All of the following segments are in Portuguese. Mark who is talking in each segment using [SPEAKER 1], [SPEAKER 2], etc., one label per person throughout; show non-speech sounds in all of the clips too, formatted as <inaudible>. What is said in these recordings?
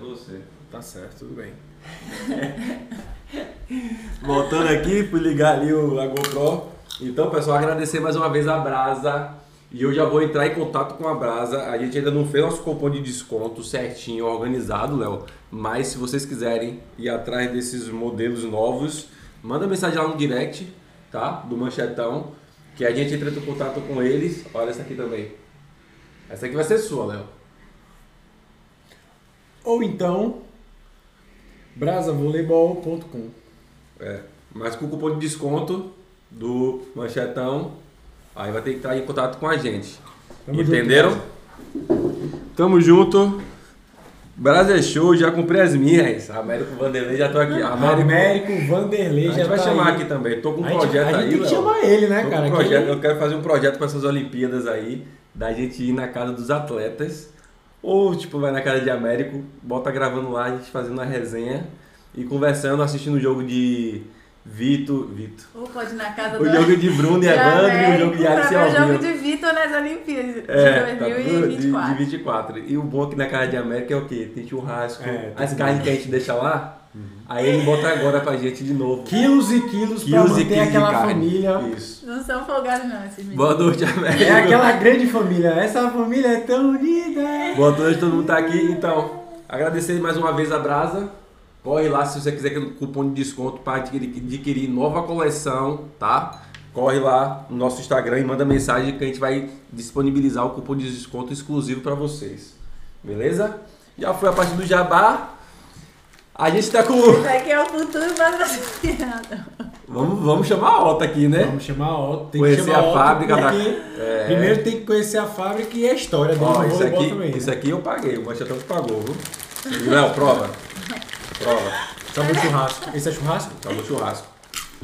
[SPEAKER 1] você. Tá certo, tudo bem.
[SPEAKER 2] <laughs> Voltando aqui, fui ligar ali o, a GoPro. Então, pessoal, agradecer mais uma vez a Brasa. E eu já vou entrar em contato com a Brasa. A gente ainda não fez nosso cupom de desconto certinho, organizado, Léo. Mas se vocês quiserem ir atrás desses modelos novos, manda mensagem lá no direct, tá? Do Manchetão. Que a gente entra em contato com eles. Olha essa aqui também. Essa aqui vai ser sua, Léo.
[SPEAKER 3] Ou então, brasavolleyball.com.
[SPEAKER 2] É. Mas com o cupom de desconto do Manchetão, aí vai ter que estar em contato com a gente.
[SPEAKER 3] Tamo
[SPEAKER 2] Entenderam? Tamo junto. Brasil é show, já comprei as minhas. Américo Vanderlei já tô aqui. Américo.
[SPEAKER 3] Américo Vanderlei
[SPEAKER 2] A
[SPEAKER 3] já
[SPEAKER 2] gente vai
[SPEAKER 3] tá
[SPEAKER 2] chamar
[SPEAKER 3] aí.
[SPEAKER 2] aqui também. Tô com um
[SPEAKER 3] a gente,
[SPEAKER 2] projeto
[SPEAKER 3] a gente
[SPEAKER 2] aí.
[SPEAKER 3] tem que
[SPEAKER 2] Léo.
[SPEAKER 3] chamar ele, né,
[SPEAKER 2] Tô com
[SPEAKER 3] cara?
[SPEAKER 2] um
[SPEAKER 3] Que
[SPEAKER 2] projeto,
[SPEAKER 3] ele-
[SPEAKER 2] Eu quero fazer um projeto para essas Olimpíadas aí, da gente ir na casa dos atletas. Ou, tipo, vai na casa de Américo, bota gravando lá, a gente fazendo uma resenha e conversando, assistindo o jogo de Vito. Vito.
[SPEAKER 4] Ou pode ir na casa
[SPEAKER 2] O
[SPEAKER 4] do
[SPEAKER 2] jogo de Bruno e
[SPEAKER 4] de
[SPEAKER 2] Evandro e o jogo de
[SPEAKER 4] Américo
[SPEAKER 2] Alisson
[SPEAKER 4] pra ver o
[SPEAKER 2] Alvino.
[SPEAKER 4] jogo de Vitor nas Olimpíadas
[SPEAKER 2] É,
[SPEAKER 4] de
[SPEAKER 2] tá tudo de,
[SPEAKER 4] 2024.
[SPEAKER 2] de 24. E o bom aqui na Casa de América é o quê? Tem churrasco.
[SPEAKER 3] É, tem Uhum.
[SPEAKER 2] as carnes que a gente deixa lá, aí ele bota agora pra gente de novo.
[SPEAKER 3] Quilos e quilos, pra manter
[SPEAKER 2] de
[SPEAKER 3] aquela
[SPEAKER 2] carne.
[SPEAKER 3] família.
[SPEAKER 2] Isso.
[SPEAKER 4] Não são folgados não, esses meninos.
[SPEAKER 2] Boa noite, América.
[SPEAKER 3] É aquela grande família. Essa família é tão unida.
[SPEAKER 2] Boa noite, todo mundo tá aqui. Então, agradecer mais uma vez a Brasa. Corre lá se você quiser que o cupom de desconto para adquirir, adquirir nova coleção, tá? Corre lá no nosso Instagram e manda mensagem que a gente vai disponibilizar o cupom de desconto exclusivo para vocês. Beleza? Já foi a parte do jabá. A gente tá com.
[SPEAKER 4] Esse aqui é o futuro patrocinado.
[SPEAKER 2] Vamos, vamos chamar a Ota aqui, né?
[SPEAKER 3] Vamos chamar a Otto. Tem
[SPEAKER 2] Conhecer
[SPEAKER 3] que chamar
[SPEAKER 2] a
[SPEAKER 3] Otto,
[SPEAKER 2] fábrica da-
[SPEAKER 3] porque
[SPEAKER 2] É.
[SPEAKER 3] Primeiro tem que conhecer a fábrica e a história dele.
[SPEAKER 2] Ó,
[SPEAKER 3] no
[SPEAKER 2] isso
[SPEAKER 3] voleibol
[SPEAKER 2] aqui,
[SPEAKER 3] também, né?
[SPEAKER 2] isso aqui eu paguei, o Manchetão que pagou, viu? Léo,
[SPEAKER 4] <laughs>
[SPEAKER 2] prova. Prova.
[SPEAKER 3] Só um churrasco. Esse é churrasco?
[SPEAKER 2] Acabou o churrasco.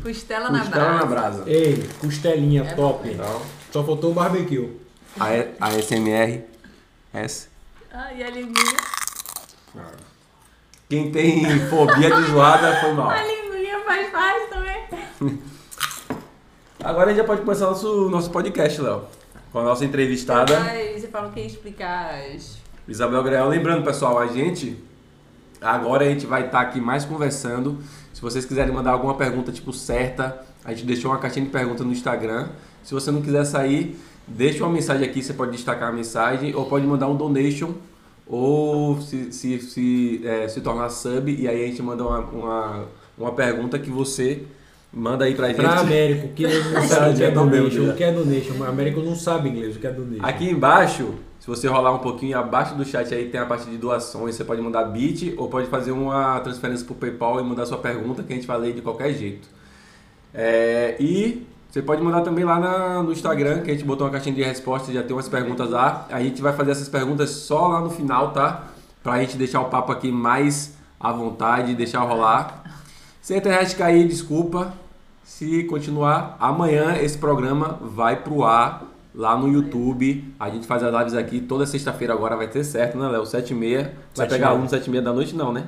[SPEAKER 4] Costela Tá na
[SPEAKER 2] Costela na
[SPEAKER 4] brasa.
[SPEAKER 2] brasa.
[SPEAKER 3] Ei, costelinha
[SPEAKER 4] É
[SPEAKER 3] top.
[SPEAKER 2] Então.
[SPEAKER 3] Só faltou o barbecue.
[SPEAKER 2] A, a SMR. S.
[SPEAKER 4] Ah, e a linguinha.
[SPEAKER 2] Quem tem fobia de zoada foi mal.
[SPEAKER 4] A linguinha faz parte também.
[SPEAKER 2] Agora a gente já pode começar nosso, nosso podcast, Léo. Com a nossa entrevistada,
[SPEAKER 4] Mas você falou que ia explicar as...
[SPEAKER 2] Isabel Grael. Lembrando, pessoal, a gente. Agora a gente vai estar aqui mais conversando. Se vocês quiserem mandar alguma pergunta, tipo, certa, a gente deixou uma caixinha de pergunta no Instagram. Se você não quiser sair, deixa uma mensagem aqui, você pode destacar a mensagem, ou pode mandar um donation, ou se, se, se, é, se tornar sub, e aí a gente manda uma, uma, uma pergunta que você manda aí pra gente.
[SPEAKER 3] Pra Américo, que ele
[SPEAKER 2] <laughs>
[SPEAKER 3] não
[SPEAKER 2] Já
[SPEAKER 3] sabe o que é
[SPEAKER 2] tô bêbado
[SPEAKER 3] donation.
[SPEAKER 2] já.
[SPEAKER 3] O que é donation? O Américo não sabe inglês o que é donation.
[SPEAKER 2] Aqui embaixo, se você rolar um pouquinho abaixo do chat aí tem a parte de doações, você pode mandar bit ou pode fazer uma transferência pro PayPal e mandar sua pergunta que a gente vai ler de qualquer jeito. É, e você pode mandar também lá na- no Instagram, que a gente botou uma caixinha de respostas, já tem umas perguntas lá. A gente vai fazer essas perguntas só lá no final, tá? Pra gente deixar o papo aqui mais à vontade, deixar rolar. Se a internet cair, desculpa. Se continuar, amanhã esse programa vai pro ar lá no YouTube. A gente faz as lives aqui toda sexta-feira agora, vai ter certo, né, Léo? 7 e meia. Vai
[SPEAKER 3] Sete e
[SPEAKER 2] pegar
[SPEAKER 3] meia.
[SPEAKER 2] aluno 7 e meia da noite, não, né?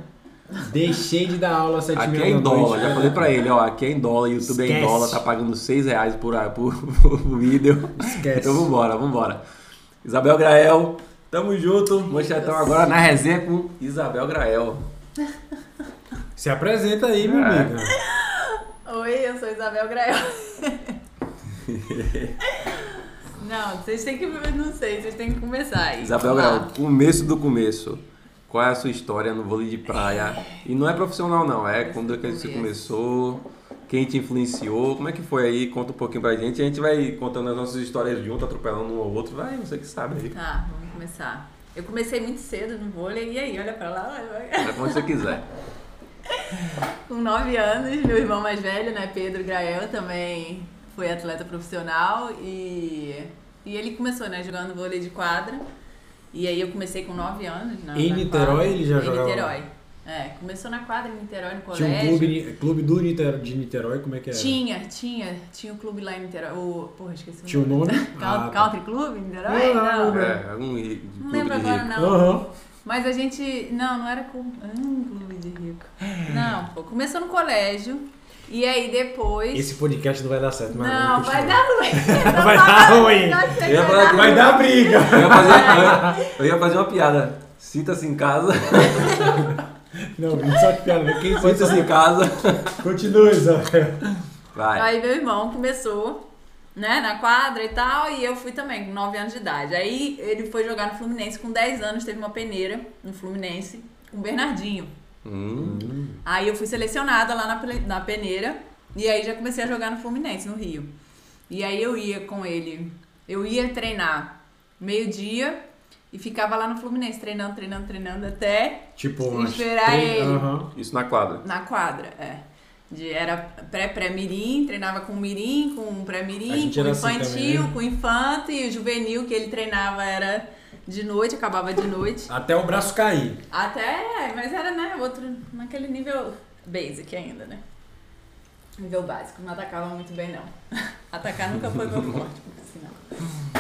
[SPEAKER 3] Deixei de dar aula às 7
[SPEAKER 2] Aqui é em dólar, já falei pra ele, ó, aqui é em dólar, YouTube é em
[SPEAKER 3] Esquece.
[SPEAKER 2] dólar, tá pagando 6 reais por, por, <laughs> por vídeo.
[SPEAKER 3] Esquece.
[SPEAKER 2] Então vambora, vambora. Isabel Grael, tamo junto, manchetão agora na resenha com Isabel Grael.
[SPEAKER 3] Se apresenta aí, meu
[SPEAKER 2] É.
[SPEAKER 3] amigo.
[SPEAKER 4] Oi, eu sou Isabel Grael.
[SPEAKER 2] <laughs>
[SPEAKER 4] não, vocês têm que... Não sei, vocês têm que começar aí.
[SPEAKER 2] Isabel
[SPEAKER 4] Vamos lá.
[SPEAKER 2] Grael, começo do começo. Qual é a sua história no vôlei de praia? E não é profissional não, é quando que você começou, quem te influenciou, como é que foi aí? Conta um pouquinho pra gente, a gente vai contando as nossas histórias junto, atropelando um ao outro, vai, você que sabe aí.
[SPEAKER 4] Tá, vamos começar. Eu comecei muito cedo no vôlei, e aí, olha pra lá, olha pra cá.
[SPEAKER 2] Vai quando você quiser.
[SPEAKER 4] <laughs> Com 9 anos, meu irmão mais velho, né, Pedro Grael, também foi atleta profissional e, e ele começou, né, jogando vôlei de quadra. E aí eu comecei com 9 anos, né?
[SPEAKER 3] Em Niterói ele já
[SPEAKER 4] em
[SPEAKER 3] jogava?
[SPEAKER 4] Niterói. É, começou na quadra em Niterói, no colégio.
[SPEAKER 3] Tinha um clube, clube do Niterói, de Niterói, como é que era?
[SPEAKER 4] Tinha, tinha, tinha um clube lá em Niterói. O, porra, esqueci
[SPEAKER 3] Tinha o nome?
[SPEAKER 4] <laughs> Cal-
[SPEAKER 3] Ah, tá.
[SPEAKER 4] Country Clube em
[SPEAKER 3] Não,
[SPEAKER 4] Niterói? Não, não,
[SPEAKER 2] É, um ri- clube
[SPEAKER 4] lembro
[SPEAKER 2] de
[SPEAKER 4] agora
[SPEAKER 2] rico.
[SPEAKER 4] não.
[SPEAKER 3] Aham.
[SPEAKER 4] Mas a gente. Não, não era com um clube de rico. Não, pô, começou no colégio. E aí depois.
[SPEAKER 3] Esse é podcast não vai dar certo, mas
[SPEAKER 4] não,
[SPEAKER 3] vamos
[SPEAKER 4] vai
[SPEAKER 3] continuar.
[SPEAKER 4] dar ruim. Não
[SPEAKER 3] Vai dar ruim.
[SPEAKER 4] não sei,
[SPEAKER 2] Eu ia
[SPEAKER 4] vai
[SPEAKER 2] falar
[SPEAKER 4] dar
[SPEAKER 2] que-
[SPEAKER 4] ruim.
[SPEAKER 3] Vai dar briga. <laughs>
[SPEAKER 4] <laughs>
[SPEAKER 2] Eu ia, fazer, eu ia- eu ia fazer uma piada. Sinta-se em casa.
[SPEAKER 3] Não, só que piada. Quem foi
[SPEAKER 2] Sinta-se em casa.
[SPEAKER 3] Continua, Isabel.
[SPEAKER 2] Vai.
[SPEAKER 4] Aí meu irmão começou, né, na quadra e tal, e eu fui também, com 9 anos de idade. Aí ele foi jogar no Fluminense com 10 anos, teve uma peneira no Fluminense com o Bernardinho.
[SPEAKER 2] Hum.
[SPEAKER 4] Aí eu fui selecionada lá na, ple- na peneira, e aí já comecei a jogar no Fluminense, no Rio. E aí eu ia com ele, eu ia treinar meio-dia e ficava lá no Fluminense, treinando, treinando, treinando até
[SPEAKER 3] <laughs> Tipo,
[SPEAKER 4] Tem que
[SPEAKER 3] umas
[SPEAKER 4] esperar
[SPEAKER 3] três-
[SPEAKER 4] ele.
[SPEAKER 3] Aham.
[SPEAKER 2] Isso na quadra.
[SPEAKER 4] na quadra, é. De, era pré-pré-mirim, treinava com mirim, com
[SPEAKER 3] A
[SPEAKER 4] pré-mirim,
[SPEAKER 3] gente
[SPEAKER 4] com
[SPEAKER 3] era assim
[SPEAKER 4] infantil,
[SPEAKER 3] também.
[SPEAKER 4] com infanto e o juvenil que ele treinava era de noite, acabava de noite.
[SPEAKER 3] Até o braço cair.
[SPEAKER 4] Até, mas era, né, outro, naquele nível basic ainda, né? Nível básico, não atacava muito bem, não. <laughs> Atacar nunca foi meu forte, por sinal.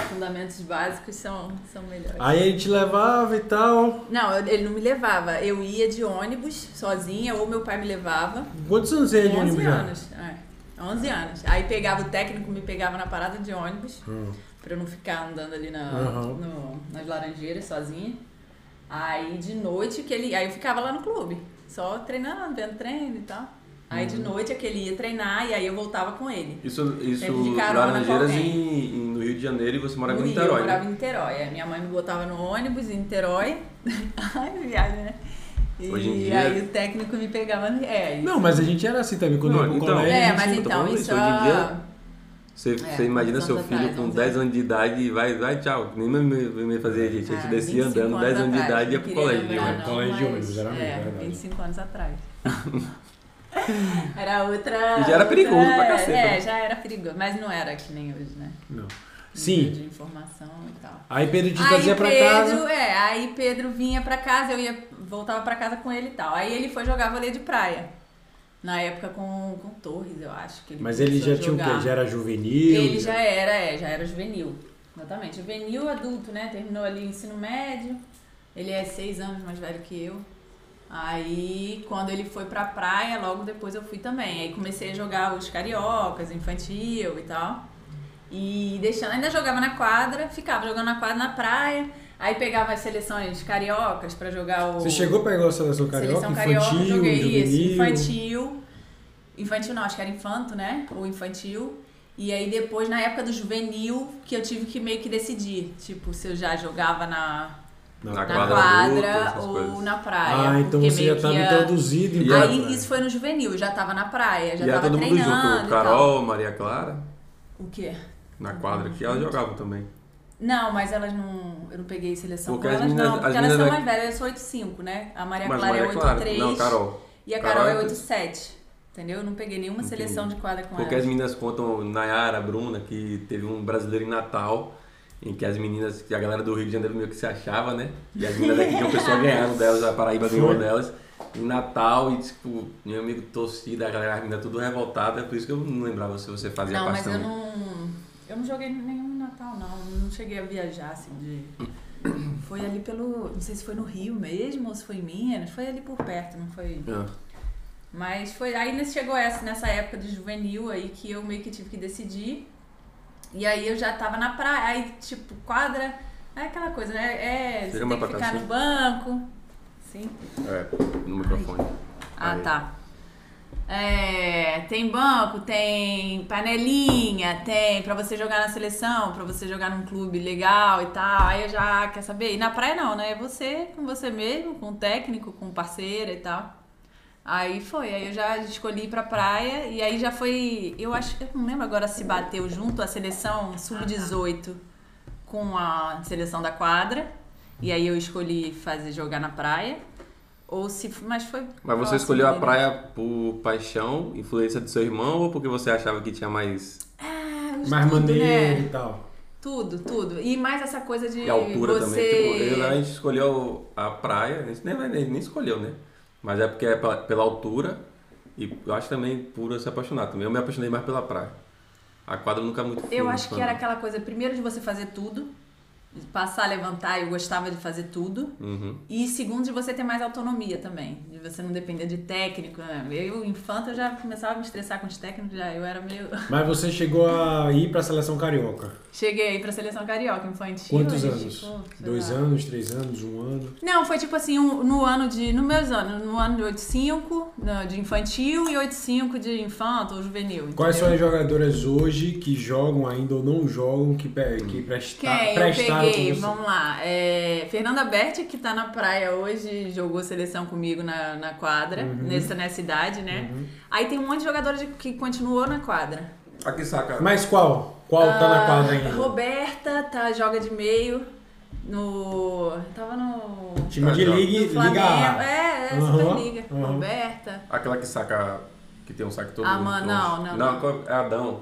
[SPEAKER 4] Fundamentos básicos são, são melhores.
[SPEAKER 3] Aí ele te levava e tal.
[SPEAKER 4] Não, eu- ele não me levava. Eu ia de ônibus sozinha, ou meu pai me levava.
[SPEAKER 3] Quantos anos você é de
[SPEAKER 4] 11
[SPEAKER 3] ônibus já?
[SPEAKER 4] anos. É, 11 anos. Aí pegava o técnico, me pegava na parada de ônibus,
[SPEAKER 3] Hum.
[SPEAKER 4] pra eu não ficar andando ali na,
[SPEAKER 3] Uhum.
[SPEAKER 4] no- nas laranjeiras sozinha. Aí de noite que ele. Aí eu ficava lá no clube, só treinando, vendo treino e tal. Aí
[SPEAKER 3] Uhum.
[SPEAKER 4] de noite é que ele ia treinar e aí eu voltava com ele.
[SPEAKER 2] Isso, isso
[SPEAKER 4] Sempre de carona com
[SPEAKER 2] Laranjeiras
[SPEAKER 4] alguém.
[SPEAKER 2] em, em- no Rio de Janeiro e você morava
[SPEAKER 4] No
[SPEAKER 2] em
[SPEAKER 4] Rio,
[SPEAKER 2] Niterói.
[SPEAKER 4] Eu morava
[SPEAKER 2] né?
[SPEAKER 4] em Niterói. é. Minha mãe me botava no ônibus em Niterói. <laughs> Ai, viagem, né? E
[SPEAKER 2] Hoje em dia-
[SPEAKER 4] aí o técnico me pegava. no- É, e-
[SPEAKER 3] Não, mas a gente era assim também. Quando
[SPEAKER 2] Não,
[SPEAKER 3] eu ia pro
[SPEAKER 2] então.
[SPEAKER 3] colégio.
[SPEAKER 4] é
[SPEAKER 3] a gente-
[SPEAKER 4] mas
[SPEAKER 2] tá
[SPEAKER 4] então
[SPEAKER 2] falando
[SPEAKER 4] isso.
[SPEAKER 2] isso, hoje em dia- Você,
[SPEAKER 4] É,
[SPEAKER 2] você imagina
[SPEAKER 4] uns
[SPEAKER 2] seu
[SPEAKER 4] anos
[SPEAKER 2] filho
[SPEAKER 4] atrás,
[SPEAKER 2] com
[SPEAKER 4] uns
[SPEAKER 2] 10 anos de idade e vai, vai, tchau. Nem me, me, me fazia a gente. A gente
[SPEAKER 4] Ah,
[SPEAKER 2] descia
[SPEAKER 4] 25
[SPEAKER 2] andando, 10 anos de
[SPEAKER 4] atrás,
[SPEAKER 2] idade e ia
[SPEAKER 4] não
[SPEAKER 2] pro
[SPEAKER 4] queria
[SPEAKER 2] colégio. né? de
[SPEAKER 4] lembrar, né?
[SPEAKER 2] ônibus.
[SPEAKER 3] Colégio
[SPEAKER 4] não,
[SPEAKER 3] de
[SPEAKER 4] mas,
[SPEAKER 3] ônibus, era mesmo,
[SPEAKER 4] É,
[SPEAKER 3] verdade.
[SPEAKER 4] 25 anos
[SPEAKER 2] <laughs>
[SPEAKER 4] atrás. era outra.
[SPEAKER 2] E já era perigoso
[SPEAKER 4] outra-
[SPEAKER 2] pra caceta, né?
[SPEAKER 4] É, já era perigoso, mas não era que nem hoje, né?
[SPEAKER 3] Não.
[SPEAKER 4] Nível
[SPEAKER 3] Sim.
[SPEAKER 4] De informação e tal.
[SPEAKER 3] Aí Pedro te
[SPEAKER 4] Aí
[SPEAKER 3] trazia pra casa.
[SPEAKER 4] Pedro, é, aí Pedro vinha pra casa, eu ia, voltava pra casa com ele e tal. Aí ele foi jogar vôlei de praia. Na época com, com Torres, eu acho. Que ele
[SPEAKER 3] Mas ele
[SPEAKER 4] começou
[SPEAKER 3] já
[SPEAKER 4] a
[SPEAKER 3] tinha o
[SPEAKER 4] jogar.
[SPEAKER 3] quê? Já era juvenil?
[SPEAKER 4] Ele já era, é, já era juvenil. Exatamente. Juvenil adulto, né? Terminou ali o ensino médio. Ele é seis anos mais velho que eu. Aí, quando ele foi pra praia, logo depois eu fui também. Aí comecei a jogar os cariocas, infantil e tal. E deixando, ainda jogava na quadra, ficava jogando na quadra na praia. Aí pegava as seleções cariocas pra jogar o.
[SPEAKER 3] Você chegou a pegar a seleção carioca?
[SPEAKER 4] Seleção carioca,
[SPEAKER 3] infantil,
[SPEAKER 4] joguei isso,
[SPEAKER 3] juvenil?
[SPEAKER 4] infantil. Infantil não, acho que era infanto, né? Ou infantil. E aí depois, na época do juvenil, que eu tive que meio que decidir. Tipo, se eu já jogava na,
[SPEAKER 3] Não.
[SPEAKER 2] Na
[SPEAKER 4] na
[SPEAKER 2] quadra
[SPEAKER 4] quadra,
[SPEAKER 2] adulta, essas
[SPEAKER 4] ou
[SPEAKER 2] coisas.
[SPEAKER 4] na praia.
[SPEAKER 3] Ah, então
[SPEAKER 4] porque
[SPEAKER 3] você
[SPEAKER 4] meio
[SPEAKER 3] já tava
[SPEAKER 4] que ia-
[SPEAKER 3] introduzido então, em
[SPEAKER 2] E era
[SPEAKER 4] Aí isso foi no juvenil, eu já tava na praia, já
[SPEAKER 2] E era
[SPEAKER 4] tava
[SPEAKER 2] todo mundo
[SPEAKER 4] treinando.
[SPEAKER 2] junto.
[SPEAKER 4] e tal.
[SPEAKER 2] Carol, Maria Clara,
[SPEAKER 4] O quê?
[SPEAKER 2] na quadra, que
[SPEAKER 4] Uhum.
[SPEAKER 2] elas jogavam também.
[SPEAKER 4] Não, mas elas não. Eu não peguei seleção
[SPEAKER 2] Porque
[SPEAKER 4] com
[SPEAKER 2] as
[SPEAKER 4] elas,
[SPEAKER 2] meninas-
[SPEAKER 4] não.
[SPEAKER 2] as
[SPEAKER 4] Porque elas são
[SPEAKER 2] meninas
[SPEAKER 4] mais velhas, eu sou 8,5, né? A Maria
[SPEAKER 2] Mas
[SPEAKER 4] Clara
[SPEAKER 2] Maria
[SPEAKER 4] é
[SPEAKER 2] Clara.
[SPEAKER 4] 8,3.
[SPEAKER 2] Não, Carol.
[SPEAKER 4] E a
[SPEAKER 2] Carol
[SPEAKER 4] Carol
[SPEAKER 2] é
[SPEAKER 4] é
[SPEAKER 2] outra.
[SPEAKER 4] 87. Entendeu? Eu não peguei nenhuma
[SPEAKER 2] Entendi.
[SPEAKER 4] seleção de quadra com
[SPEAKER 2] Porque
[SPEAKER 4] ela.
[SPEAKER 2] as meninas contam, Nayara, Bruna, que teve um brasileiro em Natal, em que as meninas, que a galera do Rio de Janeiro meio que se achava, né? E as meninas daqui que
[SPEAKER 4] <laughs>
[SPEAKER 2] o pessoal ganharam delas, a Paraíba ganhou
[SPEAKER 3] Foi.
[SPEAKER 2] delas. Em Natal, e tipo, meu amigo torcida, a galera, a menina tudo revoltada, é por isso que eu não lembrava se você fazia
[SPEAKER 4] Não,
[SPEAKER 2] parte
[SPEAKER 4] mas eu
[SPEAKER 2] também.
[SPEAKER 4] não. Eu não joguei nenhum Natal, não. Não cheguei a viajar assim
[SPEAKER 2] <coughs>
[SPEAKER 4] de. Foi ali pelo. Não sei se foi no Rio mesmo ou se foi em Minas. Foi ali por perto, não foi.
[SPEAKER 2] Ah,
[SPEAKER 4] Mas foi. Aí nesse- chegou essa, nessa época de juvenil aí que eu meio que tive que decidir. E aí eu já tava na praia. Aí, tipo, quadra. É aquela coisa, né? É.
[SPEAKER 2] Chega
[SPEAKER 4] Você tem
[SPEAKER 2] mais
[SPEAKER 4] que
[SPEAKER 2] pra cá,
[SPEAKER 4] ficar
[SPEAKER 2] sim.
[SPEAKER 4] no banco. Sim.
[SPEAKER 2] é, no microfone.
[SPEAKER 4] Ah,
[SPEAKER 2] Aí.
[SPEAKER 4] tá. É, tem banco, tem panelinha, tem pra você jogar na seleção, pra você jogar num clube legal e tal. Aí eu já quer saber. E na praia não, né? É você com você mesmo, com o técnico, com parceira e tal. Aí foi, aí eu já escolhi ir pra praia e aí já foi. Eu acho que eu não lembro agora se bateu junto a seleção sub-18 com a seleção da quadra. E aí eu escolhi fazer jogar na praia. Ou se. Mas foi.
[SPEAKER 2] Mas você
[SPEAKER 4] próximo
[SPEAKER 2] escolheu a
[SPEAKER 4] ali, né?
[SPEAKER 2] praia por paixão, influência do seu irmão, ou porque você achava que tinha mais
[SPEAKER 4] Ah, os
[SPEAKER 3] Mais
[SPEAKER 4] tudo,
[SPEAKER 3] maneiro
[SPEAKER 4] né?
[SPEAKER 3] e tal.
[SPEAKER 4] Tudo, tudo. E mais essa coisa de
[SPEAKER 2] E a altura também.
[SPEAKER 4] você...
[SPEAKER 2] Tipo, eu, a gente escolheu a praia, a gente nem, nem, nem escolheu, né? Mas é porque é pela, pela altura e eu acho também por eu se apaixonar também. Eu me apaixonei mais pela praia. A quadra nunca é muito fui
[SPEAKER 4] Eu
[SPEAKER 2] muito
[SPEAKER 4] acho
[SPEAKER 2] fã,
[SPEAKER 4] que era
[SPEAKER 2] não.
[SPEAKER 4] aquela coisa, primeiro de você fazer tudo, de passar, levantar, eu gostava de fazer tudo.
[SPEAKER 2] Uhum.
[SPEAKER 4] E segundo de você ter mais autonomia também, de de você não depender de técnico, né? Eu, infanta, eu já começava a me estressar com os técnicos, já eu era meio... <laughs>
[SPEAKER 3] Mas você chegou a ir pra seleção carioca.
[SPEAKER 4] Cheguei pra seleção carioca infantil.
[SPEAKER 3] Quantos
[SPEAKER 4] a gente
[SPEAKER 3] anos?
[SPEAKER 4] ficou, sei
[SPEAKER 3] Dois
[SPEAKER 4] lá.
[SPEAKER 3] anos, três anos, um ano.
[SPEAKER 4] Não, foi tipo assim, um- no ano de. No meus anos, no ano de 85, na- né, de infantil e 85 de infanto ou juvenil.
[SPEAKER 3] Quais são
[SPEAKER 4] entendeu?
[SPEAKER 3] as jogadoras hoje que jogam ainda ou não jogam, que, pe- que presta,
[SPEAKER 4] Quem? Eu
[SPEAKER 3] tá prestaram
[SPEAKER 4] peguei,
[SPEAKER 3] com você?
[SPEAKER 4] vamos lá. É, Fernanda Berti, que tá na praia hoje, jogou seleção comigo na, na quadra,
[SPEAKER 3] Uhum.
[SPEAKER 4] nessa, nessa idade, né? Aí tem um monte de jogadores que continuou na quadra.
[SPEAKER 2] Aqui saca.
[SPEAKER 3] Mas qual? Qual tá na quadra
[SPEAKER 4] Ah,
[SPEAKER 3] ainda?
[SPEAKER 4] Roberta tá, joga de meio. No. Tava no.
[SPEAKER 3] Time de
[SPEAKER 2] Tá, tá.
[SPEAKER 3] liga,
[SPEAKER 4] no Flamengo.
[SPEAKER 3] liga A.
[SPEAKER 4] É, é,
[SPEAKER 3] Aham,
[SPEAKER 4] Superliga.
[SPEAKER 3] aham.
[SPEAKER 4] Roberta.
[SPEAKER 2] Aquela que saca. Que tem um saque todo.
[SPEAKER 4] Ah, mano, não, não,
[SPEAKER 2] Não,
[SPEAKER 4] não.
[SPEAKER 2] qual- é Adão.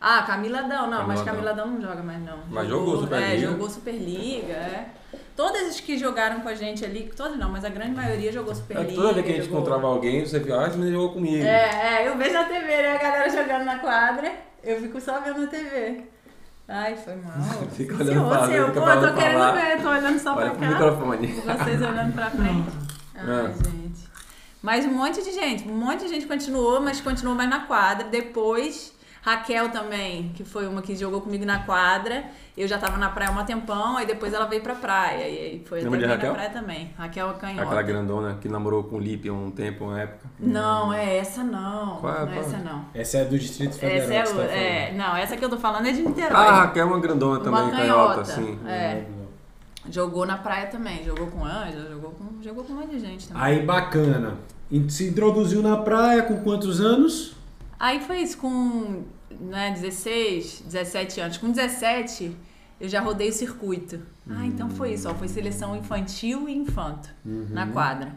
[SPEAKER 4] Ah, Camila Dão, não, mas
[SPEAKER 2] Camila
[SPEAKER 4] Camila Dão não joga mais não.
[SPEAKER 2] Mas jogou Superliga.
[SPEAKER 4] É, jogou Superliga, é. Todas as que jogaram com a gente ali, todas não, mas a grande maioria jogou
[SPEAKER 2] É
[SPEAKER 4] Superliga.
[SPEAKER 2] que toda vez que a gente
[SPEAKER 4] jogou-
[SPEAKER 2] encontrava alguém, você fica, ah, esse menino jogou comigo.
[SPEAKER 4] É, é, eu vejo na TV, né, a galera jogando na quadra, eu fico só vendo na TV. Ai, foi mal.
[SPEAKER 2] <laughs> Fica
[SPEAKER 4] Sim,
[SPEAKER 2] olhando pra lá,
[SPEAKER 4] senhor,
[SPEAKER 2] fica
[SPEAKER 4] Pô, eu
[SPEAKER 2] falando
[SPEAKER 4] tô
[SPEAKER 2] pra
[SPEAKER 4] querendo
[SPEAKER 2] lá.
[SPEAKER 4] ver, tô olhando só
[SPEAKER 2] Olha
[SPEAKER 4] pra
[SPEAKER 2] pro
[SPEAKER 4] cá.
[SPEAKER 2] microfone.
[SPEAKER 4] Vocês olhando pra frente. Ai,
[SPEAKER 2] É.
[SPEAKER 4] gente. Mas um monte de gente, um monte de gente continuou, mas continuou mais na quadra. Depois, Raquel também, que foi uma que jogou comigo na quadra. Eu já tava na praia há um tempão, aí depois ela veio pra praia. E aí foi
[SPEAKER 2] Lembra de
[SPEAKER 4] também
[SPEAKER 2] Raquel?
[SPEAKER 4] na praia também. Raquel Canhota.
[SPEAKER 2] Aquela grandona que namorou com o Lipe um tempo, uma época.
[SPEAKER 4] Não, é essa não.
[SPEAKER 2] Hum. Qual é?
[SPEAKER 4] não é
[SPEAKER 2] Qual é?
[SPEAKER 4] essa não.
[SPEAKER 3] Essa é do Distrito Federal.
[SPEAKER 4] Essa é,
[SPEAKER 3] que você
[SPEAKER 4] o,
[SPEAKER 3] tá
[SPEAKER 4] é.
[SPEAKER 3] falando.
[SPEAKER 4] Não, essa que eu tô falando é de Niterói.
[SPEAKER 2] Ah, a Raquel é uma grandona também,
[SPEAKER 4] Uma
[SPEAKER 2] canhota,
[SPEAKER 4] canhota,
[SPEAKER 2] assim.
[SPEAKER 4] É. Jogou na praia também. Jogou com Ângela, jogou com, jogou com um monte de gente também.
[SPEAKER 3] Aí, bacana. E Se introduziu na praia com quantos anos?
[SPEAKER 4] Aí foi isso, com né, 16, 17 anos. Com 17, eu já rodei o circuito. Ah,
[SPEAKER 2] Hum.
[SPEAKER 4] então foi isso, ó, foi seleção infantil e infanto
[SPEAKER 2] Uhum.
[SPEAKER 4] na quadra.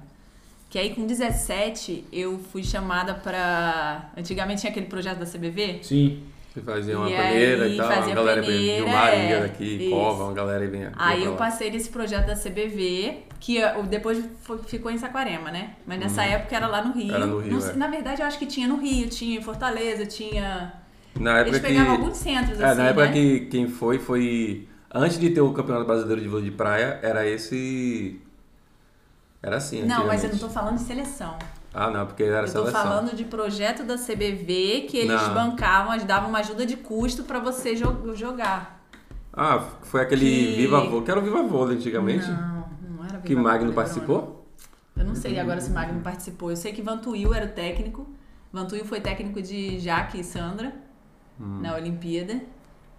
[SPEAKER 4] Que aí com 17 eu fui chamada pra. Antigamente tinha aquele projeto da CBV.
[SPEAKER 3] Sim.
[SPEAKER 2] Você fazia uma
[SPEAKER 4] E
[SPEAKER 2] peneira
[SPEAKER 4] aí
[SPEAKER 2] e tal,
[SPEAKER 4] fazia
[SPEAKER 2] uma galera
[SPEAKER 4] peneira,
[SPEAKER 2] de uma
[SPEAKER 4] é,
[SPEAKER 2] ilha daqui,
[SPEAKER 4] isso.
[SPEAKER 2] cova, uma galera e vem aqui.
[SPEAKER 4] Aí eu passei nesse projeto da CBV, que ah, o- depois foi- ficou em Saquarema, né? Mas nessa época era lá no Rio.
[SPEAKER 2] Uhum. Era no Rio,
[SPEAKER 4] Não sei-
[SPEAKER 2] é.
[SPEAKER 4] Na verdade eu acho que tinha no Rio, tinha em Fortaleza, tinha.
[SPEAKER 2] Na época
[SPEAKER 4] Eles
[SPEAKER 2] que.
[SPEAKER 4] pegavam alguns centros
[SPEAKER 2] É,
[SPEAKER 4] assim.
[SPEAKER 2] na época
[SPEAKER 4] né?
[SPEAKER 2] que quem foi, foi. Antes de ter o Campeonato Brasileiro de Vôlei de Praia, era esse. Era assim.
[SPEAKER 4] Não, mas eu
[SPEAKER 2] antigamente.
[SPEAKER 4] não tô falando de seleção.
[SPEAKER 2] Ah, não, porque era
[SPEAKER 4] eu tô
[SPEAKER 2] seleção.
[SPEAKER 4] falando de projeto da CBV que eles
[SPEAKER 2] Não.
[SPEAKER 4] bancavam, eles davam uma ajuda de custo pra você jo- jogar.
[SPEAKER 2] Ah, foi aquele
[SPEAKER 4] Que-
[SPEAKER 2] Viva Vôlei, que era o Viva Vôlei antigamente.
[SPEAKER 4] Não, não era
[SPEAKER 2] Que Magno
[SPEAKER 4] Viva Vôlei, Bruno.
[SPEAKER 2] participou?
[SPEAKER 4] Eu não sei agora se Magno participou. Eu sei que Vantuil era o técnico. Vantuil foi técnico de Jaque e Sandra
[SPEAKER 2] Hum.
[SPEAKER 4] na Olimpíada.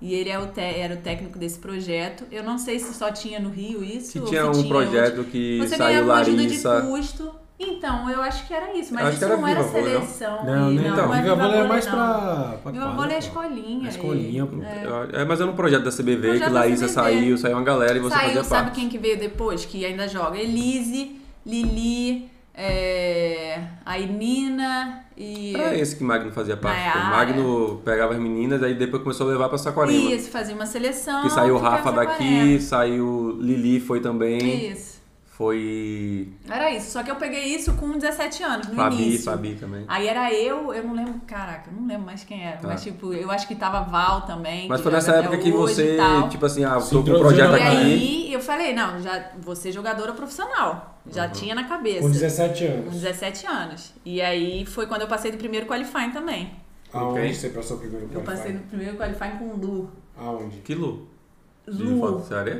[SPEAKER 4] E ele é o te- era o técnico desse projeto. Eu não sei se só tinha no Rio isso.
[SPEAKER 2] Que
[SPEAKER 4] ou
[SPEAKER 2] tinha
[SPEAKER 4] se
[SPEAKER 2] um
[SPEAKER 4] tinha onde-
[SPEAKER 2] projeto que
[SPEAKER 4] Você
[SPEAKER 2] saiu
[SPEAKER 4] ganhava uma ajuda de
[SPEAKER 2] Larissa.
[SPEAKER 4] custo. Então, eu acho que era isso. Mas
[SPEAKER 2] Acho
[SPEAKER 4] isso
[SPEAKER 2] que era
[SPEAKER 4] não era
[SPEAKER 2] Viva Vôlei, não?
[SPEAKER 4] seleção.
[SPEAKER 3] Não,
[SPEAKER 4] e
[SPEAKER 3] né? então,
[SPEAKER 4] não é
[SPEAKER 3] Viva Vôlei é mais
[SPEAKER 4] não.
[SPEAKER 3] pra. pra
[SPEAKER 4] Viva
[SPEAKER 3] quadra,
[SPEAKER 4] Vôlei é a
[SPEAKER 3] pô.
[SPEAKER 4] escolinha.
[SPEAKER 3] A escolinha, pô.
[SPEAKER 2] É, mas era um projeto da CBV
[SPEAKER 4] Projeto
[SPEAKER 2] que
[SPEAKER 4] da
[SPEAKER 2] Laísa
[SPEAKER 4] CBV.
[SPEAKER 2] saiu, saiu uma galera e você
[SPEAKER 4] Saiu,
[SPEAKER 2] fazia
[SPEAKER 4] sabe
[SPEAKER 2] parte.
[SPEAKER 4] quem que veio depois? Que ainda joga? Elise, Lili, é... aí Nina e...
[SPEAKER 2] Era esse que Magno fazia parte. pô.
[SPEAKER 4] Maiara.
[SPEAKER 2] Magno pegava as meninas, aí depois começou a levar pra Saquarema.
[SPEAKER 4] Isso, fazia uma seleção.
[SPEAKER 2] Que saiu
[SPEAKER 4] ficava
[SPEAKER 2] Rafa
[SPEAKER 4] separando.
[SPEAKER 2] daqui, saiu Lili foi também.
[SPEAKER 4] Isso.
[SPEAKER 2] Foi
[SPEAKER 4] Era isso. Só que eu peguei isso com 17 anos, no
[SPEAKER 2] Fabi,
[SPEAKER 4] início.
[SPEAKER 2] Fabi também.
[SPEAKER 4] Aí era eu, eu não lembro, caraca, eu não lembro mais quem era.
[SPEAKER 2] Tá.
[SPEAKER 4] Mas tipo, eu acho que tava Val também.
[SPEAKER 2] Mas
[SPEAKER 4] que
[SPEAKER 2] foi
[SPEAKER 4] joga
[SPEAKER 2] nessa
[SPEAKER 4] até
[SPEAKER 2] época que
[SPEAKER 4] hoje
[SPEAKER 2] você,
[SPEAKER 4] e tal.
[SPEAKER 2] tipo assim, ah,
[SPEAKER 3] Se
[SPEAKER 2] tô com um
[SPEAKER 3] introduziu
[SPEAKER 2] projeto
[SPEAKER 3] na
[SPEAKER 4] E
[SPEAKER 2] aqui.
[SPEAKER 4] aí eu falei, não, já vou ser jogadora profissional. Já tinha na cabeça.
[SPEAKER 3] Com 17
[SPEAKER 4] Com
[SPEAKER 3] anos.
[SPEAKER 4] 17 anos. E aí foi quando eu passei do primeiro qualifying também.
[SPEAKER 2] Ok.
[SPEAKER 3] Aonde você passou o primeiro
[SPEAKER 4] Eu
[SPEAKER 3] qualify?
[SPEAKER 4] passei do primeiro qualifying com Lu.
[SPEAKER 3] Aonde?
[SPEAKER 2] Que Lu? De
[SPEAKER 4] Lu.
[SPEAKER 2] foto, Ceará?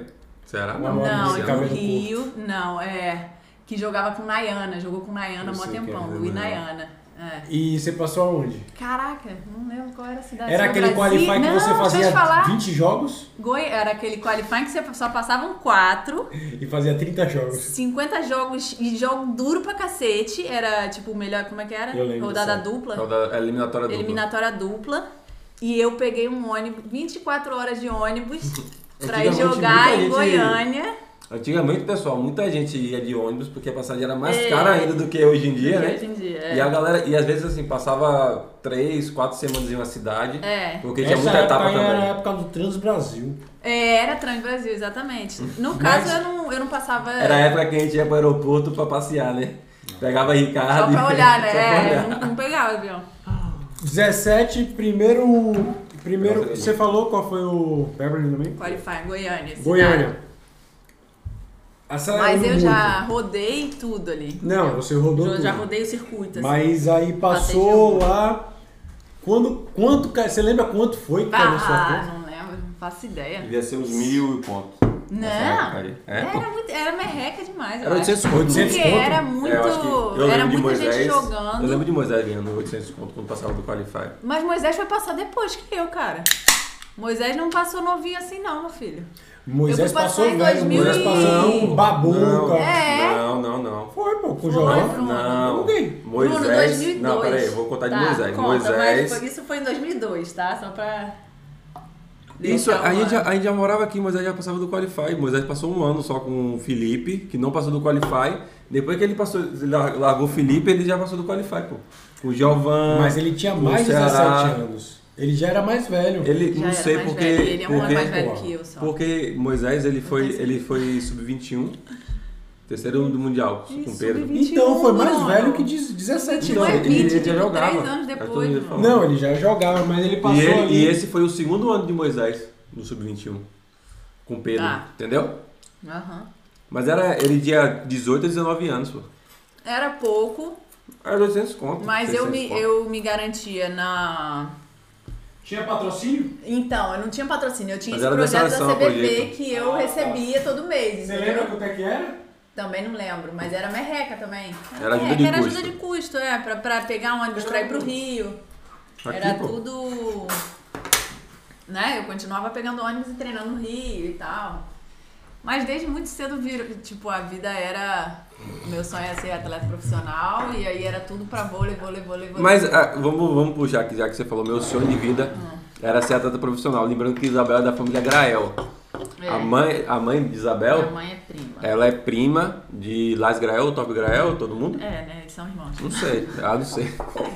[SPEAKER 2] Ceará?
[SPEAKER 3] Uma
[SPEAKER 2] Não,
[SPEAKER 3] moda
[SPEAKER 4] Não,
[SPEAKER 3] de
[SPEAKER 4] é
[SPEAKER 2] Luciano.
[SPEAKER 4] no
[SPEAKER 3] cabelo
[SPEAKER 4] Rio. Não, é. Que jogava com Nayana. Jogou com Nayana
[SPEAKER 3] Eu
[SPEAKER 4] há mó
[SPEAKER 3] sei quem
[SPEAKER 4] tempão.
[SPEAKER 3] é,
[SPEAKER 4] Lu e
[SPEAKER 2] né?
[SPEAKER 4] Nayana. É.
[SPEAKER 3] E você passou aonde?
[SPEAKER 4] Caraca, não lembro qual era a cidade.
[SPEAKER 3] Era
[SPEAKER 4] Foi
[SPEAKER 3] aquele
[SPEAKER 4] Brasília?
[SPEAKER 3] qualify que
[SPEAKER 4] Não,
[SPEAKER 3] você
[SPEAKER 4] deixa eu
[SPEAKER 3] fazia
[SPEAKER 4] te falar.
[SPEAKER 3] 20 jogos
[SPEAKER 4] Goi- Era aquele qualifying que você só passavam quatro.
[SPEAKER 3] e fazia 30 jogos.
[SPEAKER 4] 50 jogos e jogo duro pra cacete. Era tipo o melhor, como é que era?
[SPEAKER 3] Eu lembro
[SPEAKER 4] Rodada
[SPEAKER 3] dessa.
[SPEAKER 4] dupla.
[SPEAKER 2] Tal é da Eliminatória dupla.
[SPEAKER 4] Eliminatória dupla. E eu peguei um ônibus, 24 horas de
[SPEAKER 3] <laughs>
[SPEAKER 4] ônibus, pra ir
[SPEAKER 3] Antigamente,
[SPEAKER 4] jogar
[SPEAKER 3] muita
[SPEAKER 4] em
[SPEAKER 3] gente-
[SPEAKER 4] Goiânia.
[SPEAKER 2] Antigamente, pessoal, muita gente ia de ônibus porque a passagem era mais
[SPEAKER 4] É.
[SPEAKER 2] cara ainda do que hoje em dia, né?
[SPEAKER 4] Hoje em dia,
[SPEAKER 2] E
[SPEAKER 4] é.
[SPEAKER 2] a galera, e às vezes assim, passava três, quatro semanas em uma cidade,
[SPEAKER 4] É.
[SPEAKER 2] porque tinha muita
[SPEAKER 3] época
[SPEAKER 2] etapa
[SPEAKER 3] aí era a
[SPEAKER 2] também.
[SPEAKER 3] época do Transbrasil.
[SPEAKER 4] É, era Trans Brasil, exatamente. No
[SPEAKER 3] Mas-
[SPEAKER 4] caso, eu não, eu não passava.
[SPEAKER 2] Era a época que a gente ia pro aeroporto pra passear, né? Pegava
[SPEAKER 4] só
[SPEAKER 2] Ricardo. <laughs>
[SPEAKER 4] pra olhar, né?
[SPEAKER 2] só pra
[SPEAKER 4] É,
[SPEAKER 2] olhar.
[SPEAKER 4] eu não, não pegava o avião.
[SPEAKER 3] 17, primeiro. Primeiro.
[SPEAKER 2] Nossa,
[SPEAKER 3] Você falou qual foi o. Beverly também?
[SPEAKER 4] Qualifying, Goiânia. cidade.
[SPEAKER 3] Goiânia.
[SPEAKER 4] Mas
[SPEAKER 3] acelerando
[SPEAKER 4] eu
[SPEAKER 3] muito.
[SPEAKER 4] já rodei tudo ali.
[SPEAKER 3] Não, você rodou
[SPEAKER 4] Eu
[SPEAKER 3] tudo.
[SPEAKER 4] já rodei o circuito, assim. um.
[SPEAKER 3] Mas aí passou lá. Quando, quanto, ca- você lembra quanto foi que caiu na sua
[SPEAKER 4] Ah,
[SPEAKER 3] conta?
[SPEAKER 4] não lembro, não faço ideia.
[SPEAKER 2] Devia ser uns mil e ponto. Nessa época
[SPEAKER 4] Não,
[SPEAKER 2] aí. É, pô.
[SPEAKER 4] era, muito, era merreca demais, eu
[SPEAKER 2] Era
[SPEAKER 4] acho.
[SPEAKER 2] 800 conto.
[SPEAKER 3] 800
[SPEAKER 4] Porque
[SPEAKER 3] conto?
[SPEAKER 4] era
[SPEAKER 2] É, eu acho que-
[SPEAKER 4] muito.
[SPEAKER 2] eu
[SPEAKER 4] era
[SPEAKER 2] lembro de
[SPEAKER 4] muita
[SPEAKER 2] Moisés.
[SPEAKER 4] gente
[SPEAKER 2] Eu
[SPEAKER 4] jogando.
[SPEAKER 2] lembro de Moisés ganhando 800 conto quando passava do Qualify.
[SPEAKER 4] Mas Moisés foi passar depois que eu, cara. Moisés não passou novinho assim, não, meu filho.
[SPEAKER 3] Moisés
[SPEAKER 4] eu fui
[SPEAKER 3] passou
[SPEAKER 4] passar em
[SPEAKER 3] velho,
[SPEAKER 4] 2000
[SPEAKER 3] Moisés
[SPEAKER 4] e-
[SPEAKER 3] passou um
[SPEAKER 2] Não,
[SPEAKER 3] babuca.
[SPEAKER 4] É.
[SPEAKER 2] Não, não, não.
[SPEAKER 3] Foi, pô, com o
[SPEAKER 4] Foi,
[SPEAKER 3] Jorão.
[SPEAKER 4] Bruno.
[SPEAKER 2] Não.
[SPEAKER 3] Ninguém.
[SPEAKER 4] Bruno,
[SPEAKER 2] Moisés.
[SPEAKER 4] 2002.
[SPEAKER 2] Não, peraí, eu vou contar de
[SPEAKER 4] Tá,
[SPEAKER 2] Moisés.
[SPEAKER 4] conta,
[SPEAKER 2] Moisés.
[SPEAKER 4] Mas foi- isso foi em 2002, tá? Só pra.
[SPEAKER 2] Isso,
[SPEAKER 4] deixar
[SPEAKER 2] a gente, já,
[SPEAKER 4] uma-
[SPEAKER 2] a gente já morava aqui, Moisés já passava do Qualify. Moisés passou um ano só com o Felipe, que não passou do Qualify. Depois que ele passou, ele lar- largou o Felipe, ele já passou do Qualify, pô. Com o
[SPEAKER 4] um.
[SPEAKER 2] Giovan.
[SPEAKER 3] Mas ele tinha mais de
[SPEAKER 2] Ceará.
[SPEAKER 3] 17 anos. Ele já era mais velho.
[SPEAKER 2] Ele
[SPEAKER 4] Já
[SPEAKER 2] não
[SPEAKER 4] era
[SPEAKER 2] sei
[SPEAKER 4] mais
[SPEAKER 2] porque.
[SPEAKER 4] velho, ele é um ano
[SPEAKER 2] porque-
[SPEAKER 4] mais velho que eu só.
[SPEAKER 2] Porque Moisés ele foi,
[SPEAKER 4] tenho
[SPEAKER 2] ele foi sub-21, terceiro do Mundial
[SPEAKER 4] Ih,
[SPEAKER 2] com Pedro.
[SPEAKER 4] sub-21.
[SPEAKER 3] Então foi mais
[SPEAKER 4] Bruno.
[SPEAKER 3] velho que 17
[SPEAKER 4] Não
[SPEAKER 2] Então,
[SPEAKER 4] é
[SPEAKER 3] anos.
[SPEAKER 2] ele, ele
[SPEAKER 4] 20,
[SPEAKER 2] já jogava.
[SPEAKER 4] três anos
[SPEAKER 2] Era tudo
[SPEAKER 4] depois,
[SPEAKER 2] que ele
[SPEAKER 4] mano.
[SPEAKER 2] falava.
[SPEAKER 3] Não, ele já jogava, mas ele passou
[SPEAKER 2] E, ele-
[SPEAKER 3] ali.
[SPEAKER 2] e esse foi o segundo ano de Moisés no sub-21 com Pedro,
[SPEAKER 4] Tá.
[SPEAKER 2] entendeu?
[SPEAKER 4] Aham.
[SPEAKER 2] Mas era ele tinha 18 a 19 anos, pô.
[SPEAKER 4] Era pouco,
[SPEAKER 2] Era 800 É, conto.
[SPEAKER 4] mas eu
[SPEAKER 2] 600
[SPEAKER 4] me,
[SPEAKER 2] conto.
[SPEAKER 4] eu me garantia na.
[SPEAKER 3] Tinha patrocínio?
[SPEAKER 4] Então, eu não tinha patrocínio, eu tinha
[SPEAKER 2] Mas
[SPEAKER 4] esse
[SPEAKER 2] era
[SPEAKER 4] projeto
[SPEAKER 2] declaração,
[SPEAKER 4] da CBB
[SPEAKER 2] projeto.
[SPEAKER 4] que eu recebia todo mês.
[SPEAKER 3] Ah, tá. Você
[SPEAKER 4] entendeu?
[SPEAKER 3] lembra quanto é que era?
[SPEAKER 4] Também não lembro, mas era merreca também.
[SPEAKER 2] Era ajuda
[SPEAKER 4] merreca,
[SPEAKER 2] de
[SPEAKER 4] era
[SPEAKER 2] custo.
[SPEAKER 4] ajuda de custo, é, pra, pra pegar um ônibus pra ir pro Rio.
[SPEAKER 2] Aqui,
[SPEAKER 4] era
[SPEAKER 2] pô.
[SPEAKER 4] tudo. Né? Eu continuava pegando ônibus e treinando no Rio e tal. Mas desde muito cedo, virou- tipo, a vida era. O meu sonho era ser atleta profissional e aí era tudo pra vôlei, vôlei, vôlei, vôlei.
[SPEAKER 2] Mas ah, vamos, vamos puxar aqui, já que você falou, meu sonho de vida
[SPEAKER 4] Ah.
[SPEAKER 2] era ser atleta profissional. Lembrando que Isabel é da família Grael.
[SPEAKER 4] É,
[SPEAKER 2] A, mãe, a mãe de Isabel,
[SPEAKER 4] Minha mãe é prima.
[SPEAKER 2] ela é prima de Las Grael, Top Grael, todo mundo?
[SPEAKER 4] É, né? Eles são irmãos.
[SPEAKER 2] Não sei, ah, não sei.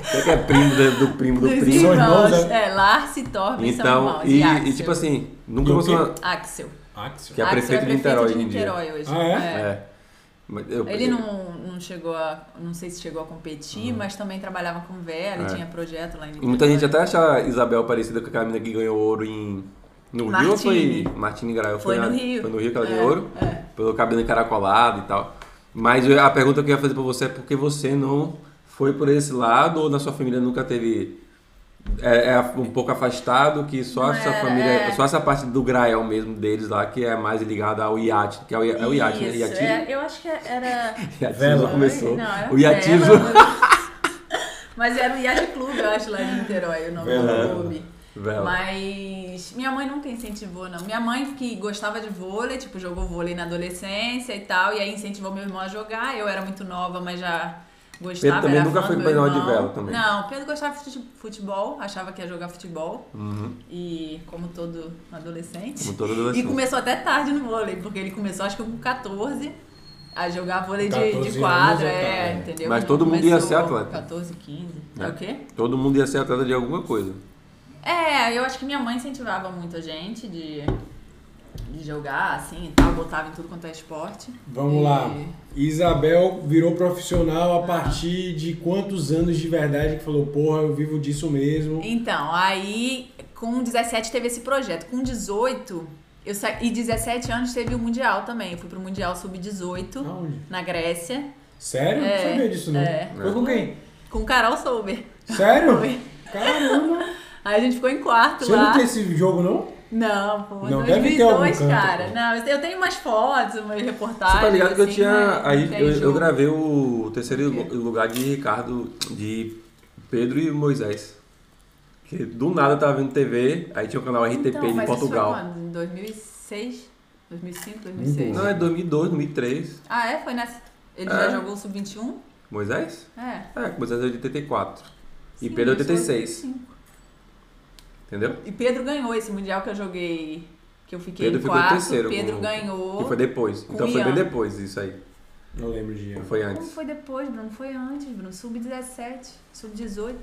[SPEAKER 2] Você que é primo do, do primo do
[SPEAKER 4] Dos
[SPEAKER 2] primo.
[SPEAKER 3] irmãos,
[SPEAKER 4] É, Larce e Torben são
[SPEAKER 2] né? Então,
[SPEAKER 4] irmãos.
[SPEAKER 2] e,
[SPEAKER 4] Axel.
[SPEAKER 2] e tipo assim, nunca
[SPEAKER 3] Do
[SPEAKER 2] passou na...
[SPEAKER 4] Axel.
[SPEAKER 3] Axel.
[SPEAKER 2] Que é
[SPEAKER 4] Axel
[SPEAKER 2] prefeito de Niterói hoje em dia.
[SPEAKER 4] hoje.
[SPEAKER 3] Ah, é?
[SPEAKER 2] É. Mas eu-
[SPEAKER 4] Ele não, não chegou a. Não sei se chegou a competir, mas também trabalhava com vela e
[SPEAKER 2] Uhum. É.
[SPEAKER 4] tinha projeto lá em Niterói.
[SPEAKER 2] Muita gente até acha a Isabel parecida com a mina que ganhou ouro em... No Rio ou foi...
[SPEAKER 4] Martini.
[SPEAKER 2] Martini Grael.
[SPEAKER 4] Foi
[SPEAKER 2] na-
[SPEAKER 4] no Rio.
[SPEAKER 2] Foi no Rio que ela
[SPEAKER 4] É,
[SPEAKER 2] ganhou ouro.
[SPEAKER 4] é.
[SPEAKER 2] Pelo cabelo encaracolado e tal. Mas eu- a pergunta que eu ia fazer pra você é por que você não foi por esse lado ou na sua família nunca teve... É, é um pouco afastado, que só essa
[SPEAKER 4] Era,
[SPEAKER 2] família...
[SPEAKER 4] é.
[SPEAKER 2] Só essa parte do Grael mesmo deles lá, que é mais ligada ao iate. Que é o, ia- é o iate, né?
[SPEAKER 4] Isso,
[SPEAKER 2] Iate-
[SPEAKER 4] é, eu acho que era.
[SPEAKER 2] Iatismo
[SPEAKER 3] Vela.
[SPEAKER 2] já <laughs> começou.
[SPEAKER 4] Não, era
[SPEAKER 2] o iatismo.
[SPEAKER 4] vela, Mas era o Iate Clube, eu acho, lá em Niterói, o nome
[SPEAKER 3] Vela.
[SPEAKER 4] do clube.
[SPEAKER 2] Vela.
[SPEAKER 4] Mas minha mãe nunca incentivou, não. Minha mãe que gostava de vôlei, tipo, jogou vôlei na adolescência e tal, e aí incentivou meu irmão a jogar. Eu era muito nova, mas já gostava.
[SPEAKER 2] Pedro também
[SPEAKER 4] era
[SPEAKER 2] nunca
[SPEAKER 4] fã
[SPEAKER 2] foi
[SPEAKER 4] do
[SPEAKER 2] pra
[SPEAKER 4] meu
[SPEAKER 2] jogar de
[SPEAKER 4] irmão.
[SPEAKER 2] vela também.
[SPEAKER 4] Não, Pedro gostava de fute- futebol, achava que ia jogar futebol.
[SPEAKER 2] Uhum.
[SPEAKER 4] E como todo adolescente.
[SPEAKER 2] Como todo
[SPEAKER 4] E
[SPEAKER 2] adolescente.
[SPEAKER 4] começou até tarde no vôlei, porque ele começou acho que com 14 a jogar vôlei de,
[SPEAKER 3] 14
[SPEAKER 4] de
[SPEAKER 3] anos
[SPEAKER 4] quadra,
[SPEAKER 3] já tá,
[SPEAKER 4] é,
[SPEAKER 3] né?
[SPEAKER 4] entendeu?
[SPEAKER 2] Mas
[SPEAKER 4] Não
[SPEAKER 2] todo mundo ia
[SPEAKER 4] começou
[SPEAKER 2] ser atleta.
[SPEAKER 4] 14, 15.
[SPEAKER 2] É.
[SPEAKER 4] É. O quê?
[SPEAKER 2] Todo mundo ia ser atleta de alguma coisa.
[SPEAKER 4] É, eu acho que minha mãe incentivava muito a gente de, de jogar, assim, e tal, botava em tudo quanto é esporte.
[SPEAKER 3] Vamos
[SPEAKER 4] E-
[SPEAKER 3] lá. Isabel virou profissional a partir de quantos anos de verdade que falou, porra, eu vivo disso mesmo.
[SPEAKER 4] Então, aí com 17 teve esse projeto. Com 18, eu sa... e 17 anos teve o Mundial também. Eu fui pro Mundial Sub-18
[SPEAKER 3] Aonde?
[SPEAKER 4] na Grécia
[SPEAKER 3] Sério?
[SPEAKER 4] É,
[SPEAKER 3] não sabia disso não.
[SPEAKER 4] é.
[SPEAKER 3] Foi com quem?
[SPEAKER 4] com Carol Souber.
[SPEAKER 3] Sério?
[SPEAKER 4] Foi. <laughs>
[SPEAKER 3] Caramba!
[SPEAKER 4] Aí a gente ficou em quarto
[SPEAKER 3] Você
[SPEAKER 4] lá.
[SPEAKER 3] não tem esse jogo não?
[SPEAKER 4] Não, pô,
[SPEAKER 3] Não, deve ter
[SPEAKER 4] 2002,
[SPEAKER 3] algum canto, né?
[SPEAKER 4] cara.
[SPEAKER 3] pô.
[SPEAKER 4] Não, eu tenho umas fotos, umas reportagens.
[SPEAKER 2] Você tá ligado que eu
[SPEAKER 4] assim,
[SPEAKER 2] tinha.
[SPEAKER 4] mas não
[SPEAKER 2] Aí
[SPEAKER 4] tem
[SPEAKER 2] eu, eu
[SPEAKER 4] jogo.
[SPEAKER 2] gravei o terceiro
[SPEAKER 4] Por quê?
[SPEAKER 2] lugar de Ricardo, de Pedro e Moisés. Que do nada eu tava vendo TV, aí tinha o canal RTP
[SPEAKER 4] Então,
[SPEAKER 2] de
[SPEAKER 4] mas Isso
[SPEAKER 2] Portugal.
[SPEAKER 4] foi quando? Em 2006? 2005, 2006?
[SPEAKER 3] quando?
[SPEAKER 2] Não, é 2002, 2003.
[SPEAKER 4] Ah, é? Foi nessa. Ele
[SPEAKER 2] É.
[SPEAKER 4] já jogou o Sub-21?
[SPEAKER 2] Moisés?
[SPEAKER 4] É.
[SPEAKER 2] É, Moisés é de 84. E
[SPEAKER 4] Sim,
[SPEAKER 2] Pedro é
[SPEAKER 4] isso foi
[SPEAKER 2] 86.
[SPEAKER 4] 25.
[SPEAKER 2] Entendeu?
[SPEAKER 4] E Pedro ganhou esse Mundial que eu joguei, que eu fiquei
[SPEAKER 2] Pedro
[SPEAKER 4] em
[SPEAKER 2] ficou em
[SPEAKER 4] quarto.
[SPEAKER 2] terceiro.
[SPEAKER 4] Pedro
[SPEAKER 2] com-
[SPEAKER 4] ganhou.
[SPEAKER 2] E foi depois.
[SPEAKER 4] com
[SPEAKER 2] Então foi bem
[SPEAKER 4] Ian.
[SPEAKER 2] depois isso aí.
[SPEAKER 3] Não lembro de
[SPEAKER 2] Não foi
[SPEAKER 4] Como
[SPEAKER 2] antes.
[SPEAKER 4] foi depois, Bruno? Foi antes, Bruno. Sub-17, Sub-18.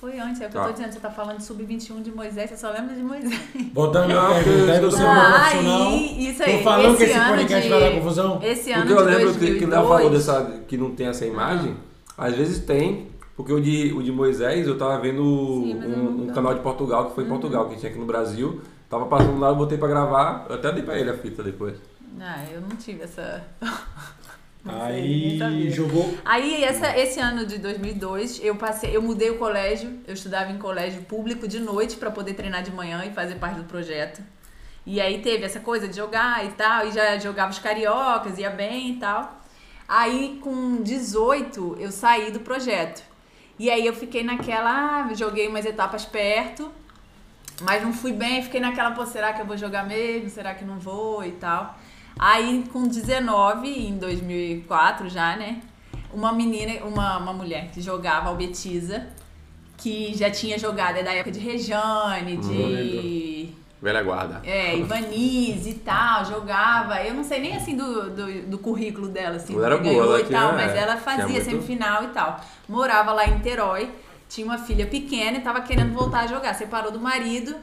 [SPEAKER 4] Foi antes, é o que eu
[SPEAKER 2] Tá.
[SPEAKER 4] tô dizendo. Você tá falando de Sub-21 de Moisés, você só lembra
[SPEAKER 2] <laughs>
[SPEAKER 4] de Moisés.
[SPEAKER 3] Voltando à
[SPEAKER 2] Não,
[SPEAKER 3] minha
[SPEAKER 2] porque-
[SPEAKER 3] pergunta, aí você
[SPEAKER 2] Ah,
[SPEAKER 3] virou
[SPEAKER 4] Ah,
[SPEAKER 3] profissional.
[SPEAKER 4] aí, isso aí.
[SPEAKER 3] Tô falando que
[SPEAKER 4] esse
[SPEAKER 3] esse
[SPEAKER 4] ano
[SPEAKER 3] podcast
[SPEAKER 4] de...
[SPEAKER 3] vai dar confusão?
[SPEAKER 4] Esse ano
[SPEAKER 2] Porque eu
[SPEAKER 4] de
[SPEAKER 2] lembro que, que
[SPEAKER 4] 2002,
[SPEAKER 2] Léo falou dessa, que não tem essa imagem. Às vezes tem, porque o de, o de Moisés eu tava vendo
[SPEAKER 4] Sim, mas eu
[SPEAKER 2] um,
[SPEAKER 4] não Uhum.
[SPEAKER 2] um
[SPEAKER 4] tô.
[SPEAKER 2] canal de Portugal, que foi em Portugal, que tinha aqui no Brasil. Tava passando lá, eu botei pra gravar, eu até dei pra ele a fita depois.
[SPEAKER 4] Ah, eu não tive essa. <laughs> Não sei,
[SPEAKER 3] Aí
[SPEAKER 4] nem sabia.
[SPEAKER 3] jogou.
[SPEAKER 4] Aí, essa, esse ano de 2002, eu passei, eu mudei o colégio, eu estudava em colégio público de noite pra poder treinar de manhã e fazer parte do projeto. E aí teve essa coisa de jogar e tal, e já jogava os cariocas, ia bem e tal. Aí, com 18, eu saí do projeto. E aí eu fiquei naquela, ah, joguei umas etapas perto, mas não fui bem, fiquei naquela, pô, será que eu vou jogar mesmo? Será que não vou e tal. Aí com 19, em 2004 já, né? Uma menina, uma, uma mulher que jogava albetiza, que já tinha jogado, é da época de Rejane, de.
[SPEAKER 2] Velha guarda.
[SPEAKER 4] É, Ivaniz e tal, jogava. Eu não sei nem assim do, do, do currículo dela, assim,
[SPEAKER 2] Ela era
[SPEAKER 4] que
[SPEAKER 2] boa,
[SPEAKER 4] ganhou
[SPEAKER 2] ela
[SPEAKER 4] e tal,
[SPEAKER 2] tinha-
[SPEAKER 4] mas ela
[SPEAKER 2] tinha
[SPEAKER 4] fazia
[SPEAKER 2] muito-
[SPEAKER 4] semifinal e tal. Morava lá em Terói, tinha uma filha pequena e tava querendo voltar a jogar. Separou do marido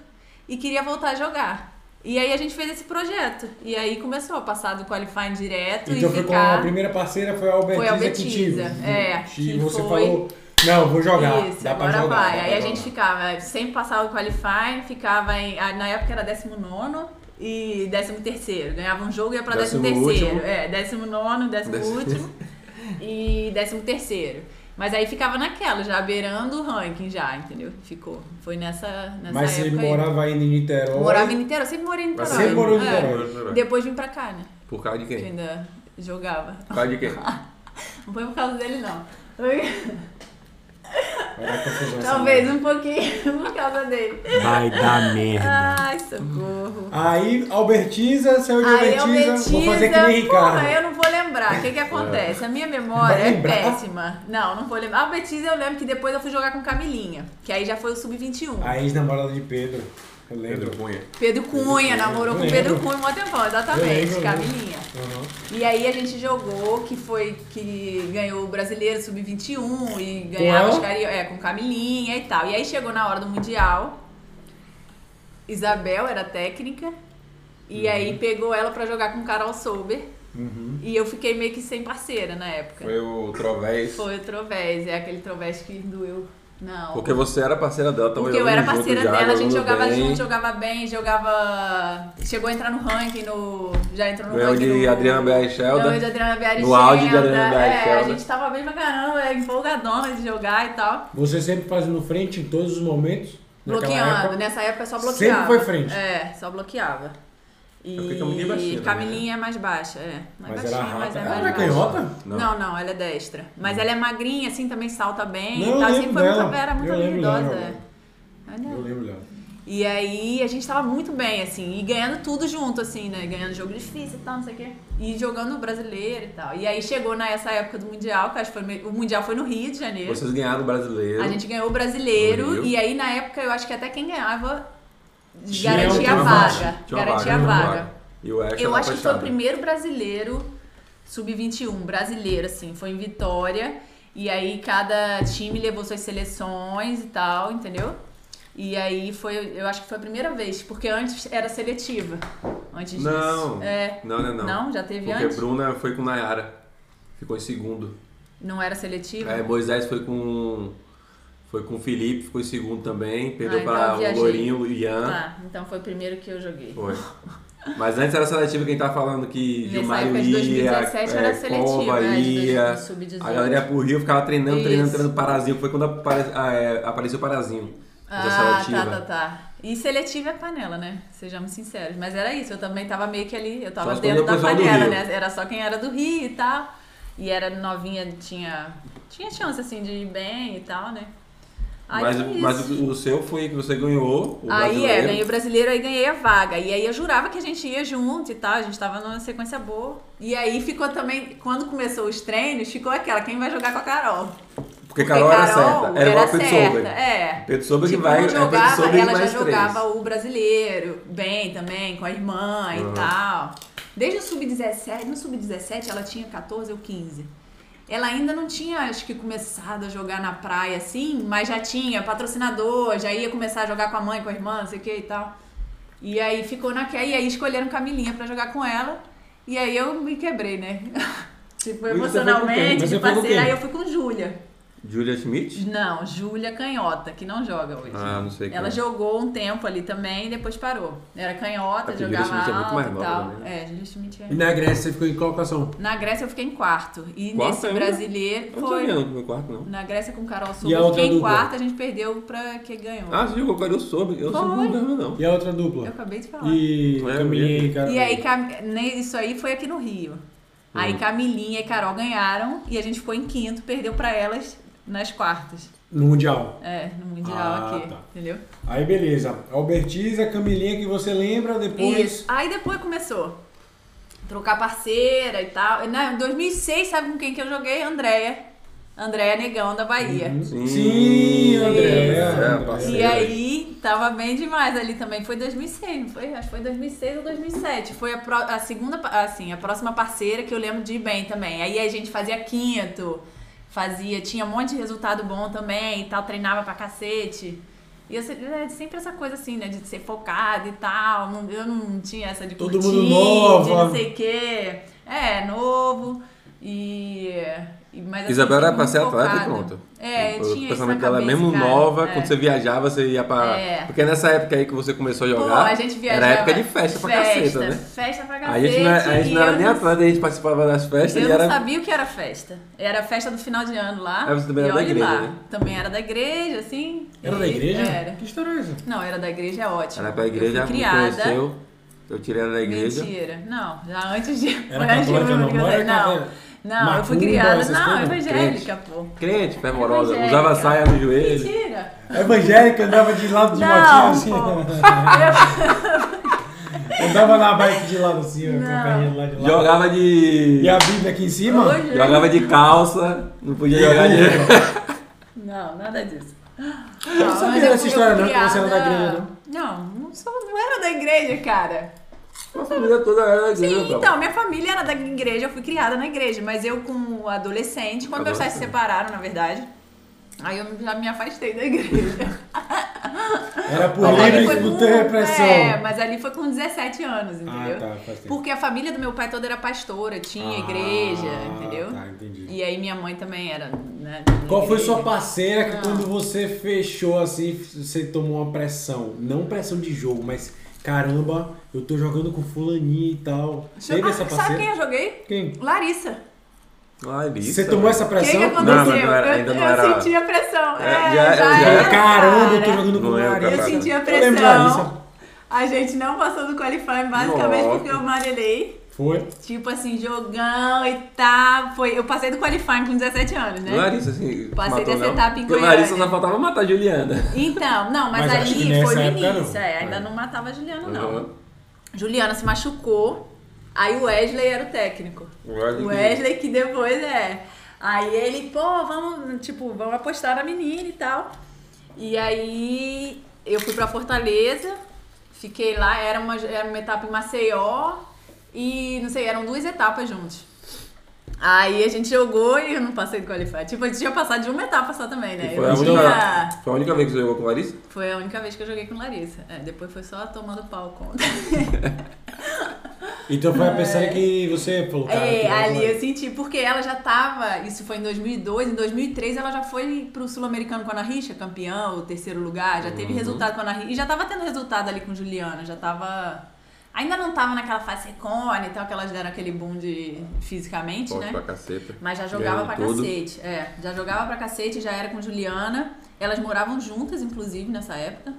[SPEAKER 4] e queria voltar a jogar. E aí a gente fez esse projeto. E aí começou a passar do qualifying direto
[SPEAKER 3] Então
[SPEAKER 4] e
[SPEAKER 3] foi com
[SPEAKER 4] ficar.
[SPEAKER 3] a primeira parceira foi a Albertiza,
[SPEAKER 4] Foi a Albertiza,
[SPEAKER 3] que tive.
[SPEAKER 4] é,
[SPEAKER 3] Que
[SPEAKER 4] que
[SPEAKER 3] você
[SPEAKER 4] foi-
[SPEAKER 3] falou, não, vou jogar.
[SPEAKER 4] Isso,
[SPEAKER 3] dá
[SPEAKER 4] agora
[SPEAKER 3] pra jogar.
[SPEAKER 4] vai.
[SPEAKER 3] dá
[SPEAKER 4] Aí
[SPEAKER 3] pra
[SPEAKER 4] a gente
[SPEAKER 3] jogar.
[SPEAKER 4] ficava, sempre passava o qualifying, ficava em. ah, Na época era 19 e 13 terceiro. Ganhava um jogo e ia pra 13
[SPEAKER 2] Décimo
[SPEAKER 4] terceiro.
[SPEAKER 2] último.
[SPEAKER 4] É, 19, 13
[SPEAKER 2] Décimo-
[SPEAKER 4] último e 13 terceiro. Mas aí ficava naquela, já beirando o ranking já, entendeu? Ficou. Foi nessa, nessa
[SPEAKER 3] Mas você
[SPEAKER 4] época aí.
[SPEAKER 3] morava ainda em Niterói.
[SPEAKER 4] Morava em Niterói, sempre morei em
[SPEAKER 2] Mas
[SPEAKER 4] Niterói.
[SPEAKER 3] sempre morou em
[SPEAKER 4] É.
[SPEAKER 3] Niterói.
[SPEAKER 4] Depois vim pra cá, né?
[SPEAKER 2] Por causa de
[SPEAKER 4] Que
[SPEAKER 2] quem?
[SPEAKER 4] ainda jogava.
[SPEAKER 2] Por causa de
[SPEAKER 4] <laughs>
[SPEAKER 2] quem?
[SPEAKER 4] Não foi por causa dele, não. Foi-
[SPEAKER 3] Vai dar confusão essa
[SPEAKER 4] Talvez
[SPEAKER 3] merda.
[SPEAKER 4] um pouquinho <laughs> por causa dele.
[SPEAKER 1] Vai dar merda.
[SPEAKER 4] Ai, socorro.
[SPEAKER 3] Aí Albertiza, saiu de
[SPEAKER 4] Aí
[SPEAKER 3] Albertiza,
[SPEAKER 4] eu metiza,
[SPEAKER 3] vou fazer que nem Ricardo.
[SPEAKER 4] porra, eu não vou lembrar. O que que acontece? A minha memória
[SPEAKER 3] Vai
[SPEAKER 4] é
[SPEAKER 3] lembrar?
[SPEAKER 4] péssima. Não, não vou lembrar. A Betiza eu lembro que depois eu fui jogar com Camilinha, que aí já foi o Sub-21.
[SPEAKER 3] A ex-namorada de Pedro, eu lembro.
[SPEAKER 2] Pedro Cunha.
[SPEAKER 4] Pedro Cunha namorou com
[SPEAKER 3] Eu
[SPEAKER 4] Pedro
[SPEAKER 3] lembro.
[SPEAKER 4] Cunha um tempão,
[SPEAKER 3] Eu
[SPEAKER 4] exatamente,
[SPEAKER 3] lembro, eu
[SPEAKER 4] Camilinha.
[SPEAKER 3] Aham.
[SPEAKER 4] E aí a gente jogou, que foi que ganhou o brasileiro sub-21 e
[SPEAKER 3] ela?
[SPEAKER 4] ganhava os cari... é, com Camilinha e tal. E aí chegou na hora do Mundial. Isabel era técnica. E aí pegou ela pra jogar com Carol Souber. E eu fiquei meio que sem parceira na época. Foi,
[SPEAKER 2] Foi o Trovés.
[SPEAKER 4] o Trovés, é aquele Trovés que doeu. Não.
[SPEAKER 2] Porque você era parceira dela também.
[SPEAKER 4] Porque eu era
[SPEAKER 2] jogando
[SPEAKER 4] parceira
[SPEAKER 2] junto já,
[SPEAKER 4] dela, a gente
[SPEAKER 2] jogando
[SPEAKER 4] jogava
[SPEAKER 2] bem.
[SPEAKER 4] junto, jogava bem, jogava. Chegou a entrar no ranking, no. Já entrou no
[SPEAKER 2] Ganhou
[SPEAKER 4] ranking.
[SPEAKER 2] de
[SPEAKER 4] no...
[SPEAKER 2] Adriana Bea e Shelda.
[SPEAKER 4] Ganhou de Adriana Bea e
[SPEAKER 2] No auge de
[SPEAKER 4] Shelda.
[SPEAKER 2] Adriana Bea e
[SPEAKER 4] É, a
[SPEAKER 2] Shelda.
[SPEAKER 4] gente tava bem pra caramba, é, empolgadona de jogar e tal.
[SPEAKER 3] Você sempre fazendo frente em todos os momentos? naquela
[SPEAKER 4] Bloqueando, né?
[SPEAKER 3] época?
[SPEAKER 4] nessa época só
[SPEAKER 3] Sempre
[SPEAKER 4] bloqueava.
[SPEAKER 3] foi frente.
[SPEAKER 4] É, só bloqueava. E
[SPEAKER 2] É porque Camilinha é baixinha, né?
[SPEAKER 4] Camilinha é mais baixa, é. Mais
[SPEAKER 3] Mas
[SPEAKER 4] baixinha,
[SPEAKER 3] era
[SPEAKER 4] mas
[SPEAKER 3] rata.
[SPEAKER 4] é
[SPEAKER 3] Ela
[SPEAKER 4] mais
[SPEAKER 3] era
[SPEAKER 4] baixa.
[SPEAKER 3] canhota?
[SPEAKER 2] Não.
[SPEAKER 4] Não. não, ela é destra. Mas ela é magrinha, assim, também salta bem
[SPEAKER 3] Não, eu
[SPEAKER 4] e tal.
[SPEAKER 3] lembro
[SPEAKER 4] Sempre assim, foi
[SPEAKER 3] dela.
[SPEAKER 4] muito, era muito
[SPEAKER 3] Eu lembro dela.
[SPEAKER 4] habilidosa. é. Olha
[SPEAKER 3] Eu lembro dela.
[SPEAKER 4] E aí a gente tava muito bem, assim, e ganhando tudo junto, assim, né? Ganhando jogo difícil e tal, não sei o quê. E jogando o brasileiro e tal. E aí chegou nessa época do Mundial, que acho que foi meio- o Mundial foi no Rio de Janeiro.
[SPEAKER 2] Vocês ganharam o brasileiro.
[SPEAKER 4] A gente ganhou o brasileiro,
[SPEAKER 2] Rio.
[SPEAKER 4] e aí na época eu acho que até quem ganhava
[SPEAKER 3] Tinha
[SPEAKER 4] garantia a
[SPEAKER 3] uma
[SPEAKER 4] vaga.
[SPEAKER 2] Tinha uma
[SPEAKER 4] Garantia a
[SPEAKER 2] tinha uma
[SPEAKER 4] vaga.
[SPEAKER 2] E o Ash
[SPEAKER 4] Eu
[SPEAKER 2] era
[SPEAKER 4] acho que foi o
[SPEAKER 2] fechado.
[SPEAKER 4] primeiro brasileiro sub-21, brasileiro, assim, foi em Vitória. E aí cada time levou suas seleções e tal, entendeu? E aí foi, eu acho que foi a primeira vez, porque antes era seletiva. Antes disso.
[SPEAKER 2] Não.
[SPEAKER 4] É.
[SPEAKER 2] Não, não, não.
[SPEAKER 4] Não, já teve
[SPEAKER 2] Porque
[SPEAKER 4] antes?
[SPEAKER 2] Bruna foi com Nayara. Ficou em segundo.
[SPEAKER 4] Não era seletiva?
[SPEAKER 2] É, Moisés foi com. Foi com o Felipe, ficou em segundo também. Perdeu
[SPEAKER 4] Ah, então eu
[SPEAKER 2] para o
[SPEAKER 4] viajei.
[SPEAKER 2] Lourinho, o Ian.
[SPEAKER 4] Tá, então foi o primeiro que eu joguei.
[SPEAKER 2] Foi. Mas antes era seletivo quem tava falando que
[SPEAKER 4] Nessa
[SPEAKER 2] Gilmário
[SPEAKER 4] época de
[SPEAKER 2] ia,
[SPEAKER 4] 2017 era seletivo,
[SPEAKER 2] é, Cova
[SPEAKER 4] né, de dois-
[SPEAKER 2] ia,
[SPEAKER 4] do sub-dezoito.
[SPEAKER 2] a galera ia pro Rio, ficava treinando, treinando,
[SPEAKER 4] Isso.
[SPEAKER 2] treinando Parazinho. Foi quando apare- ah, é, apareceu o Parazinho. da
[SPEAKER 4] Ah, tá,
[SPEAKER 2] seletiva.
[SPEAKER 4] tá, tá. E seletiva é panela, né? Sejamos sinceros. Mas era isso, eu também tava meio que ali, eu tava
[SPEAKER 2] Só escolhia
[SPEAKER 4] dentro
[SPEAKER 2] o
[SPEAKER 4] da
[SPEAKER 2] pessoal do
[SPEAKER 4] panela,
[SPEAKER 2] Rio.
[SPEAKER 4] né? Era só quem era do Rio e tal. E era novinha, tinha, tinha chance assim de ir bem e tal, né? Aí
[SPEAKER 2] mas
[SPEAKER 4] foi isso.
[SPEAKER 2] mas o, o seu foi que você ganhou. O
[SPEAKER 4] Aí é,
[SPEAKER 2] brasileiro.
[SPEAKER 4] ganhei o brasileiro, aí ganhei a vaga. E aí eu jurava que a gente ia junto e tal, a gente tava numa sequência boa. E aí ficou também, quando começou os treinos, ficou aquela, quem vai jogar com a Carol?
[SPEAKER 2] Porque Carol era certa. Era igual a Pedro
[SPEAKER 4] certa,
[SPEAKER 2] Sober.
[SPEAKER 4] É.
[SPEAKER 2] Pedro Sober que
[SPEAKER 4] Tipo,
[SPEAKER 2] vai.
[SPEAKER 4] um
[SPEAKER 2] é Pedro
[SPEAKER 4] jogava,
[SPEAKER 2] Sober e
[SPEAKER 4] ela já
[SPEAKER 2] mais
[SPEAKER 4] jogava
[SPEAKER 2] três.
[SPEAKER 4] o brasileiro bem também, com a irmã
[SPEAKER 2] Uhum.
[SPEAKER 4] e tal. Desde o sub-17, no sub-17 ela tinha 14 ou 15. Ela ainda não tinha, acho que, começado a jogar na praia assim, mas já tinha patrocinador, já ia começar a jogar com a mãe, com a irmã, não sei o que e tal. E aí ficou naquela, e aí escolheram Camilinha pra jogar com ela. E aí eu me quebrei, né?
[SPEAKER 2] Mas você foi
[SPEAKER 4] tipo,
[SPEAKER 2] com quem?
[SPEAKER 4] emocionalmente,
[SPEAKER 3] Mas você
[SPEAKER 4] de
[SPEAKER 3] foi com
[SPEAKER 4] parceira.
[SPEAKER 3] quem?
[SPEAKER 4] Aí eu fui com Júlia.
[SPEAKER 2] Julia Schmidt?
[SPEAKER 4] Não, Júlia Canhota, que não joga hoje.
[SPEAKER 2] Ah, não sei quem
[SPEAKER 4] Ela
[SPEAKER 2] é.
[SPEAKER 4] jogou um tempo ali também e depois parou. Era canhota,
[SPEAKER 2] É que Julia
[SPEAKER 4] jogava
[SPEAKER 2] Schmidt é muito
[SPEAKER 4] alto
[SPEAKER 2] mais
[SPEAKER 4] e
[SPEAKER 2] nova
[SPEAKER 4] tal.
[SPEAKER 2] também, né?
[SPEAKER 4] É, Julia Schmidt é.
[SPEAKER 3] E na Grécia você ficou em colocação?
[SPEAKER 4] Na Grécia eu fiquei em quarto. E
[SPEAKER 2] Quarto
[SPEAKER 4] nesse
[SPEAKER 2] ainda? é
[SPEAKER 4] brasileiro
[SPEAKER 2] Eu não
[SPEAKER 4] foi.
[SPEAKER 2] sabia não, do meu quarto, não.
[SPEAKER 4] Na Grécia com Carol
[SPEAKER 3] E
[SPEAKER 4] Souza,
[SPEAKER 3] a
[SPEAKER 4] eu
[SPEAKER 3] outra
[SPEAKER 4] fiquei em
[SPEAKER 3] dupla?
[SPEAKER 4] quarto, a gente perdeu pra quem ganhou.
[SPEAKER 2] Ah, você jogou com a Ariel Sobre. Eu sou
[SPEAKER 4] Foi.
[SPEAKER 2] não lembro, não.
[SPEAKER 3] E a outra
[SPEAKER 4] Eu
[SPEAKER 3] dupla?
[SPEAKER 4] acabei de falar. E,
[SPEAKER 3] E
[SPEAKER 2] É,
[SPEAKER 3] Camilinha e Carol.
[SPEAKER 4] aí, Cam- né, isso aí foi aqui no Rio.
[SPEAKER 2] Hum.
[SPEAKER 4] Aí Camilinha e Carol ganharam e a gente ficou em quinto, perdeu pra elas nas quartas.
[SPEAKER 3] No Mundial.
[SPEAKER 4] É, no Mundial
[SPEAKER 3] Ah,
[SPEAKER 4] aqui.
[SPEAKER 3] tá.
[SPEAKER 4] Entendeu?
[SPEAKER 3] Aí beleza. Albertiza, Camilinha que você lembra depois.
[SPEAKER 4] Isso. Aí depois começou. Trocar parceira e tal. Na- Em 2006, sabe com quem que eu joguei? Andréia. Andréia Negão, da Bahia.
[SPEAKER 3] Sim,
[SPEAKER 2] Sim,
[SPEAKER 3] André. né?
[SPEAKER 4] é,
[SPEAKER 3] André.
[SPEAKER 2] parceiro.
[SPEAKER 4] E aí, tava bem demais ali também. Foi 2006, não foi? Acho que foi 2006 ou 2007. Foi a, pró- a segunda, pa- assim, a próxima parceira que eu lembro de ir bem também. Aí a gente fazia quinto, fazia, tinha um monte de resultado bom também e tal, treinava pra cacete. E eu se- é sempre essa coisa assim, né, de ser focado e tal. Não- Eu não tinha essa de
[SPEAKER 3] Todo
[SPEAKER 4] curtir,
[SPEAKER 3] mundo
[SPEAKER 4] de
[SPEAKER 3] nova.
[SPEAKER 4] não sei o quê. É, novo. E. e- Mas, assim,
[SPEAKER 2] Isabel era
[SPEAKER 4] sempre
[SPEAKER 2] pra ser
[SPEAKER 4] muito
[SPEAKER 2] atleta e
[SPEAKER 4] focado.
[SPEAKER 2] pronto.
[SPEAKER 4] É,
[SPEAKER 2] o
[SPEAKER 4] eu tinha isso na
[SPEAKER 2] pensamento dela é
[SPEAKER 4] cabeça,
[SPEAKER 2] mesmo
[SPEAKER 4] cara.
[SPEAKER 2] nova,
[SPEAKER 4] É.
[SPEAKER 2] quando você viajava, você ia pra.
[SPEAKER 4] É.
[SPEAKER 2] Porque nessa época aí que você começou a
[SPEAKER 4] Pô,
[SPEAKER 2] jogar.
[SPEAKER 4] a gente viajava.
[SPEAKER 2] Era época de festa pra caceta, né?
[SPEAKER 4] Festa pra
[SPEAKER 2] A
[SPEAKER 4] cacete.
[SPEAKER 2] gente não, era- a gente
[SPEAKER 4] e
[SPEAKER 2] não era
[SPEAKER 4] eu
[SPEAKER 2] nem
[SPEAKER 4] não-
[SPEAKER 2] atleta, a gente participava das festas
[SPEAKER 4] Eu
[SPEAKER 2] e
[SPEAKER 4] não
[SPEAKER 2] era.
[SPEAKER 4] sabia o que era festa. Era a festa do final de ano lá.
[SPEAKER 2] Ah, você também
[SPEAKER 4] e
[SPEAKER 2] era da
[SPEAKER 4] olhe
[SPEAKER 2] igreja,
[SPEAKER 4] lá.
[SPEAKER 2] né?
[SPEAKER 4] Também era da igreja, assim.
[SPEAKER 3] Era
[SPEAKER 4] e-
[SPEAKER 3] da igreja?
[SPEAKER 4] Era.
[SPEAKER 3] Que história é essa?
[SPEAKER 4] Não, era da igreja, é ótimo.
[SPEAKER 2] Era pra
[SPEAKER 4] Eu
[SPEAKER 2] igreja,
[SPEAKER 4] fui
[SPEAKER 2] me
[SPEAKER 4] criada.
[SPEAKER 2] conheceu. Eu tirei ela da igreja.
[SPEAKER 4] Mentira. Não, já antes de.
[SPEAKER 3] Era
[SPEAKER 4] antes de-
[SPEAKER 3] católica, não? Não era
[SPEAKER 4] Não,
[SPEAKER 3] católica.
[SPEAKER 4] não eu fui
[SPEAKER 3] Macumba,
[SPEAKER 4] criada.
[SPEAKER 3] essas
[SPEAKER 4] Não,
[SPEAKER 3] coisas?
[SPEAKER 4] evangélica, pô.
[SPEAKER 2] Crente, fervorosa.
[SPEAKER 4] Evangélica.
[SPEAKER 2] Usava saia no joelho.
[SPEAKER 4] Mentira.
[SPEAKER 3] É Evangélica andava de lado de
[SPEAKER 4] Não,
[SPEAKER 3] motinho
[SPEAKER 4] pô.
[SPEAKER 3] assim.
[SPEAKER 4] <laughs>
[SPEAKER 3] Andava na bike de lado assim, ó, com a
[SPEAKER 4] Não.
[SPEAKER 3] perninha lá de lado.
[SPEAKER 2] Jogava de.
[SPEAKER 3] E a Bíblia aqui em cima?
[SPEAKER 4] Hoje-
[SPEAKER 2] Jogava de calça. Não podia jogar de.
[SPEAKER 4] Não, nada disso. Ah,
[SPEAKER 3] Eu não sabia dessa história, não, que você era da igreja,
[SPEAKER 4] não. Não, não, sou, não era da igreja, cara.
[SPEAKER 2] A família toda era da igreja.
[SPEAKER 4] Sim, então, minha família era da igreja, eu fui criada na igreja, mas eu, como adolescente, quando meus pais se separaram, na verdade, aí eu já me afastei
[SPEAKER 3] <laughs>
[SPEAKER 4] da igreja.
[SPEAKER 3] Era por
[SPEAKER 2] Mas
[SPEAKER 4] Mas ali
[SPEAKER 3] livre
[SPEAKER 4] foi
[SPEAKER 3] e
[SPEAKER 4] com-
[SPEAKER 3] por ter repressão.
[SPEAKER 4] É, mas ali foi com 17 anos, entendeu?
[SPEAKER 3] Ah, tá, faz tempo.
[SPEAKER 4] Porque a família do meu pai toda era pastora, tinha igreja,
[SPEAKER 3] Ah,
[SPEAKER 4] entendeu?
[SPEAKER 3] Tá, entendi.
[SPEAKER 4] E aí minha mãe também era, né?
[SPEAKER 3] Qual foi
[SPEAKER 4] igreja.
[SPEAKER 3] sua parceira
[SPEAKER 4] Ah.
[SPEAKER 3] que quando você fechou assim, você tomou uma pressão? Não pressão de jogo, mas caramba, eu tô jogando com fulaninha e tal. Teve
[SPEAKER 4] Ah,
[SPEAKER 3] essa
[SPEAKER 4] Sabe quem é?
[SPEAKER 3] parceira?
[SPEAKER 4] eu joguei?
[SPEAKER 3] Quem?
[SPEAKER 4] Larissa. então.
[SPEAKER 3] Você tomou essa
[SPEAKER 4] O que,
[SPEAKER 3] pressão?
[SPEAKER 4] que
[SPEAKER 2] né?
[SPEAKER 4] aconteceu?
[SPEAKER 2] Não, mas não era-
[SPEAKER 4] eu
[SPEAKER 2] ainda não
[SPEAKER 4] eu
[SPEAKER 2] era-
[SPEAKER 4] senti a pressão.
[SPEAKER 2] É,
[SPEAKER 4] É,
[SPEAKER 2] já-
[SPEAKER 4] já,
[SPEAKER 2] já-
[SPEAKER 4] era,
[SPEAKER 3] Caramba, eu tô
[SPEAKER 4] cara.
[SPEAKER 3] jogando com
[SPEAKER 2] Não lembro,
[SPEAKER 3] Larissa.
[SPEAKER 4] Eu senti a
[SPEAKER 3] Eu lembro
[SPEAKER 4] pressão.
[SPEAKER 3] Larissa.
[SPEAKER 4] A gente não passou do qualifying basicamente
[SPEAKER 2] Nossa.
[SPEAKER 4] porque eu amarelei.
[SPEAKER 3] Foi?
[SPEAKER 4] Tipo assim, jogão e tá. Foi, eu passei do qualifying com 17 anos, né?
[SPEAKER 2] Larissa, assim.
[SPEAKER 4] Passei
[SPEAKER 2] matou,
[SPEAKER 4] dessa
[SPEAKER 2] não.
[SPEAKER 4] etapa em
[SPEAKER 2] Porque
[SPEAKER 4] Goiânia.
[SPEAKER 2] Larissa só faltava matar a Juliana.
[SPEAKER 4] Então, não, mas,
[SPEAKER 3] Mas acho que
[SPEAKER 4] ali
[SPEAKER 3] nessa
[SPEAKER 4] foi no
[SPEAKER 3] época
[SPEAKER 4] início.
[SPEAKER 3] não.
[SPEAKER 4] É, ainda
[SPEAKER 3] É.
[SPEAKER 4] não matava a Juliana, não.
[SPEAKER 2] Uhum.
[SPEAKER 4] Juliana se machucou. Aí o Wesley era o técnico.
[SPEAKER 2] Wesley
[SPEAKER 4] O
[SPEAKER 2] que-
[SPEAKER 4] Wesley que depois é. Aí ele, pô, vamos, tipo, vamos apostar na menina e tal. E aí eu fui pra Fortaleza, fiquei lá, era uma, era uma etapa em Maceió e não sei, eram duas etapas juntos. Aí a gente jogou e eu não passei do qualify. Tipo, a gente tinha passado de uma etapa só também, né?
[SPEAKER 2] E
[SPEAKER 4] Eu
[SPEAKER 2] Foi a,
[SPEAKER 4] não tinha-
[SPEAKER 2] única, foi a única vez que você jogou com Larissa?
[SPEAKER 4] foi a única vez que eu joguei com Larissa. É, depois foi só tomando pau contra.
[SPEAKER 3] Então foi a parceira que você falou, cara.
[SPEAKER 4] É,
[SPEAKER 3] que vai
[SPEAKER 4] ali
[SPEAKER 3] rolar.
[SPEAKER 4] eu senti, porque ela já tava, isso foi em 2002, em 2003 ela já foi pro Sul-Americano com a Ana Richa, campeã, o terceiro lugar, já teve resultado com a Ana Richa, e já tava tendo resultado ali com Juliana, já tava... Ainda não tava naquela fase recone e tal, que elas deram aquele boom de fisicamente,
[SPEAKER 2] Forte
[SPEAKER 4] né?
[SPEAKER 2] pra caceta.
[SPEAKER 4] Mas já jogava
[SPEAKER 2] Ganhando
[SPEAKER 4] pra
[SPEAKER 2] tudo.
[SPEAKER 4] cacete. É, já jogava pra cacete, já era com Juliana. Elas moravam juntas, inclusive, nessa época.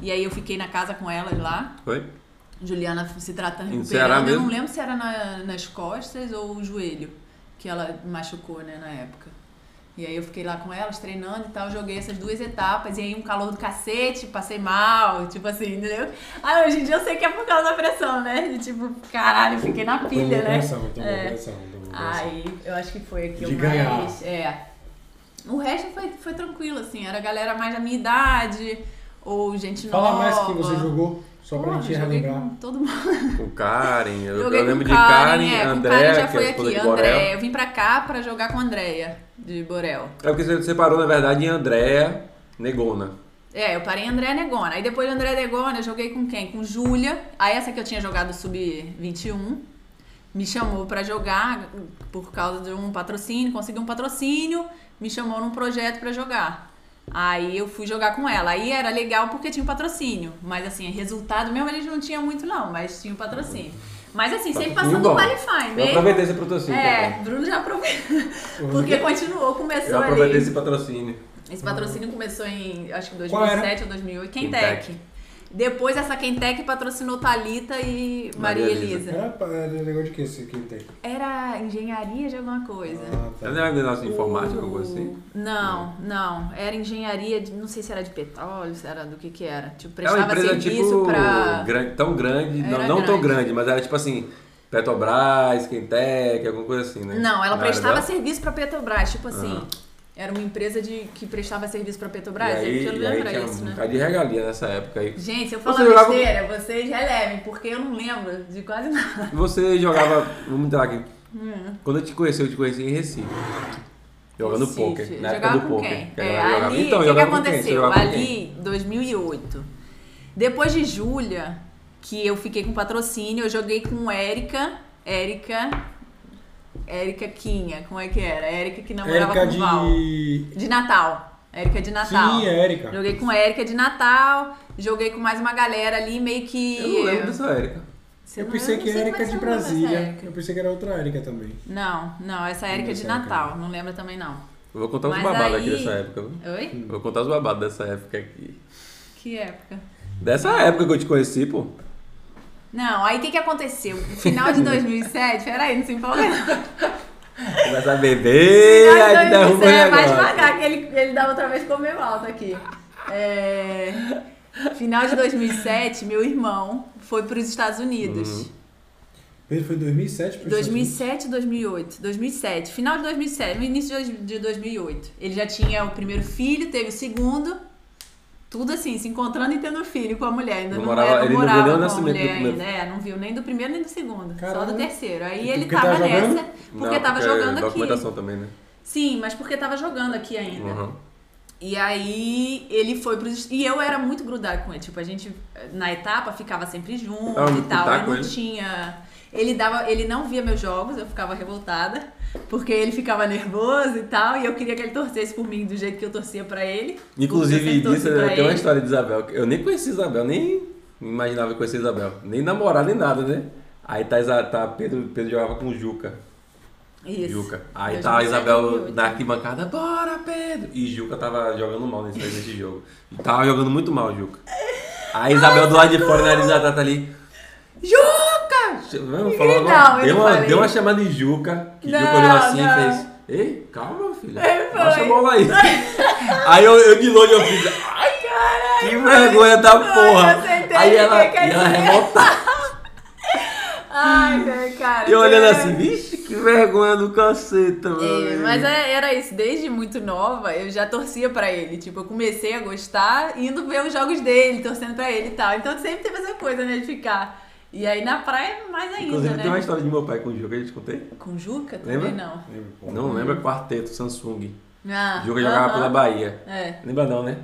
[SPEAKER 4] E aí eu fiquei na casa com elas lá.
[SPEAKER 2] Foi?
[SPEAKER 4] Juliana se tratando
[SPEAKER 2] Em
[SPEAKER 4] recuperando.
[SPEAKER 2] Ceará
[SPEAKER 4] Eu
[SPEAKER 2] mesmo?
[SPEAKER 4] não lembro se era na- nas costas ou o joelho que ela machucou, né, na época. E aí eu fiquei lá com elas treinando e tal, joguei essas duas etapas, e aí um calor do cacete, passei mal, tipo assim, entendeu? Aí hoje em dia eu sei que é por causa da pressão, né? De tipo, caralho, eu fiquei na
[SPEAKER 3] Tomou
[SPEAKER 4] pilha, né?
[SPEAKER 3] pressão, tomou
[SPEAKER 4] É.
[SPEAKER 3] pressão, tomou pressão.
[SPEAKER 4] Aí eu acho que foi aqui
[SPEAKER 3] De
[SPEAKER 4] o
[SPEAKER 3] ganhar.
[SPEAKER 4] mais. É. O resto foi, foi tranquilo, assim, era galera mais da minha idade, ou gente
[SPEAKER 3] Fala
[SPEAKER 4] nova.
[SPEAKER 3] mais que você jogou, só pra
[SPEAKER 4] Porra,
[SPEAKER 3] gente
[SPEAKER 4] joguei
[SPEAKER 3] relembrar.
[SPEAKER 4] com todo mundo.
[SPEAKER 2] Com Karen. Eu, eu
[SPEAKER 4] Joguei
[SPEAKER 2] lembro
[SPEAKER 4] com
[SPEAKER 2] de Karen,
[SPEAKER 4] é, com
[SPEAKER 2] André,
[SPEAKER 4] Karen já
[SPEAKER 2] que é a
[SPEAKER 4] foi
[SPEAKER 2] esposa
[SPEAKER 4] aqui,
[SPEAKER 2] de Borel.
[SPEAKER 4] Andréia. Eu vim pra cá pra jogar com a Andréia, de Borel.
[SPEAKER 2] É porque você separou, na verdade, em Andréia Negona.
[SPEAKER 4] É, eu parei em André Negona. Aí depois de André Negona, eu joguei com quem? Com Júlia. Aí essa que eu tinha jogado sub-21. me chamou pra jogar por causa de um patrocínio, consegui um patrocínio, me chamou num projeto pra jogar. Aí eu fui jogar com ela. Aí era legal porque tinha um patrocínio, mas assim, resultado mesmo eles não tinha muito não, mas tinha um patrocínio. Mas assim, sempre
[SPEAKER 2] Patrocínio
[SPEAKER 4] passando o
[SPEAKER 2] bom.
[SPEAKER 4] qualify
[SPEAKER 2] Eu
[SPEAKER 4] É mesmo.
[SPEAKER 2] aproveitei esse patrocínio.
[SPEAKER 4] É,
[SPEAKER 2] também.
[SPEAKER 4] Bruno já aproveitou.
[SPEAKER 2] <laughs>
[SPEAKER 4] Porque continuou, começou
[SPEAKER 2] Eu aproveitei
[SPEAKER 4] ali.
[SPEAKER 2] esse patrocínio.
[SPEAKER 4] Esse patrocínio começou em, acho que
[SPEAKER 3] Hum. Qual era?
[SPEAKER 4] 2007 ou 2008,
[SPEAKER 2] Quentec.
[SPEAKER 4] Quentec. Depois essa Quentec patrocinou Thalita e Maria,
[SPEAKER 2] Maria
[SPEAKER 4] Elisa.
[SPEAKER 2] Elisa.
[SPEAKER 3] Era, pra- era é, negócio de que esse aqui tem?
[SPEAKER 4] Era engenharia de alguma coisa.
[SPEAKER 3] Ah,
[SPEAKER 2] Tá
[SPEAKER 3] tá.
[SPEAKER 2] vendo negócio de informática, alguma coisa assim?
[SPEAKER 4] Não, não. Era engenharia, de, não sei se era de petróleo, se era do que que era. Tipo,
[SPEAKER 2] É uma
[SPEAKER 4] prestava
[SPEAKER 2] empresa
[SPEAKER 4] serviço
[SPEAKER 2] tipo
[SPEAKER 4] pra...
[SPEAKER 2] grande- tão grande, não,
[SPEAKER 4] Era
[SPEAKER 2] não tão
[SPEAKER 4] grande.
[SPEAKER 2] grande, mas era tipo assim, Petrobras, Quentec, alguma coisa assim, né?
[SPEAKER 4] Não, ela
[SPEAKER 2] Na área
[SPEAKER 4] prestava
[SPEAKER 2] dela. Ah.
[SPEAKER 4] serviço pra Petrobras, tipo assim. Era uma empresa de, que prestava serviço pra Petrobras, é
[SPEAKER 2] E aí,
[SPEAKER 4] eu não
[SPEAKER 2] e aí
[SPEAKER 4] lembro
[SPEAKER 2] tinha
[SPEAKER 4] isso,
[SPEAKER 2] um
[SPEAKER 4] né?
[SPEAKER 2] bocado de regalia nessa época aí.
[SPEAKER 4] Gente, se eu
[SPEAKER 2] Você
[SPEAKER 4] falar
[SPEAKER 2] jogava-
[SPEAKER 4] besteira, vocês relevem, porque eu não lembro de quase nada.
[SPEAKER 2] Você jogava, vamos entrar aqui.
[SPEAKER 4] Hum.
[SPEAKER 2] Quando eu te conheci, eu te conheci em Recife. Jogando
[SPEAKER 4] Recife.
[SPEAKER 2] poker, na época
[SPEAKER 4] jogava
[SPEAKER 2] do
[SPEAKER 4] com
[SPEAKER 2] poker.
[SPEAKER 4] quem?
[SPEAKER 2] que a
[SPEAKER 4] É,
[SPEAKER 2] galera jogava.
[SPEAKER 4] ali,
[SPEAKER 2] então,
[SPEAKER 4] o que, que
[SPEAKER 2] jogava com quem? Você
[SPEAKER 4] aconteceu?
[SPEAKER 2] jogava com quem?
[SPEAKER 4] ali, 2008. Depois de Júlia, que eu fiquei com patrocínio, eu joguei com Érica, Érica, Érica Quinha, como é que era? Érica que namorava
[SPEAKER 3] Érica
[SPEAKER 4] com o Val.
[SPEAKER 3] de.
[SPEAKER 4] De Natal. Érica de Natal.
[SPEAKER 3] Sim, Érica.
[SPEAKER 4] Joguei com Érica de Natal, joguei com mais uma galera ali, meio que...
[SPEAKER 2] Eu não lembro dessa Érica.
[SPEAKER 4] Você
[SPEAKER 3] Eu
[SPEAKER 4] não-
[SPEAKER 3] pensei
[SPEAKER 4] não
[SPEAKER 3] que
[SPEAKER 4] sei
[SPEAKER 3] era
[SPEAKER 4] como
[SPEAKER 3] Érica
[SPEAKER 4] é
[SPEAKER 3] de
[SPEAKER 4] você não lembra dessa
[SPEAKER 3] Brasília.
[SPEAKER 4] Érica.
[SPEAKER 3] Eu pensei que era outra Érica também.
[SPEAKER 4] Não, não, essa Érica é de
[SPEAKER 3] Essa Érica
[SPEAKER 4] Natal, não lembra também não.
[SPEAKER 2] Eu vou contar os
[SPEAKER 4] Mas
[SPEAKER 2] babados
[SPEAKER 4] aí-
[SPEAKER 2] aqui dessa época, viu?
[SPEAKER 4] Oi?
[SPEAKER 2] Vou contar os babados dessa época aqui.
[SPEAKER 4] Que época?
[SPEAKER 2] Dessa época que eu te conheci, pô.
[SPEAKER 4] Não, aí o que, que aconteceu? No final de 2007, peraí, não se empolga não.
[SPEAKER 2] Começa a beber, aí te
[SPEAKER 4] Final de
[SPEAKER 2] derruba o
[SPEAKER 4] 2007, vai
[SPEAKER 2] negócio.
[SPEAKER 4] é, devagar, que ele, ele da outra vez ficou meio alto aqui. É, Final de 2007, meu irmão foi para os Estados Unidos.
[SPEAKER 3] Ele foi em 2007 pra
[SPEAKER 4] 2007, 2008. 2007, final de 2007, no início de dois- de 2008. Ele já tinha o primeiro filho, teve o segundo. Tudo assim, se encontrando e tendo filho com a mulher. Ainda
[SPEAKER 2] Não
[SPEAKER 4] não,
[SPEAKER 2] morava-
[SPEAKER 4] era-
[SPEAKER 2] ele não viu
[SPEAKER 4] morava
[SPEAKER 2] nem o
[SPEAKER 4] com a
[SPEAKER 2] nascimento do
[SPEAKER 4] mulher ainda,
[SPEAKER 2] primeiro.
[SPEAKER 4] é, não viu nem do primeiro nem do segundo, só
[SPEAKER 3] Caralho.
[SPEAKER 4] do terceiro. Aí
[SPEAKER 3] E
[SPEAKER 4] ele
[SPEAKER 3] porque
[SPEAKER 4] tava,
[SPEAKER 3] tava jogando?
[SPEAKER 4] nessa, porque
[SPEAKER 2] Não, é
[SPEAKER 4] tava jogando aqui.
[SPEAKER 2] documentação também, né?
[SPEAKER 4] Sim, mas porque tava jogando aqui ainda.
[SPEAKER 2] Uhum.
[SPEAKER 4] E aí ele foi pros. E eu era muito grudada com ele. Tipo, a gente na etapa ficava sempre junto
[SPEAKER 2] Tava
[SPEAKER 4] e
[SPEAKER 2] no
[SPEAKER 4] tal.
[SPEAKER 2] pitaco
[SPEAKER 4] Ele não
[SPEAKER 2] ele?
[SPEAKER 4] tinha. Ele dava. Ele não via meus jogos, eu ficava revoltada. Porque ele ficava nervoso e tal. E eu queria que ele torcesse por mim do jeito que eu torcia pra ele. Porque eu
[SPEAKER 2] Inclusive,
[SPEAKER 4] sempre torci
[SPEAKER 2] disso
[SPEAKER 4] pra
[SPEAKER 2] tem uma
[SPEAKER 4] ele.
[SPEAKER 2] história de Isabel. que Eu nem conheci Isabel, nem imaginava conhecer Isabel. Nem namorada, nem nada, né? Aí tá, Isa- tá Pedro, Pedro jogava com o Juca.
[SPEAKER 4] Isso. é
[SPEAKER 2] Juca. Aí tá a
[SPEAKER 4] 2007,
[SPEAKER 2] Isabel
[SPEAKER 4] 2008.
[SPEAKER 2] na arquibancada, bora, Pedro! E Juca tava jogando mal nesse, nesse jogo. E tava jogando muito mal, Juca. Aí Isabel do lado de fora, na Isabel tá ali.
[SPEAKER 4] Juca!
[SPEAKER 2] Vamos falar
[SPEAKER 4] Não,
[SPEAKER 2] agora.
[SPEAKER 4] eu
[SPEAKER 2] Deu
[SPEAKER 4] não
[SPEAKER 2] uma,
[SPEAKER 4] falei.
[SPEAKER 2] deu uma chamada em Juca, que
[SPEAKER 4] Não,
[SPEAKER 2] Juca olhou assim
[SPEAKER 4] não.
[SPEAKER 2] e fez. Ei, calma, filha.
[SPEAKER 4] Aí foi.
[SPEAKER 2] Baixa a bola aí. <laughs> aí eu, eu de longe eu fiz. Ai,
[SPEAKER 4] Caralho!
[SPEAKER 2] que vergonha da
[SPEAKER 4] Ai, eu
[SPEAKER 2] porra.
[SPEAKER 4] sentei,
[SPEAKER 2] Aí ela,
[SPEAKER 4] fiquei
[SPEAKER 2] e ela é
[SPEAKER 4] quietinha.
[SPEAKER 2] revoltada.
[SPEAKER 4] Ai, velho, cara.
[SPEAKER 2] E eu olhando
[SPEAKER 4] é-
[SPEAKER 2] assim, vixe, que vergonha do caceta,
[SPEAKER 4] É,
[SPEAKER 2] mano.
[SPEAKER 4] mas é- era isso, desde muito nova eu já torcia pra ele. Tipo, eu comecei a gostar indo ver os jogos dele, torcendo pra ele e tal. Então sempre teve essa coisa, né, de ficar. E aí na praia, mais ainda,
[SPEAKER 2] Inclusive,
[SPEAKER 4] né?
[SPEAKER 2] tem uma história de meu pai com o Juca, eu te contei?
[SPEAKER 4] Com Juca também
[SPEAKER 2] Lembra?
[SPEAKER 4] não.
[SPEAKER 3] Gente. Lembro, pô.
[SPEAKER 2] Não lembra? Quarteto, Samsung.
[SPEAKER 4] Hum. Ah,
[SPEAKER 2] Juca jogava
[SPEAKER 4] aham.
[SPEAKER 2] pela Bahia.
[SPEAKER 4] É.
[SPEAKER 2] Lembra não, né?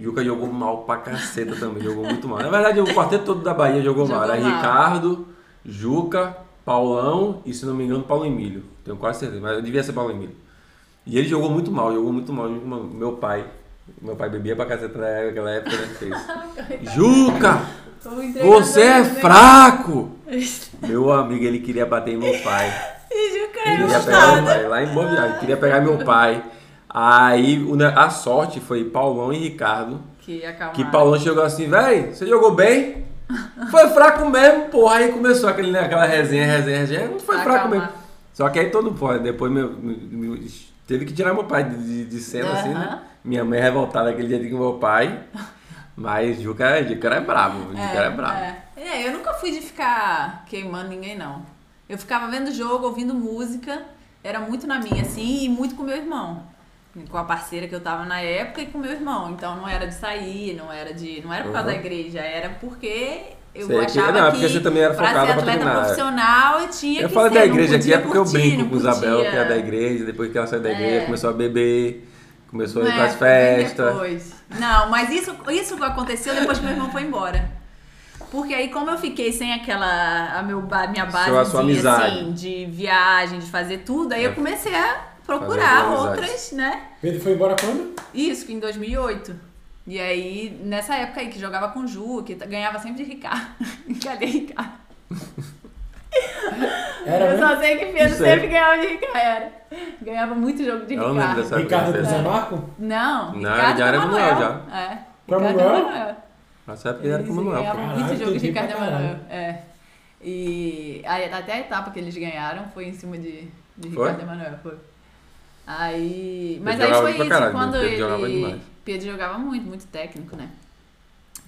[SPEAKER 2] Juca jogou mal pra caceta também, jogou muito mal. Na verdade, o quarteto todo da Bahia jogou, mal.
[SPEAKER 4] Jogou
[SPEAKER 2] Era
[SPEAKER 4] mal.
[SPEAKER 2] Ricardo, Juca, Paulão e, se não me engano, Paulo Emílio. Tenho quase certeza, mas devia ser Paulo Emílio. E ele jogou muito mal, jogou muito mal. Jogou mal. Meu pai, meu pai bebia pra caceta naquela época, né?
[SPEAKER 4] <laughs>
[SPEAKER 2] Fez. Juca,
[SPEAKER 4] Tô entregando
[SPEAKER 2] você é
[SPEAKER 4] tudo, né? <laughs>
[SPEAKER 2] fraco! Meu amigo, ele queria bater em meu pai.
[SPEAKER 4] E Juca é
[SPEAKER 2] Ele queria pegar meu
[SPEAKER 4] gostado.
[SPEAKER 2] pai, lá em Boa Viagem, queria pegar meu pai. Aí o ne- a sorte foi Paulão e Ricardo.
[SPEAKER 4] Que acalmar.
[SPEAKER 2] Que Paulão chegou assim, véi, você jogou bem? Foi fraco mesmo, porra. Aí começou aquele, né, aquela resenha, resenha, resenha. Não foi
[SPEAKER 4] Pra
[SPEAKER 2] fraco
[SPEAKER 4] acalmar.
[SPEAKER 2] mesmo. Só que aí todo mundo, depois meu- meu- teve que tirar meu pai de, de- de cena, assim, né?
[SPEAKER 4] Aham.
[SPEAKER 2] Minha mãe revoltada aquele dia com meu pai. Mas Juca, Juca é brabo, Juca é, brabo.
[SPEAKER 4] É. É, eu nunca fui de ficar queimando ninguém, não. Eu ficava vendo jogo, ouvindo música, era muito na minha, assim, e muito com meu irmão. Com a parceira que eu tava na época e com meu irmão. Então não era de sair, não era de. não era por causa
[SPEAKER 2] Uhum.
[SPEAKER 4] da igreja, era porque eu
[SPEAKER 2] Sei que-
[SPEAKER 4] achava
[SPEAKER 2] não, é
[SPEAKER 4] que
[SPEAKER 2] porque você também era
[SPEAKER 4] pra
[SPEAKER 2] focada
[SPEAKER 4] ser
[SPEAKER 2] pra
[SPEAKER 4] atleta
[SPEAKER 2] treinar.
[SPEAKER 4] profissional eu tinha
[SPEAKER 2] Eu
[SPEAKER 4] que
[SPEAKER 2] falo
[SPEAKER 4] ser,
[SPEAKER 2] da
[SPEAKER 4] não
[SPEAKER 2] igreja aqui
[SPEAKER 4] podia
[SPEAKER 2] é porque eu
[SPEAKER 4] curtir,
[SPEAKER 2] brinco
[SPEAKER 4] não
[SPEAKER 2] com Isabel,
[SPEAKER 4] podia.
[SPEAKER 2] que é da igreja, depois que ela saiu da igreja,
[SPEAKER 4] um É.
[SPEAKER 2] começou a beber, começou a ir
[SPEAKER 4] É,
[SPEAKER 2] para as
[SPEAKER 4] bem
[SPEAKER 2] festas.
[SPEAKER 4] depois. Não, mas isso, isso aconteceu depois que meu irmão foi embora. Porque aí, como eu fiquei sem aquela a meu, ba- minha base
[SPEAKER 2] Sua- sua amizade. É.
[SPEAKER 4] assim, de viagem, de fazer tudo, aí eu comecei a
[SPEAKER 2] Fazer
[SPEAKER 4] procurar
[SPEAKER 2] boas
[SPEAKER 4] outras, né?
[SPEAKER 3] Ele foi embora quando?
[SPEAKER 4] Isso, que em 2008. E aí, nessa época aí, que jogava com o Ju, que t- ganhava sempre <laughs> de Ricardo. Cadê Ricardo?
[SPEAKER 3] Era
[SPEAKER 4] eu
[SPEAKER 3] mesmo?
[SPEAKER 4] só sei que Pedro
[SPEAKER 2] Não sei.
[SPEAKER 4] sempre ganhava de Ricardo. Era. Ganhava muito jogo de
[SPEAKER 2] Eu não
[SPEAKER 4] Ricardo.
[SPEAKER 2] lembro dessa
[SPEAKER 3] Ricardo
[SPEAKER 2] época.
[SPEAKER 3] do Zé Marco?
[SPEAKER 4] Não,
[SPEAKER 2] Não,
[SPEAKER 4] Ricardo
[SPEAKER 2] já era
[SPEAKER 4] Emanuel.
[SPEAKER 2] Emanuel,
[SPEAKER 4] É.
[SPEAKER 3] Pra
[SPEAKER 4] Ricardo
[SPEAKER 3] Emanuel?
[SPEAKER 4] Emanuel.
[SPEAKER 2] Nessa época ele era como é,
[SPEAKER 4] Eles
[SPEAKER 2] Manuel.
[SPEAKER 4] ganhavam
[SPEAKER 3] Caralho,
[SPEAKER 4] muito jogo é de
[SPEAKER 3] entendi pra
[SPEAKER 4] Ricardo
[SPEAKER 3] caralho.
[SPEAKER 4] Emanuel. É. E aí, até a etapa que eles ganharam foi em cima de, de
[SPEAKER 2] Foi?
[SPEAKER 4] Ricardo Emanuel. Foi. Aí. Mas aí
[SPEAKER 2] jogava
[SPEAKER 4] foi
[SPEAKER 2] pra
[SPEAKER 4] isso.
[SPEAKER 2] caralho, né?
[SPEAKER 4] quando
[SPEAKER 2] Pedro
[SPEAKER 4] ele.
[SPEAKER 2] jogava demais.
[SPEAKER 4] Pedro jogava muito, muito técnico, né?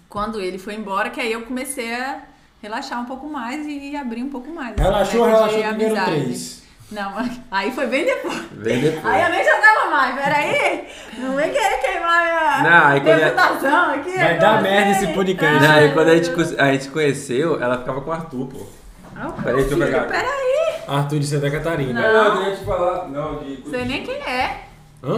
[SPEAKER 4] Quando ele foi embora, que aí eu comecei a relaxar um pouco mais e abrir um pouco mais. essa
[SPEAKER 3] Relaxou,
[SPEAKER 4] leque de
[SPEAKER 3] relaxou primeiro
[SPEAKER 4] amizade.
[SPEAKER 3] três.
[SPEAKER 4] Não, <laughs> aí foi bem depois.
[SPEAKER 2] Vem
[SPEAKER 4] Aí eu
[SPEAKER 2] depois.
[SPEAKER 4] nem jogava mais, peraí. Não vem querer queimar minha
[SPEAKER 2] Não, aí quando é-
[SPEAKER 4] reputação aqui.
[SPEAKER 3] Vai
[SPEAKER 4] eu assim, tá?
[SPEAKER 3] dar
[SPEAKER 4] não
[SPEAKER 3] merda
[SPEAKER 4] sei.
[SPEAKER 3] esse podcast.
[SPEAKER 2] Não,
[SPEAKER 4] Ai,
[SPEAKER 2] e quando a gente,
[SPEAKER 4] meu
[SPEAKER 2] co- a gente conheceu, ela ficava com o Arthur, pô.
[SPEAKER 4] Ah,
[SPEAKER 2] Peraí, deixa eu
[SPEAKER 4] filho,
[SPEAKER 2] pegar.
[SPEAKER 4] Peraí,
[SPEAKER 3] Arthur de Santa Catarina.
[SPEAKER 4] Não.
[SPEAKER 2] Eu queria te falar, não, de.
[SPEAKER 4] sei nem quem é.
[SPEAKER 3] Hã?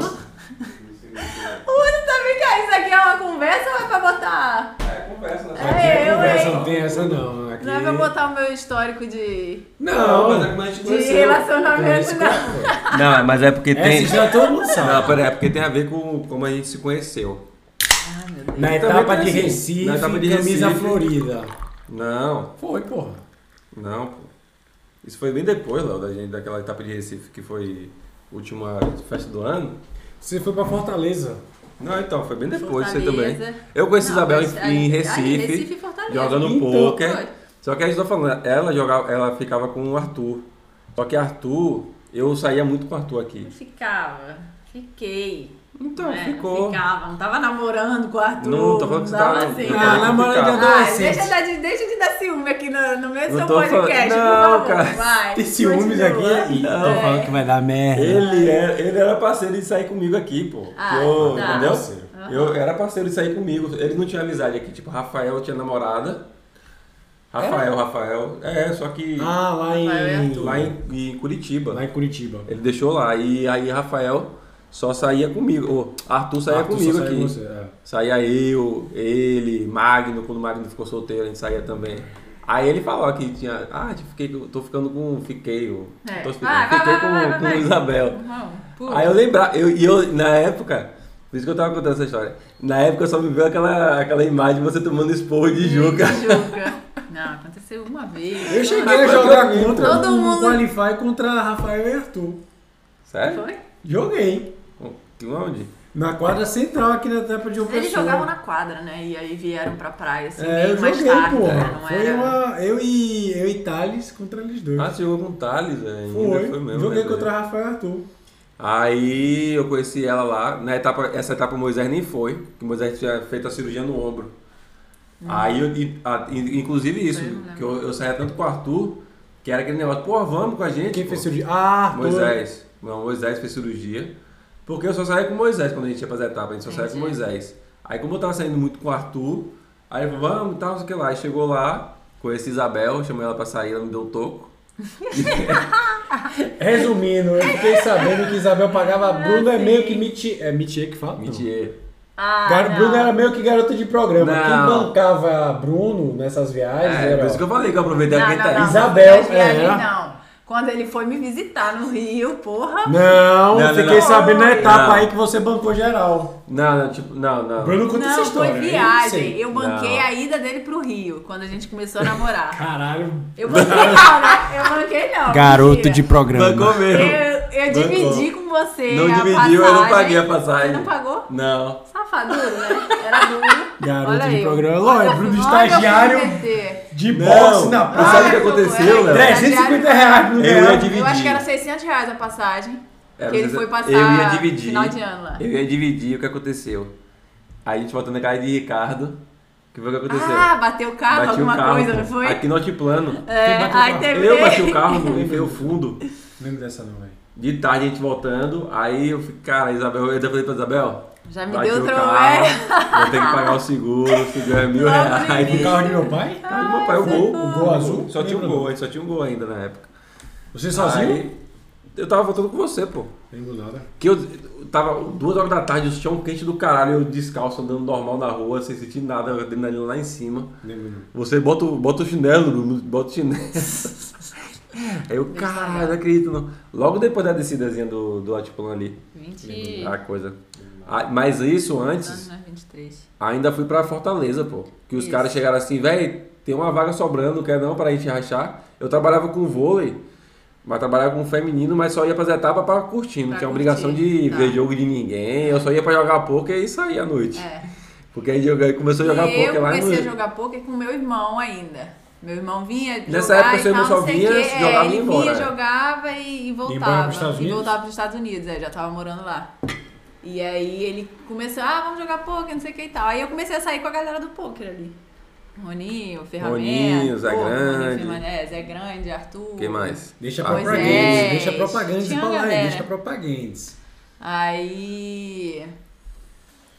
[SPEAKER 4] O Uno também quer isso aqui, é uma conversa ou é pra botar?
[SPEAKER 2] É, conversa, né?
[SPEAKER 3] Aqui
[SPEAKER 4] É,
[SPEAKER 3] é
[SPEAKER 4] eu,
[SPEAKER 3] conversa,
[SPEAKER 4] hein?
[SPEAKER 3] não tem essa não. Aqui...
[SPEAKER 4] Não é pra botar o meu histórico de,
[SPEAKER 2] Não, mas é
[SPEAKER 3] Não.
[SPEAKER 2] como a gente
[SPEAKER 4] de
[SPEAKER 2] conheceu.
[SPEAKER 4] relacionamento, não.
[SPEAKER 2] Não, mas é porque
[SPEAKER 3] Essa já todo mundo
[SPEAKER 2] Não,
[SPEAKER 3] sabe.
[SPEAKER 2] peraí, é porque tem a ver com como a gente se conheceu.
[SPEAKER 4] Ai, meu Deus.
[SPEAKER 3] Na
[SPEAKER 2] Também
[SPEAKER 3] etapa de
[SPEAKER 2] parece.
[SPEAKER 3] Recife,
[SPEAKER 2] Na etapa de
[SPEAKER 3] camisa
[SPEAKER 2] Recife.
[SPEAKER 3] florida.
[SPEAKER 2] Não,
[SPEAKER 3] Foi, porra.
[SPEAKER 2] não, pô. Isso foi bem depois, Léo, da gente, daquela etapa de Recife que foi a última festa do ano.
[SPEAKER 3] Você foi pra Fortaleza.
[SPEAKER 2] Não, então, foi bem depois isso aí também.
[SPEAKER 4] Fortaleza.
[SPEAKER 2] Eu conheci
[SPEAKER 4] Não,
[SPEAKER 2] Isabel
[SPEAKER 4] mas
[SPEAKER 2] em,
[SPEAKER 4] aí-
[SPEAKER 2] em
[SPEAKER 4] aí,
[SPEAKER 2] Recife,
[SPEAKER 4] Recife e Fortaleza.
[SPEAKER 2] jogando
[SPEAKER 3] Então,
[SPEAKER 2] pôquer.
[SPEAKER 4] foi.
[SPEAKER 2] Só que a gente tá falando, ela, jogava, ela ficava com o Arthur. Só que Arthur, eu saía muito com o Arthur aqui.
[SPEAKER 4] Ficava, fiquei.
[SPEAKER 2] Então,
[SPEAKER 4] né?
[SPEAKER 2] ficou.
[SPEAKER 4] Ficava, não tava namorando com o Arthur.
[SPEAKER 2] Não, tô falando que você
[SPEAKER 4] tava
[SPEAKER 2] tava-
[SPEAKER 4] assim.
[SPEAKER 2] não,
[SPEAKER 4] né?
[SPEAKER 3] Ah, namorado de
[SPEAKER 2] Ficava.
[SPEAKER 4] Ai,
[SPEAKER 3] adolescente.
[SPEAKER 4] deixa, de, deixa de dar ciúme aqui no, no meio do
[SPEAKER 2] Não
[SPEAKER 4] seu
[SPEAKER 2] tô falando-
[SPEAKER 4] podcast,
[SPEAKER 2] Não,
[SPEAKER 4] por favor.
[SPEAKER 2] cara.
[SPEAKER 4] Vai,
[SPEAKER 3] Tem ciúmes
[SPEAKER 4] continua. É.
[SPEAKER 3] aqui? Ih,
[SPEAKER 2] Não.
[SPEAKER 3] Tô falando que vai dar merda.
[SPEAKER 2] Ele
[SPEAKER 3] é.
[SPEAKER 2] era, ele era parceiro de sair comigo aqui, pô.
[SPEAKER 4] Ah,
[SPEAKER 2] Que eu-
[SPEAKER 4] tá.
[SPEAKER 2] Entendeu?
[SPEAKER 3] Parceiro.
[SPEAKER 2] Eu era parceiro de sair comigo. Ele não tinha amizade aqui. Tipo, Rafael tinha namorada. Rafael, Rafael. É, só que
[SPEAKER 3] Ah, lá em...
[SPEAKER 4] Rafael e Arthur.
[SPEAKER 2] lá em, em Curitiba.
[SPEAKER 3] Lá em Curitiba.
[SPEAKER 2] Ele deixou lá. E aí Rafael só saía comigo. Ou Arthur saía
[SPEAKER 3] Arthur só
[SPEAKER 2] é comigo
[SPEAKER 3] saiu
[SPEAKER 2] aqui.
[SPEAKER 3] com você, é.
[SPEAKER 2] Saía eu, ele, Magno, quando o Magno ficou solteiro, a gente saía também. Aí ele falou que tinha. Ah, tipo, fiquei, com- tô ficando com. Fiquei. eu-
[SPEAKER 4] É.
[SPEAKER 2] Tô ficando,
[SPEAKER 4] Vai, vai,
[SPEAKER 2] fiquei
[SPEAKER 4] vai,
[SPEAKER 2] com,
[SPEAKER 4] vai, vai,
[SPEAKER 2] com
[SPEAKER 4] vai.
[SPEAKER 2] Isabel.
[SPEAKER 4] Não, pô.
[SPEAKER 2] Aí eu lembrava, eu, e eu, na época, por isso que eu tava contando essa história. Na época só me veio aquela, aquela imagem de você tomando esporro de Juca. <laughs>
[SPEAKER 4] Juca. Não, aconteceu uma vez.
[SPEAKER 3] Eu
[SPEAKER 4] Não,
[SPEAKER 3] cheguei a jogar contra
[SPEAKER 4] Todo
[SPEAKER 3] no
[SPEAKER 4] mundo-
[SPEAKER 3] Qualify contra Rafael e Arthur.
[SPEAKER 2] Sério?
[SPEAKER 4] Foi?
[SPEAKER 3] Joguei.
[SPEAKER 2] Que onde?
[SPEAKER 3] Na quadra central aqui na etapa de João
[SPEAKER 4] Eles
[SPEAKER 3] Pessoa.
[SPEAKER 4] jogavam na quadra, né? E aí vieram pra praia, assim,
[SPEAKER 3] É,
[SPEAKER 4] meio
[SPEAKER 3] eu
[SPEAKER 4] mais
[SPEAKER 3] joguei,
[SPEAKER 4] tarde,
[SPEAKER 3] porra.
[SPEAKER 4] né? Não
[SPEAKER 3] Foi
[SPEAKER 4] era...
[SPEAKER 3] uma... Eu e... Eu e Thales contra eles dois.
[SPEAKER 2] Ah, você jogou com o Thales, velho.
[SPEAKER 3] foi.
[SPEAKER 2] Ainda Foi mesmo.
[SPEAKER 3] Joguei
[SPEAKER 2] né,
[SPEAKER 3] contra
[SPEAKER 2] velho?
[SPEAKER 3] Rafael e Arthur.
[SPEAKER 2] Aí eu conheci ela lá. Na etapa, essa etapa o Moisés nem foi, porque o Moisés tinha feito a cirurgia no ombro.
[SPEAKER 4] Hum.
[SPEAKER 2] Aí, eu, e- a- in- inclusive isso,
[SPEAKER 4] Eu não lembro.
[SPEAKER 2] que eu, eu saía tanto com o Arthur, que era aquele negócio, pô, vamos com a gente.
[SPEAKER 3] Quem
[SPEAKER 2] pô.
[SPEAKER 3] fez cirurgia? Ah, Arthur.
[SPEAKER 2] Moisés. Não, Moisés fez cirurgia. Porque eu só saía com Moisés quando a gente ia fazer a etapa, a gente só saía com
[SPEAKER 4] Entendi.
[SPEAKER 2] Moisés. Aí como eu tava saindo muito com o Arthur, aí ele falou, vamos, e tal, não sei o que lá. Aí chegou lá, conheci a Isabel, chamei ela pra sair, ela me deu um toco.
[SPEAKER 3] Resumindo, eu fiquei sabendo que Isabel
[SPEAKER 4] <laughs>
[SPEAKER 3] pagava a Bruna é meio que Miti... É Mitier que fala?
[SPEAKER 2] Mentira.
[SPEAKER 4] Ah,
[SPEAKER 3] Gar...
[SPEAKER 4] não.
[SPEAKER 3] Bruno era meio que garoto de programa.
[SPEAKER 2] Não.
[SPEAKER 3] Quem bancava Bruno nessas viagens
[SPEAKER 2] É, por
[SPEAKER 3] era.
[SPEAKER 2] isso que eu falei que eu aproveitei
[SPEAKER 4] Não,
[SPEAKER 2] alguém
[SPEAKER 4] não,
[SPEAKER 2] tá
[SPEAKER 4] não,
[SPEAKER 2] aí.
[SPEAKER 3] Isabel,
[SPEAKER 4] nas viagens,
[SPEAKER 3] é.
[SPEAKER 4] Não, quando ele foi me visitar no Rio, porra.
[SPEAKER 3] Não,
[SPEAKER 2] Não, não,
[SPEAKER 3] fiquei
[SPEAKER 2] não.
[SPEAKER 3] sabendo na etapa
[SPEAKER 2] Não.
[SPEAKER 3] aí que você bancou geral.
[SPEAKER 2] Não, não, tipo, não, não.
[SPEAKER 3] Bruno conta essa
[SPEAKER 4] Não,
[SPEAKER 3] história. é
[SPEAKER 4] foi
[SPEAKER 3] eu
[SPEAKER 4] viagem.
[SPEAKER 3] sei.
[SPEAKER 4] Eu banquei
[SPEAKER 2] Não.
[SPEAKER 4] a ida dele pro Rio, quando a gente
[SPEAKER 2] <laughs>
[SPEAKER 4] começou a namorar.
[SPEAKER 3] Caralho.
[SPEAKER 4] Eu banquei não, né? Eu banquei não.
[SPEAKER 3] Garoto
[SPEAKER 4] mentira.
[SPEAKER 3] de programa.
[SPEAKER 2] Bancou mesmo.
[SPEAKER 4] Eu, eu
[SPEAKER 2] Bancou.
[SPEAKER 4] dividi com você
[SPEAKER 2] Não
[SPEAKER 4] a passagem.
[SPEAKER 2] dividiu, eu não paguei a passagem.
[SPEAKER 4] Você não pagou?
[SPEAKER 2] Não.
[SPEAKER 4] Safadura, né? Era duro.
[SPEAKER 3] Garoto
[SPEAKER 4] Olha
[SPEAKER 3] de
[SPEAKER 4] eu.
[SPEAKER 3] programa. Lógico,
[SPEAKER 4] Olha, é
[SPEAKER 3] Bruno
[SPEAKER 4] olha eu
[SPEAKER 3] estagiário.
[SPEAKER 4] pro PT.
[SPEAKER 3] De
[SPEAKER 2] Não.
[SPEAKER 3] boxe na
[SPEAKER 2] Mas sabe o que
[SPEAKER 4] Olha
[SPEAKER 3] praia.
[SPEAKER 4] como
[SPEAKER 2] aconteceu,
[SPEAKER 4] era
[SPEAKER 2] Léo?
[SPEAKER 4] estagiário.
[SPEAKER 3] 350 reais pro
[SPEAKER 2] Eu
[SPEAKER 3] Leandro.
[SPEAKER 2] ia dividir.
[SPEAKER 4] Eu acho que era 600 reais a passagem.
[SPEAKER 2] Era
[SPEAKER 4] que ele
[SPEAKER 2] vocês-
[SPEAKER 4] foi passar
[SPEAKER 2] eu ia dividir,
[SPEAKER 4] final de ano lá.
[SPEAKER 2] Eu ia dividir o que aconteceu. Aí a gente voltou na casa de Ricardo. que foi o que aconteceu?
[SPEAKER 4] Ah, bateu o carro,
[SPEAKER 2] Bati o
[SPEAKER 4] alguma
[SPEAKER 2] carro,
[SPEAKER 4] coisa,
[SPEAKER 2] pô,
[SPEAKER 4] não foi?
[SPEAKER 2] Aqui no altiplano.
[SPEAKER 4] É,
[SPEAKER 3] Quem bateu o
[SPEAKER 4] aí
[SPEAKER 3] carro?
[SPEAKER 4] teve.
[SPEAKER 2] Eu bati o carro, no veio o fundo.
[SPEAKER 3] Lembro dessa não, velho.
[SPEAKER 2] De tarde a gente voltando. Aí eu fiquei, cara, Isabel, eu ainda falei pra Isabel.
[SPEAKER 4] Já me
[SPEAKER 2] bati
[SPEAKER 4] deu é.
[SPEAKER 2] o
[SPEAKER 4] outra
[SPEAKER 2] carro, Vou ter que pagar o seguro, o seguro é mil
[SPEAKER 4] Logo
[SPEAKER 2] reais.
[SPEAKER 4] de
[SPEAKER 3] O carro de meu pai?
[SPEAKER 2] Aí
[SPEAKER 4] é
[SPEAKER 2] meu pai, o gol,
[SPEAKER 3] O gol azul?
[SPEAKER 2] Só tinha um
[SPEAKER 3] Lembra?
[SPEAKER 2] gol, a gente só tinha um gol ainda na época.
[SPEAKER 3] Você sozinho?
[SPEAKER 2] Aí- Eu tava voltando com você, pô.
[SPEAKER 3] Lembro nada.
[SPEAKER 2] Que eu eu tava duas horas da tarde, o chão quente do caralho, eu descalço andando normal na rua, sem sentir nada, a adrenalina lá em cima.
[SPEAKER 3] Lembro não.
[SPEAKER 2] Você bota, o- bota o chinelo, Bruno, bota o chinelo. Aí eu, caralho, não acredito não. Logo depois da descidazinha do, do altiplano ali,
[SPEAKER 4] 20.
[SPEAKER 2] a coisa. Ah, Mas isso antes,
[SPEAKER 4] Não, não é 23.
[SPEAKER 2] ainda fui pra Fortaleza, pô. Que os
[SPEAKER 4] Isso.
[SPEAKER 2] caras chegaram assim, velho, tem uma vaga sobrando, não quer não pra gente rachar? Eu trabalhava com vôlei, mas trabalhava com feminino, mas só ia pras etapas pra curtir, não
[SPEAKER 4] Pra
[SPEAKER 2] tinha obrigação
[SPEAKER 4] curtir,
[SPEAKER 2] de
[SPEAKER 4] tá.
[SPEAKER 2] ver jogo de ninguém, eu só ia pra jogar poker e sair à noite.
[SPEAKER 4] É.
[SPEAKER 2] Porque aí joga- começou a jogar
[SPEAKER 4] e
[SPEAKER 2] poker
[SPEAKER 4] eu
[SPEAKER 2] lá no...
[SPEAKER 4] comecei a jogar poker com meu irmão ainda. Meu irmão vinha
[SPEAKER 2] Nessa
[SPEAKER 4] jogar
[SPEAKER 2] época,
[SPEAKER 4] e
[SPEAKER 2] seu irmão
[SPEAKER 4] tal,
[SPEAKER 2] só
[SPEAKER 4] não sei o
[SPEAKER 2] vinha,
[SPEAKER 4] quê.
[SPEAKER 2] se jogava e ia
[SPEAKER 4] é, ele
[SPEAKER 2] embora.
[SPEAKER 4] vinha, jogava e, e
[SPEAKER 3] embora
[SPEAKER 4] voltava.
[SPEAKER 3] pros Estados
[SPEAKER 4] e
[SPEAKER 3] Unidos?
[SPEAKER 4] voltava para os Estados Unidos, é, já tava morando lá. E aí ele começou, ah, vamos jogar poker, não sei o que e tal. Aí eu comecei a sair com a galera do poker ali. Roninho, Ferramenta.
[SPEAKER 2] Roninho, Zé
[SPEAKER 4] pô,
[SPEAKER 2] Grande.
[SPEAKER 4] Fermané, é, Zé Grande, Arthur.
[SPEAKER 2] Quem mais?
[SPEAKER 3] Deixa
[SPEAKER 2] Ah,
[SPEAKER 4] Pois
[SPEAKER 3] propaganda,
[SPEAKER 4] é,
[SPEAKER 3] deixa propaganda
[SPEAKER 4] tinha
[SPEAKER 3] pra lá,
[SPEAKER 4] galera.
[SPEAKER 3] deixa propagandas.
[SPEAKER 4] Aí.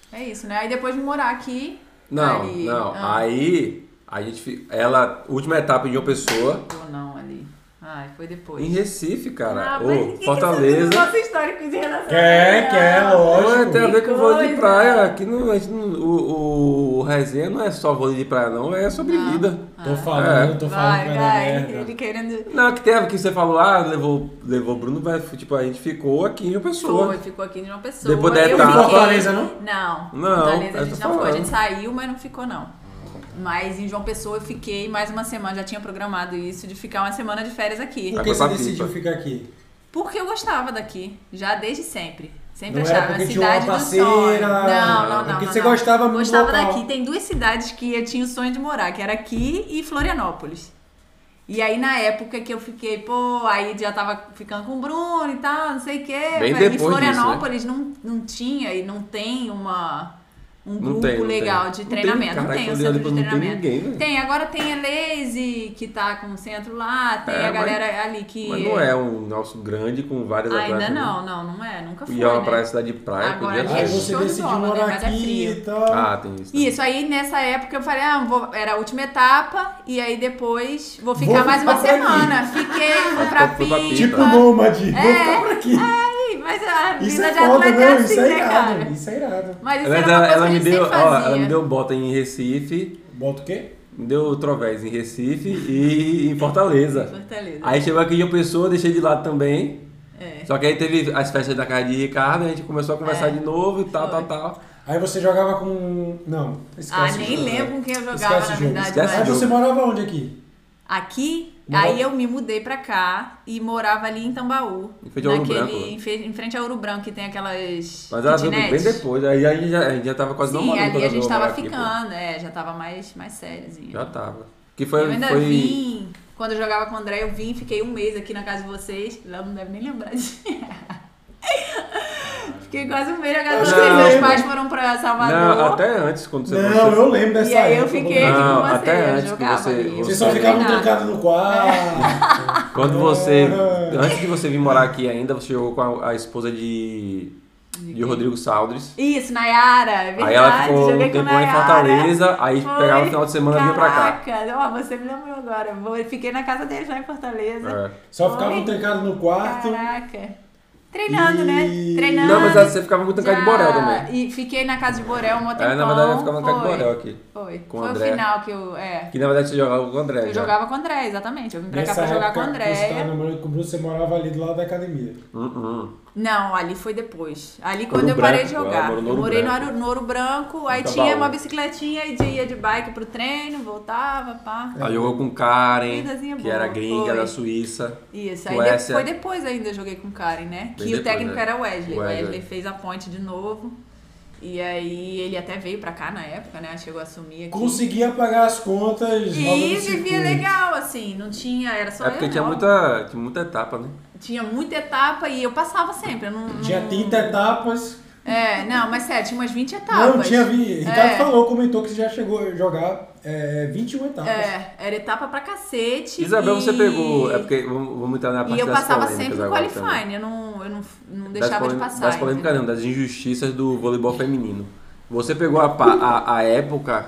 [SPEAKER 4] É isso, né? Aí depois de morar aqui.
[SPEAKER 2] Não,
[SPEAKER 4] ali-
[SPEAKER 2] não.
[SPEAKER 4] Ah,
[SPEAKER 2] Aí a gente. fi- Ela, última etapa de uma pessoa.
[SPEAKER 4] Ou não, ali. Ai, foi depois.
[SPEAKER 2] Em Recife, cara.
[SPEAKER 4] Ah,
[SPEAKER 2] Ô,
[SPEAKER 4] mas o que que
[SPEAKER 2] Fortaleza.
[SPEAKER 4] isso tem do nosso histórico de relação.
[SPEAKER 3] Quer, quer,
[SPEAKER 2] Ué, tem a
[SPEAKER 3] lógico.
[SPEAKER 2] ver com vôlei de
[SPEAKER 4] coisa.
[SPEAKER 2] praia. Aqui não, a gente não- o, o, o resenha não é só vôlei de praia, não. É sobre vida.
[SPEAKER 3] Tô falando, tô falando
[SPEAKER 4] Ah. Vai,
[SPEAKER 3] pra
[SPEAKER 4] vai.
[SPEAKER 3] merda.
[SPEAKER 4] Ele querendo.
[SPEAKER 2] Não, que teve que você falou, ah, levou, levou o Bruno, mas tipo, a gente ficou aqui em uma pessoa.
[SPEAKER 4] Foi, ficou aqui de uma pessoa.
[SPEAKER 2] Depois da
[SPEAKER 4] eu
[SPEAKER 3] Tá.
[SPEAKER 2] etapa.
[SPEAKER 4] fiquei-
[SPEAKER 3] Fortaleza, não?
[SPEAKER 4] Não.
[SPEAKER 2] Não,
[SPEAKER 4] Fortaleza a
[SPEAKER 2] eu
[SPEAKER 4] gente
[SPEAKER 2] tô
[SPEAKER 4] não foi. A
[SPEAKER 2] falando.
[SPEAKER 4] gente saiu, mas não ficou, não. Mas em João Pessoa eu fiquei mais uma semana, já tinha programado isso, de ficar uma semana de férias aqui.
[SPEAKER 3] Por
[SPEAKER 2] Vai
[SPEAKER 3] que
[SPEAKER 2] pra
[SPEAKER 3] você
[SPEAKER 2] pipa.
[SPEAKER 3] decidiu ficar aqui?
[SPEAKER 4] Porque eu gostava daqui, já desde sempre. Sempre
[SPEAKER 3] Não era
[SPEAKER 4] achava
[SPEAKER 3] porque
[SPEAKER 4] a
[SPEAKER 3] tinha uma
[SPEAKER 4] cidade do
[SPEAKER 3] parceira,
[SPEAKER 4] sonho. Não, não, não.
[SPEAKER 3] porque
[SPEAKER 4] não,
[SPEAKER 3] você
[SPEAKER 4] não.
[SPEAKER 3] gostava muito do
[SPEAKER 4] Gostava
[SPEAKER 3] local.
[SPEAKER 4] daqui. Tem duas cidades que eu tinha o sonho de morar, que era aqui e Florianópolis. E aí, na época que eu fiquei, pô, aí já tava ficando com o Bruno e tal, não sei o quê.
[SPEAKER 2] Bem
[SPEAKER 4] mas em
[SPEAKER 2] depois disso, né?
[SPEAKER 4] Florianópolis não, não tinha e não tem uma, um
[SPEAKER 2] Não
[SPEAKER 4] grupo
[SPEAKER 2] tem, não tem.
[SPEAKER 4] legal de
[SPEAKER 2] Não tem,
[SPEAKER 4] treinamento. Não
[SPEAKER 2] caralho,
[SPEAKER 4] tem, o
[SPEAKER 2] Florianópolis
[SPEAKER 4] centro de
[SPEAKER 2] não tem
[SPEAKER 4] treinamento.
[SPEAKER 2] ninguém, né? velho.
[SPEAKER 4] Tem, agora tem a Lazy, que tá com o centro lá, tem
[SPEAKER 2] É, mas-
[SPEAKER 4] a galera ali que.
[SPEAKER 2] Mas não é um nosso grande com várias
[SPEAKER 4] Ainda
[SPEAKER 2] atletas, né?
[SPEAKER 4] não, não, não é. Nunca foi.
[SPEAKER 2] E é uma
[SPEAKER 4] né?
[SPEAKER 2] praia, cidade de praia.
[SPEAKER 4] Agora
[SPEAKER 2] podia
[SPEAKER 4] a
[SPEAKER 3] Aí
[SPEAKER 4] gente-
[SPEAKER 2] ter.
[SPEAKER 3] você
[SPEAKER 4] show de
[SPEAKER 3] decidiu
[SPEAKER 4] bola, né?
[SPEAKER 3] morar
[SPEAKER 4] Mas é
[SPEAKER 3] aqui
[SPEAKER 4] frio.
[SPEAKER 3] e tal.
[SPEAKER 2] Ah, tem isso. também.
[SPEAKER 4] Isso, aí nessa época eu falei, ah, vou- era a última etapa, e aí depois vou ficar
[SPEAKER 3] Vou
[SPEAKER 4] mais
[SPEAKER 3] ficar
[SPEAKER 4] uma
[SPEAKER 3] pra mim.
[SPEAKER 4] semana. Fiquei, fui pra
[SPEAKER 2] Fui pra
[SPEAKER 4] pipa.
[SPEAKER 2] Pipa.
[SPEAKER 3] Tipo nômade, vou
[SPEAKER 4] É,
[SPEAKER 3] ficar por aqui.
[SPEAKER 4] Ih, Mas a vida
[SPEAKER 3] Isso é
[SPEAKER 4] de
[SPEAKER 3] foda,
[SPEAKER 4] atleta é
[SPEAKER 3] não,
[SPEAKER 4] assim,
[SPEAKER 3] isso é
[SPEAKER 4] né, cara?
[SPEAKER 3] irado, isso é irado.
[SPEAKER 4] Mas isso
[SPEAKER 2] Mas
[SPEAKER 4] era uma
[SPEAKER 2] ela,
[SPEAKER 4] coisa
[SPEAKER 2] ela
[SPEAKER 4] que
[SPEAKER 2] me
[SPEAKER 4] a gente
[SPEAKER 2] deu,
[SPEAKER 4] sempre
[SPEAKER 2] ó,
[SPEAKER 4] fazia.
[SPEAKER 2] ela me deu um bota em Recife,
[SPEAKER 3] Bota o quê?
[SPEAKER 2] me deu trovés em Recife e <laughs> em Fortaleza.
[SPEAKER 4] Fortaleza.
[SPEAKER 2] Aí chegou aqui de uma pessoa, deixei de lado também.
[SPEAKER 4] É.
[SPEAKER 2] Só que aí teve as festas da casa de Ricardo, a gente começou a conversar
[SPEAKER 4] É.
[SPEAKER 2] de novo e tal, tal,
[SPEAKER 4] Foi.
[SPEAKER 2] tal.
[SPEAKER 3] Aí você jogava com... Não,
[SPEAKER 4] Ah,
[SPEAKER 3] esquece. o
[SPEAKER 4] nem
[SPEAKER 3] jogo.
[SPEAKER 2] né?
[SPEAKER 4] lembro com quem eu jogava,
[SPEAKER 3] Esquece
[SPEAKER 4] na
[SPEAKER 3] o jogo,
[SPEAKER 4] verdade.
[SPEAKER 2] esquece
[SPEAKER 3] Aí
[SPEAKER 4] mas-
[SPEAKER 2] o jogo.
[SPEAKER 3] você morava onde aqui?
[SPEAKER 4] Aqui,
[SPEAKER 3] Não.
[SPEAKER 4] aí eu me mudei pra cá e morava ali em Tambaú.
[SPEAKER 2] Em frente ao Ouro
[SPEAKER 4] naquele-
[SPEAKER 2] Branco. né?
[SPEAKER 4] em fe- Em frente a Ouro Branco, que tem aquelas
[SPEAKER 2] Mas ela veio bem
[SPEAKER 4] kitnets.
[SPEAKER 2] depois, aí a gente já, a gente já tava quase não
[SPEAKER 4] Sim,
[SPEAKER 2] morando quando
[SPEAKER 4] ali a
[SPEAKER 2] ela
[SPEAKER 4] gente
[SPEAKER 2] veio
[SPEAKER 4] tava
[SPEAKER 2] morar aqui, pô.
[SPEAKER 4] ficando, é, já tava mais, mais sériozinho.
[SPEAKER 2] tipo, Já tava. Que
[SPEAKER 4] eu
[SPEAKER 2] foi.
[SPEAKER 4] ainda
[SPEAKER 2] foi...
[SPEAKER 4] vim, quando eu jogava com o André, eu vim, fiquei um mês aqui na casa de vocês. Ela não deve nem lembrar
[SPEAKER 2] <laughs>
[SPEAKER 4] disso. fiquei quase um mês na casa de
[SPEAKER 2] Não.
[SPEAKER 4] vocês. Meus pais foram pra Salvador.
[SPEAKER 2] Não, até antes, quando você
[SPEAKER 3] Não, eu lembro dessa
[SPEAKER 4] E aí eu
[SPEAKER 3] época.
[SPEAKER 4] fiquei aqui
[SPEAKER 2] Não,
[SPEAKER 4] com vocês.
[SPEAKER 2] até
[SPEAKER 4] eu
[SPEAKER 2] antes que
[SPEAKER 4] jogava
[SPEAKER 2] você-
[SPEAKER 4] ali.
[SPEAKER 2] você
[SPEAKER 3] Vocês só
[SPEAKER 4] Não É.
[SPEAKER 3] ficavam
[SPEAKER 4] treinava.
[SPEAKER 3] trancados no quarto.
[SPEAKER 2] Quando você.
[SPEAKER 3] É.
[SPEAKER 2] Antes de você vir morar aqui ainda, você jogou com a, a esposa de. de Rodrigo Saldes.
[SPEAKER 4] Isso, Nayara, é verdade.
[SPEAKER 2] aí ela ficou um
[SPEAKER 4] joguei com
[SPEAKER 2] tempo lá em
[SPEAKER 4] Nayara.
[SPEAKER 2] Fortaleza, aí pegava o final de semana e vinha pra cá.
[SPEAKER 4] Caraca, ó, você me lembrou agora. Eu vou- Fiquei na casa deles lá em Fortaleza.
[SPEAKER 2] É.
[SPEAKER 3] Só ficavam trancados no quarto.
[SPEAKER 4] Caraca. Treinando,
[SPEAKER 3] E-
[SPEAKER 4] né? Treinando.
[SPEAKER 2] Não, mas você ficava muito na casa de
[SPEAKER 4] Já-
[SPEAKER 2] Borel também.
[SPEAKER 4] E fiquei na casa de Borel um tempão.
[SPEAKER 2] É, na verdade, eu ficava na casa de
[SPEAKER 4] Foi.
[SPEAKER 2] Borel aqui.
[SPEAKER 4] Foi.
[SPEAKER 2] com o
[SPEAKER 4] Foi
[SPEAKER 2] André.
[SPEAKER 4] o final que eu. É.
[SPEAKER 2] Que na verdade você jogava com o André.
[SPEAKER 4] Eu
[SPEAKER 2] já.
[SPEAKER 4] jogava com o André, exatamente. Eu vim pra cá pra jogar com o André.
[SPEAKER 3] você tava namorando com o Bruno, você morava ali do lado da academia.
[SPEAKER 2] Hum, hum.
[SPEAKER 4] Não, ali foi depois. Ali
[SPEAKER 2] Ouro
[SPEAKER 4] quando eu parei de
[SPEAKER 2] Branco,
[SPEAKER 4] jogar.
[SPEAKER 2] ela morou no
[SPEAKER 4] eu
[SPEAKER 2] Ouro
[SPEAKER 4] morei no
[SPEAKER 2] Branco.
[SPEAKER 4] Ouro- no Ouro Branco, aí
[SPEAKER 2] Tabaú.
[SPEAKER 4] tinha uma bicicletinha e ia de bike pro treino, voltava, pá.
[SPEAKER 2] É. Aí jogou com Karen,
[SPEAKER 4] Vidazinha
[SPEAKER 2] que
[SPEAKER 4] boa,
[SPEAKER 2] era gringa
[SPEAKER 4] foi.
[SPEAKER 2] da Suíça.
[SPEAKER 4] Isso,
[SPEAKER 2] Com
[SPEAKER 4] aí de-
[SPEAKER 2] essa-
[SPEAKER 4] foi depois ainda eu joguei com o Karen, né?
[SPEAKER 2] Bem
[SPEAKER 4] que
[SPEAKER 2] depois,
[SPEAKER 4] o técnico
[SPEAKER 2] né?
[SPEAKER 4] era o Wesley. O
[SPEAKER 2] Wesley.
[SPEAKER 4] Wesley. fez a ponte de novo. E aí ele até veio pra cá na época, né? Chegou a assumir aqui.
[SPEAKER 3] Conseguia pagar as contas. roda
[SPEAKER 4] E
[SPEAKER 3] do
[SPEAKER 4] isso
[SPEAKER 3] circuito.
[SPEAKER 4] vivia legal, assim, não tinha, era só
[SPEAKER 2] É porque
[SPEAKER 4] eu
[SPEAKER 2] tinha
[SPEAKER 4] não.
[SPEAKER 2] muita, tinha muita etapa, né?
[SPEAKER 4] Tinha muita etapa e eu passava sempre. Eu não, não-
[SPEAKER 3] Tinha 30 etapas.
[SPEAKER 4] É, não, mas sério, tinha umas 20 etapas.
[SPEAKER 3] Não, tinha vi. Ricardo
[SPEAKER 4] É.
[SPEAKER 3] falou, comentou que você já chegou a jogar é, 21 etapas.
[SPEAKER 4] É, era etapa pra cacete.
[SPEAKER 2] Isabel,
[SPEAKER 4] e-
[SPEAKER 2] você pegou. É porque vamos, vamos entrar na parte
[SPEAKER 4] E eu
[SPEAKER 2] das
[SPEAKER 4] passava
[SPEAKER 2] polêmicas
[SPEAKER 4] sempre no
[SPEAKER 2] agora também.
[SPEAKER 4] qualifying, eu não, eu não, não deixava
[SPEAKER 2] das
[SPEAKER 4] de
[SPEAKER 2] polêmi-
[SPEAKER 4] passar.
[SPEAKER 2] Das polêmicas
[SPEAKER 4] entendeu?
[SPEAKER 2] não, das injustiças do voleibol feminino. Você pegou a, pa- a, a época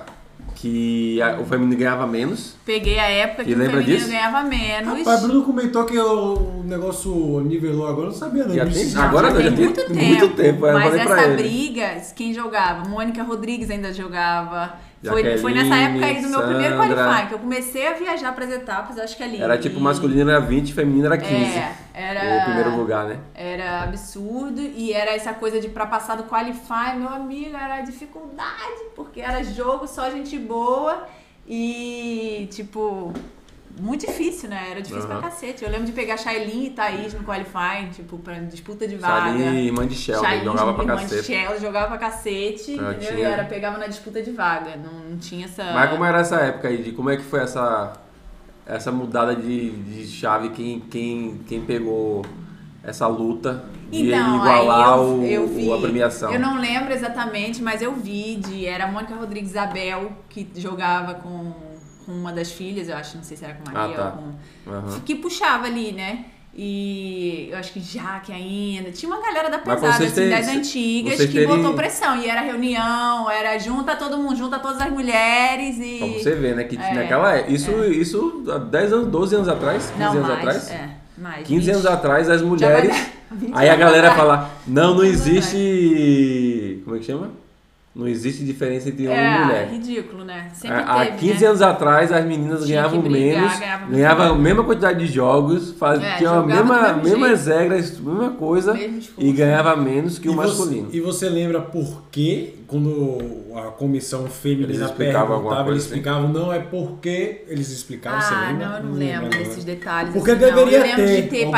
[SPEAKER 2] que a- o feminino ganhava menos.
[SPEAKER 4] Peguei a época que
[SPEAKER 2] E
[SPEAKER 4] o
[SPEAKER 2] lembra
[SPEAKER 4] feminino
[SPEAKER 2] disso?
[SPEAKER 4] ganhava menos.
[SPEAKER 3] Rapaz, Bruno comentou que o negócio nivelou agora, eu não sabia né? não.
[SPEAKER 2] Já tem-
[SPEAKER 3] Isso-
[SPEAKER 4] Não,
[SPEAKER 2] agora
[SPEAKER 4] já
[SPEAKER 2] não,
[SPEAKER 4] tem
[SPEAKER 2] já tem
[SPEAKER 4] muito tempo.
[SPEAKER 2] muito tempo, eu
[SPEAKER 4] mas
[SPEAKER 2] falei
[SPEAKER 4] essa
[SPEAKER 2] pra ele.
[SPEAKER 4] briga, quem jogava? Mônica Rodrigues ainda jogava. Foi,
[SPEAKER 2] Jaqueline,
[SPEAKER 4] foi nessa época aí do meu primeiro
[SPEAKER 2] Sandra.
[SPEAKER 4] qualifying, que eu comecei a viajar pras etapas, acho que ali.
[SPEAKER 2] Era tipo, masculino era 20, feminino era 15.
[SPEAKER 4] É, era.
[SPEAKER 2] O primeiro lugar, né?
[SPEAKER 4] Era absurdo e era essa coisa de pra passar do qualify, meu amigo, era dificuldade, porque era jogo só gente boa e tipo muito difícil, né? Era difícil
[SPEAKER 2] Aham.
[SPEAKER 4] pra cacete. Eu lembro de pegar Shailin e Thaís no qualify, tipo, pra disputa de vaga.
[SPEAKER 2] Shailene, irmã de Shell, né?
[SPEAKER 4] Shailin,
[SPEAKER 2] jogava pra
[SPEAKER 4] irmã de
[SPEAKER 2] cacete.
[SPEAKER 4] Shell, jogava pra cacete,
[SPEAKER 2] Ela
[SPEAKER 4] entendeu? E
[SPEAKER 2] tinha-
[SPEAKER 4] era, pegava na disputa de vaga. Não, não tinha essa.
[SPEAKER 2] Mas como era essa época aí? De como é que foi essa, essa mudada de, de chave? Quem, quem, quem pegou essa luta de
[SPEAKER 4] Então,
[SPEAKER 2] igualar
[SPEAKER 4] aí eu,
[SPEAKER 2] o,
[SPEAKER 4] eu
[SPEAKER 2] o-
[SPEAKER 4] vi.
[SPEAKER 2] a premiação?
[SPEAKER 4] Eu não lembro exatamente, mas eu vi de. Era a Mônica Rodrigues Isabel, que jogava com, com uma das filhas, eu acho, não sei se era com Maria
[SPEAKER 2] Ah, tá.
[SPEAKER 4] ou com.
[SPEAKER 2] Aham.
[SPEAKER 4] Que puxava ali, né? E eu acho que Jaque ainda. Tinha uma galera da
[SPEAKER 2] pra
[SPEAKER 4] pesada,
[SPEAKER 2] vocês
[SPEAKER 4] assim,
[SPEAKER 2] terem-
[SPEAKER 4] das antigas, que
[SPEAKER 2] vocês terem-
[SPEAKER 4] botou pressão. E era reunião, era junta todo mundo, junta todas as mulheres e.
[SPEAKER 2] Pra você ver, né? Que
[SPEAKER 4] É,
[SPEAKER 2] naquela época. Isso, isso há 10 anos, 12 anos atrás, 15
[SPEAKER 4] não,
[SPEAKER 2] anos
[SPEAKER 4] mais,
[SPEAKER 2] atrás.
[SPEAKER 4] É, mais.
[SPEAKER 2] 15 anos
[SPEAKER 4] 20.
[SPEAKER 2] atrás, as
[SPEAKER 4] Já vai
[SPEAKER 2] mulheres.
[SPEAKER 4] dar <laughs> 20
[SPEAKER 2] Aí a
[SPEAKER 4] anos
[SPEAKER 2] galera
[SPEAKER 4] atrás.
[SPEAKER 2] fala: não, não
[SPEAKER 4] 20 anos
[SPEAKER 2] existe. Como é que chama? Não existe diferença entre homem e
[SPEAKER 4] É,
[SPEAKER 2] mulher.
[SPEAKER 4] ridículo, né? Sempre
[SPEAKER 2] É, Há
[SPEAKER 4] teve,
[SPEAKER 2] 15
[SPEAKER 4] né?
[SPEAKER 2] anos atrás, as meninas
[SPEAKER 4] Tinha que
[SPEAKER 2] ganhavam
[SPEAKER 4] brigar,
[SPEAKER 2] menos,
[SPEAKER 4] ganhava muito
[SPEAKER 2] ganhavam a
[SPEAKER 4] menos.
[SPEAKER 2] mesma quantidade de jogos, faz,
[SPEAKER 4] É,
[SPEAKER 2] tinham a
[SPEAKER 4] jogava do
[SPEAKER 2] mesma,
[SPEAKER 4] mesmo jeito.
[SPEAKER 2] mesmas regras, mesma coisa,
[SPEAKER 4] Mesmo
[SPEAKER 2] e
[SPEAKER 4] esforço.
[SPEAKER 2] ganhava menos que o
[SPEAKER 3] e você-
[SPEAKER 2] masculino.
[SPEAKER 3] e você lembra por quê? Quando a comissão
[SPEAKER 2] Eles
[SPEAKER 3] feminina
[SPEAKER 2] explicavam alguma
[SPEAKER 3] perguntava,
[SPEAKER 2] coisa
[SPEAKER 3] eles
[SPEAKER 2] assim?
[SPEAKER 3] explicavam, não, é porque eles explicavam, Então, você
[SPEAKER 4] Ah,
[SPEAKER 3] lembra? né?
[SPEAKER 4] não, eu não lembro desses detalhes.
[SPEAKER 3] Porque
[SPEAKER 4] assim, não.
[SPEAKER 3] deveria
[SPEAKER 4] Eu lembro de
[SPEAKER 3] ter algum tipo
[SPEAKER 4] ter
[SPEAKER 3] de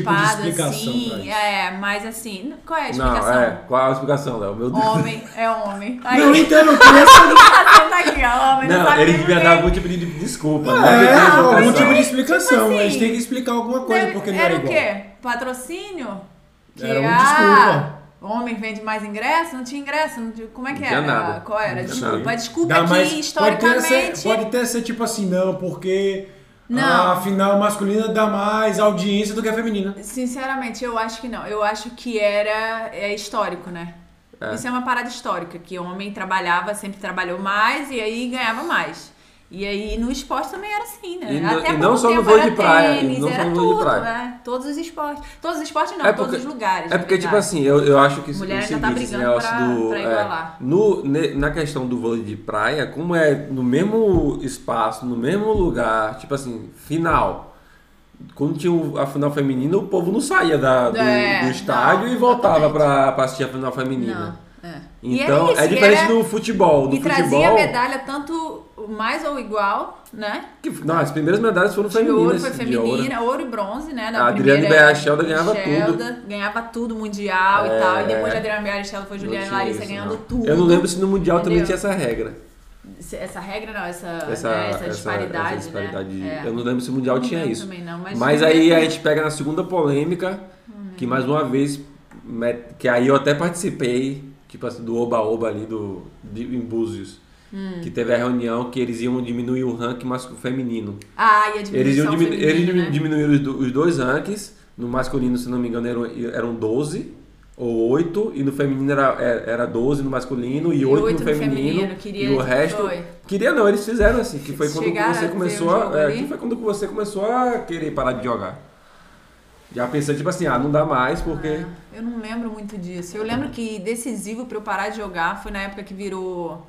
[SPEAKER 4] participado,
[SPEAKER 3] explicação pra
[SPEAKER 4] assim.
[SPEAKER 3] isso.
[SPEAKER 4] É, mas assim, qual é a
[SPEAKER 2] Não,
[SPEAKER 4] explicação?
[SPEAKER 2] é, qual a explicação, Léo? Meu Deus.
[SPEAKER 4] Homem é
[SPEAKER 3] <laughs>
[SPEAKER 4] homem. Aí, <laughs>
[SPEAKER 3] Não, então, não tem essa
[SPEAKER 4] tá aqui, ó, homem não,
[SPEAKER 2] Não,
[SPEAKER 4] sabe
[SPEAKER 2] ele
[SPEAKER 4] nem
[SPEAKER 2] devia
[SPEAKER 4] ler.
[SPEAKER 2] dar algum tipo de desculpa. não devia
[SPEAKER 3] É,
[SPEAKER 2] ter
[SPEAKER 3] algum
[SPEAKER 2] explicação.
[SPEAKER 3] tipo de explicação.
[SPEAKER 4] assim,
[SPEAKER 3] Eles têm que explicar alguma coisa,
[SPEAKER 4] Deve-
[SPEAKER 3] porque não era
[SPEAKER 4] Era o
[SPEAKER 3] igual.
[SPEAKER 4] quê? Patrocínio? Que,
[SPEAKER 3] Era uma
[SPEAKER 4] ah, homem vende mais ingresso? Não tinha ingresso? Não tinha- como é que
[SPEAKER 2] Não tinha
[SPEAKER 4] era?
[SPEAKER 2] nada.
[SPEAKER 4] Qual era?
[SPEAKER 2] Não tinha
[SPEAKER 4] Desculpa.
[SPEAKER 2] nada.
[SPEAKER 4] A desculpa
[SPEAKER 3] Dá,
[SPEAKER 4] é
[SPEAKER 3] mas
[SPEAKER 4] que
[SPEAKER 3] pode ter,
[SPEAKER 4] historicamente.
[SPEAKER 3] essa, pode ter essa tipo assim, não, porque
[SPEAKER 4] Não.
[SPEAKER 3] a final masculina dá mais audiência do que a feminina.
[SPEAKER 4] Sinceramente, eu acho que não. Eu acho que era é histórico, né? Isso é uma parada histórica, que homem trabalhava, sempre trabalhou mais e aí ganhava mais. E aí no esporte também era assim, né?
[SPEAKER 2] E no-
[SPEAKER 4] Até
[SPEAKER 2] e não
[SPEAKER 4] pouco
[SPEAKER 2] só no
[SPEAKER 4] tempo
[SPEAKER 2] vôlei
[SPEAKER 4] era
[SPEAKER 2] de praia, e
[SPEAKER 4] Tênis,
[SPEAKER 2] não só
[SPEAKER 4] era
[SPEAKER 2] no vôlei de
[SPEAKER 4] tudo,
[SPEAKER 2] praia.
[SPEAKER 4] né? Todos os esportes. Todos os esportes não,
[SPEAKER 2] É
[SPEAKER 4] todos
[SPEAKER 2] porque-
[SPEAKER 4] os lugares.
[SPEAKER 2] É
[SPEAKER 4] na
[SPEAKER 2] porque, tipo
[SPEAKER 4] verdade.
[SPEAKER 2] assim, eu, eu acho que isso-
[SPEAKER 4] Mulher
[SPEAKER 2] o
[SPEAKER 4] ainda
[SPEAKER 2] seguinte,
[SPEAKER 4] tá
[SPEAKER 2] esse
[SPEAKER 4] brigando
[SPEAKER 2] negócio
[SPEAKER 4] pra-
[SPEAKER 2] do.
[SPEAKER 4] pra
[SPEAKER 2] é,
[SPEAKER 4] igualar.
[SPEAKER 2] no, ne- na questão do vôlei de praia, como é no mesmo espaço, no mesmo lugar, tipo assim, final. Quando tinha o- a final feminina, o povo não saía da- do,
[SPEAKER 4] É,
[SPEAKER 2] do estádio
[SPEAKER 4] não,
[SPEAKER 2] e voltava
[SPEAKER 4] exatamente.
[SPEAKER 2] pra, pra assistir a final feminina.
[SPEAKER 4] Não. É. E
[SPEAKER 2] assim,
[SPEAKER 4] era
[SPEAKER 2] Então,
[SPEAKER 4] isso,
[SPEAKER 2] é
[SPEAKER 4] e
[SPEAKER 2] diferente
[SPEAKER 4] era-
[SPEAKER 2] do futebol. No
[SPEAKER 4] E
[SPEAKER 2] futebol.
[SPEAKER 4] trazia medalha tanto mais ou igual, né?
[SPEAKER 2] que- não, as primeiras medalhas foram
[SPEAKER 4] De
[SPEAKER 2] femininas.
[SPEAKER 4] ouro foi
[SPEAKER 2] assim, de ouro.
[SPEAKER 4] feminina, ouro e bronze, né?
[SPEAKER 2] A
[SPEAKER 4] Na
[SPEAKER 2] Adriane
[SPEAKER 4] primeira era
[SPEAKER 2] Beachelda ganhava
[SPEAKER 4] Beachelda, ganhava tudo,
[SPEAKER 2] É.
[SPEAKER 4] mundial e tal. E depois de Adriane Beachelda foi
[SPEAKER 2] Não
[SPEAKER 4] Juliana
[SPEAKER 2] tinha
[SPEAKER 4] Larissa
[SPEAKER 2] isso,
[SPEAKER 4] ganhando
[SPEAKER 2] não.
[SPEAKER 4] tudo.
[SPEAKER 2] Eu não lembro se no Mundial também
[SPEAKER 4] Entendeu?
[SPEAKER 2] tinha essa regra.
[SPEAKER 4] Se- Essa regra não, essa,
[SPEAKER 2] essa,
[SPEAKER 4] né, essa
[SPEAKER 2] essa-
[SPEAKER 4] disparidade,
[SPEAKER 2] essa disparidade.
[SPEAKER 4] né? É.
[SPEAKER 2] Eu não lembro se o Mundial
[SPEAKER 4] Não
[SPEAKER 2] tinha
[SPEAKER 4] lembro
[SPEAKER 2] isso.
[SPEAKER 4] também não,
[SPEAKER 2] mas
[SPEAKER 4] mas- Uhum.
[SPEAKER 2] aí a gente pega na segunda polêmica, que mais uma vez, me- que aí eu até participei, tipo assim, do Oba-Oba ali do, de, em Búzios.
[SPEAKER 4] Hum.
[SPEAKER 2] Que teve a reunião que eles iam diminuir o ranking masculino feminino.
[SPEAKER 4] Ah, e a diminuição
[SPEAKER 2] Eles iam diminu
[SPEAKER 4] feminina,
[SPEAKER 2] eles
[SPEAKER 4] né?
[SPEAKER 2] diminuíram os, do- os dois rankings. No masculino, se não me engano, eram, eram 12 ou 8. E no feminino era, era era 12 no masculino e
[SPEAKER 4] E
[SPEAKER 2] 8 no
[SPEAKER 4] oito no
[SPEAKER 2] feminino.
[SPEAKER 4] feminino, queria-
[SPEAKER 2] e o resto.
[SPEAKER 4] foi.
[SPEAKER 2] Queria não, eles fizeram assim. Que foi quando
[SPEAKER 4] Chegaram
[SPEAKER 2] você
[SPEAKER 4] a ter um
[SPEAKER 2] começou a.
[SPEAKER 4] jogo
[SPEAKER 2] é,
[SPEAKER 4] ali?
[SPEAKER 2] que foi quando você começou a querer parar de jogar. Já pensando, tipo assim, ah, não dá mais porque.
[SPEAKER 4] Eu não lembro muito disso. Eu lembro que decisivo pra eu parar de jogar foi na época que virou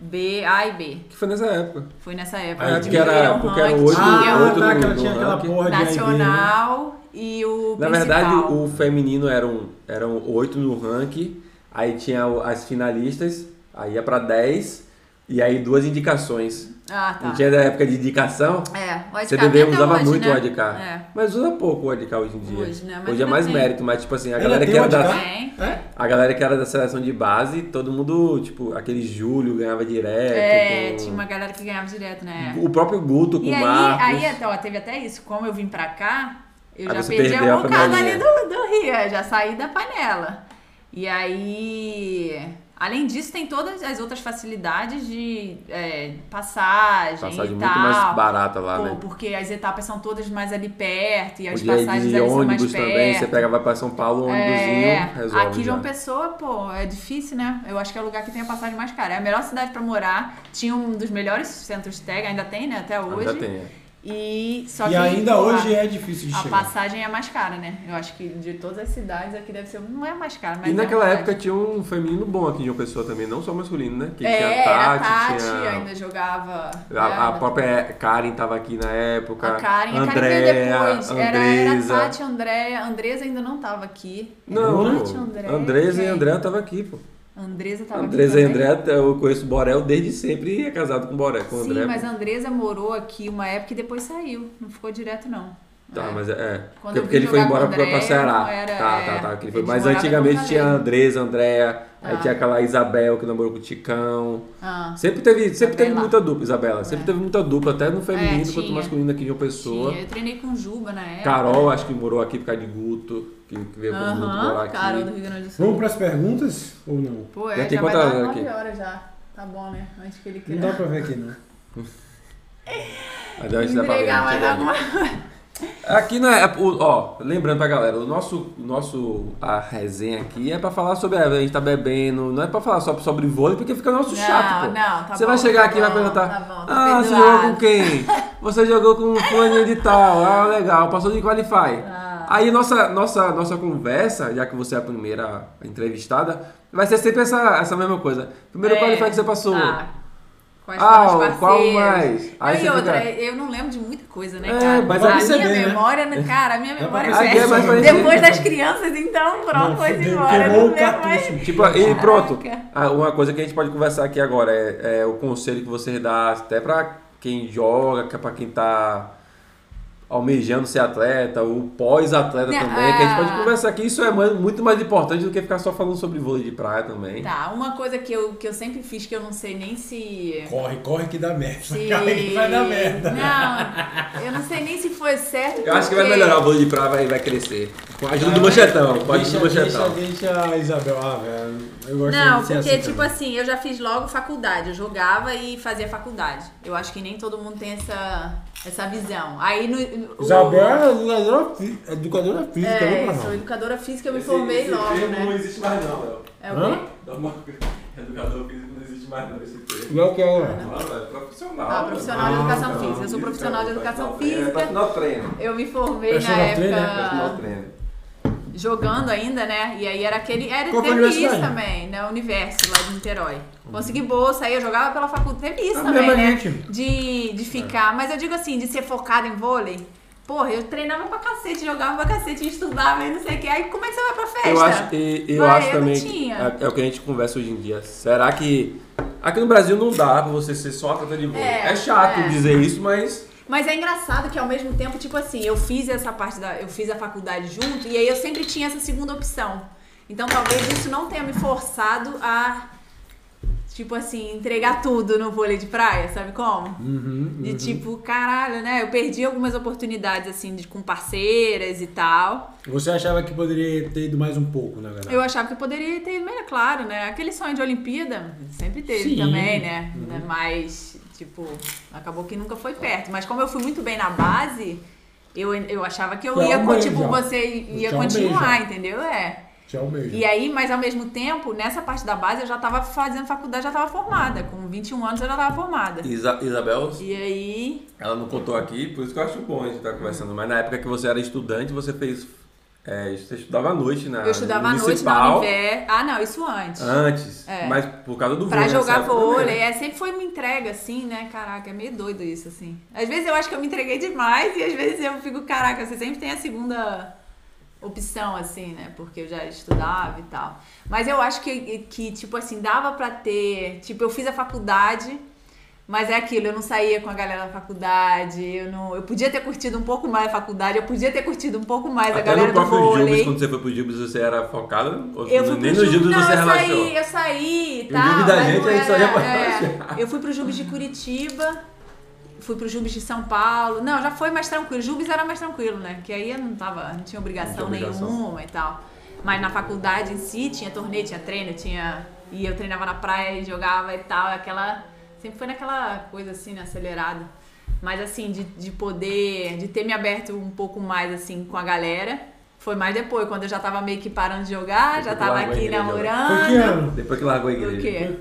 [SPEAKER 4] B, A e B.
[SPEAKER 2] Que foi nessa época.
[SPEAKER 4] Foi nessa época.
[SPEAKER 2] Ah,
[SPEAKER 4] que
[SPEAKER 2] porque era-
[SPEAKER 4] diminuíram o
[SPEAKER 2] porque era
[SPEAKER 4] ranking,
[SPEAKER 2] oito-
[SPEAKER 4] tinha
[SPEAKER 3] Ah,
[SPEAKER 4] o
[SPEAKER 2] oito
[SPEAKER 3] tá,
[SPEAKER 2] no-
[SPEAKER 3] que ela
[SPEAKER 2] no
[SPEAKER 3] tinha aquela
[SPEAKER 2] ranking.
[SPEAKER 3] porra de AIB, né?
[SPEAKER 4] Nacional e o
[SPEAKER 2] Na
[SPEAKER 4] principal.
[SPEAKER 2] verdade, o feminino um, eram, eram 8 no ranking, aí tinha o- as finalistas, aí ia pra 10, e aí duas indicações.
[SPEAKER 4] Ah, tá.
[SPEAKER 2] Não tinha da época de indicação?
[SPEAKER 4] É, o ADK
[SPEAKER 2] CBB
[SPEAKER 4] até
[SPEAKER 2] usava
[SPEAKER 4] hoje,
[SPEAKER 2] muito
[SPEAKER 4] né?
[SPEAKER 2] o ADK.
[SPEAKER 4] É.
[SPEAKER 2] Mas usa pouco o ADK hoje em dia.
[SPEAKER 4] Hoje, né? Mas
[SPEAKER 2] Hoje é
[SPEAKER 4] ainda
[SPEAKER 2] mais
[SPEAKER 4] tem.
[SPEAKER 2] mérito, mas tipo assim, a
[SPEAKER 3] Ainda
[SPEAKER 2] galera,
[SPEAKER 3] tem
[SPEAKER 2] que
[SPEAKER 3] o
[SPEAKER 2] era da,
[SPEAKER 3] ADK?
[SPEAKER 4] Tem.
[SPEAKER 3] É?
[SPEAKER 2] a galera que era da seleção de base, todo mundo, tipo, aquele Júlio ganhava direto.
[SPEAKER 4] É,
[SPEAKER 2] com-
[SPEAKER 4] tinha uma galera que ganhava direto, né?
[SPEAKER 2] O próprio Guto com
[SPEAKER 4] E
[SPEAKER 2] o
[SPEAKER 4] aí,
[SPEAKER 2] Marcos.
[SPEAKER 4] aí é até, ó, teve até isso. Como eu vim pra cá, eu
[SPEAKER 2] Aí
[SPEAKER 4] já
[SPEAKER 2] você
[SPEAKER 4] perdi
[SPEAKER 2] perdeu a
[SPEAKER 4] a bocada ali
[SPEAKER 2] panelinha.
[SPEAKER 4] é, do, do Rio, eu já saí da panela. E aí. Além disso, tem todas as outras facilidades de é, passagem,
[SPEAKER 2] Passagem
[SPEAKER 4] e
[SPEAKER 2] muito
[SPEAKER 4] tal.
[SPEAKER 2] mais barata lá,
[SPEAKER 4] Pô,
[SPEAKER 2] né?
[SPEAKER 4] porque as etapas são todas mais ali perto e as
[SPEAKER 2] Podia ir
[SPEAKER 4] passagens
[SPEAKER 2] de
[SPEAKER 4] ali são mais
[SPEAKER 2] ônibus também,
[SPEAKER 4] perto.
[SPEAKER 2] você pega, vai pra São Paulo, um ônibusinho,
[SPEAKER 4] É,
[SPEAKER 2] resolve
[SPEAKER 4] aqui
[SPEAKER 2] já.
[SPEAKER 4] João Pessoa, pô, é difícil, né? Eu acho que é o lugar que tem a passagem mais cara. É a melhor cidade pra morar. Tinha um dos melhores centros tag, ainda tem, né? Até hoje.
[SPEAKER 2] Ainda tem, é.
[SPEAKER 4] E só
[SPEAKER 3] e
[SPEAKER 4] que,
[SPEAKER 3] ainda
[SPEAKER 4] pô,
[SPEAKER 3] hoje é difícil de
[SPEAKER 4] a, a
[SPEAKER 3] chegar.
[SPEAKER 4] passagem é mais cara, né? Eu acho que de todas as cidades aqui deve ser não é a mais cara, mas
[SPEAKER 2] E
[SPEAKER 4] é
[SPEAKER 2] naquela
[SPEAKER 4] uma
[SPEAKER 2] época tinha um feminino bom aqui de uma pessoa também, não só masculino, né? Que
[SPEAKER 4] é,
[SPEAKER 2] tinha a
[SPEAKER 4] era a
[SPEAKER 2] Tati,
[SPEAKER 4] Tati
[SPEAKER 2] tinha.
[SPEAKER 4] ainda jogava.
[SPEAKER 2] A, a
[SPEAKER 4] né?
[SPEAKER 2] própria Karen tava aqui na época.
[SPEAKER 4] A Karen, a Karen veio
[SPEAKER 2] Andréa,
[SPEAKER 4] depois. Era, era a
[SPEAKER 2] Andresa.
[SPEAKER 4] Tati, Andréia. Andresa ainda não tava aqui. Era
[SPEAKER 2] Não,
[SPEAKER 4] Tati,
[SPEAKER 2] pô.
[SPEAKER 4] Andréia,
[SPEAKER 2] Andresa e
[SPEAKER 4] quem?
[SPEAKER 2] André tava aqui, pô.
[SPEAKER 4] Andresa tava
[SPEAKER 2] Andresa
[SPEAKER 4] aqui.
[SPEAKER 2] e
[SPEAKER 4] também.
[SPEAKER 2] André, eu conheço o Borel desde sempre e é casado com o Borel, com o
[SPEAKER 4] Sim,
[SPEAKER 2] André.
[SPEAKER 4] mas
[SPEAKER 2] pô.
[SPEAKER 4] a Andresa morou aqui uma época e depois saiu. Não ficou direto, não.
[SPEAKER 2] Tá,
[SPEAKER 4] É.
[SPEAKER 2] mas é. é.
[SPEAKER 4] Quando
[SPEAKER 2] Porque,
[SPEAKER 4] eu
[SPEAKER 2] porque
[SPEAKER 4] vim
[SPEAKER 2] ele foi
[SPEAKER 4] jogar com
[SPEAKER 2] embora
[SPEAKER 4] o
[SPEAKER 2] pra, pra
[SPEAKER 4] André,
[SPEAKER 2] Ceará.
[SPEAKER 4] não era-
[SPEAKER 2] tá,
[SPEAKER 4] é,
[SPEAKER 2] tá, tá. que ele foi.
[SPEAKER 4] eles
[SPEAKER 2] Mas
[SPEAKER 4] moravam em
[SPEAKER 2] antigamente tinha a Andresa,
[SPEAKER 4] Fortaleza.
[SPEAKER 2] Andréa, aí
[SPEAKER 4] Ah.
[SPEAKER 2] tinha aquela Isabel que namorou com o Ticão.
[SPEAKER 4] Ah,
[SPEAKER 2] Sempre teve, sempre teve
[SPEAKER 4] Isabela.
[SPEAKER 2] muita dupla, Isabela. Sempre
[SPEAKER 4] É.
[SPEAKER 2] teve muita dupla, até no feminino quanto no
[SPEAKER 4] tinha.
[SPEAKER 2] masculino aqui de uma pessoa.
[SPEAKER 4] tinha. Eu treinei com Juba na época.
[SPEAKER 2] Carol, acho que morou aqui por causa de Guto, que, que é veio pro Guto morar
[SPEAKER 4] Aham,
[SPEAKER 2] aqui.
[SPEAKER 4] Carol do Rio Grande do Sul.
[SPEAKER 3] Vamos pras perguntas ou não?
[SPEAKER 4] Pô, é,
[SPEAKER 2] Já
[SPEAKER 4] já,
[SPEAKER 2] tem
[SPEAKER 4] vai
[SPEAKER 2] quantas
[SPEAKER 4] dar
[SPEAKER 2] horas
[SPEAKER 4] 9
[SPEAKER 2] aqui?
[SPEAKER 4] horas já. Tá bom, né? Antes que ele
[SPEAKER 3] Não dá
[SPEAKER 4] queira
[SPEAKER 3] pra ver aqui, não.
[SPEAKER 2] Mas tá antes dá pra ver, antes
[SPEAKER 4] entregar mais
[SPEAKER 2] dá pra ver.
[SPEAKER 4] alguma
[SPEAKER 2] é Aqui não é. o- Ó, lembrando pra galera, o nosso, o nosso a resenha aqui é pra falar sobre. A gente tá bebendo, não é pra falar só sobre vôlei, porque fica nosso chato. Pô.
[SPEAKER 4] Não, não, tá
[SPEAKER 2] Você
[SPEAKER 4] bom,
[SPEAKER 2] vai chegar
[SPEAKER 4] tá
[SPEAKER 2] aqui e vai
[SPEAKER 4] bom,
[SPEAKER 2] perguntar:
[SPEAKER 4] tá bom, tá
[SPEAKER 2] Ah, você
[SPEAKER 4] perdoado."
[SPEAKER 2] jogou com
[SPEAKER 4] <laughs>
[SPEAKER 2] quem? Você jogou com fulano de tal. Ah, legal, passou de qualify.
[SPEAKER 4] Ah.
[SPEAKER 2] Aí nossa, nossa, nossa conversa, já que você é a primeira entrevistada, vai ser sempre essa, essa mesma coisa. Primeiro
[SPEAKER 4] É,
[SPEAKER 2] qualify que você passou.
[SPEAKER 4] tá. Quais
[SPEAKER 2] Ah,
[SPEAKER 4] foram os
[SPEAKER 2] qual
[SPEAKER 4] parceiros?
[SPEAKER 2] mais? Aí
[SPEAKER 4] Aí
[SPEAKER 2] você
[SPEAKER 4] outra,
[SPEAKER 2] fica-
[SPEAKER 4] eu não lembro de muita coisa, né,
[SPEAKER 2] É,
[SPEAKER 4] cara?
[SPEAKER 2] mas
[SPEAKER 3] dá
[SPEAKER 4] a
[SPEAKER 3] pra
[SPEAKER 4] minha
[SPEAKER 3] perceber, né?
[SPEAKER 4] memória, né? cara, a minha
[SPEAKER 3] pra
[SPEAKER 4] memória
[SPEAKER 3] perceber.
[SPEAKER 2] Aqui é mais
[SPEAKER 4] é
[SPEAKER 2] parecido.
[SPEAKER 4] Depois das crianças, então, pronto, foi
[SPEAKER 3] fudeu,
[SPEAKER 4] embora.
[SPEAKER 3] queimou
[SPEAKER 4] Não
[SPEAKER 3] o
[SPEAKER 4] lembro mais.
[SPEAKER 3] cartucho.
[SPEAKER 2] Tipo, e
[SPEAKER 4] Caraca.
[SPEAKER 2] pronto. Ah, Uma coisa que a gente pode conversar aqui agora é, é o conselho que você dá até pra quem joga, que é pra quem tá almejando ser atleta, o pós-atleta
[SPEAKER 4] Né,
[SPEAKER 2] também, que a gente
[SPEAKER 4] ah.
[SPEAKER 2] pode conversar aqui. Isso é mais- muito mais importante do que ficar só falando sobre vôlei de praia também.
[SPEAKER 4] Tá, uma coisa que eu, que eu sempre fiz que eu não sei nem se.
[SPEAKER 3] Corre, corre que dá merda. <laughs>
[SPEAKER 4] se...
[SPEAKER 3] Corre que vai dar merda.
[SPEAKER 4] Não, eu não sei nem se foi certo.
[SPEAKER 2] Eu acho que vai
[SPEAKER 4] porque-
[SPEAKER 2] melhorar, o vôlei de praia vai, vai crescer. Com a ajuda do
[SPEAKER 3] Ah,
[SPEAKER 2] manchetão, com a ajuda
[SPEAKER 3] Deixa,
[SPEAKER 2] do
[SPEAKER 3] deixa,
[SPEAKER 2] manchetão.
[SPEAKER 3] deixa a Isabel. Ah, velho. Eu gosto
[SPEAKER 4] Não,
[SPEAKER 3] de ser
[SPEAKER 4] porque,
[SPEAKER 3] assim
[SPEAKER 4] tipo
[SPEAKER 3] também.
[SPEAKER 4] assim, eu já fiz logo faculdade. Eu jogava e fazia faculdade. Eu acho que nem todo mundo tem essa, essa visão. Aí no. assim, o-
[SPEAKER 3] Isabel é educadora fí- educadora física, né,
[SPEAKER 4] É,
[SPEAKER 3] Manoel?
[SPEAKER 4] sou educadora física, eu me formei logo, né?
[SPEAKER 2] existe mais não, Léo.
[SPEAKER 4] É
[SPEAKER 3] Hã?
[SPEAKER 4] o quê?
[SPEAKER 2] Educador físico não existe mais não, esse termo.
[SPEAKER 3] Igual que
[SPEAKER 4] né?
[SPEAKER 3] ela.
[SPEAKER 2] Não, é profissional. né? é
[SPEAKER 4] Ah, profissional de educação física. Eu sou profissional de educação física. Ah,
[SPEAKER 2] Não É, treino.
[SPEAKER 4] Eu me formei na
[SPEAKER 3] Personal trainer,
[SPEAKER 2] Personal
[SPEAKER 4] época
[SPEAKER 2] trainer.
[SPEAKER 4] jogando ainda, né? E aí era aquele. Era
[SPEAKER 3] Qual foi a
[SPEAKER 4] teve isso
[SPEAKER 3] universidade?
[SPEAKER 4] também, na Universo, lá de Niterói. Consegui bolsa, aí eu jogava pela faculdade. Teve isso
[SPEAKER 3] Ah,
[SPEAKER 4] também,
[SPEAKER 3] mesma
[SPEAKER 4] né?
[SPEAKER 3] gente. É.
[SPEAKER 4] De, de ficar. Mas eu digo assim, de ser focado em vôlei. Porra, eu treinava pra cacete, jogava pra cacete, estudava e não sei o que. Aí como é que você vai pra festa?
[SPEAKER 2] Eu acho, e- eu
[SPEAKER 4] Vai,
[SPEAKER 2] acho
[SPEAKER 4] eu
[SPEAKER 2] também
[SPEAKER 4] não
[SPEAKER 2] que
[SPEAKER 4] tinha.
[SPEAKER 2] é, é o que a gente conversa hoje em dia. Será que. Aqui no Brasil não dá pra você ser só atleta de vôlei.
[SPEAKER 4] É,
[SPEAKER 2] É, chato
[SPEAKER 4] é.
[SPEAKER 2] dizer isso, mas.
[SPEAKER 4] Mas é engraçado que ao mesmo tempo, tipo assim, eu fiz essa parte da. Eu fiz a faculdade junto e aí eu sempre tinha essa segunda opção. Então talvez isso não tenha me forçado a, tipo assim, entregar tudo no vôlei de praia, sabe como? De tipo, caralho, né? Eu perdi algumas oportunidades, assim, de, com parceiras e tal.
[SPEAKER 3] Você achava que poderia ter ido mais um pouco, na verdade?
[SPEAKER 4] Eu achava que eu poderia ter ido melhor, claro, né? Aquele sonho de Olimpíada sempre teve
[SPEAKER 3] Sim.
[SPEAKER 4] também, né? Mas, tipo, acabou que nunca foi perto. Mas como eu fui muito bem na base, eu, eu achava que eu
[SPEAKER 3] Já
[SPEAKER 4] ia,
[SPEAKER 3] almeja.
[SPEAKER 4] tipo, você ia
[SPEAKER 3] Já
[SPEAKER 4] continuar,
[SPEAKER 3] almeja.
[SPEAKER 4] entendeu? É.
[SPEAKER 3] Tchau mesmo.
[SPEAKER 4] E aí, mas ao mesmo tempo, nessa parte da base, eu já tava fazendo faculdade, já tava formada. Com 21 anos eu já tava formada.
[SPEAKER 2] Isa- Isabel,
[SPEAKER 4] E aí,
[SPEAKER 2] ela não contou aqui, por isso que eu acho bom a gente estar conversando. Mas na época que você era estudante, você fez. é, você estudava à noite na.
[SPEAKER 4] eu estudava à noite
[SPEAKER 2] Ah,
[SPEAKER 4] na
[SPEAKER 2] municipal,
[SPEAKER 4] Univer. Ah, não, isso antes.
[SPEAKER 2] Antes.
[SPEAKER 4] É.
[SPEAKER 2] Mas por causa do
[SPEAKER 4] Pra
[SPEAKER 2] vôlei. nessa
[SPEAKER 4] jogar
[SPEAKER 2] época também, né?
[SPEAKER 4] vôlei, é, sempre foi uma entrega, assim, né? Caraca, é meio doido isso, assim. Às vezes eu acho que eu me entreguei demais e às vezes eu fico, caraca, você sempre tem a segunda opção, assim, né? Porque eu já estudava e tal. Mas eu acho que, que tipo assim, dava pra ter. Tipo, eu fiz a faculdade. Mas é aquilo, eu não saía com a galera da faculdade, eu não, eu podia ter curtido um pouco mais a faculdade, eu podia ter curtido um pouco mais a
[SPEAKER 2] Até
[SPEAKER 4] galera
[SPEAKER 2] no
[SPEAKER 4] do
[SPEAKER 2] próprio
[SPEAKER 4] vôlei.
[SPEAKER 2] Jubes, quando você foi pro Jubes, você era focada? Ou
[SPEAKER 4] Eu fui
[SPEAKER 2] nem
[SPEAKER 4] pro
[SPEAKER 2] no
[SPEAKER 4] Jubes,
[SPEAKER 2] Jubes
[SPEAKER 4] não,
[SPEAKER 2] você
[SPEAKER 4] eu
[SPEAKER 2] relaxou?
[SPEAKER 4] saí, é. eu saí e
[SPEAKER 2] E o
[SPEAKER 4] tal.
[SPEAKER 2] Jubes da
[SPEAKER 4] mas
[SPEAKER 2] gente,
[SPEAKER 4] não
[SPEAKER 2] a gente só
[SPEAKER 4] era-
[SPEAKER 2] ia pra
[SPEAKER 4] é. Eu fui pro Jubes de Curitiba, fui pro Jubes de São Paulo. Não, já foi mais tranquilo. Jubes era mais tranquilo, né? Que aí eu não tava, não tinha obrigação
[SPEAKER 2] Não tinha obrigação.
[SPEAKER 4] nenhuma e tal. Mas na faculdade em si tinha torneio, tinha treino, tinha E eu treinava na praia e jogava e tal. Aquela. Sempre foi naquela coisa assim, né, acelerada. Mas assim, de, de poder, de ter me aberto um pouco mais assim com a galera. Foi mais depois, quando eu já tava meio que parando de jogar, já
[SPEAKER 2] Depois que
[SPEAKER 4] tava
[SPEAKER 2] largou a
[SPEAKER 4] aqui
[SPEAKER 2] igreja, né?
[SPEAKER 3] Foi que
[SPEAKER 4] namorando.
[SPEAKER 3] ano?
[SPEAKER 2] Depois que largou a
[SPEAKER 4] O
[SPEAKER 2] igreja.
[SPEAKER 4] quê?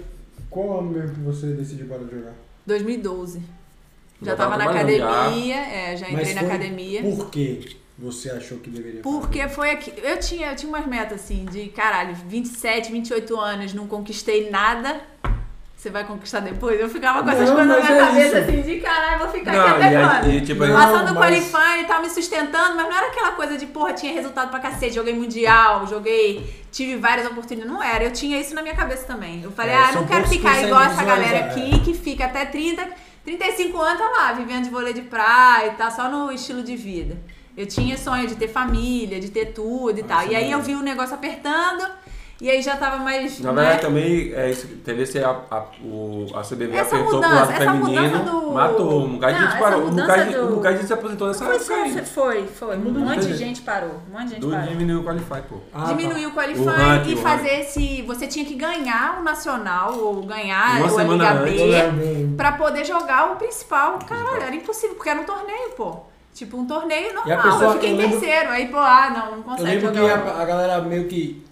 [SPEAKER 3] Qual ano mesmo que você decidiu parar de jogar?
[SPEAKER 4] 2012. Já,
[SPEAKER 2] Já
[SPEAKER 4] tava,
[SPEAKER 2] tava
[SPEAKER 4] na
[SPEAKER 2] trabalhando, já.
[SPEAKER 4] academia, é, já entrei
[SPEAKER 3] Mas
[SPEAKER 4] na
[SPEAKER 3] foi
[SPEAKER 4] academia.
[SPEAKER 3] Por que você achou que deveria parar?
[SPEAKER 4] Porque foi aqui. Eu tinha, eu tinha umas metas assim, de caralho, 27, 28 anos, não conquistei nada. Você vai conquistar depois? Eu ficava com essas
[SPEAKER 3] Não,
[SPEAKER 4] coisas na
[SPEAKER 3] mas
[SPEAKER 4] minha
[SPEAKER 3] é
[SPEAKER 4] cabeça
[SPEAKER 3] isso.
[SPEAKER 4] assim, de caralho, vou ficar
[SPEAKER 2] Não,
[SPEAKER 4] aqui até
[SPEAKER 2] e, aí-
[SPEAKER 4] quando?
[SPEAKER 2] e tipo,
[SPEAKER 3] Não,
[SPEAKER 4] Passando o
[SPEAKER 3] mas-
[SPEAKER 4] qualifying e tal, me sustentando, mas não era aquela coisa de, porra, tinha resultado pra cacete, joguei mundial, joguei, tive várias oportunidades. Não era, eu tinha isso na minha cabeça também. Eu falei,
[SPEAKER 3] É,
[SPEAKER 4] ah,
[SPEAKER 3] são
[SPEAKER 4] não quero
[SPEAKER 3] poucos
[SPEAKER 4] ficar
[SPEAKER 3] que
[SPEAKER 4] igual essa
[SPEAKER 3] conseguem
[SPEAKER 4] galera
[SPEAKER 2] é,
[SPEAKER 3] visualizar,
[SPEAKER 4] aqui, que fica até 30, 35 anos, tá lá, vivendo de vôlei de praia e tá só no estilo de vida. Eu tinha sonho de ter família, de ter tudo e
[SPEAKER 2] Ah,
[SPEAKER 4] tal. E aí eu vi o negócio apertando, e aí já tava mais.
[SPEAKER 2] é. Na
[SPEAKER 4] né?
[SPEAKER 2] verdade, também, é, isso, teve esse, a, a, o, a CBV
[SPEAKER 4] Essa
[SPEAKER 2] apertou pro
[SPEAKER 4] mudança-
[SPEAKER 2] lado
[SPEAKER 4] essa mudança
[SPEAKER 2] feminino,
[SPEAKER 4] do-
[SPEAKER 2] matou. Um bocado de
[SPEAKER 4] Não,
[SPEAKER 2] gente
[SPEAKER 4] essa
[SPEAKER 2] parou. Um
[SPEAKER 4] mudança
[SPEAKER 2] bocado de- um
[SPEAKER 4] do-
[SPEAKER 2] bocado de gente se aposentou nessa
[SPEAKER 4] Foi,
[SPEAKER 2] época
[SPEAKER 4] só essa-
[SPEAKER 2] aí.
[SPEAKER 4] foi, foi. Um monte de
[SPEAKER 2] Entendi.
[SPEAKER 4] gente parou. Um monte de gente
[SPEAKER 2] Do
[SPEAKER 4] parou.
[SPEAKER 2] diminuiu o qualify, pô.
[SPEAKER 3] Ah, tá.
[SPEAKER 4] diminuir o
[SPEAKER 2] O
[SPEAKER 4] qualifying
[SPEAKER 2] ranking,
[SPEAKER 4] e
[SPEAKER 2] o
[SPEAKER 4] fazer esse. Você tinha que ganhar o Nacional ou ganhar
[SPEAKER 2] Uma
[SPEAKER 4] o
[SPEAKER 2] semana
[SPEAKER 4] Liga
[SPEAKER 2] antes. né?
[SPEAKER 3] Eu
[SPEAKER 4] B
[SPEAKER 3] lembro.
[SPEAKER 4] pra poder jogar o principal. Caralho, era impossível, porque era um torneio, pô. Tipo, um torneio normal.
[SPEAKER 3] pessoa-
[SPEAKER 4] eu fiquei
[SPEAKER 3] eu
[SPEAKER 4] em
[SPEAKER 3] lembro-
[SPEAKER 4] terceiro. Aí, pô, ah, não, não
[SPEAKER 3] Eu
[SPEAKER 4] consegue
[SPEAKER 3] lembro que
[SPEAKER 4] jogar.
[SPEAKER 3] a, a galera meio que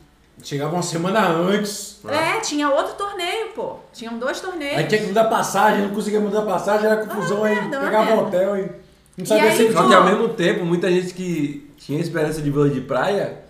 [SPEAKER 3] chegava uma semana antes.
[SPEAKER 4] É, tinha outro torneio, pô. Tinham dois torneios.
[SPEAKER 3] Aí tinha que mudar passagem, não conseguia mudar passagem, era confusão aí,
[SPEAKER 4] merda, uma
[SPEAKER 3] pegava
[SPEAKER 4] merda.
[SPEAKER 3] hotel e não sabia
[SPEAKER 4] é. aí,
[SPEAKER 3] se
[SPEAKER 2] Só
[SPEAKER 4] Pô.
[SPEAKER 2] que ao mesmo tempo, muita gente que tinha esperança de vôlei de praia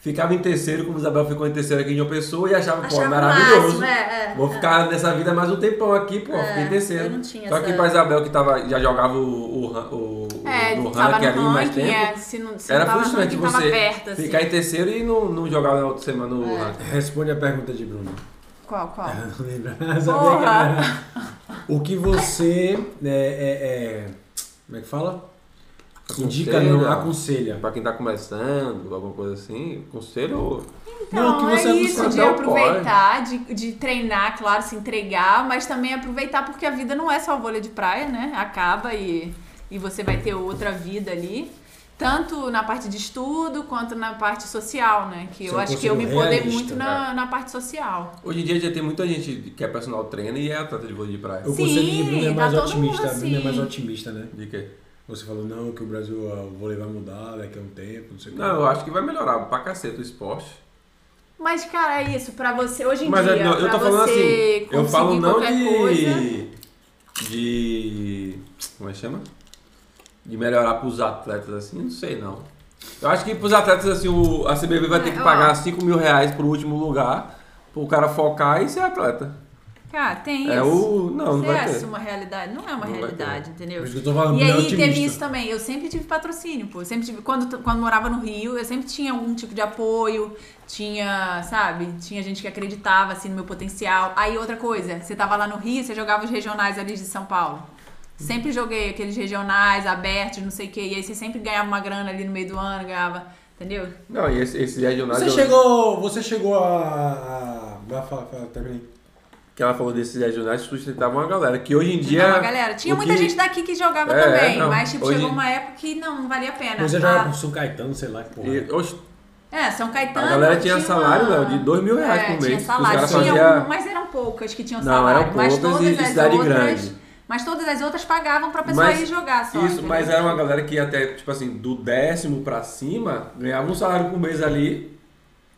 [SPEAKER 2] ficava em terceiro, como o Isabel ficou em terceiro aqui em uma pessoa, e achava, pô,
[SPEAKER 4] Achava o
[SPEAKER 2] maravilhoso.
[SPEAKER 4] máximo, é, é,
[SPEAKER 2] Vou
[SPEAKER 4] é.
[SPEAKER 2] ficar nessa vida mais um tempão aqui, pô,
[SPEAKER 4] É,
[SPEAKER 2] fiquei em terceiro.
[SPEAKER 4] eu não tinha
[SPEAKER 2] Só que
[SPEAKER 4] essa-
[SPEAKER 2] pra Isabel, que tava, já jogava o, o, ran- o,
[SPEAKER 4] É,
[SPEAKER 2] o- no
[SPEAKER 4] tava
[SPEAKER 2] ranking ali
[SPEAKER 4] no
[SPEAKER 2] mais
[SPEAKER 4] ranking,
[SPEAKER 2] tempo.
[SPEAKER 4] é. Se não, se
[SPEAKER 2] Era
[SPEAKER 4] não tava no
[SPEAKER 2] frustrante
[SPEAKER 4] ranking, tava
[SPEAKER 2] você
[SPEAKER 4] perto, assim. É.
[SPEAKER 2] ficar em terceiro e não, não jogar na outra semana o ranking.
[SPEAKER 3] Responde a pergunta de Bruno. <laughs>
[SPEAKER 4] Qual, qual?
[SPEAKER 3] Não lembra? <laughs> Sabia que
[SPEAKER 4] Porra!
[SPEAKER 3] era. O que você. <laughs> É, é- é- como é que fala? Indica, não, aconselha.
[SPEAKER 2] Pra quem tá começando, alguma coisa assim, conselho.
[SPEAKER 3] Não, o
[SPEAKER 4] Então,
[SPEAKER 3] que você
[SPEAKER 4] é
[SPEAKER 3] anunciou
[SPEAKER 4] isso,
[SPEAKER 2] até
[SPEAKER 4] de
[SPEAKER 2] o
[SPEAKER 4] aproveitar, de, de treinar, claro, se entregar, mas também aproveitar porque a vida não é só vôlei de praia, né? Acaba e, e você vai ter outra vida ali. Tanto na parte de estudo quanto na parte social, né? Que
[SPEAKER 3] Isso
[SPEAKER 4] eu
[SPEAKER 3] é um
[SPEAKER 4] acho que eu me
[SPEAKER 3] conselho
[SPEAKER 4] podei
[SPEAKER 3] realista,
[SPEAKER 2] né?
[SPEAKER 4] muito na, na parte social.
[SPEAKER 2] Hoje em dia já tem muita gente que é personal trainer e é atleta de vôlei de praia.
[SPEAKER 3] O
[SPEAKER 4] Sim,
[SPEAKER 3] conselho de Bruno é
[SPEAKER 4] tá
[SPEAKER 3] mais
[SPEAKER 4] todo
[SPEAKER 3] otimista.
[SPEAKER 4] mundo
[SPEAKER 3] Bruno é mais
[SPEAKER 4] assim.
[SPEAKER 3] otimista, né?
[SPEAKER 2] De quê?
[SPEAKER 3] Você falou, não, que o Brasil, ah, o vôlei vai mudar daqui a um tempo, não sei o que.
[SPEAKER 2] Não, eu acho que vai melhorar pra cacete o esporte.
[SPEAKER 4] Mas, cara, é isso. Pra você, hoje em
[SPEAKER 2] Mas
[SPEAKER 4] dia,
[SPEAKER 2] é, não, eu
[SPEAKER 4] pra
[SPEAKER 2] tô falando
[SPEAKER 4] você
[SPEAKER 2] assim, eu falo
[SPEAKER 4] conseguir
[SPEAKER 2] não
[SPEAKER 4] qualquer coisa...
[SPEAKER 2] de. De. Como é que chama? De melhorar pros atletas assim, não sei não. Eu acho que pros atletas assim, o, a CBB vai ter que
[SPEAKER 4] É, ó.
[SPEAKER 2] pagar 5 mil reais pro último lugar, pro cara focar e ser atleta.
[SPEAKER 4] Cara, tem
[SPEAKER 2] É
[SPEAKER 4] isso. é
[SPEAKER 2] o. Não, não
[SPEAKER 4] Você
[SPEAKER 2] vai
[SPEAKER 4] acha
[SPEAKER 2] ter.
[SPEAKER 4] uma realidade? Não é uma
[SPEAKER 2] Não vai ter.
[SPEAKER 4] realidade, entendeu?
[SPEAKER 3] Por isso que eu tô falando,
[SPEAKER 4] E
[SPEAKER 3] Bruno é
[SPEAKER 4] aí
[SPEAKER 3] otimista.
[SPEAKER 4] teve isso também. Eu sempre tive patrocínio, pô. Eu sempre tive, quando, quando morava no Rio, eu sempre tinha algum tipo de apoio, tinha, sabe? Tinha gente que acreditava assim no meu potencial. Aí outra coisa, você tava lá no Rio, você jogava os regionais ali de São Paulo. Sempre joguei aqueles regionais abertos, não sei o quê. E aí você sempre ganhava uma grana ali no meio do ano, ganhava, entendeu?
[SPEAKER 2] Não, e esse, esse regionais.
[SPEAKER 3] Você
[SPEAKER 2] eu-
[SPEAKER 3] chegou. Você chegou a. a- Vai falar, fala, terminei.
[SPEAKER 2] Que ela falou desses regionais sustentavam a galera. Que hoje em
[SPEAKER 4] Tinha
[SPEAKER 2] dia.
[SPEAKER 4] uma galera. Tinha
[SPEAKER 2] é o
[SPEAKER 4] muita
[SPEAKER 2] que-
[SPEAKER 4] gente daqui que jogava
[SPEAKER 2] É,
[SPEAKER 4] também,
[SPEAKER 2] não.
[SPEAKER 4] mas tipo,
[SPEAKER 2] Hoje-
[SPEAKER 4] chegou uma época que não, não valia a pena.
[SPEAKER 3] Você
[SPEAKER 4] Ah,
[SPEAKER 3] joga com o São Caetano, sei lá que porra.
[SPEAKER 2] E, oxe,
[SPEAKER 4] É, São Caetano.
[SPEAKER 2] A galera tinha salário,
[SPEAKER 4] uma-
[SPEAKER 2] Léo, de dois mil reais
[SPEAKER 4] é,
[SPEAKER 2] por
[SPEAKER 4] Tinha
[SPEAKER 2] mês.
[SPEAKER 4] salário,
[SPEAKER 2] Os caras
[SPEAKER 4] tinha
[SPEAKER 2] fazia-
[SPEAKER 4] um, mas eram poucas que tinham
[SPEAKER 2] Não,
[SPEAKER 4] salário.
[SPEAKER 2] eram
[SPEAKER 4] mas
[SPEAKER 2] poucas
[SPEAKER 4] todas
[SPEAKER 2] e- e
[SPEAKER 4] as
[SPEAKER 2] cidade
[SPEAKER 4] outras.
[SPEAKER 2] grande.
[SPEAKER 4] Mas todas as outras pagavam pra pessoa
[SPEAKER 2] Mas
[SPEAKER 4] ir jogar só.
[SPEAKER 2] Isso, mas
[SPEAKER 4] entendeu?
[SPEAKER 2] era uma galera que até, tipo assim, do décimo pra cima, ganhava um salário por mês ali,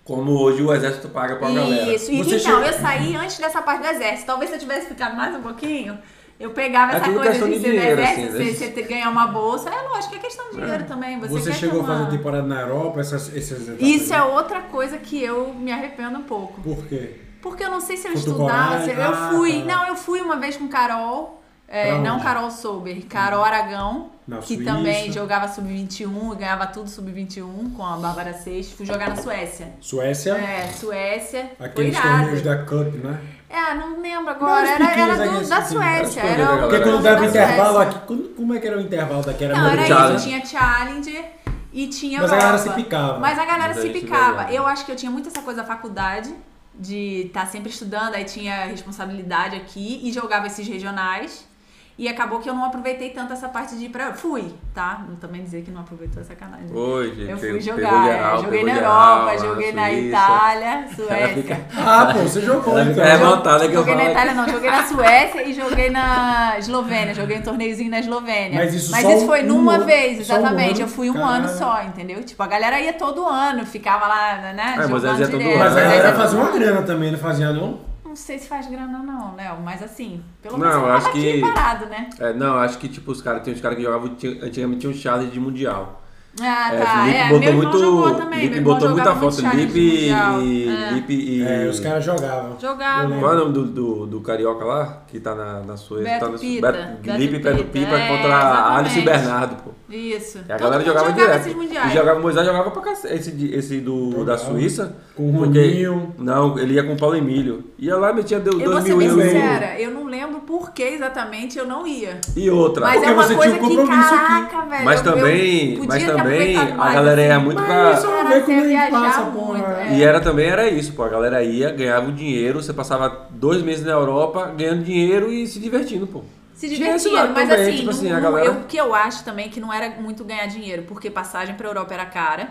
[SPEAKER 2] como hoje o exército paga pra galera.
[SPEAKER 4] Isso, e
[SPEAKER 3] Você
[SPEAKER 4] então,
[SPEAKER 3] chegou-
[SPEAKER 4] eu saí antes dessa parte do exército. Talvez se eu tivesse ficado mais um pouquinho, eu pegava
[SPEAKER 2] É
[SPEAKER 4] essa
[SPEAKER 2] tudo
[SPEAKER 4] coisa de
[SPEAKER 2] questão
[SPEAKER 4] ser
[SPEAKER 2] de
[SPEAKER 4] do
[SPEAKER 2] dinheiro,
[SPEAKER 4] exército,
[SPEAKER 2] assim, né?
[SPEAKER 4] você, você ganhar uma bolsa. É lógico, é questão de dinheiro também. Você,
[SPEAKER 3] Você
[SPEAKER 4] quer
[SPEAKER 3] chegou
[SPEAKER 4] ter uma-
[SPEAKER 3] a fazer
[SPEAKER 2] tipo-
[SPEAKER 3] temporada na Europa, essas, essas etapas
[SPEAKER 4] Isso é
[SPEAKER 3] aí.
[SPEAKER 4] outra coisa que eu me arrependo um pouco.
[SPEAKER 3] Por quê?
[SPEAKER 4] Porque eu não sei se eu
[SPEAKER 3] Porto
[SPEAKER 4] estudava.
[SPEAKER 3] Coragem,
[SPEAKER 4] se- eu
[SPEAKER 3] ah,
[SPEAKER 4] fui.
[SPEAKER 3] tá.
[SPEAKER 4] Não, eu fui uma vez com Carol. é,
[SPEAKER 3] Pra onde?
[SPEAKER 4] não Carol Sober, Carol Aragão,
[SPEAKER 3] Na
[SPEAKER 4] que
[SPEAKER 3] Suíça.
[SPEAKER 4] também jogava sub-21 e ganhava tudo sub-21 com a Bárbara Seixas. Fui jogar na Suécia.
[SPEAKER 3] Suécia?
[SPEAKER 4] É, Suécia. foi
[SPEAKER 3] Aqueles
[SPEAKER 4] irado.
[SPEAKER 3] torneios da Cup, né?
[SPEAKER 4] É, não lembro
[SPEAKER 3] Não, os
[SPEAKER 4] agora. era
[SPEAKER 3] pequenos
[SPEAKER 4] era do-
[SPEAKER 3] aqueles
[SPEAKER 4] da
[SPEAKER 3] pequenos.
[SPEAKER 4] Suécia.
[SPEAKER 2] Era os
[SPEAKER 4] Era o-
[SPEAKER 2] pequenos,
[SPEAKER 3] Porque quando
[SPEAKER 2] da
[SPEAKER 3] dava
[SPEAKER 4] é Suécia.
[SPEAKER 3] intervalo aqui. quando- como é que era o intervalo daqui? Era
[SPEAKER 4] Não,
[SPEAKER 3] muito
[SPEAKER 4] era
[SPEAKER 2] Challenge.
[SPEAKER 4] isso. Tinha Challenger e tinha
[SPEAKER 3] Mas a
[SPEAKER 4] Europa.
[SPEAKER 3] galera se picava.
[SPEAKER 4] Mas a galera
[SPEAKER 2] Muita
[SPEAKER 4] se
[SPEAKER 2] gente
[SPEAKER 4] picava.
[SPEAKER 2] variava.
[SPEAKER 4] Eu acho que eu tinha muito essa coisa da faculdade, tá de estar sempre estudando, aí tinha responsabilidade aqui e jogava esses regionais. E acabou que eu não aproveitei tanto essa parte de ir pra. Fui, tá? Não também dizer que não aproveitou essa sacanagem.
[SPEAKER 2] Oi, gente.
[SPEAKER 4] eu
[SPEAKER 2] pegou
[SPEAKER 4] fui
[SPEAKER 2] geral,
[SPEAKER 4] jogar, é, joguei
[SPEAKER 2] pegou
[SPEAKER 4] na
[SPEAKER 2] geral,
[SPEAKER 4] Europa,
[SPEAKER 2] lá
[SPEAKER 4] joguei na
[SPEAKER 2] Suíça.
[SPEAKER 4] Itália, Suécia.
[SPEAKER 3] Ah, pô, você jogou
[SPEAKER 2] Ela
[SPEAKER 3] então.
[SPEAKER 2] fica revoltada que eu
[SPEAKER 4] Joguei na
[SPEAKER 2] falo.
[SPEAKER 4] Itália, não, joguei na Suécia e joguei na Eslovênia, joguei um torneiozinho na Eslovênia.
[SPEAKER 3] Mas isso só
[SPEAKER 4] foi
[SPEAKER 3] um
[SPEAKER 4] numa
[SPEAKER 3] ano,
[SPEAKER 4] vez,
[SPEAKER 3] só um
[SPEAKER 4] exatamente.
[SPEAKER 3] ano?
[SPEAKER 4] eu fui um
[SPEAKER 3] Caralho.
[SPEAKER 4] ano só, entendeu? Tipo, a galera ia todo ano, ficava lá, né?
[SPEAKER 2] É, mas
[SPEAKER 4] jogando
[SPEAKER 2] elas iam todo
[SPEAKER 4] direto.
[SPEAKER 2] ano,
[SPEAKER 3] Mas aí
[SPEAKER 2] É.
[SPEAKER 3] ela vai fazer um uma grana também, não fazia não?
[SPEAKER 4] Não sei se faz grana, não, Léo, mas assim, pelo
[SPEAKER 2] Não,
[SPEAKER 4] menos você
[SPEAKER 2] eu acho
[SPEAKER 4] tava aqui
[SPEAKER 2] que-
[SPEAKER 4] parado, né?
[SPEAKER 2] É, não, acho que tipo os caras, tem uns caras que jogavam, tinha- antigamente tinha um Charles de Mundial.
[SPEAKER 4] Ah,
[SPEAKER 2] É,
[SPEAKER 4] tá.
[SPEAKER 2] Felipe
[SPEAKER 4] é,
[SPEAKER 2] botou
[SPEAKER 4] meu irmão
[SPEAKER 2] muito,
[SPEAKER 4] jogou também.
[SPEAKER 2] Felipe
[SPEAKER 4] meu irmão
[SPEAKER 2] botou muita
[SPEAKER 4] jogava muito
[SPEAKER 2] foto,
[SPEAKER 4] Charles
[SPEAKER 2] Lipe
[SPEAKER 4] de Mundial.
[SPEAKER 2] e
[SPEAKER 4] É.
[SPEAKER 2] Lipe e
[SPEAKER 3] É, os caras jogavam.
[SPEAKER 4] Jogava.
[SPEAKER 2] Qual é o nome do, do, do carioca lá que tá na, na sua
[SPEAKER 4] Beto
[SPEAKER 2] tá no,
[SPEAKER 4] Pita, Beto
[SPEAKER 2] Lipe e Beto
[SPEAKER 4] Pita,
[SPEAKER 2] Pipa
[SPEAKER 4] é,
[SPEAKER 2] contra Alice e
[SPEAKER 4] exatamente.
[SPEAKER 2] Bernardo, pô.
[SPEAKER 4] Isso.
[SPEAKER 2] E a
[SPEAKER 4] Todo
[SPEAKER 2] galera
[SPEAKER 4] mundo
[SPEAKER 2] jogava,
[SPEAKER 4] esses
[SPEAKER 2] direto.
[SPEAKER 4] mundiais.
[SPEAKER 2] E jogava, o Moisés jogava pra cacete. Esse, de- esse do, da
[SPEAKER 3] Jogava.
[SPEAKER 2] Suíça.
[SPEAKER 3] Com o
[SPEAKER 2] porque-
[SPEAKER 3] Roninho.
[SPEAKER 2] Não, ele ia com o Paulo Emílio. Ia lá e um metia deu
[SPEAKER 4] Eu vou
[SPEAKER 2] dois
[SPEAKER 4] ser
[SPEAKER 2] mil
[SPEAKER 4] bem
[SPEAKER 2] euros.
[SPEAKER 4] sincera, eu não lembro por que exatamente eu não ia.
[SPEAKER 2] E outra.
[SPEAKER 4] Mas
[SPEAKER 3] Porque
[SPEAKER 4] é uma
[SPEAKER 3] você tinha
[SPEAKER 4] coisa
[SPEAKER 3] um
[SPEAKER 4] que,
[SPEAKER 3] compromisso aqui.
[SPEAKER 4] caraca, velho.
[SPEAKER 2] Mas
[SPEAKER 4] eu- eu
[SPEAKER 2] também,
[SPEAKER 4] podia
[SPEAKER 2] mas
[SPEAKER 4] ter
[SPEAKER 2] também
[SPEAKER 4] aproveitado
[SPEAKER 2] a
[SPEAKER 4] mais,
[SPEAKER 2] galera ia
[SPEAKER 4] assim.
[SPEAKER 2] muito
[SPEAKER 3] Mas
[SPEAKER 2] pra.
[SPEAKER 3] isso-
[SPEAKER 4] Caraca,
[SPEAKER 3] Vê como
[SPEAKER 4] eu ia
[SPEAKER 3] ele
[SPEAKER 4] viajar
[SPEAKER 3] passa, né?
[SPEAKER 4] muito.
[SPEAKER 3] porra.
[SPEAKER 4] é.
[SPEAKER 2] E era também era isso, pô. A galera ia, ganhava o dinheiro, você passava dois meses na Europa ganhando dinheiro e se divertindo, pô.
[SPEAKER 4] Se
[SPEAKER 2] Tinha esse
[SPEAKER 4] divertindo,
[SPEAKER 2] lado
[SPEAKER 4] mas
[SPEAKER 2] também,
[SPEAKER 4] assim,
[SPEAKER 2] tipo
[SPEAKER 4] não-
[SPEAKER 2] assim, a
[SPEAKER 4] não-
[SPEAKER 2] galera-
[SPEAKER 4] eu- o que eu acho também é que não era muito ganhar dinheiro, porque passagem pra Europa era cara.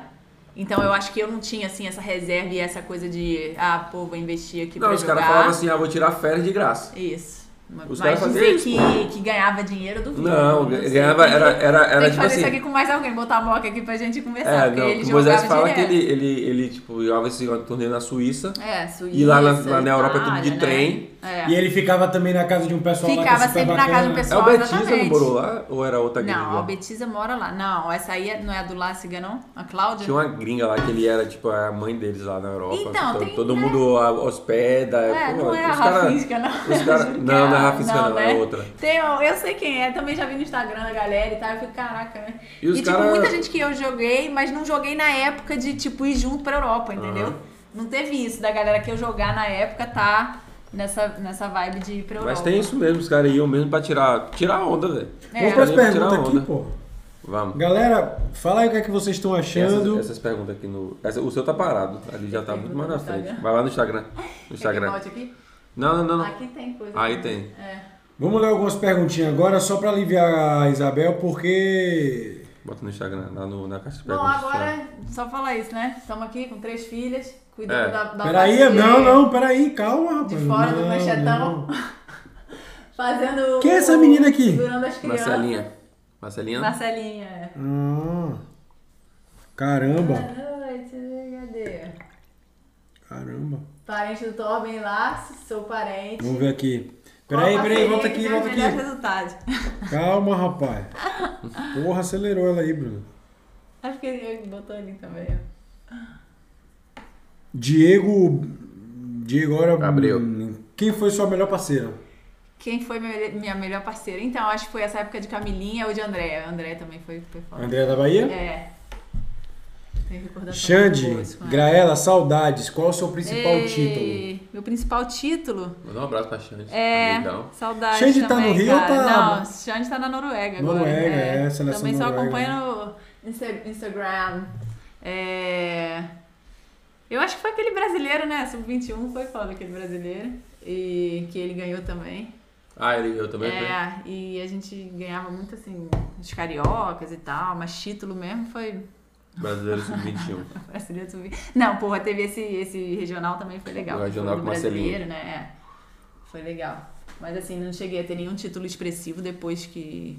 [SPEAKER 4] Então eu acho que eu não tinha assim essa reserva e essa coisa de, ah, pô, vou investir aqui
[SPEAKER 2] Não,
[SPEAKER 4] pra
[SPEAKER 2] os
[SPEAKER 4] jogar.
[SPEAKER 2] caras falavam assim, ah, vou tirar férias de graça.
[SPEAKER 4] Isso.
[SPEAKER 2] Os
[SPEAKER 4] mas
[SPEAKER 2] caras
[SPEAKER 4] dizer
[SPEAKER 2] faziam isso,
[SPEAKER 4] que, que ganhava dinheiro, eu duvido.
[SPEAKER 2] Não,
[SPEAKER 4] sei.
[SPEAKER 2] ganhava, era, era, era
[SPEAKER 4] Tem que
[SPEAKER 2] tipo
[SPEAKER 4] fazer
[SPEAKER 2] assim.
[SPEAKER 4] isso aqui com mais alguém, botar a moca aqui pra gente conversar,
[SPEAKER 2] É,
[SPEAKER 4] porque
[SPEAKER 2] não,
[SPEAKER 4] ele
[SPEAKER 2] o Moisés
[SPEAKER 4] jogava
[SPEAKER 2] fala que
[SPEAKER 4] direto.
[SPEAKER 2] ele, ele, ele tipo, jogava esse torneio na Suíça.
[SPEAKER 4] É, Suíça,
[SPEAKER 2] E lá na- lá na Europa é tudo de
[SPEAKER 4] Itália, né?
[SPEAKER 2] trem.
[SPEAKER 4] É.
[SPEAKER 3] E ele ficava também na casa de um pessoal lá que
[SPEAKER 4] Ficava
[SPEAKER 3] é super
[SPEAKER 4] sempre na casa de um
[SPEAKER 3] bacana.
[SPEAKER 2] É o
[SPEAKER 4] pessoal,
[SPEAKER 2] Betisa não
[SPEAKER 4] exatamente.
[SPEAKER 2] morou lá? Ou era outra gringa?
[SPEAKER 4] Não, a Betisa mora lá. Não, essa aí é- não é a do Láciga, não? A Cláudia?
[SPEAKER 2] Tinha uma gringa lá que ele era, tipo, a mãe deles lá na Europa.
[SPEAKER 4] Então,
[SPEAKER 2] todo,
[SPEAKER 4] tem-
[SPEAKER 2] todo
[SPEAKER 4] né?
[SPEAKER 2] mundo a- hospeda.
[SPEAKER 4] É,
[SPEAKER 2] pô,
[SPEAKER 4] não é a
[SPEAKER 2] os cara-
[SPEAKER 4] Rafisca, não.
[SPEAKER 2] os
[SPEAKER 4] <laughs>
[SPEAKER 2] cara-
[SPEAKER 4] Acho que
[SPEAKER 2] não,
[SPEAKER 4] é a-
[SPEAKER 2] não é a Rafisca, não, é
[SPEAKER 4] né?
[SPEAKER 2] outra.
[SPEAKER 4] Tem, ó, eu sei quem é, também já vi no Instagram da galera e tal. Eu fico, caraca, né?
[SPEAKER 2] E os
[SPEAKER 4] tipo,
[SPEAKER 2] cara-
[SPEAKER 4] muita gente que eu joguei, mas não joguei na época de, tipo, ir junto pra Europa, entendeu?
[SPEAKER 2] Aham.
[SPEAKER 4] Não teve isso da galera que eu jogar na época tá nessa, nessa vibe de ir pra Europa.
[SPEAKER 2] Mas tem isso mesmo, os caras iam mesmo pra tirar, tirar onda, velho.
[SPEAKER 4] É.
[SPEAKER 3] Vamos pras
[SPEAKER 2] Tirar
[SPEAKER 3] perguntas
[SPEAKER 2] onda.
[SPEAKER 3] aqui, pô.
[SPEAKER 2] Vamos.
[SPEAKER 3] Galera, fala aí o que é que vocês estão
[SPEAKER 2] Essas,
[SPEAKER 3] achando.
[SPEAKER 2] essas perguntas aqui no. essa- o seu tá parado, ali já tá muito mais na
[SPEAKER 4] No Instagram.
[SPEAKER 2] frente. Vai lá no Instagram. No
[SPEAKER 4] Quer que eu
[SPEAKER 2] Instagram.
[SPEAKER 4] volte aqui?
[SPEAKER 2] Não, não, não. não.
[SPEAKER 4] Aqui tem coisa.
[SPEAKER 2] Aí
[SPEAKER 4] também.
[SPEAKER 2] tem.
[SPEAKER 4] É.
[SPEAKER 3] Vamos ler algumas perguntinhas agora, só pra aliviar a Isabel, porque.
[SPEAKER 2] Bota no Instagram, lá no, na caixa de
[SPEAKER 4] Bom,
[SPEAKER 2] perguntas. tá?
[SPEAKER 4] agora, é só falar isso, né? Estamos aqui com três filhas, cuidando
[SPEAKER 2] É.
[SPEAKER 4] da, da
[SPEAKER 3] Peraí,
[SPEAKER 4] parte de-
[SPEAKER 3] não, não, peraí, calma, rapaz.
[SPEAKER 4] De fora
[SPEAKER 3] não,
[SPEAKER 4] do
[SPEAKER 3] não.
[SPEAKER 4] manchetão. <laughs> Fazendo.
[SPEAKER 3] Quem é
[SPEAKER 4] o-
[SPEAKER 3] essa menina aqui?
[SPEAKER 4] Segurando as crianças.
[SPEAKER 2] Marcelinha. Marcelinha?
[SPEAKER 4] Marcelinha, é.
[SPEAKER 3] Ah, caramba,
[SPEAKER 4] Boa noite, cadê?
[SPEAKER 3] caramba.
[SPEAKER 4] Parente do Torben lá, sou parente.
[SPEAKER 3] Vamos ver aqui. Peraí, peraí, volta aqui, volta
[SPEAKER 4] Melhor
[SPEAKER 3] aqui.
[SPEAKER 4] resultado.
[SPEAKER 3] Calma, rapaz. Porra, acelerou ela aí, Bruno.
[SPEAKER 4] Acho que ele botou ali também, ó.
[SPEAKER 3] Diego. Diego, agora.
[SPEAKER 2] Abreu.
[SPEAKER 3] hum, Quem foi sua melhor parceira?
[SPEAKER 4] Quem foi meu- minha melhor parceira? Então, acho que foi essa época de Camilinha ou de Andréia. Andréia também foi, foi foda.
[SPEAKER 3] André da Bahia?
[SPEAKER 4] É. Tem recordação
[SPEAKER 3] Xande,
[SPEAKER 4] muito boa isso com ela.
[SPEAKER 3] Graela, saudades. Qual o seu principal
[SPEAKER 4] Ei,
[SPEAKER 3] título?
[SPEAKER 4] Meu principal título
[SPEAKER 2] Manda um abraço pra Xande.
[SPEAKER 4] é.
[SPEAKER 2] Legal.
[SPEAKER 4] Saudade.
[SPEAKER 3] Xande tá
[SPEAKER 4] também,
[SPEAKER 3] no Rio ou
[SPEAKER 4] cara.
[SPEAKER 3] tá-
[SPEAKER 4] Não, Xande tá na Noruega, agora.
[SPEAKER 3] Noruega, é, seleção
[SPEAKER 4] Também só
[SPEAKER 3] Noruega, né?
[SPEAKER 4] acompanha no Insta- Instagram. É, Eu acho que foi aquele brasileiro, né? Sub-21 foi foda aquele brasileiro. E que ele ganhou também.
[SPEAKER 2] Ah, ele eu também. foi?
[SPEAKER 4] É, e a gente ganhava muito assim, os cariocas e tal, mas título mesmo foi
[SPEAKER 2] Brasileiro Sub-21.
[SPEAKER 4] Brasileiro subi- Não, porra, teve esse, esse regional também, foi legal.
[SPEAKER 2] O regional
[SPEAKER 4] foi do
[SPEAKER 2] com
[SPEAKER 4] brasileiro, né? É. Foi legal. Mas assim, não cheguei a ter nenhum título expressivo depois que,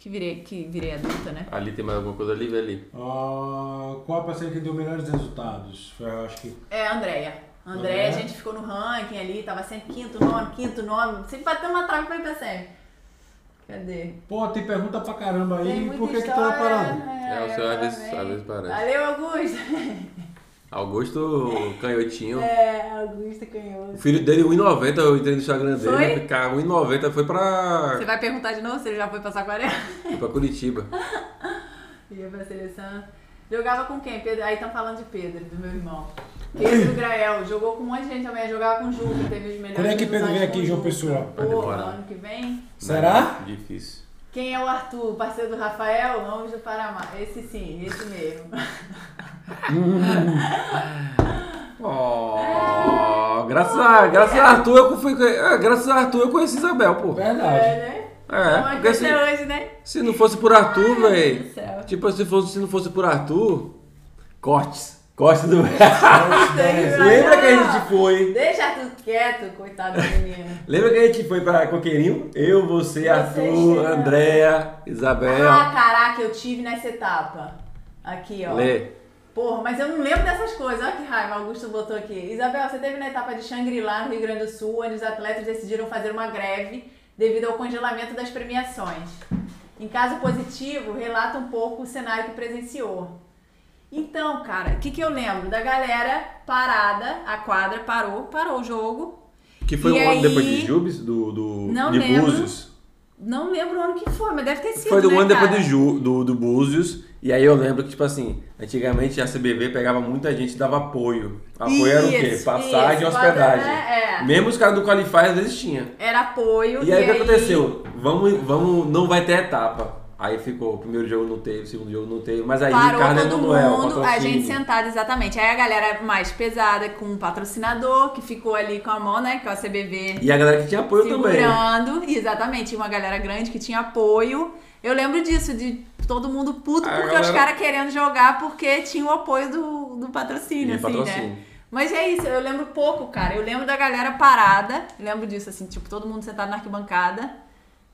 [SPEAKER 4] que, virei, que virei adulta, né?
[SPEAKER 2] ali tem mais alguma coisa ali, vê ali.
[SPEAKER 3] Ah, qual a parceira que deu melhores resultados? Foi, eu acho que.
[SPEAKER 4] É, Andréia. Andréia, a gente ficou no ranking ali, tava sempre quinto nome, quinto nome, sempre batendo na trave pra ir pra sempre. Cadê?
[SPEAKER 3] Pô, tem pergunta pra caramba
[SPEAKER 4] Tem
[SPEAKER 3] aí.
[SPEAKER 4] muita
[SPEAKER 3] Por que, que tu
[SPEAKER 4] história,
[SPEAKER 3] é parado?
[SPEAKER 4] né?
[SPEAKER 2] É, o seu às vezes-
[SPEAKER 4] Parabéns.
[SPEAKER 2] às vezes parece.
[SPEAKER 4] Valeu, Augusto.
[SPEAKER 2] Augusto Canhotinho.
[SPEAKER 4] <laughs> É, Augusto canhoto.
[SPEAKER 2] O filho dele, 1,90, eu entrei no Instagram dele. né?
[SPEAKER 4] Foi?
[SPEAKER 2] Foi? Ficar 1,90 foi pra,
[SPEAKER 4] Você vai perguntar de novo se ele já foi pra Saquarema?
[SPEAKER 2] foi pra Curitiba.
[SPEAKER 4] Ia pra seleção. Jogava com quem? Pedro? Aí estão falando de Pedro, do meu irmão.
[SPEAKER 3] <coughs>
[SPEAKER 4] Pedro Grael. Jogou com um monte de gente também. Jogava com o Ju, que teve os melhores.
[SPEAKER 3] Quando é que Pedro vem
[SPEAKER 4] resultados com
[SPEAKER 3] aqui,
[SPEAKER 4] o
[SPEAKER 3] João
[SPEAKER 4] Ju.
[SPEAKER 3] Pessoa?
[SPEAKER 2] Vai
[SPEAKER 4] Porra,
[SPEAKER 2] demorar.
[SPEAKER 4] ano que vem.
[SPEAKER 3] Será?
[SPEAKER 2] Não, difícil.
[SPEAKER 4] Quem é o Arthur? Parceiro do Rafael? Vamos do Paramá. Esse sim,
[SPEAKER 3] <laughs>
[SPEAKER 4] esse mesmo.
[SPEAKER 2] Oh, graças a, graças a Arthur eu fui. ah, graças a Arthur eu conheci Isabel, pô.
[SPEAKER 3] Verdade.
[SPEAKER 4] É, né?
[SPEAKER 2] É,
[SPEAKER 4] Uma
[SPEAKER 2] porque
[SPEAKER 4] coisa
[SPEAKER 2] se,
[SPEAKER 4] hoje, né?
[SPEAKER 2] se não fosse por Arthur,
[SPEAKER 4] Meu
[SPEAKER 2] velho.
[SPEAKER 4] Deus do céu.
[SPEAKER 2] Tipo, se, fosse, se não fosse por Arthur. Cortes. Cortes do. <laughs>
[SPEAKER 4] <laughs>
[SPEAKER 3] é,
[SPEAKER 1] Lembra que a gente foi?
[SPEAKER 4] Deixa tudo quieto, coitado da menina.
[SPEAKER 1] Lembra que a gente foi pra Coqueirinho? Eu, você, Arthur,
[SPEAKER 4] Sheila.
[SPEAKER 1] Andréa,
[SPEAKER 2] É.
[SPEAKER 1] Isabel.
[SPEAKER 4] Ah, caraca, eu tive nessa etapa. Aqui, ó.
[SPEAKER 2] Lê.
[SPEAKER 4] Porra, mas eu não lembro dessas coisas. Olha que raiva, Augusto botou aqui. Isabel, você teve na etapa de Shangri-La, no Rio Grande do Sul, onde os atletas decidiram fazer uma greve devido ao congelamento das premiações. Em caso positivo, relata um pouco o cenário que presenciou. Então, cara, o que, que eu lembro? Da galera parada, a quadra parou, parou o jogo.
[SPEAKER 2] Que foi
[SPEAKER 4] E
[SPEAKER 2] um ano
[SPEAKER 4] aí-
[SPEAKER 2] depois de Jubes? Do, do,
[SPEAKER 4] Não
[SPEAKER 2] de
[SPEAKER 4] lembro.
[SPEAKER 2] Búzios?
[SPEAKER 4] Não lembro o ano que foi, mas deve ter sido.
[SPEAKER 2] Foi do
[SPEAKER 4] né,
[SPEAKER 2] ano depois
[SPEAKER 4] cara?
[SPEAKER 2] do, Ju, do, do Búzios. E aí eu lembro que, tipo assim, antigamente a CBV pegava muita gente e dava apoio. Apoio era o quê?
[SPEAKER 4] Isso,
[SPEAKER 2] Passagem e
[SPEAKER 4] isso,
[SPEAKER 2] hospedagem.
[SPEAKER 4] é, é.
[SPEAKER 2] Mesmo os caras do Qualify às vezes tinha.
[SPEAKER 4] Era apoio.
[SPEAKER 2] E aí o que aconteceu? Vamos, vamos, não vai ter etapa. Aí ficou, o primeiro jogo não teve, o segundo jogo não teve, mas aí
[SPEAKER 4] Parou
[SPEAKER 2] Ricardo
[SPEAKER 4] todo
[SPEAKER 2] Emanuel,
[SPEAKER 4] mundo, a
[SPEAKER 2] patrocínio.
[SPEAKER 4] gente sentada exatamente. Aí a galera mais pesada, com o patrocinador, que ficou ali com a mão, né? Que é o CBV
[SPEAKER 2] E a galera que tinha apoio também.
[SPEAKER 4] segurando. E Exatamente, tinha uma galera grande que tinha apoio. Eu lembro disso, de todo mundo puto,
[SPEAKER 2] A
[SPEAKER 4] porque os
[SPEAKER 2] galera-
[SPEAKER 4] caras querendo jogar porque tinha o apoio do, do
[SPEAKER 2] E
[SPEAKER 4] patrocínio, assim, né?
[SPEAKER 2] patrocínio.
[SPEAKER 4] Mas é isso, eu lembro pouco, cara. Eu lembro da galera parada, eu lembro disso, assim, tipo, todo mundo sentado na arquibancada.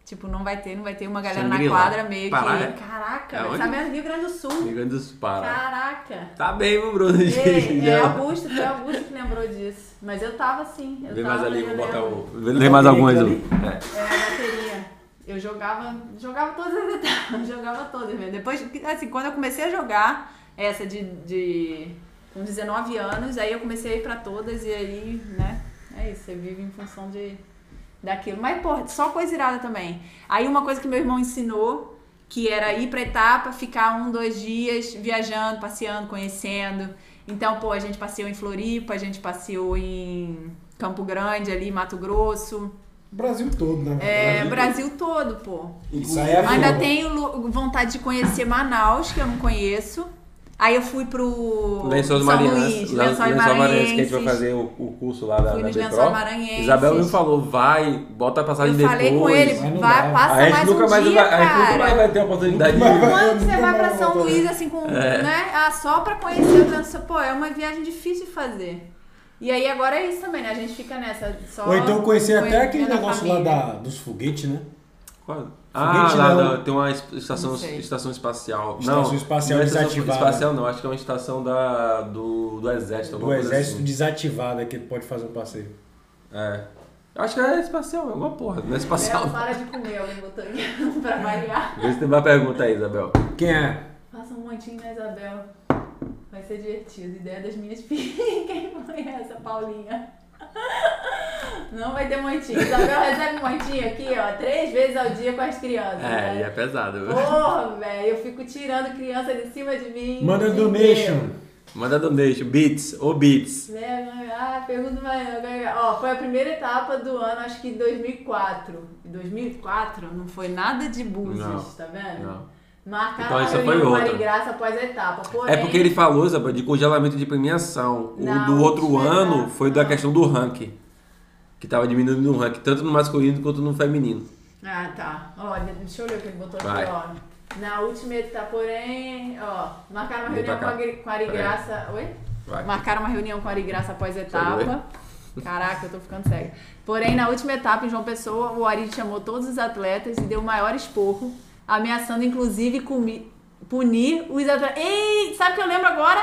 [SPEAKER 4] Tipo, não vai ter, não vai ter uma galera na
[SPEAKER 2] Shangri-La.
[SPEAKER 4] quadra meio
[SPEAKER 2] Pará, é?
[SPEAKER 4] que. Caraca,
[SPEAKER 2] É
[SPEAKER 4] velho,
[SPEAKER 2] onde?
[SPEAKER 4] sabe? É Rio Grande do Sul.
[SPEAKER 2] Rio Grande do Sul, Pará. <laughs>
[SPEAKER 4] Caraca.
[SPEAKER 2] Tá bem, meu Bruno.
[SPEAKER 4] Ei, é
[SPEAKER 2] Já-
[SPEAKER 4] Augusto, foi Augusto que lembrou disso. Mas eu tava assim. Eu
[SPEAKER 2] Vem
[SPEAKER 4] tava,
[SPEAKER 2] mais ali,
[SPEAKER 4] eu
[SPEAKER 2] vou botar
[SPEAKER 4] lembro.
[SPEAKER 2] o. Vem mais algumas.
[SPEAKER 1] ali?
[SPEAKER 2] É.
[SPEAKER 4] É, a bateria. Eu jogava, jogava todas as etapas, <laughs> jogava todas mesmo. Depois, assim, quando eu comecei a jogar essa de, de com 19 anos, aí eu comecei a ir pra todas e aí, né? É isso, você vive em função de daquilo. Mas, porra, só coisa irada também. Aí uma coisa que meu irmão ensinou, que era ir pra etapa, ficar um, dois dias viajando, passeando, conhecendo. Então, pô, a gente passeou em Floripa, a gente passeou em Campo Grande ali, Mato Grosso.
[SPEAKER 3] O Brasil todo, na
[SPEAKER 4] É,
[SPEAKER 3] verdade.
[SPEAKER 4] Brasil todo, pô.
[SPEAKER 3] Isso aí é
[SPEAKER 4] Ainda
[SPEAKER 3] foda.
[SPEAKER 4] tenho lu- vontade de conhecer Manaus, que eu não conheço. Aí eu fui pro
[SPEAKER 2] Lençóis
[SPEAKER 4] São
[SPEAKER 2] Maranhenses.
[SPEAKER 4] Luís,
[SPEAKER 2] Lençóis
[SPEAKER 4] Lençóis
[SPEAKER 2] Maranhenses, que a gente vai
[SPEAKER 4] Maranhenses.
[SPEAKER 2] fazer o, o curso lá da,
[SPEAKER 4] Fui
[SPEAKER 2] da
[SPEAKER 4] nos
[SPEAKER 2] B
[SPEAKER 4] Lençóis
[SPEAKER 2] Pro.
[SPEAKER 4] Maranhenses.
[SPEAKER 2] Isabel me falou, vai, bota a
[SPEAKER 4] Eu
[SPEAKER 2] passagem depois.
[SPEAKER 4] falei com ele,
[SPEAKER 3] Mas não
[SPEAKER 4] vai,
[SPEAKER 3] dá.
[SPEAKER 4] passa
[SPEAKER 2] a gente
[SPEAKER 4] mais
[SPEAKER 2] nunca
[SPEAKER 4] um
[SPEAKER 2] mais
[SPEAKER 4] dia,
[SPEAKER 2] vai, a gente nunca mais
[SPEAKER 4] cara.
[SPEAKER 2] vai ter a oportunidade
[SPEAKER 3] Nunca mais
[SPEAKER 2] de ir.
[SPEAKER 3] vai.
[SPEAKER 4] Quando você
[SPEAKER 3] Nunca
[SPEAKER 4] vai pra
[SPEAKER 3] mais
[SPEAKER 4] São
[SPEAKER 3] voltar.
[SPEAKER 4] Luís, assim, com,
[SPEAKER 2] É.
[SPEAKER 4] né? Ah, só pra conhecer o trânsito. Pô, é uma viagem difícil de fazer. E aí agora é isso também, né? A gente fica nessa. Só
[SPEAKER 3] Ou então conhecer
[SPEAKER 4] conhecendo
[SPEAKER 3] até aquele
[SPEAKER 4] a
[SPEAKER 3] negócio lá
[SPEAKER 4] família.
[SPEAKER 3] da, dos foguetes, né?
[SPEAKER 2] Qual? Ah, lá,
[SPEAKER 3] não.
[SPEAKER 2] da- tem uma es- estação,
[SPEAKER 4] Não sei.
[SPEAKER 2] estação espacial.
[SPEAKER 3] Estação
[SPEAKER 2] não,
[SPEAKER 3] espacial
[SPEAKER 2] não é estação
[SPEAKER 3] desativada.
[SPEAKER 2] espacial não, acho que é uma estação da, do, do exército.
[SPEAKER 3] Do
[SPEAKER 2] alguma coisa
[SPEAKER 3] exército
[SPEAKER 2] assim.
[SPEAKER 3] desativado que ele pode fazer um passeio.
[SPEAKER 2] É. Eu acho que é espacial, é alguma porra, não é espacial.
[SPEAKER 4] Léo, para de comer, eu botou aqui <laughs> pra variar.
[SPEAKER 2] Vê se tem uma pergunta aí, Isabel.
[SPEAKER 3] Quem é?
[SPEAKER 4] Faça um montinho na Isabel. Vai ser divertido. Ideia das minhas <laughs> filhas. Quem conhece a Paulinha? Não vai ter montinho. Isabel recebe montinho aqui, ó, três vezes ao dia com as crianças.
[SPEAKER 2] É, e
[SPEAKER 4] né?
[SPEAKER 2] é pesado. viu?
[SPEAKER 4] Porra, velho, eu fico tirando criança de cima de mim.
[SPEAKER 3] Manda
[SPEAKER 4] o dia
[SPEAKER 3] donation.
[SPEAKER 4] inteiro.
[SPEAKER 2] <laughs> Manda donation, beats, ou beats.
[SPEAKER 4] Né, Ah, pergunta mais. Ó, foi a primeira etapa do ano, acho que em 2004. Em 2004 não foi nada de Búzios,
[SPEAKER 2] Não,
[SPEAKER 4] tá vendo?
[SPEAKER 2] não.
[SPEAKER 4] Marcar
[SPEAKER 2] Então,
[SPEAKER 4] a
[SPEAKER 2] essa foi
[SPEAKER 4] reunião com
[SPEAKER 2] outra.
[SPEAKER 4] Marigraça após a etapa.
[SPEAKER 2] É
[SPEAKER 4] Porém,
[SPEAKER 2] porque ele falou, Isabel, de congelamento de premiação.
[SPEAKER 4] Não,
[SPEAKER 2] o do outro
[SPEAKER 4] isso é
[SPEAKER 2] ano
[SPEAKER 4] verdade.
[SPEAKER 2] foi da questão do ranking. Que tava diminuindo no ranking, tanto no masculino quanto no feminino.
[SPEAKER 4] Ah, tá. Ó, de- deixa eu ler o que ele botou
[SPEAKER 2] Vai.
[SPEAKER 4] aqui, ó. Na última etapa, porém, ó, marcaram uma
[SPEAKER 2] Vem pra
[SPEAKER 4] reunião com a,
[SPEAKER 2] cá.
[SPEAKER 4] Gri- com a Arigraça. Oi?
[SPEAKER 2] Vai.
[SPEAKER 4] Marcaram uma reunião com a Arigraça após a
[SPEAKER 2] Sério,
[SPEAKER 4] etapa. Caraca, eu tô ficando cega. Porém, na última etapa, em João Pessoa, o Ari chamou todos os atletas e deu o maior esporro, ameaçando inclusive comi- punir os atletas. Ei, sabe o que eu lembro agora?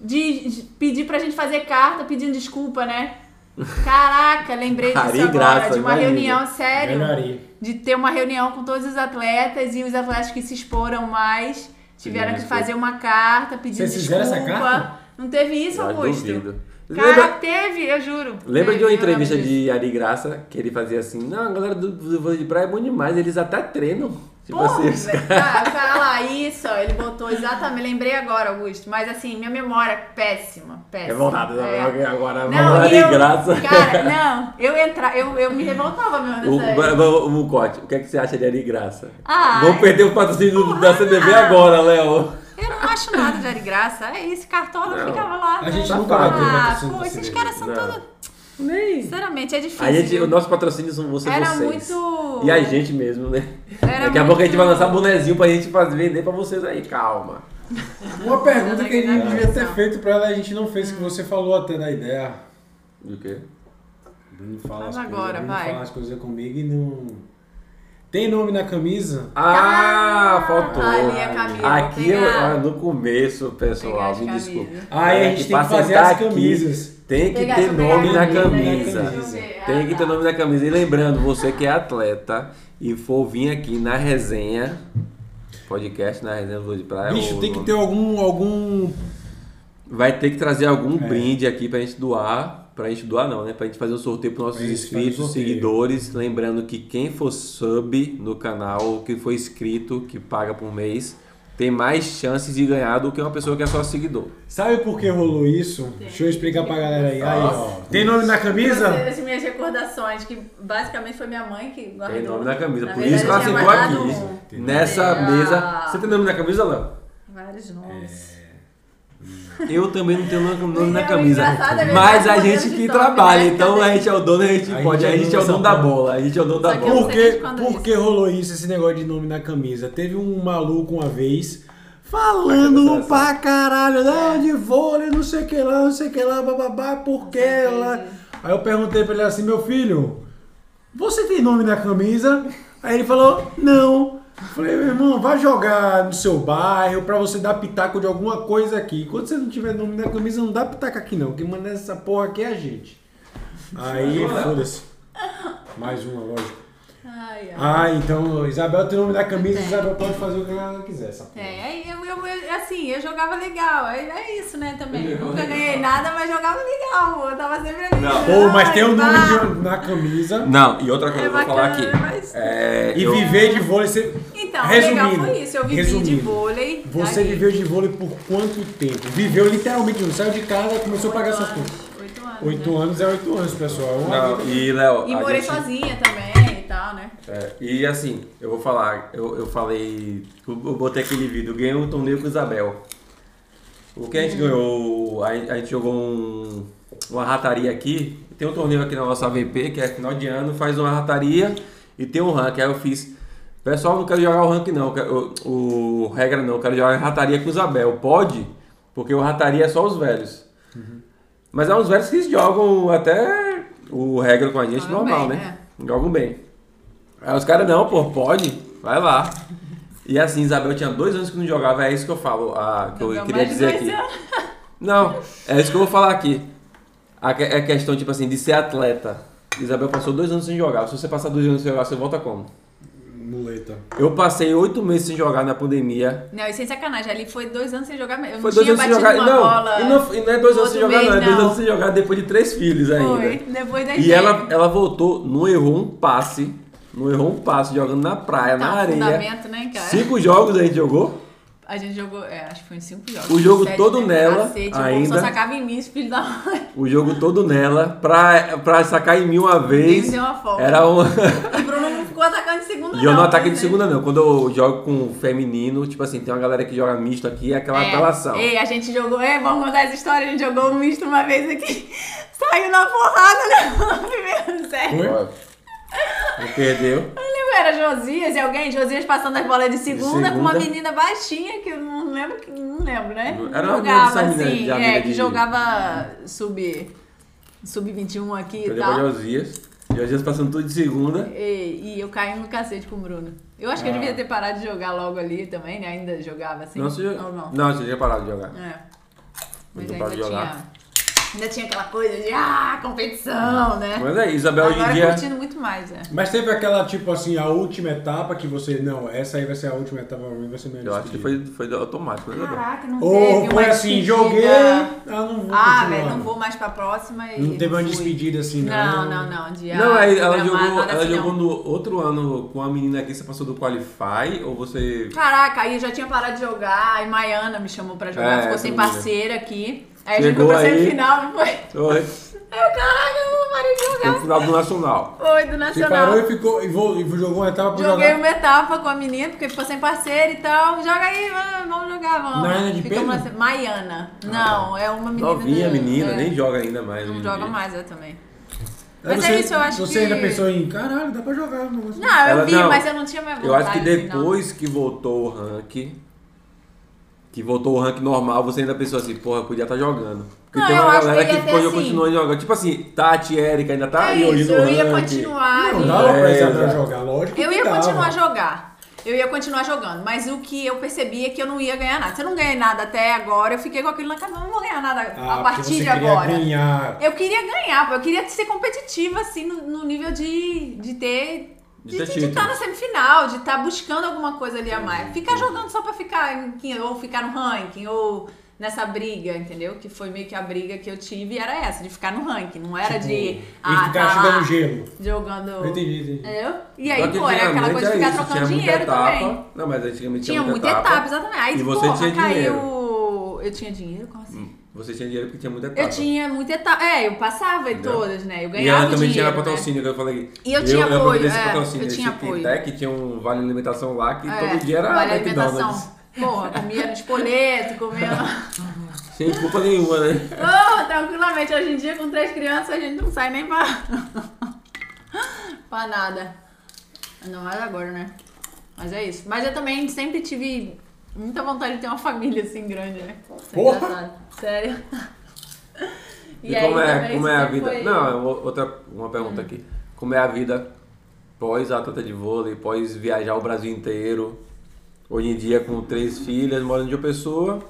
[SPEAKER 4] De, de pedir pra gente fazer carta pedindo desculpa, né? Caraca, lembrei disso
[SPEAKER 2] Ari
[SPEAKER 4] agora,
[SPEAKER 2] Graça,
[SPEAKER 4] de uma
[SPEAKER 2] imagina.
[SPEAKER 4] reunião sério
[SPEAKER 3] Melhoria.
[SPEAKER 4] de ter uma reunião com todos os atletas e os atletas que se exporam mais
[SPEAKER 2] Pedindo
[SPEAKER 4] tiveram que
[SPEAKER 2] desculpa.
[SPEAKER 4] fazer uma carta pedindo
[SPEAKER 3] Vocês fizeram
[SPEAKER 4] desculpa.
[SPEAKER 3] essa carta?
[SPEAKER 4] Não teve isso,
[SPEAKER 2] Eu
[SPEAKER 4] Augusto?
[SPEAKER 2] duvido.
[SPEAKER 4] Cara,
[SPEAKER 2] Lembra,
[SPEAKER 4] teve, eu juro.
[SPEAKER 2] lembra
[SPEAKER 4] Teve,
[SPEAKER 2] de uma
[SPEAKER 4] É, eu lembro
[SPEAKER 2] entrevista
[SPEAKER 4] disso.
[SPEAKER 2] de Ari Graça que ele fazia assim: Não, a galera do, do vôlei de praia é bom demais, eles até treinam. Tipo
[SPEAKER 4] Porra,
[SPEAKER 2] assim, os
[SPEAKER 4] velho. Ah, fala isso, ó, ele botou exatamente, lembrei agora, Augusto, mas assim, minha memória é péssima, péssima.
[SPEAKER 2] Revoltado,
[SPEAKER 4] É.
[SPEAKER 2] Isabel, que né? agora
[SPEAKER 4] Não,
[SPEAKER 2] vamos lá
[SPEAKER 4] eu,
[SPEAKER 2] de graça.
[SPEAKER 4] Cara, não, eu entra, eu, eu me revoltava mesmo
[SPEAKER 2] <laughs> O,
[SPEAKER 4] nessa
[SPEAKER 2] ba- ba- o Mucote, o que, é que você acha de Ari Graça?
[SPEAKER 4] Ah,
[SPEAKER 2] Vamos perder o patrocínio da CBV agora, Léo.
[SPEAKER 4] Eu não acho nada de Ari Graça. É isso, Cartola
[SPEAKER 2] Não.
[SPEAKER 4] ficava lá.
[SPEAKER 3] A gente
[SPEAKER 4] né?
[SPEAKER 2] nunca vai ter assim
[SPEAKER 4] Ah,
[SPEAKER 3] patrocínio
[SPEAKER 4] pô,
[SPEAKER 3] da
[SPEAKER 4] esses
[SPEAKER 3] CBB.
[SPEAKER 4] caras são
[SPEAKER 2] Tá Não.
[SPEAKER 4] todos.
[SPEAKER 2] Nem.
[SPEAKER 4] Sinceramente, é difícil.
[SPEAKER 2] A gente,
[SPEAKER 4] viu?
[SPEAKER 2] o nosso patrocínio são você,
[SPEAKER 4] Era
[SPEAKER 2] vocês.
[SPEAKER 4] muito.
[SPEAKER 2] E a gente mesmo, né?
[SPEAKER 4] Era
[SPEAKER 2] Daqui a pouco a gente vai
[SPEAKER 4] muito-
[SPEAKER 2] lançar bonezinho pra gente fazer, vender pra vocês aí, calma.
[SPEAKER 3] Uma pergunta que a
[SPEAKER 4] Não,
[SPEAKER 3] gente
[SPEAKER 4] não,
[SPEAKER 3] devia ter
[SPEAKER 4] não.
[SPEAKER 3] feito pra ela a gente não fez, que você falou até da ideia.
[SPEAKER 2] Do quê?
[SPEAKER 3] Bruno fala
[SPEAKER 4] Faz
[SPEAKER 3] as
[SPEAKER 4] agora,
[SPEAKER 3] coisas, Bruno
[SPEAKER 4] vai.
[SPEAKER 3] fala as coisas comigo e não... Tem nome na camisa?
[SPEAKER 2] Ah,
[SPEAKER 4] Tá.
[SPEAKER 2] faltou.
[SPEAKER 4] Ali a camisa.
[SPEAKER 2] Aqui eu-
[SPEAKER 4] pegar-
[SPEAKER 2] ah, no começo, pessoal,
[SPEAKER 4] pegar
[SPEAKER 2] me
[SPEAKER 4] as
[SPEAKER 2] desculpe.
[SPEAKER 4] camisas.
[SPEAKER 3] Aí
[SPEAKER 2] É
[SPEAKER 3] a gente
[SPEAKER 2] que
[SPEAKER 3] tem
[SPEAKER 2] pra
[SPEAKER 3] que fazer
[SPEAKER 2] sentar
[SPEAKER 3] as
[SPEAKER 2] aqui,
[SPEAKER 3] camisas.
[SPEAKER 2] Tem que
[SPEAKER 4] Pegar,
[SPEAKER 2] ter
[SPEAKER 4] deixa eu pegar
[SPEAKER 2] nome
[SPEAKER 4] a
[SPEAKER 2] na camisa.
[SPEAKER 4] camisa, deixa eu ver.
[SPEAKER 2] Tem
[SPEAKER 4] Ah,
[SPEAKER 2] que ter
[SPEAKER 4] tá.
[SPEAKER 2] nome na camisa. E lembrando, você que é atleta e for vir aqui na resenha, podcast na resenha do Luz de Praia. É
[SPEAKER 3] Bicho,
[SPEAKER 2] o
[SPEAKER 3] tem que
[SPEAKER 2] nome-
[SPEAKER 3] ter algum... algum...
[SPEAKER 2] Vai ter que trazer algum brinde aqui pra gente doar. Pra gente doar não, né? Pra gente fazer um sorteio pros nossos
[SPEAKER 3] Isso,
[SPEAKER 2] inscritos,
[SPEAKER 3] fazer um sorteio.
[SPEAKER 2] seguidores. Lembrando que quem for sub no canal, que for inscrito, que paga por mês, tem mais chances de ganhar do que uma pessoa que é só seguidor.
[SPEAKER 3] Sabe por que rolou isso? Deixa eu explicar pra galera aí. Aí, ó. Tem nome na
[SPEAKER 2] Ah, tá.
[SPEAKER 3] camisa?
[SPEAKER 4] As minhas recordações, que basicamente foi minha mém que guardou.
[SPEAKER 2] Tem nome na camisa,
[SPEAKER 4] Na
[SPEAKER 2] por
[SPEAKER 4] verdade,
[SPEAKER 2] isso que ela
[SPEAKER 4] eu tinha
[SPEAKER 2] sentou
[SPEAKER 4] guardado
[SPEAKER 2] aqui.
[SPEAKER 3] um.
[SPEAKER 2] Nessa
[SPEAKER 4] Tem a-
[SPEAKER 2] mesa. Você tem nome na camisa, Léo?
[SPEAKER 4] Vários nomes.
[SPEAKER 2] Eu também não tenho nome- nome na
[SPEAKER 4] É
[SPEAKER 2] camisa.
[SPEAKER 4] engraçado, é verdade,
[SPEAKER 2] Mas a
[SPEAKER 4] modelo
[SPEAKER 2] gente
[SPEAKER 4] de
[SPEAKER 2] que
[SPEAKER 4] top,
[SPEAKER 2] trabalha,
[SPEAKER 4] né?
[SPEAKER 2] então a gente é o dono, a gente
[SPEAKER 3] A
[SPEAKER 2] pode.
[SPEAKER 3] gente é
[SPEAKER 2] A gente é o
[SPEAKER 3] dono
[SPEAKER 2] dono
[SPEAKER 3] dessa
[SPEAKER 2] da bola. A gente é o dono da
[SPEAKER 4] Só que
[SPEAKER 2] bola.
[SPEAKER 4] eu-
[SPEAKER 3] Por que,
[SPEAKER 4] desde quando é
[SPEAKER 3] por
[SPEAKER 4] isso?
[SPEAKER 3] que rolou isso, esse negócio de nome na camisa? Teve um maluco uma vez falando pra caralho,
[SPEAKER 4] É.
[SPEAKER 3] não, de vôlei, não sei o que lá, não sei o que lá, bababá, por que
[SPEAKER 4] é
[SPEAKER 3] lá. Aí eu perguntei pra ele assim, meu filho, você tem nome na camisa? Aí ele falou, não. Eu Falei, meu irmão, vai jogar no seu bairro pra você dar pitaco de alguma coisa aqui. Quando você não tiver nome na camisa, não dá pitaco aqui não. Quem manda essa porra aqui é a gente. Aí,
[SPEAKER 2] Mais uma, né?
[SPEAKER 3] foda-se. Mais uma, lógico.
[SPEAKER 2] É.
[SPEAKER 4] Ai, ai.
[SPEAKER 3] Ah, então Isabel tem o nome da camisa,
[SPEAKER 4] Tem.
[SPEAKER 3] Isabel pode fazer o que ela quiser. Essa porra.
[SPEAKER 4] Tem. É, Aí eu, eu- eu- assim, eu jogava legal. Aí É, isso, né, também.
[SPEAKER 2] Legal,
[SPEAKER 4] Nunca
[SPEAKER 2] legal.
[SPEAKER 4] ganhei nada, mas jogava legal. Eu tava sempre ali. né?
[SPEAKER 2] Não.
[SPEAKER 3] Pô, mas
[SPEAKER 2] um
[SPEAKER 3] tem o
[SPEAKER 4] Ai,
[SPEAKER 3] nome
[SPEAKER 4] pá.
[SPEAKER 3] de- um- na camisa
[SPEAKER 2] Não, e outra coisa,
[SPEAKER 4] É
[SPEAKER 2] eu vou falar
[SPEAKER 4] bacana,
[SPEAKER 2] aqui.
[SPEAKER 4] mas...
[SPEAKER 2] É,
[SPEAKER 3] e
[SPEAKER 2] eu-
[SPEAKER 3] viver de vôlei. Você...
[SPEAKER 4] Então,
[SPEAKER 3] resumindo,
[SPEAKER 4] legal foi isso. Eu vivi de
[SPEAKER 3] resumindo,
[SPEAKER 4] vôlei. né,
[SPEAKER 3] Você
[SPEAKER 4] ali,
[SPEAKER 3] viveu de vôlei por quanto tempo? Viveu literalmente, não saiu de casa, começou a pagar
[SPEAKER 4] oito
[SPEAKER 3] suas
[SPEAKER 4] anos,
[SPEAKER 3] contas.
[SPEAKER 4] Oito anos.
[SPEAKER 3] Oito
[SPEAKER 4] né?
[SPEAKER 3] anos é oito anos, pessoal.
[SPEAKER 2] Não, e Léo.
[SPEAKER 4] E
[SPEAKER 2] a
[SPEAKER 4] morei
[SPEAKER 2] Ah, gente-
[SPEAKER 4] sozinha também e tal, né?
[SPEAKER 2] É, e assim, eu vou falar, eu, eu falei, eu, eu botei aquele vídeo, ganhei um torneio com Isabel. O que a gente ganhou, a, a gente jogou um, uma rataria aqui, tem um torneio aqui na nossa AVP, que é final de ano, faz uma rataria e tem um ranking, aí eu fiz, pessoal, não quero jogar o ranking não, eu quero- o, o regra não, eu quero jogar rataria com Isabel, pode? Porque o rataria é só os velhos.
[SPEAKER 4] Uhum.
[SPEAKER 2] Mas há uns velhos que jogam até o regra com a gente,
[SPEAKER 4] Jogam
[SPEAKER 2] normal,
[SPEAKER 4] bem,
[SPEAKER 2] né? Jogam bem. Aí os caras, não, pô, pode, vai lá. E assim, Isabel tinha dois anos que não jogava, é isso que eu falo, ah, que eu
[SPEAKER 4] Jogava
[SPEAKER 2] queria
[SPEAKER 4] mais de
[SPEAKER 2] dizer
[SPEAKER 4] dois
[SPEAKER 2] aqui.
[SPEAKER 4] anos. <laughs>
[SPEAKER 2] Não, é isso que eu vou falar aqui. A que- É questão, tipo assim, de ser atleta. Isabel passou dois anos sem jogar. Se você passar dois anos sem jogar, você volta como?
[SPEAKER 3] Muleta.
[SPEAKER 2] Eu passei oito meses sem jogar na pandemia.
[SPEAKER 4] Não, e sem sacanagem, ali foi dois anos sem jogar. Eu
[SPEAKER 2] Foi
[SPEAKER 4] não
[SPEAKER 2] dois
[SPEAKER 4] tinha
[SPEAKER 2] anos sem
[SPEAKER 4] batido
[SPEAKER 2] jogar.
[SPEAKER 4] uma
[SPEAKER 2] não,
[SPEAKER 4] bola.
[SPEAKER 2] e não, e não é dois
[SPEAKER 4] no
[SPEAKER 2] anos sem
[SPEAKER 4] outro
[SPEAKER 2] jogar, não. É
[SPEAKER 4] mês,
[SPEAKER 2] dois
[SPEAKER 4] não.
[SPEAKER 2] anos sem jogar depois de três filhos ainda.
[SPEAKER 4] Foi, é. depois da Tá,
[SPEAKER 2] E ela, ela voltou, não errou um passe. Não errou um passe, jogando na praia,
[SPEAKER 4] tá,
[SPEAKER 2] na areia.
[SPEAKER 4] fundamento, né, cara?
[SPEAKER 2] Cinco jogos a gente jogou.
[SPEAKER 4] A gente jogou, é, acho que foi em cinco jogos.
[SPEAKER 2] O jogo
[SPEAKER 4] Sete,
[SPEAKER 2] todo
[SPEAKER 4] né?
[SPEAKER 2] nela,
[SPEAKER 4] Cacete, O
[SPEAKER 2] ainda.
[SPEAKER 4] povo só sacava em mim, esse filho da mãe. <laughs>
[SPEAKER 2] O jogo todo nela. Pra, pra sacar em mim uma
[SPEAKER 4] Ele
[SPEAKER 2] vez.
[SPEAKER 4] deu uma folga.
[SPEAKER 2] Era
[SPEAKER 4] <laughs>
[SPEAKER 2] um.
[SPEAKER 4] O Bruno não ficou atacando de segunda,
[SPEAKER 2] E eu não ataque
[SPEAKER 4] né?
[SPEAKER 2] de segunda, não. Quando eu jogo com feminino, tipo assim, tem uma galera que joga misto aqui, é aquela
[SPEAKER 4] É.
[SPEAKER 2] apelação.
[SPEAKER 4] Ei, a gente jogou, é, vamos contar essa história, a gente jogou um misto uma vez aqui. <laughs> Saiu na porrada, né? <laughs> no primeiro set.
[SPEAKER 3] Foi?
[SPEAKER 2] Ó, Não perdeu.
[SPEAKER 4] Eu lembro, era Josias e alguém, Josias passando as bolas de segunda, com uma
[SPEAKER 2] segunda.
[SPEAKER 4] menina baixinha, que eu não lembro, que- não lembro, né?
[SPEAKER 2] Era uma
[SPEAKER 4] jogava,
[SPEAKER 2] dessa menina
[SPEAKER 4] assim,
[SPEAKER 2] de amiga
[SPEAKER 4] é, que
[SPEAKER 2] de-
[SPEAKER 4] jogava sub, sub 21 aqui e
[SPEAKER 2] Perdeu
[SPEAKER 4] tal.
[SPEAKER 2] pra Josias. Josias passando tudo de segunda.
[SPEAKER 4] E, e eu caí no cacete com o Bruno. Eu acho que eu
[SPEAKER 2] Ah.
[SPEAKER 4] devia ter parado de jogar logo ali também, né? Ainda jogava assim.
[SPEAKER 2] Não, você...
[SPEAKER 4] Ou não?
[SPEAKER 2] não, você tinha parado de jogar.
[SPEAKER 4] É. Mas
[SPEAKER 2] Não
[SPEAKER 4] ainda
[SPEAKER 2] parou de jogar.
[SPEAKER 4] tinha. Ainda tinha aquela coisa de ah, competição, né?
[SPEAKER 2] Mas é, Isabel hoje
[SPEAKER 4] Agora
[SPEAKER 2] em dia.
[SPEAKER 4] curtindo muito mais, né?
[SPEAKER 3] Mas teve aquela, tipo assim, a última etapa que você. Não, essa aí vai ser a última etapa, pra mim vai ser minha
[SPEAKER 2] Eu acho que
[SPEAKER 3] despedida.
[SPEAKER 2] foi, foi automático, né, Isabel?
[SPEAKER 4] Caraca, não teve
[SPEAKER 3] Ou foi
[SPEAKER 4] uma
[SPEAKER 3] assim,
[SPEAKER 4] despedida.
[SPEAKER 3] joguei. Ah, não vou.
[SPEAKER 4] Ah,
[SPEAKER 3] continuar.
[SPEAKER 4] velho, não vou mais pra próxima e.
[SPEAKER 3] Não teve uma
[SPEAKER 4] fui.
[SPEAKER 3] despedida assim, não.
[SPEAKER 4] Não, não, não. De,
[SPEAKER 2] Não,
[SPEAKER 4] ah,
[SPEAKER 2] aí ela
[SPEAKER 4] programar,
[SPEAKER 2] jogou,
[SPEAKER 4] nada
[SPEAKER 2] ela
[SPEAKER 4] assim, não.
[SPEAKER 2] jogou no outro ano com a menina aqui, você passou do Qualify ou você.
[SPEAKER 4] Caraca, aí eu já tinha parado de jogar, aí Maiana me chamou pra jogar,
[SPEAKER 2] É,
[SPEAKER 4] ficou sem
[SPEAKER 2] essa menina.
[SPEAKER 4] parceira aqui. Aí
[SPEAKER 2] Chegou
[SPEAKER 4] a gente foi pra
[SPEAKER 2] aí.
[SPEAKER 4] semifinal, não foi?
[SPEAKER 2] Foi
[SPEAKER 4] Aí eu, caraca, eu não parei de
[SPEAKER 2] no
[SPEAKER 4] jogar.
[SPEAKER 2] final do Nacional.
[SPEAKER 4] Foi do
[SPEAKER 3] Você parou
[SPEAKER 4] Nacional.
[SPEAKER 3] e ficou. E, vou, e jogou uma etapa pra
[SPEAKER 4] Joguei
[SPEAKER 3] jogar.
[SPEAKER 4] uma etapa com a menina, porque ficou sem parceiro e tal. Joga aí, vamos vamos jogar, vamos.
[SPEAKER 3] Naiana de
[SPEAKER 4] Ficamos
[SPEAKER 3] Pedro?
[SPEAKER 4] na- Maiana. Não, é uma menina.
[SPEAKER 2] Novinha,
[SPEAKER 4] do-
[SPEAKER 2] menina,
[SPEAKER 4] é,
[SPEAKER 2] nem joga ainda mais.
[SPEAKER 4] Não
[SPEAKER 2] hoje em
[SPEAKER 4] joga
[SPEAKER 2] dia.
[SPEAKER 4] mais, eu também. Mas
[SPEAKER 3] você,
[SPEAKER 4] é isso, eu acho
[SPEAKER 3] você
[SPEAKER 4] que.
[SPEAKER 3] ainda pensou em, caralho, dá pra jogar um negócio.
[SPEAKER 4] Não, eu
[SPEAKER 2] Ela-
[SPEAKER 4] vi,
[SPEAKER 2] não.
[SPEAKER 4] mas eu não tinha mais
[SPEAKER 2] Eu
[SPEAKER 4] vontade.
[SPEAKER 2] acho que
[SPEAKER 4] assim, não.
[SPEAKER 2] depois que voltou o ranking, que voltou o ranking normal, você ainda pensou assim, porra, eu podia estar jogando. Porque
[SPEAKER 4] Não,
[SPEAKER 2] tem
[SPEAKER 4] eu
[SPEAKER 2] uma
[SPEAKER 4] acho
[SPEAKER 2] galera
[SPEAKER 4] que
[SPEAKER 2] que
[SPEAKER 4] eu ia
[SPEAKER 2] ficou
[SPEAKER 4] ter
[SPEAKER 2] e
[SPEAKER 4] assim.
[SPEAKER 2] continuou jogando. Tipo assim, Tati, Erika ainda tá
[SPEAKER 4] É
[SPEAKER 2] aí
[SPEAKER 4] isso,
[SPEAKER 2] olhando o
[SPEAKER 4] eu ia
[SPEAKER 2] ranking.
[SPEAKER 4] continuar.
[SPEAKER 3] Não
[SPEAKER 4] e-
[SPEAKER 3] dava pra
[SPEAKER 2] É,
[SPEAKER 3] Isabel
[SPEAKER 2] exato.
[SPEAKER 3] jogar, lógico
[SPEAKER 4] Eu
[SPEAKER 3] que
[SPEAKER 4] ia
[SPEAKER 3] dava.
[SPEAKER 4] continuar a jogar. Eu ia continuar jogando, mas o que eu percebi é que eu não ia ganhar nada. Se eu não ganhei nada até agora, eu fiquei com aquilo na cabeça. Não vou ganhar nada
[SPEAKER 3] Ah,
[SPEAKER 4] a
[SPEAKER 3] porque
[SPEAKER 4] partir
[SPEAKER 3] você
[SPEAKER 4] de
[SPEAKER 3] queria
[SPEAKER 4] agora.
[SPEAKER 3] ganhar.
[SPEAKER 4] Eu queria ganhar, pô. eu queria ser competitiva, assim, no, no nível de, de ter.
[SPEAKER 2] De
[SPEAKER 4] De,
[SPEAKER 2] ter
[SPEAKER 4] de,
[SPEAKER 2] título.
[SPEAKER 4] estar na semifinal, de estar buscando alguma coisa ali a mais. Ficar jogando só pra ficar em, quin- ou ficar no ranking, ou nessa briga, entendeu? Que foi meio que a briga que eu tive, era essa, de ficar no ranking. Não era
[SPEAKER 2] Tipo,
[SPEAKER 4] de.
[SPEAKER 3] tipo, e ficar
[SPEAKER 4] tá
[SPEAKER 3] jogando
[SPEAKER 4] lá,
[SPEAKER 3] gelo.
[SPEAKER 4] Jogando.
[SPEAKER 3] Eu entendi, entendi.
[SPEAKER 4] Entendeu? E
[SPEAKER 2] Só
[SPEAKER 4] aí,
[SPEAKER 2] que
[SPEAKER 4] pô, era aquela
[SPEAKER 2] antigamente
[SPEAKER 4] coisa de
[SPEAKER 2] era
[SPEAKER 4] ficar
[SPEAKER 2] isso,
[SPEAKER 4] trocando
[SPEAKER 2] tinha muita
[SPEAKER 4] dinheiro
[SPEAKER 2] etapa.
[SPEAKER 4] também.
[SPEAKER 2] Não, mas antigamente
[SPEAKER 4] Tinha
[SPEAKER 2] muita
[SPEAKER 4] muita etapa, exatamente. Aí,
[SPEAKER 2] E você
[SPEAKER 4] porra,
[SPEAKER 2] tinha
[SPEAKER 4] caiu.
[SPEAKER 2] dinheiro.
[SPEAKER 4] Eu tinha dinheiro? Como assim?
[SPEAKER 2] Você tinha dinheiro porque tinha muita etapa.
[SPEAKER 4] Eu tinha muita etapa. É, eu passava em
[SPEAKER 2] Entendeu?
[SPEAKER 4] todas, né? Eu
[SPEAKER 2] E
[SPEAKER 4] ganhava
[SPEAKER 2] ela também
[SPEAKER 4] dinheiro,
[SPEAKER 2] tinha patrocínio, que eu falei.
[SPEAKER 4] E eu tinha
[SPEAKER 2] eu aproveitei
[SPEAKER 4] apoio,
[SPEAKER 2] esse
[SPEAKER 4] é,
[SPEAKER 2] patrocínio,
[SPEAKER 4] eu tinha
[SPEAKER 2] esse
[SPEAKER 4] apoio.
[SPEAKER 2] Fintech, que tinha um vale alimentação lá, que
[SPEAKER 4] né?
[SPEAKER 2] todo dia era
[SPEAKER 4] vale
[SPEAKER 2] McDonald's.
[SPEAKER 4] alimentação. Porra, comia no espoleto, comia...
[SPEAKER 2] Sem culpa nenhuma, né?
[SPEAKER 4] Não, tranquilamente. Hoje em dia, com três crianças, a gente não sai nem pra... pra nada. Não mais agora, né? Mas é isso. Mas eu também sempre tive muita vontade de ter uma família assim grande, né? Isso é
[SPEAKER 3] Porra!
[SPEAKER 4] engraçado. Sério.
[SPEAKER 2] E, como, é,
[SPEAKER 4] também
[SPEAKER 2] como é a
[SPEAKER 4] sempre
[SPEAKER 2] vida?
[SPEAKER 4] foi- Hum.
[SPEAKER 2] Não, é o- outra uma pergunta aqui. Como é a vida pós atleta de vôlei, pós viajar o Brasil inteiro? Hoje em dia com três filhas, morando de uma pessoa.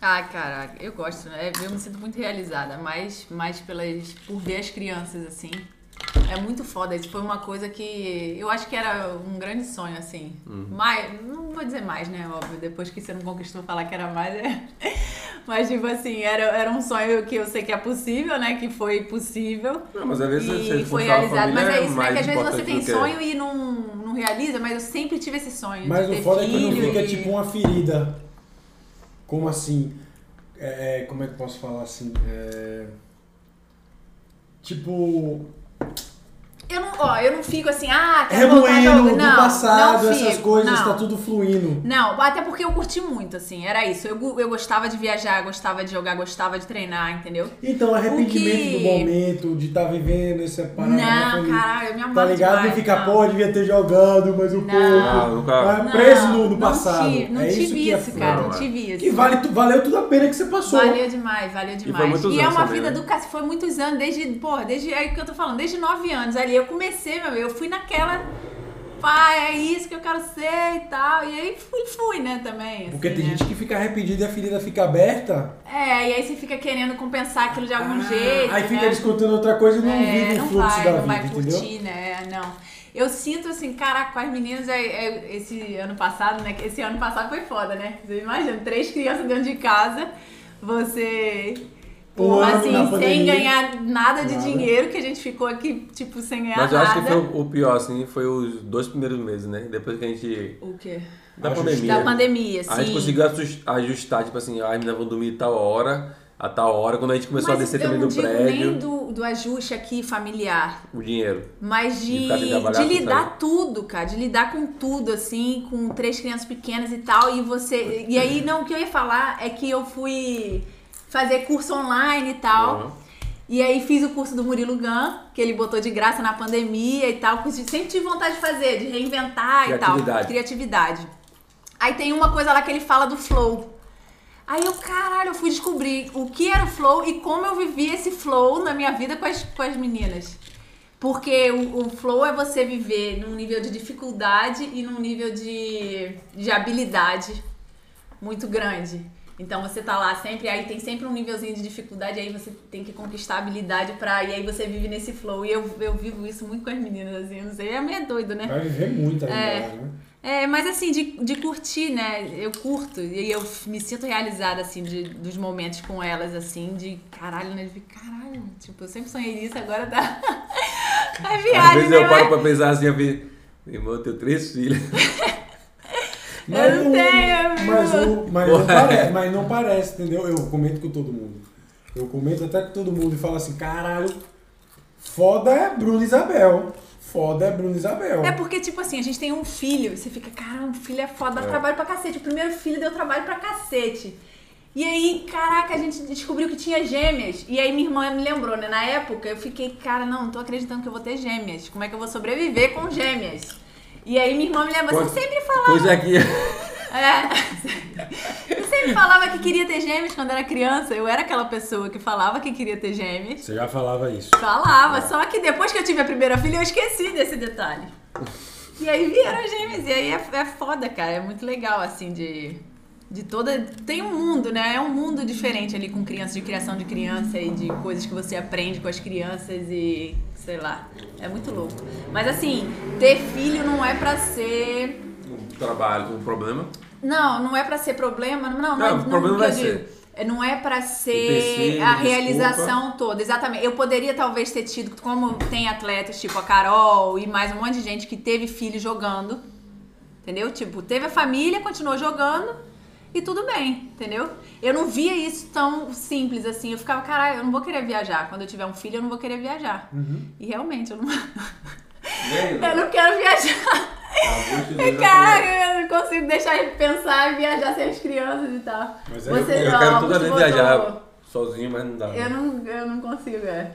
[SPEAKER 4] Ah, cara, eu gosto, né? Eu me sinto muito realizada, mas mais pelas por ver as crianças assim. É muito foda, isso foi uma coisa que eu acho que era um grande sonho assim.
[SPEAKER 2] Uhum.
[SPEAKER 4] Mas não vou dizer mais, né, óbvio, depois que você não conquistou falar que era mais, é. <laughs> Mas tipo assim, era, era um sonho que eu sei que é possível, né, que foi possível.
[SPEAKER 2] Não, mas às vezes você
[SPEAKER 4] E foi
[SPEAKER 2] forçar a
[SPEAKER 4] realizado,
[SPEAKER 2] família
[SPEAKER 4] mas é isso, né?
[SPEAKER 2] mais
[SPEAKER 4] Que às vezes você
[SPEAKER 2] importante
[SPEAKER 4] tem
[SPEAKER 2] do que-
[SPEAKER 4] sonho e não, não realiza, mas eu sempre tive esse sonho.
[SPEAKER 3] Mas
[SPEAKER 4] de
[SPEAKER 3] o
[SPEAKER 4] ter
[SPEAKER 3] foda é
[SPEAKER 4] filho
[SPEAKER 3] quando fica
[SPEAKER 4] e...
[SPEAKER 3] tipo uma ferida. Como assim? É, é, como é que eu posso falar assim? É, tipo.
[SPEAKER 4] Eu não, ó, eu não fico assim, ah, quero voltar a
[SPEAKER 3] Remoendo
[SPEAKER 4] jogar.
[SPEAKER 3] do
[SPEAKER 4] Não,
[SPEAKER 3] passado,
[SPEAKER 4] não
[SPEAKER 3] essas
[SPEAKER 4] fico,
[SPEAKER 3] coisas,
[SPEAKER 4] não.
[SPEAKER 3] tá tudo fluindo.
[SPEAKER 4] Não, até porque eu curti muito, assim, era isso. Eu, gu- eu gostava de viajar, gostava de jogar, gostava de treinar, entendeu?
[SPEAKER 3] Então, arrependimento
[SPEAKER 4] que-
[SPEAKER 3] do momento, de estar vivendo essa parada. né,
[SPEAKER 4] não,
[SPEAKER 3] foi-
[SPEAKER 4] caralho, eu me amava
[SPEAKER 3] Tá ligado?
[SPEAKER 4] demais,
[SPEAKER 3] Não fica,
[SPEAKER 4] não.
[SPEAKER 3] pô, eu devia ter jogado mais um
[SPEAKER 4] Não.
[SPEAKER 2] Ah,
[SPEAKER 3] pouco.
[SPEAKER 2] nunca.
[SPEAKER 3] Mas preso no- no
[SPEAKER 4] não
[SPEAKER 3] passado.
[SPEAKER 4] tive- não
[SPEAKER 3] É isso
[SPEAKER 4] tive
[SPEAKER 3] que é
[SPEAKER 4] isso,
[SPEAKER 3] foda.
[SPEAKER 4] cara,
[SPEAKER 2] Não,
[SPEAKER 4] não
[SPEAKER 2] é.
[SPEAKER 4] tive isso.
[SPEAKER 3] Que vale, tu- valeu tudo a pena que você passou.
[SPEAKER 4] Valeu demais, valeu demais.
[SPEAKER 2] muitos
[SPEAKER 4] E, é
[SPEAKER 2] anos
[SPEAKER 4] uma
[SPEAKER 2] também,
[SPEAKER 4] vida
[SPEAKER 2] né?
[SPEAKER 4] do cacete, foi muitos anos, desde, porra, desde, é o que eu tô falando, desde nove anos ali. Eu comecei, meu, eu fui naquela, pai, é isso que eu quero ser e tal. E aí fui, fui, né, também.
[SPEAKER 3] Porque
[SPEAKER 4] assim,
[SPEAKER 3] tem
[SPEAKER 4] né?
[SPEAKER 3] gente que fica arrependida e a ferida fica aberta.
[SPEAKER 4] É, e aí você fica querendo compensar aquilo de algum
[SPEAKER 3] Ah,
[SPEAKER 4] jeito.
[SPEAKER 3] Aí fica
[SPEAKER 4] né?
[SPEAKER 3] descontando outra coisa e não
[SPEAKER 4] É,
[SPEAKER 3] vive o
[SPEAKER 4] não
[SPEAKER 3] fluxo
[SPEAKER 4] vai,
[SPEAKER 3] da
[SPEAKER 4] não
[SPEAKER 3] vida,
[SPEAKER 4] vai
[SPEAKER 3] entendeu?
[SPEAKER 4] curtir, né? Não. Eu sinto assim, caraca, com as meninas, é, é, esse ano passado, né? Esse ano passado foi foda, né? Você imagina, três crianças dentro de casa, você.
[SPEAKER 3] Um
[SPEAKER 4] Pô,
[SPEAKER 3] ano
[SPEAKER 4] assim,
[SPEAKER 3] na
[SPEAKER 4] sem
[SPEAKER 3] pandemia.
[SPEAKER 4] ganhar nada de
[SPEAKER 3] Nada.
[SPEAKER 4] dinheiro, que a gente ficou aqui, tipo, sem ganhar
[SPEAKER 2] Mas eu
[SPEAKER 4] nada.
[SPEAKER 2] acho que foi o- o pior, assim, foi os dois primeiros meses, né? Depois que a gente.
[SPEAKER 4] O quê?
[SPEAKER 2] Da
[SPEAKER 3] Ajustar.
[SPEAKER 2] pandemia.
[SPEAKER 4] Da pandemia, sim.
[SPEAKER 2] A gente conseguiu asus- ajustar, tipo assim, ah, as meninas vão dormir tal hora, a tal hora. Quando a gente começou
[SPEAKER 4] Mas
[SPEAKER 2] a descer
[SPEAKER 4] eu
[SPEAKER 2] também
[SPEAKER 4] não
[SPEAKER 2] do
[SPEAKER 4] digo
[SPEAKER 2] prédio,
[SPEAKER 4] nem do, do ajuste aqui familiar.
[SPEAKER 2] o dinheiro.
[SPEAKER 4] Mas
[SPEAKER 2] De
[SPEAKER 4] de,
[SPEAKER 2] ficar sem trabalhar,
[SPEAKER 4] de
[SPEAKER 2] sem
[SPEAKER 4] lidar
[SPEAKER 2] sair.
[SPEAKER 4] tudo, cara. De lidar com tudo, assim, com três crianças pequenas e tal. E você. E
[SPEAKER 2] Uhum.
[SPEAKER 4] aí, não, o que eu ia falar é que eu fui fazer curso online e tal.
[SPEAKER 2] Uhum.
[SPEAKER 4] E aí fiz o curso do Murilo Gun, que ele botou de graça na pandemia e tal. que eu Sempre tive vontade de fazer, de reinventar Ah, e tal.
[SPEAKER 2] Criatividade.
[SPEAKER 4] Criatividade. Aí tem uma coisa lá que ele fala do flow. Aí eu, caralho, eu fui descobrir o que era o flow e como eu vivi esse flow na minha vida com as, com as meninas. Porque o, o flow é você viver num nível de dificuldade e num nível de, de habilidade muito grande. Então você tá lá sempre, aí tem sempre um nívelzinho de dificuldade, aí você tem que conquistar a habilidade pra. E aí você vive nesse flow. E eu, eu vivo isso muito com as meninas, assim, eu não sei, é meio doido, né?
[SPEAKER 3] Vai viver muito ainda,
[SPEAKER 4] É.
[SPEAKER 3] né?
[SPEAKER 4] É, mas assim, de, de curtir, né? Eu curto e eu me sinto realizada, assim, de, dos momentos com elas, assim, de caralho, né? De caralho, tipo, eu sempre sonhei nisso, agora <laughs> dá. É
[SPEAKER 2] Às
[SPEAKER 4] viagem,
[SPEAKER 2] vezes
[SPEAKER 4] né?
[SPEAKER 2] eu paro
[SPEAKER 4] Mas
[SPEAKER 2] pra pensar assim, eu vi, meu irmão, eu tenho três filhos. <laughs>
[SPEAKER 3] Mas
[SPEAKER 4] não tenho, amigo.
[SPEAKER 3] mas, o- mas não
[SPEAKER 2] Porra.
[SPEAKER 3] parece, mas não parece, entendeu? Eu comento com todo mundo. Eu comento até com todo mundo e falo assim, caralho, foda é Bruno e Isabel. Foda é Bruno e Isabel.
[SPEAKER 4] É porque, tipo assim, a gente tem um
[SPEAKER 2] É.
[SPEAKER 4] filho, você fica, cara, um filho é foda, dá trabalho pra cacete. O primeiro filho deu trabalho pra cacete. E aí, caraca, a gente descobriu que tinha gêmeas. E aí minha irmã me lembrou, né? Na época eu fiquei, cara, não, não tô acreditando que eu vou ter gêmeas. Como é que eu vou sobreviver com gêmeas? E aí minha irmã me lembra,
[SPEAKER 2] Pois-
[SPEAKER 4] você sempre falava.
[SPEAKER 2] Pois é que.
[SPEAKER 4] É. Eu sempre falava que queria ter gêmeos quando era criança. Eu era aquela pessoa que falava que queria ter gêmeos.
[SPEAKER 3] Você já falava isso.
[SPEAKER 4] Falava, só que depois que eu tive a primeira filha, eu esqueci desse detalhe. E aí vieram as gêmeas, e aí é, é foda, cara. É muito legal, assim, de, de toda. Tem um mundo, né? É um mundo diferente ali com crianças, de criação de criança e de coisas que você aprende com as crianças e. sei lá. É muito louco. Mas assim, ter filho não é pra ser.
[SPEAKER 5] Um trabalho, um problema.
[SPEAKER 4] Não, não é pra ser problema, não, não,
[SPEAKER 5] Não,
[SPEAKER 4] não,
[SPEAKER 5] o problema
[SPEAKER 4] que eu
[SPEAKER 5] vai ser.
[SPEAKER 4] digo. É, Não é pra ser
[SPEAKER 5] Empecilho,
[SPEAKER 4] a
[SPEAKER 5] desculpa.
[SPEAKER 4] realização toda, exatamente. Eu poderia talvez ter tido, como tem atletas tipo a Carol e mais um monte de gente que teve filho jogando, entendeu? Tipo, teve a família, continuou jogando e tudo bem, entendeu? Eu não via isso tão simples assim. Eu ficava, caralho, eu não vou querer viajar. Quando eu tiver um filho, eu não vou querer viajar.
[SPEAKER 5] Uhum.
[SPEAKER 4] E realmente, eu não, <laughs> eu não quero viajar. <laughs>
[SPEAKER 2] é?
[SPEAKER 4] Cara, É eu não consigo deixar de pensar e viajar sem as crianças e tal.
[SPEAKER 3] Mas é-
[SPEAKER 4] Você
[SPEAKER 2] Eu
[SPEAKER 4] não,
[SPEAKER 2] quero toda
[SPEAKER 4] você
[SPEAKER 2] vez
[SPEAKER 4] botou-
[SPEAKER 2] viajar sozinho, mas não dá.
[SPEAKER 4] Eu não, eu não consigo, é.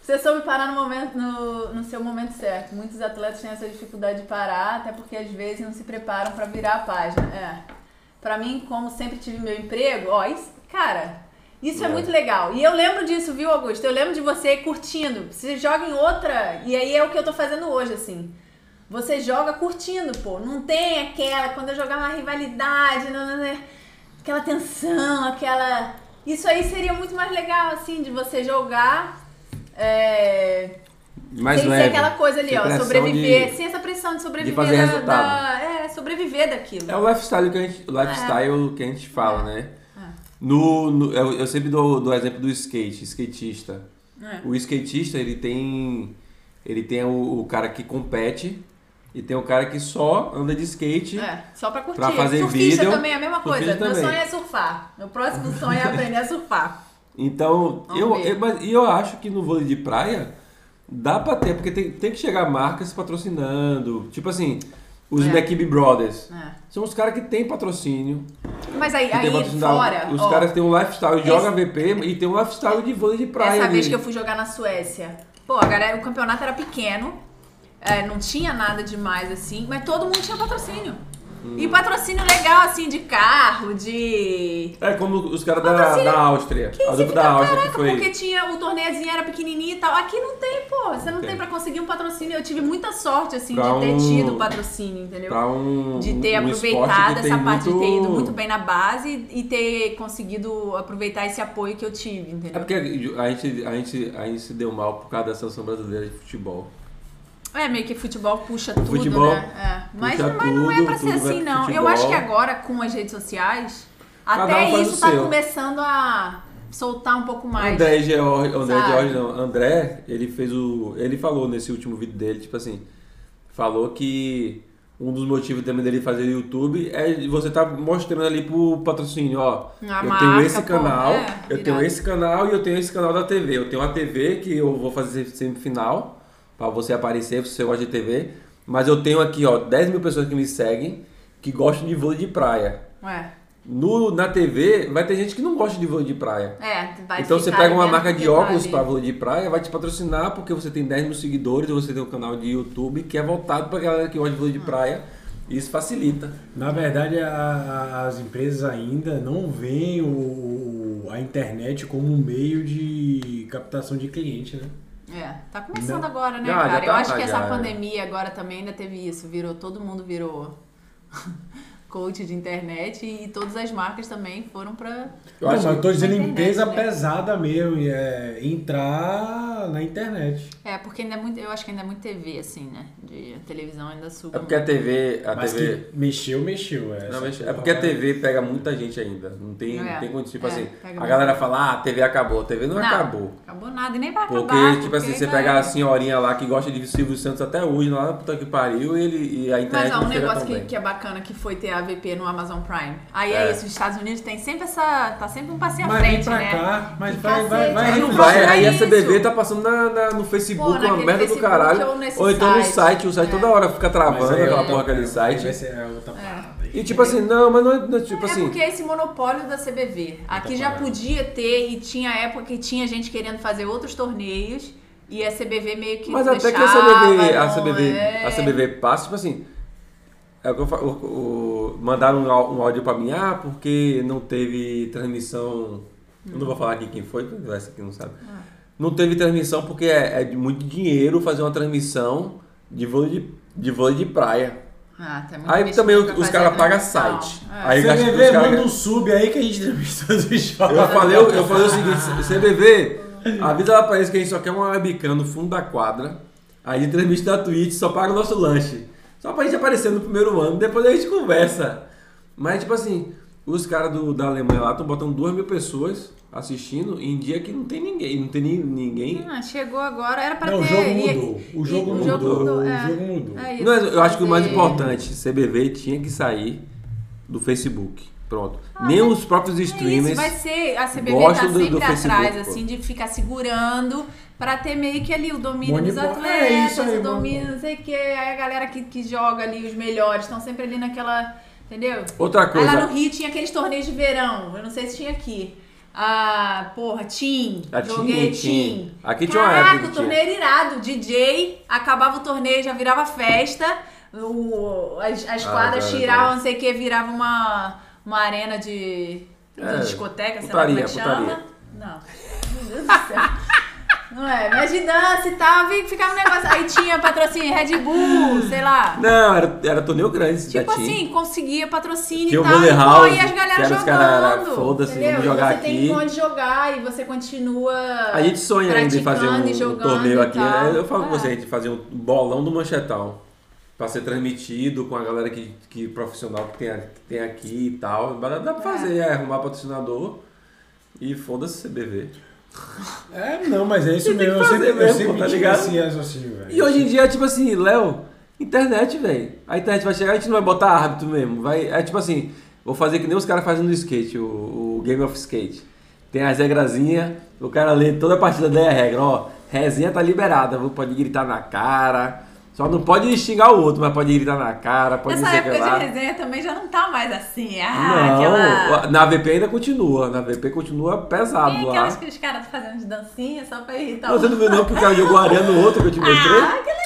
[SPEAKER 4] Você soube parar no, momento, no, no seu momento certo. Muitos atletas têm essa dificuldade de parar, até porque às vezes não se preparam pra virar a página. É. Pra mim, como sempre tive meu emprego, ó, isso, cara, isso é muito legal. E eu lembro disso, viu, Augusto? Eu lembro de você curtindo. Você joga em outra, e aí é o que eu tô fazendo hoje, assim. Você joga curtindo, pô. Não tem aquela, quando eu jogava uma rivalidade, não, não, não, aquela tensão, aquela. Isso aí seria muito mais legal, assim, de você jogar. É...
[SPEAKER 2] Mais
[SPEAKER 4] sem ser
[SPEAKER 2] é leve.
[SPEAKER 4] é aquela coisa ali,
[SPEAKER 2] Sem
[SPEAKER 4] ó,
[SPEAKER 2] pressão
[SPEAKER 4] sobreviver.
[SPEAKER 2] de-
[SPEAKER 4] Sem essa pressão de sobreviver
[SPEAKER 2] fazer
[SPEAKER 4] da-
[SPEAKER 2] resultado.
[SPEAKER 4] da- É, sobreviver daquilo.
[SPEAKER 2] É o lifestyle que a gente, o
[SPEAKER 4] É.
[SPEAKER 2] lifestyle que a gente fala, né? No, no- eu, eu sempre dou, dou exemplo do skate, skatista.
[SPEAKER 4] É.
[SPEAKER 2] O skatista, ele tem ele tem o, o cara que compete e tem o cara que só anda de skate.
[SPEAKER 4] É, só pra curtir.
[SPEAKER 2] Pra fazer
[SPEAKER 4] Surfista
[SPEAKER 2] vídeo.
[SPEAKER 4] também é a mesma coisa.
[SPEAKER 2] Surfista
[SPEAKER 4] Meu
[SPEAKER 2] também.
[SPEAKER 4] sonho é surfar. Meu próximo sonho é aprender a surfar.
[SPEAKER 2] Então,
[SPEAKER 4] Vamos
[SPEAKER 2] eu,
[SPEAKER 4] ver.
[SPEAKER 2] eu, mas- e eu acho que no vôlei de praia dá pra ter, porque tem, tem que chegar marcas patrocinando. Tipo assim, os
[SPEAKER 4] É.
[SPEAKER 2] McKibbe Brothers.
[SPEAKER 4] É.
[SPEAKER 2] São os caras que têm patrocínio,
[SPEAKER 4] Mas aí,
[SPEAKER 2] Que tem
[SPEAKER 4] aí
[SPEAKER 2] patrocínio da-
[SPEAKER 4] fora.
[SPEAKER 2] Os
[SPEAKER 4] ó,
[SPEAKER 2] caras têm um lifestyle, joga
[SPEAKER 4] Esse-
[SPEAKER 2] VP e tem um lifestyle de vôlei de praia.
[SPEAKER 4] Essa vez
[SPEAKER 2] ali.
[SPEAKER 4] que eu fui jogar na Suécia. Pô, a galera, o campeonato era pequeno, é, não tinha nada demais assim, mas todo mundo tinha patrocínio.
[SPEAKER 2] Hum.
[SPEAKER 4] E patrocínio legal, assim, de carro, de.
[SPEAKER 2] É como os caras
[SPEAKER 4] Mas
[SPEAKER 2] da,
[SPEAKER 4] assim,
[SPEAKER 2] da Áustria.
[SPEAKER 4] Que
[SPEAKER 2] a
[SPEAKER 4] você
[SPEAKER 2] dupla
[SPEAKER 4] fica,
[SPEAKER 2] da Áustria
[SPEAKER 4] caraca,
[SPEAKER 2] que foi.
[SPEAKER 4] porque tinha, o torneizinho era pequenininho e tal. Aqui não tem, pô. Você não tem, pra conseguir um patrocínio. Eu tive muita sorte, assim,
[SPEAKER 2] Pra
[SPEAKER 4] de ter
[SPEAKER 2] um-
[SPEAKER 4] tido patrocínio, entendeu?
[SPEAKER 2] Pra um,
[SPEAKER 4] de ter
[SPEAKER 2] um esporte
[SPEAKER 4] aproveitado
[SPEAKER 2] que tem
[SPEAKER 4] essa parte de ter ido
[SPEAKER 2] muito-
[SPEAKER 4] muito bem na base e ter conseguido aproveitar esse apoio que eu tive,
[SPEAKER 2] É
[SPEAKER 4] entendeu?
[SPEAKER 2] porque a gente, a, gente, a gente se deu mal por causa da seleção brasileira de futebol.
[SPEAKER 4] É, meio que futebol puxa tudo,
[SPEAKER 2] futebol
[SPEAKER 4] né? É. Mas,
[SPEAKER 2] puxa
[SPEAKER 4] mas não é pra
[SPEAKER 2] tudo, tudo
[SPEAKER 4] ser
[SPEAKER 2] vai
[SPEAKER 4] assim,
[SPEAKER 2] pro
[SPEAKER 4] não. Eu
[SPEAKER 2] futebol.
[SPEAKER 4] acho que agora, com as redes sociais,
[SPEAKER 2] Cada
[SPEAKER 4] até
[SPEAKER 2] um faz
[SPEAKER 4] isso
[SPEAKER 2] o
[SPEAKER 4] tá
[SPEAKER 2] seu.
[SPEAKER 4] começando a soltar um pouco mais.
[SPEAKER 2] André George, André é
[SPEAKER 4] Sabe?
[SPEAKER 2] George não, André, ele fez o, ele falou nesse último vídeo dele, tipo assim, falou que um dos motivos também dele fazer YouTube é você tá mostrando ali pro patrocínio, ó,
[SPEAKER 4] A
[SPEAKER 2] eu
[SPEAKER 4] marca,
[SPEAKER 2] tenho esse
[SPEAKER 4] pô,
[SPEAKER 2] canal,
[SPEAKER 4] é,
[SPEAKER 2] eu tenho
[SPEAKER 4] irado.
[SPEAKER 2] esse canal e eu tenho esse canal da TV, eu tenho uma TV que eu vou fazer semifinal pra você aparecer, se você gosta de TV, mas eu tenho aqui, ó, 10 mil pessoas que me seguem que gostam de vôlei de praia.
[SPEAKER 4] É,
[SPEAKER 2] No, na TV, vai ter gente que não gosta de vôlei de praia.
[SPEAKER 4] é vai
[SPEAKER 2] Então você
[SPEAKER 4] ficar
[SPEAKER 2] pega uma
[SPEAKER 4] vendo
[SPEAKER 2] marca
[SPEAKER 4] que
[SPEAKER 2] de óculos
[SPEAKER 4] vale.
[SPEAKER 2] para vôlei de praia, vai te patrocinar porque você tem 10 mil seguidores, você tem um canal de YouTube que é voltado para galera que gosta de vôlei
[SPEAKER 4] Ah.
[SPEAKER 2] de praia. E isso facilita.
[SPEAKER 3] Na verdade, a- a- as empresas ainda não veem o- o- a internet como um meio de captação de cliente, né?
[SPEAKER 4] É, tá começando
[SPEAKER 3] Não.
[SPEAKER 4] agora, né,
[SPEAKER 2] Já, já
[SPEAKER 4] cara? Eu
[SPEAKER 2] tá,
[SPEAKER 4] acho que essa
[SPEAKER 2] já, é.
[SPEAKER 4] pandemia agora também ainda teve isso. Virou, todo mundo virou <laughs> coach de internet e todas as marcas também foram pra.
[SPEAKER 2] Eu
[SPEAKER 3] não,
[SPEAKER 2] acho
[SPEAKER 3] mas eu tô
[SPEAKER 4] que-
[SPEAKER 3] dizendo
[SPEAKER 4] na internet,
[SPEAKER 3] empresa
[SPEAKER 4] né?
[SPEAKER 3] pesada mesmo, e é entrar na internet.
[SPEAKER 4] É, porque ainda é muito. Eu acho que ainda é muito TV, assim, né? De a televisão ainda suga.
[SPEAKER 2] É porque a TV, a
[SPEAKER 3] Mas
[SPEAKER 2] TV,
[SPEAKER 3] que mexeu, Ah, mexeu. É,
[SPEAKER 2] não, mas é porque a TV pega muita gente ainda. Não tem,
[SPEAKER 4] É,
[SPEAKER 2] não tem condição. Tipo
[SPEAKER 4] é,
[SPEAKER 2] assim,
[SPEAKER 4] pega
[SPEAKER 2] a
[SPEAKER 4] muita
[SPEAKER 2] galera fala, ah, a TV acabou. A TV não,
[SPEAKER 4] Não.
[SPEAKER 2] acabou.
[SPEAKER 4] Acabou nada e nem vai
[SPEAKER 2] Porque,
[SPEAKER 4] acabar.
[SPEAKER 2] tipo assim, você
[SPEAKER 4] já é.
[SPEAKER 2] pega
[SPEAKER 4] era.
[SPEAKER 2] a senhorinha lá que gosta de Silvio Santos até hoje, lá na puta que pariu, e, ele, e a internet
[SPEAKER 4] Mas ó, um
[SPEAKER 2] não chega
[SPEAKER 4] negócio
[SPEAKER 2] tão
[SPEAKER 4] que,
[SPEAKER 2] bem.
[SPEAKER 4] que é bacana que foi ter a, a VP no Amazon Prime. Aí é,
[SPEAKER 2] É.
[SPEAKER 4] isso, os Estados Unidos tem sempre essa. tá sempre um passinho à
[SPEAKER 3] Mas vem
[SPEAKER 4] frente,
[SPEAKER 3] pra
[SPEAKER 4] né?
[SPEAKER 3] cá, mas
[SPEAKER 4] Que
[SPEAKER 3] vai, vai,
[SPEAKER 4] cacete,
[SPEAKER 3] vai,
[SPEAKER 4] eu não
[SPEAKER 3] vai.
[SPEAKER 2] Vai, aí a
[SPEAKER 4] isso.
[SPEAKER 2] CBV tá passando na- na- no
[SPEAKER 4] Pô,
[SPEAKER 2] Facebook, uma
[SPEAKER 4] naquele
[SPEAKER 2] merda do
[SPEAKER 4] Facebook
[SPEAKER 2] caralho.
[SPEAKER 4] ou nesse
[SPEAKER 2] Ou então no
[SPEAKER 4] site.
[SPEAKER 2] site, o site
[SPEAKER 4] É.
[SPEAKER 2] toda hora fica travando
[SPEAKER 3] Mas aí é
[SPEAKER 2] aquela
[SPEAKER 3] outra-
[SPEAKER 2] porra aquele
[SPEAKER 3] Vai
[SPEAKER 2] site.
[SPEAKER 3] ser a outra parada.
[SPEAKER 2] E tipo assim, não, mas não é. não, Tipo
[SPEAKER 4] é
[SPEAKER 2] assim.
[SPEAKER 4] porque é esse monopólio da CBV. Aqui já
[SPEAKER 3] parado.
[SPEAKER 4] podia ter e tinha época que tinha gente querendo fazer outros torneios e a CBV meio que
[SPEAKER 2] Mas até que a
[SPEAKER 4] deixava,
[SPEAKER 2] CBV, a
[SPEAKER 4] não
[SPEAKER 2] CBV,
[SPEAKER 4] é.
[SPEAKER 2] a CBV passa, tipo assim, é o que eu fa- o- o- mandaram um, á- um áudio pra mim, ah, porque não teve transmissão, eu não vou falar aqui quem foi, porque essa aqui não sabe.
[SPEAKER 4] Ah.
[SPEAKER 2] Não teve transmissão porque é, é de muito dinheiro fazer uma transmissão de vôlei de, de, vôlei de praia.
[SPEAKER 4] Ah, tem muito
[SPEAKER 2] Aí
[SPEAKER 4] investimento
[SPEAKER 2] também
[SPEAKER 4] pra
[SPEAKER 2] os, os
[SPEAKER 4] fazer
[SPEAKER 2] caras pagam
[SPEAKER 4] transmissão.
[SPEAKER 2] site.
[SPEAKER 4] É.
[SPEAKER 2] Aí gasta- os
[SPEAKER 3] CBV,
[SPEAKER 2] caras-
[SPEAKER 3] manda um sub aí que a gente <laughs> entrevista os jogos.
[SPEAKER 2] eu falei, eu, eu falei assim, o seguinte, CBV, avisa lá pra eles que a gente só quer uma webcam no fundo da quadra, aí de transmite na Twitch, só paga o nosso lanche. Só pra gente aparecer no primeiro ano, depois a gente conversa. Mas, tipo assim, os caras do- da Alemanha lá estão botando duas mil pessoas assistindo em dia que não tem ninguém, não tem ni- ninguém.
[SPEAKER 4] Ah, chegou agora, era pra
[SPEAKER 3] Não, o
[SPEAKER 4] ter.
[SPEAKER 3] jogo
[SPEAKER 4] e-
[SPEAKER 3] mudou. O
[SPEAKER 4] e-
[SPEAKER 3] jogo
[SPEAKER 4] o
[SPEAKER 3] mudou, o
[SPEAKER 4] é.
[SPEAKER 3] jogo mudou.
[SPEAKER 4] É isso,
[SPEAKER 2] Não, eu acho que o mais
[SPEAKER 4] fazer-
[SPEAKER 2] importante, CBV tinha que sair do Facebook. Pronto. Nem os próprios
[SPEAKER 4] É Isso,
[SPEAKER 2] streamers.
[SPEAKER 4] vai ser. A CBB tá
[SPEAKER 2] gostam do- do
[SPEAKER 4] sempre atrás,
[SPEAKER 2] Facebook, pô.
[SPEAKER 4] assim, de ficar segurando pra ter meio que ali o domínio dos
[SPEAKER 3] Monopólio.
[SPEAKER 4] atletas,
[SPEAKER 3] É isso aí,
[SPEAKER 4] o domínio,
[SPEAKER 3] monopólio.
[SPEAKER 4] não sei o quê. Aí a galera que, que joga ali, os melhores, estão sempre ali naquela. Entendeu?
[SPEAKER 2] Outra coisa.
[SPEAKER 4] Aí é lá no Rio tinha aqueles torneios de verão. Eu não sei se tinha aqui. Ah, porra, Tim.
[SPEAKER 2] A
[SPEAKER 4] joguei
[SPEAKER 2] Tim, Tim.
[SPEAKER 4] Tim.
[SPEAKER 2] Aqui tinha uma
[SPEAKER 4] Caraca,
[SPEAKER 2] época
[SPEAKER 4] o
[SPEAKER 2] que
[SPEAKER 4] torneio era irado. DJ, acabava o torneio, já virava festa. O, as, as
[SPEAKER 2] Ah,
[SPEAKER 4] quadras
[SPEAKER 2] tá, tá.
[SPEAKER 4] tiravam, não sei o que, virava uma, uma arena de, de
[SPEAKER 2] É,
[SPEAKER 4] discoteca, sei
[SPEAKER 2] putaria,
[SPEAKER 4] lá como é que chama.
[SPEAKER 2] putaria.
[SPEAKER 4] Não. Meu Deus do céu. Não é, mas de dança e tal, e ficava um negócio. Aí tinha patrocínio Red Bull, sei lá.
[SPEAKER 2] Não, era, era torneio grande,
[SPEAKER 4] Tipo
[SPEAKER 2] da TIM.
[SPEAKER 4] assim, conseguia patrocínio
[SPEAKER 2] Tinha
[SPEAKER 4] e
[SPEAKER 2] o
[SPEAKER 4] tal, e,
[SPEAKER 2] Miller
[SPEAKER 4] pô,
[SPEAKER 2] House,
[SPEAKER 4] e as
[SPEAKER 2] que
[SPEAKER 4] galera
[SPEAKER 2] era os
[SPEAKER 4] jogando.
[SPEAKER 2] cara, foda-se,
[SPEAKER 4] entendeu?
[SPEAKER 2] vamos jogar
[SPEAKER 4] e você
[SPEAKER 2] aqui.
[SPEAKER 4] tem onde jogar e você continua.
[SPEAKER 2] A gente sonha ainda em fazer
[SPEAKER 4] praticando e
[SPEAKER 2] um, um
[SPEAKER 4] jogando
[SPEAKER 2] torneio
[SPEAKER 4] e
[SPEAKER 2] aqui.
[SPEAKER 4] tal.
[SPEAKER 2] né? Eu falo com
[SPEAKER 4] É.
[SPEAKER 2] você, a gente fazer um bolão do Manchetal. Pra ser transmitido com a galera que, que profissional que tem, a- que tem aqui e tal. Mas Dá pra fazer, é, arrumar patrocinador e foda-se CBV.
[SPEAKER 3] É, não, mas é isso
[SPEAKER 2] Tem que
[SPEAKER 3] mesmo. Eu
[SPEAKER 2] fazer
[SPEAKER 3] sempre, eu
[SPEAKER 2] mesmo,
[SPEAKER 3] sempre
[SPEAKER 2] tá
[SPEAKER 3] tive
[SPEAKER 2] ligado?
[SPEAKER 3] esse raciocínio, velho.
[SPEAKER 2] E hoje em dia, tipo assim, Léo, internet, velho. A internet vai chegar, a gente não vai botar árbitro mesmo. Vai, é tipo assim, vou fazer que nem os caras fazem no skate, o, o Game of Skate. Tem as regrazinhas, o cara lê toda a partida daí a regra, ó. Resenha tá liberada, viu? pode gritar na cara. Só não pode xingar o outro, mas pode gritar na cara, pode
[SPEAKER 4] Nessa
[SPEAKER 2] não sei o
[SPEAKER 4] época
[SPEAKER 2] que é lá.
[SPEAKER 4] de resenha também já não tá mais assim. Ah,
[SPEAKER 2] Não,
[SPEAKER 4] aquela.
[SPEAKER 2] na VP ainda continua, na VP continua pesado
[SPEAKER 4] Tem
[SPEAKER 2] lá.
[SPEAKER 4] aquelas que os caras tão fazendo de dancinha só pra irritar
[SPEAKER 2] Não,
[SPEAKER 4] o
[SPEAKER 2] você não viu não que o cara jogou areia no outro que eu te mostrei?
[SPEAKER 4] Ah, aquela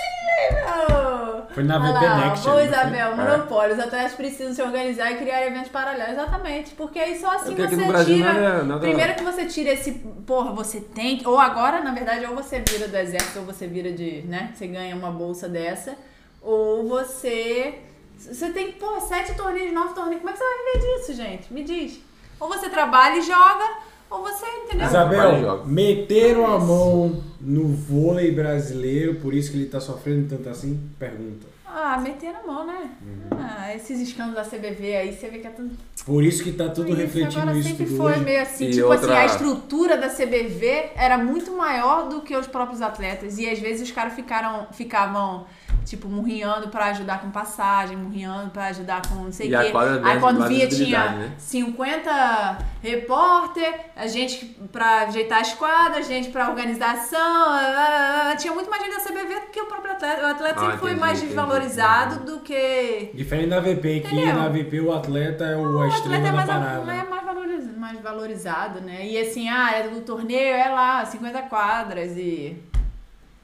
[SPEAKER 4] ali, meu!
[SPEAKER 3] Foi na
[SPEAKER 4] Olha
[SPEAKER 3] VP
[SPEAKER 4] lá,
[SPEAKER 3] Next né?
[SPEAKER 4] Boa,
[SPEAKER 3] ali, não
[SPEAKER 2] É.
[SPEAKER 4] Isabel, monopólio. Os atletas precisam se organizar e criar eventos paralelos. Exatamente. Porque aí só assim
[SPEAKER 2] É Porque
[SPEAKER 4] você
[SPEAKER 2] aqui no Brasil
[SPEAKER 4] tira.
[SPEAKER 2] nada- nada-
[SPEAKER 4] Primeiro que você tira esse. Porra, você tem. que- Ou agora, na verdade, ou você vira do exército, ou você vira de. né? Você ganha uma bolsa dessa. Ou você. Você tem, pô, sete torneios, nove torneios. Como é que você vai viver disso, gente? Me diz. Ou você trabalha e joga, ou você, entendeu?
[SPEAKER 2] Trabalho e
[SPEAKER 3] Isabel,
[SPEAKER 2] jogo.
[SPEAKER 3] meteram a mão no vôlei brasileiro, por isso que ele tá sofrendo tanto assim? Pergunta.
[SPEAKER 4] Ah, meter na mão, né? Ah, esses escândalos da CBV aí, você vê que é tudo.
[SPEAKER 3] Por isso que tá tudo
[SPEAKER 4] Isso
[SPEAKER 3] refletindo
[SPEAKER 4] agora
[SPEAKER 3] isso
[SPEAKER 4] sempre
[SPEAKER 3] tudo
[SPEAKER 4] foi
[SPEAKER 3] hoje.
[SPEAKER 4] meio assim.
[SPEAKER 2] E
[SPEAKER 4] tipo
[SPEAKER 2] outra-
[SPEAKER 4] assim, a estrutura da CBV era muito maior do que os próprios atletas. E às vezes os caras ficaram, ficavam, tipo, murrinhando pra ajudar com passagem, murrinhando pra ajudar com não sei
[SPEAKER 2] E
[SPEAKER 4] o
[SPEAKER 2] a
[SPEAKER 4] quê.
[SPEAKER 2] quadra
[SPEAKER 4] Aí
[SPEAKER 2] verde,
[SPEAKER 4] quando
[SPEAKER 2] mais
[SPEAKER 4] via tinha
[SPEAKER 2] visibilidade, né?
[SPEAKER 4] 50 repórter, a gente pra ajeitar as quadras, gente pra organização. ah, ah, ah. Tinha muito mais gente da CBV do que o próprio atleta. O atleta
[SPEAKER 2] Ah,
[SPEAKER 4] sempre foi
[SPEAKER 2] entendi,
[SPEAKER 4] mais
[SPEAKER 2] entendi. Uhum.
[SPEAKER 4] desvalorizado do que
[SPEAKER 3] Diferente da VP, que
[SPEAKER 4] Entendeu?
[SPEAKER 3] na VP o atleta é o, a
[SPEAKER 4] o
[SPEAKER 3] estrela
[SPEAKER 4] atleta é
[SPEAKER 3] da
[SPEAKER 4] mais,
[SPEAKER 3] parada.
[SPEAKER 4] é mais valorizado, mais valorizado, né? E assim, ah, é do torneio é lá, 50 quadras e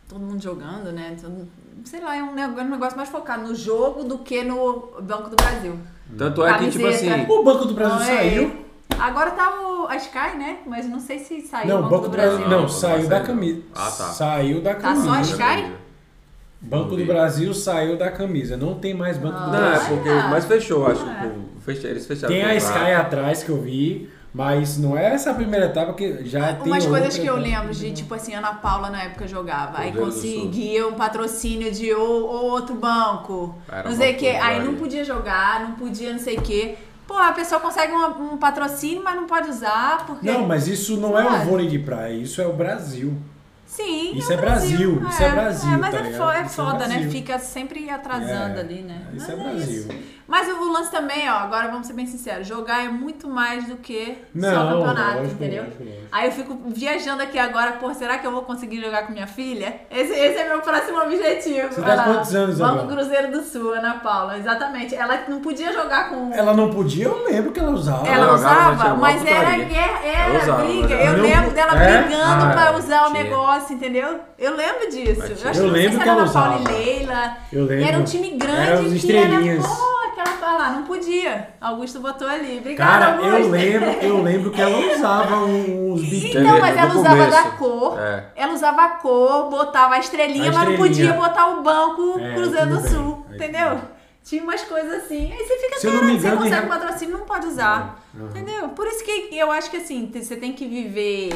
[SPEAKER 4] todo mundo jogando, né? Todo- sei lá, é um nego- é um negócio mais focado no jogo do que no Banco do Brasil.
[SPEAKER 2] Tanto é que, tipo
[SPEAKER 4] Camiseta.
[SPEAKER 2] assim,
[SPEAKER 3] O Banco do Brasil
[SPEAKER 4] Não é-
[SPEAKER 3] saiu.
[SPEAKER 4] Agora tá o, a Sky, né? Mas não sei se saiu
[SPEAKER 3] Não,
[SPEAKER 4] o
[SPEAKER 3] o Banco do Brasil. Não,
[SPEAKER 2] Não, não
[SPEAKER 3] saiu
[SPEAKER 2] saiu,
[SPEAKER 3] da
[SPEAKER 2] não.
[SPEAKER 3] camisa.
[SPEAKER 2] Ah, tá.
[SPEAKER 3] Saiu da
[SPEAKER 4] Tá só a
[SPEAKER 3] camisa.
[SPEAKER 4] Sky?
[SPEAKER 3] Banco do
[SPEAKER 2] Entendi.
[SPEAKER 3] Brasil saiu da camisa. Não tem mais Banco do
[SPEAKER 4] Ah.
[SPEAKER 2] Não, é
[SPEAKER 3] Brasil.
[SPEAKER 2] porque.
[SPEAKER 4] Olha.
[SPEAKER 2] Mas fechou, acho.
[SPEAKER 4] Olha.
[SPEAKER 2] que fecha- eles fecharam.
[SPEAKER 3] Tem a
[SPEAKER 2] o
[SPEAKER 3] Sky
[SPEAKER 2] contrato.
[SPEAKER 3] atrás que eu vi, mas não é essa a primeira etapa que já Ah, tem.
[SPEAKER 4] Umas coisas
[SPEAKER 3] outra né?
[SPEAKER 4] que eu
[SPEAKER 3] etapa.
[SPEAKER 4] lembro de, tipo assim, Ana Paula na época jogava. Aí
[SPEAKER 2] Rio Grande do
[SPEAKER 4] conseguia um patrocínio de ou, ou outro banco.
[SPEAKER 2] Era
[SPEAKER 4] não sei o
[SPEAKER 2] uma
[SPEAKER 4] que. Aí
[SPEAKER 2] porcaria.
[SPEAKER 4] não podia jogar, não podia não sei o que. Pô, a pessoa consegue um, um patrocínio, mas não pode usar, porque.
[SPEAKER 3] Não, mas isso não é o
[SPEAKER 4] Claro.
[SPEAKER 3] vôlei de praia, isso é o Brasil.
[SPEAKER 4] Sim.
[SPEAKER 3] Isso é Brasil, isso é Brasil,
[SPEAKER 4] mas
[SPEAKER 3] tá
[SPEAKER 4] é,
[SPEAKER 3] ligado?
[SPEAKER 4] fo- é
[SPEAKER 3] Isso é
[SPEAKER 4] foda, né?
[SPEAKER 3] Brasil.
[SPEAKER 4] Fica sempre atrasando
[SPEAKER 3] É,
[SPEAKER 4] ali, né?
[SPEAKER 3] Isso
[SPEAKER 4] Mas
[SPEAKER 3] é Brasil.
[SPEAKER 4] Mas o lance também, ó, agora vamos ser bem sinceros, jogar é muito mais do que só
[SPEAKER 3] Não,
[SPEAKER 4] campeonato,
[SPEAKER 3] lógico,
[SPEAKER 4] entendeu?
[SPEAKER 3] lógico, lógico.
[SPEAKER 4] Aí eu fico viajando aqui agora, pô, será que eu vou conseguir jogar com minha filha? Esse, esse é meu próximo objetivo.
[SPEAKER 3] Você tá
[SPEAKER 4] Ela-
[SPEAKER 3] quantos anos,
[SPEAKER 4] Vamos
[SPEAKER 3] Isabela?
[SPEAKER 4] pro Cruzeiro do Sul, Ana Paula, exatamente. Ela não podia jogar com...
[SPEAKER 3] Ela né? não podia, eu lembro que ela usava.
[SPEAKER 4] Ela
[SPEAKER 2] Ela jogava,
[SPEAKER 4] usava, mas
[SPEAKER 2] mas tinha uma
[SPEAKER 4] era
[SPEAKER 2] putaria.
[SPEAKER 4] guerra,
[SPEAKER 2] Ela
[SPEAKER 4] era
[SPEAKER 2] usava,
[SPEAKER 4] briga.
[SPEAKER 2] mas
[SPEAKER 4] Eu
[SPEAKER 3] ela- Não-
[SPEAKER 4] lembro dela
[SPEAKER 3] é?
[SPEAKER 4] brigando
[SPEAKER 2] Ah,
[SPEAKER 4] pra usar o
[SPEAKER 2] tinha.
[SPEAKER 4] negócio, entendeu? Eu lembro disso.
[SPEAKER 2] Mas
[SPEAKER 4] Eu acho
[SPEAKER 3] eu
[SPEAKER 4] não sei
[SPEAKER 3] lembro
[SPEAKER 4] se
[SPEAKER 3] que ela
[SPEAKER 4] era Paula
[SPEAKER 3] usava.
[SPEAKER 4] e Leila.
[SPEAKER 3] Eu lembro.
[SPEAKER 4] Era um time grande
[SPEAKER 3] Era os
[SPEAKER 4] que era,
[SPEAKER 3] estrelinhas.
[SPEAKER 4] pô, aquela pra lá, não podia. Augusto botou ali. Obrigada,
[SPEAKER 3] Cara,
[SPEAKER 4] Augusto.
[SPEAKER 3] eu lembro, eu lembro que ela usava um, uns biquíni.
[SPEAKER 4] Então,
[SPEAKER 2] Entendeu?
[SPEAKER 4] mas
[SPEAKER 2] No
[SPEAKER 4] ela usava
[SPEAKER 2] começo.
[SPEAKER 4] da cor.
[SPEAKER 2] É.
[SPEAKER 4] Ela usava a cor, botava a estrelinha,
[SPEAKER 3] A
[SPEAKER 4] mas não
[SPEAKER 3] estrelinha.
[SPEAKER 4] podia botar o banco
[SPEAKER 3] É,
[SPEAKER 4] Cruzeiro do
[SPEAKER 3] tudo bem.
[SPEAKER 4] Sul,
[SPEAKER 3] Aí
[SPEAKER 4] entendeu?
[SPEAKER 3] tudo
[SPEAKER 4] Tinha umas coisas assim. Aí você fica,
[SPEAKER 3] Se eu não
[SPEAKER 4] cara,
[SPEAKER 3] me
[SPEAKER 4] você
[SPEAKER 3] engano,
[SPEAKER 4] consegue
[SPEAKER 3] em- É,
[SPEAKER 4] um patrocínio, não pode usar. Entendeu? Por isso que eu acho que assim, te- você tem que viver.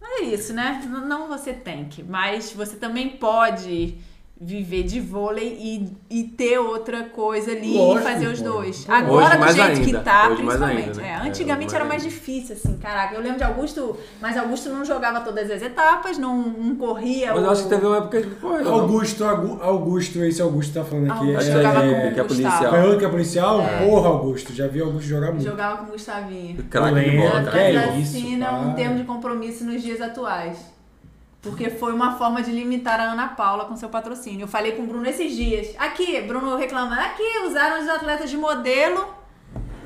[SPEAKER 4] Não é isso, né? N- Não você tem que, mas você também pode viver de vôlei e, e ter outra coisa ali
[SPEAKER 3] Lógico,
[SPEAKER 4] e fazer os
[SPEAKER 3] pô.
[SPEAKER 4] dois.
[SPEAKER 3] Hoje
[SPEAKER 4] Agora, do
[SPEAKER 2] mais
[SPEAKER 4] jeito
[SPEAKER 2] ainda.
[SPEAKER 4] que tá,
[SPEAKER 2] Hoje mais
[SPEAKER 4] principalmente.
[SPEAKER 2] ainda, né?
[SPEAKER 4] É,
[SPEAKER 2] É, hoje mais
[SPEAKER 4] antigamente era mais
[SPEAKER 2] ainda.
[SPEAKER 4] difícil, assim, caraca. Eu lembro de Augusto, mas Augusto não jogava todas as etapas, não, não corria.
[SPEAKER 2] Mas
[SPEAKER 4] o-
[SPEAKER 2] eu acho que teve um uma época que foi.
[SPEAKER 3] Augusto, Augu- Augusto, esse Augusto tá falando aqui.
[SPEAKER 4] Augusto
[SPEAKER 2] é-
[SPEAKER 4] jogava
[SPEAKER 2] é-
[SPEAKER 4] com o
[SPEAKER 2] que é
[SPEAKER 4] Gustavo.
[SPEAKER 2] policial.
[SPEAKER 3] Ganhou que é policial? Porra, Augusto. Já vi Augusto jogar muito.
[SPEAKER 4] Jogava com o Gustavinho.
[SPEAKER 2] Craque de
[SPEAKER 3] Lembro.
[SPEAKER 2] bola,
[SPEAKER 3] que
[SPEAKER 4] Tanto
[SPEAKER 2] craque de bola.
[SPEAKER 3] é isso,
[SPEAKER 4] assina um
[SPEAKER 3] cara.
[SPEAKER 4] termo de compromisso nos dias atuais. Porque foi uma forma de limitar a Ana Paula com seu patrocínio. Eu falei com o Bruno esses dias. Aqui, Bruno reclamando. Aqui, usaram os atletas de modelo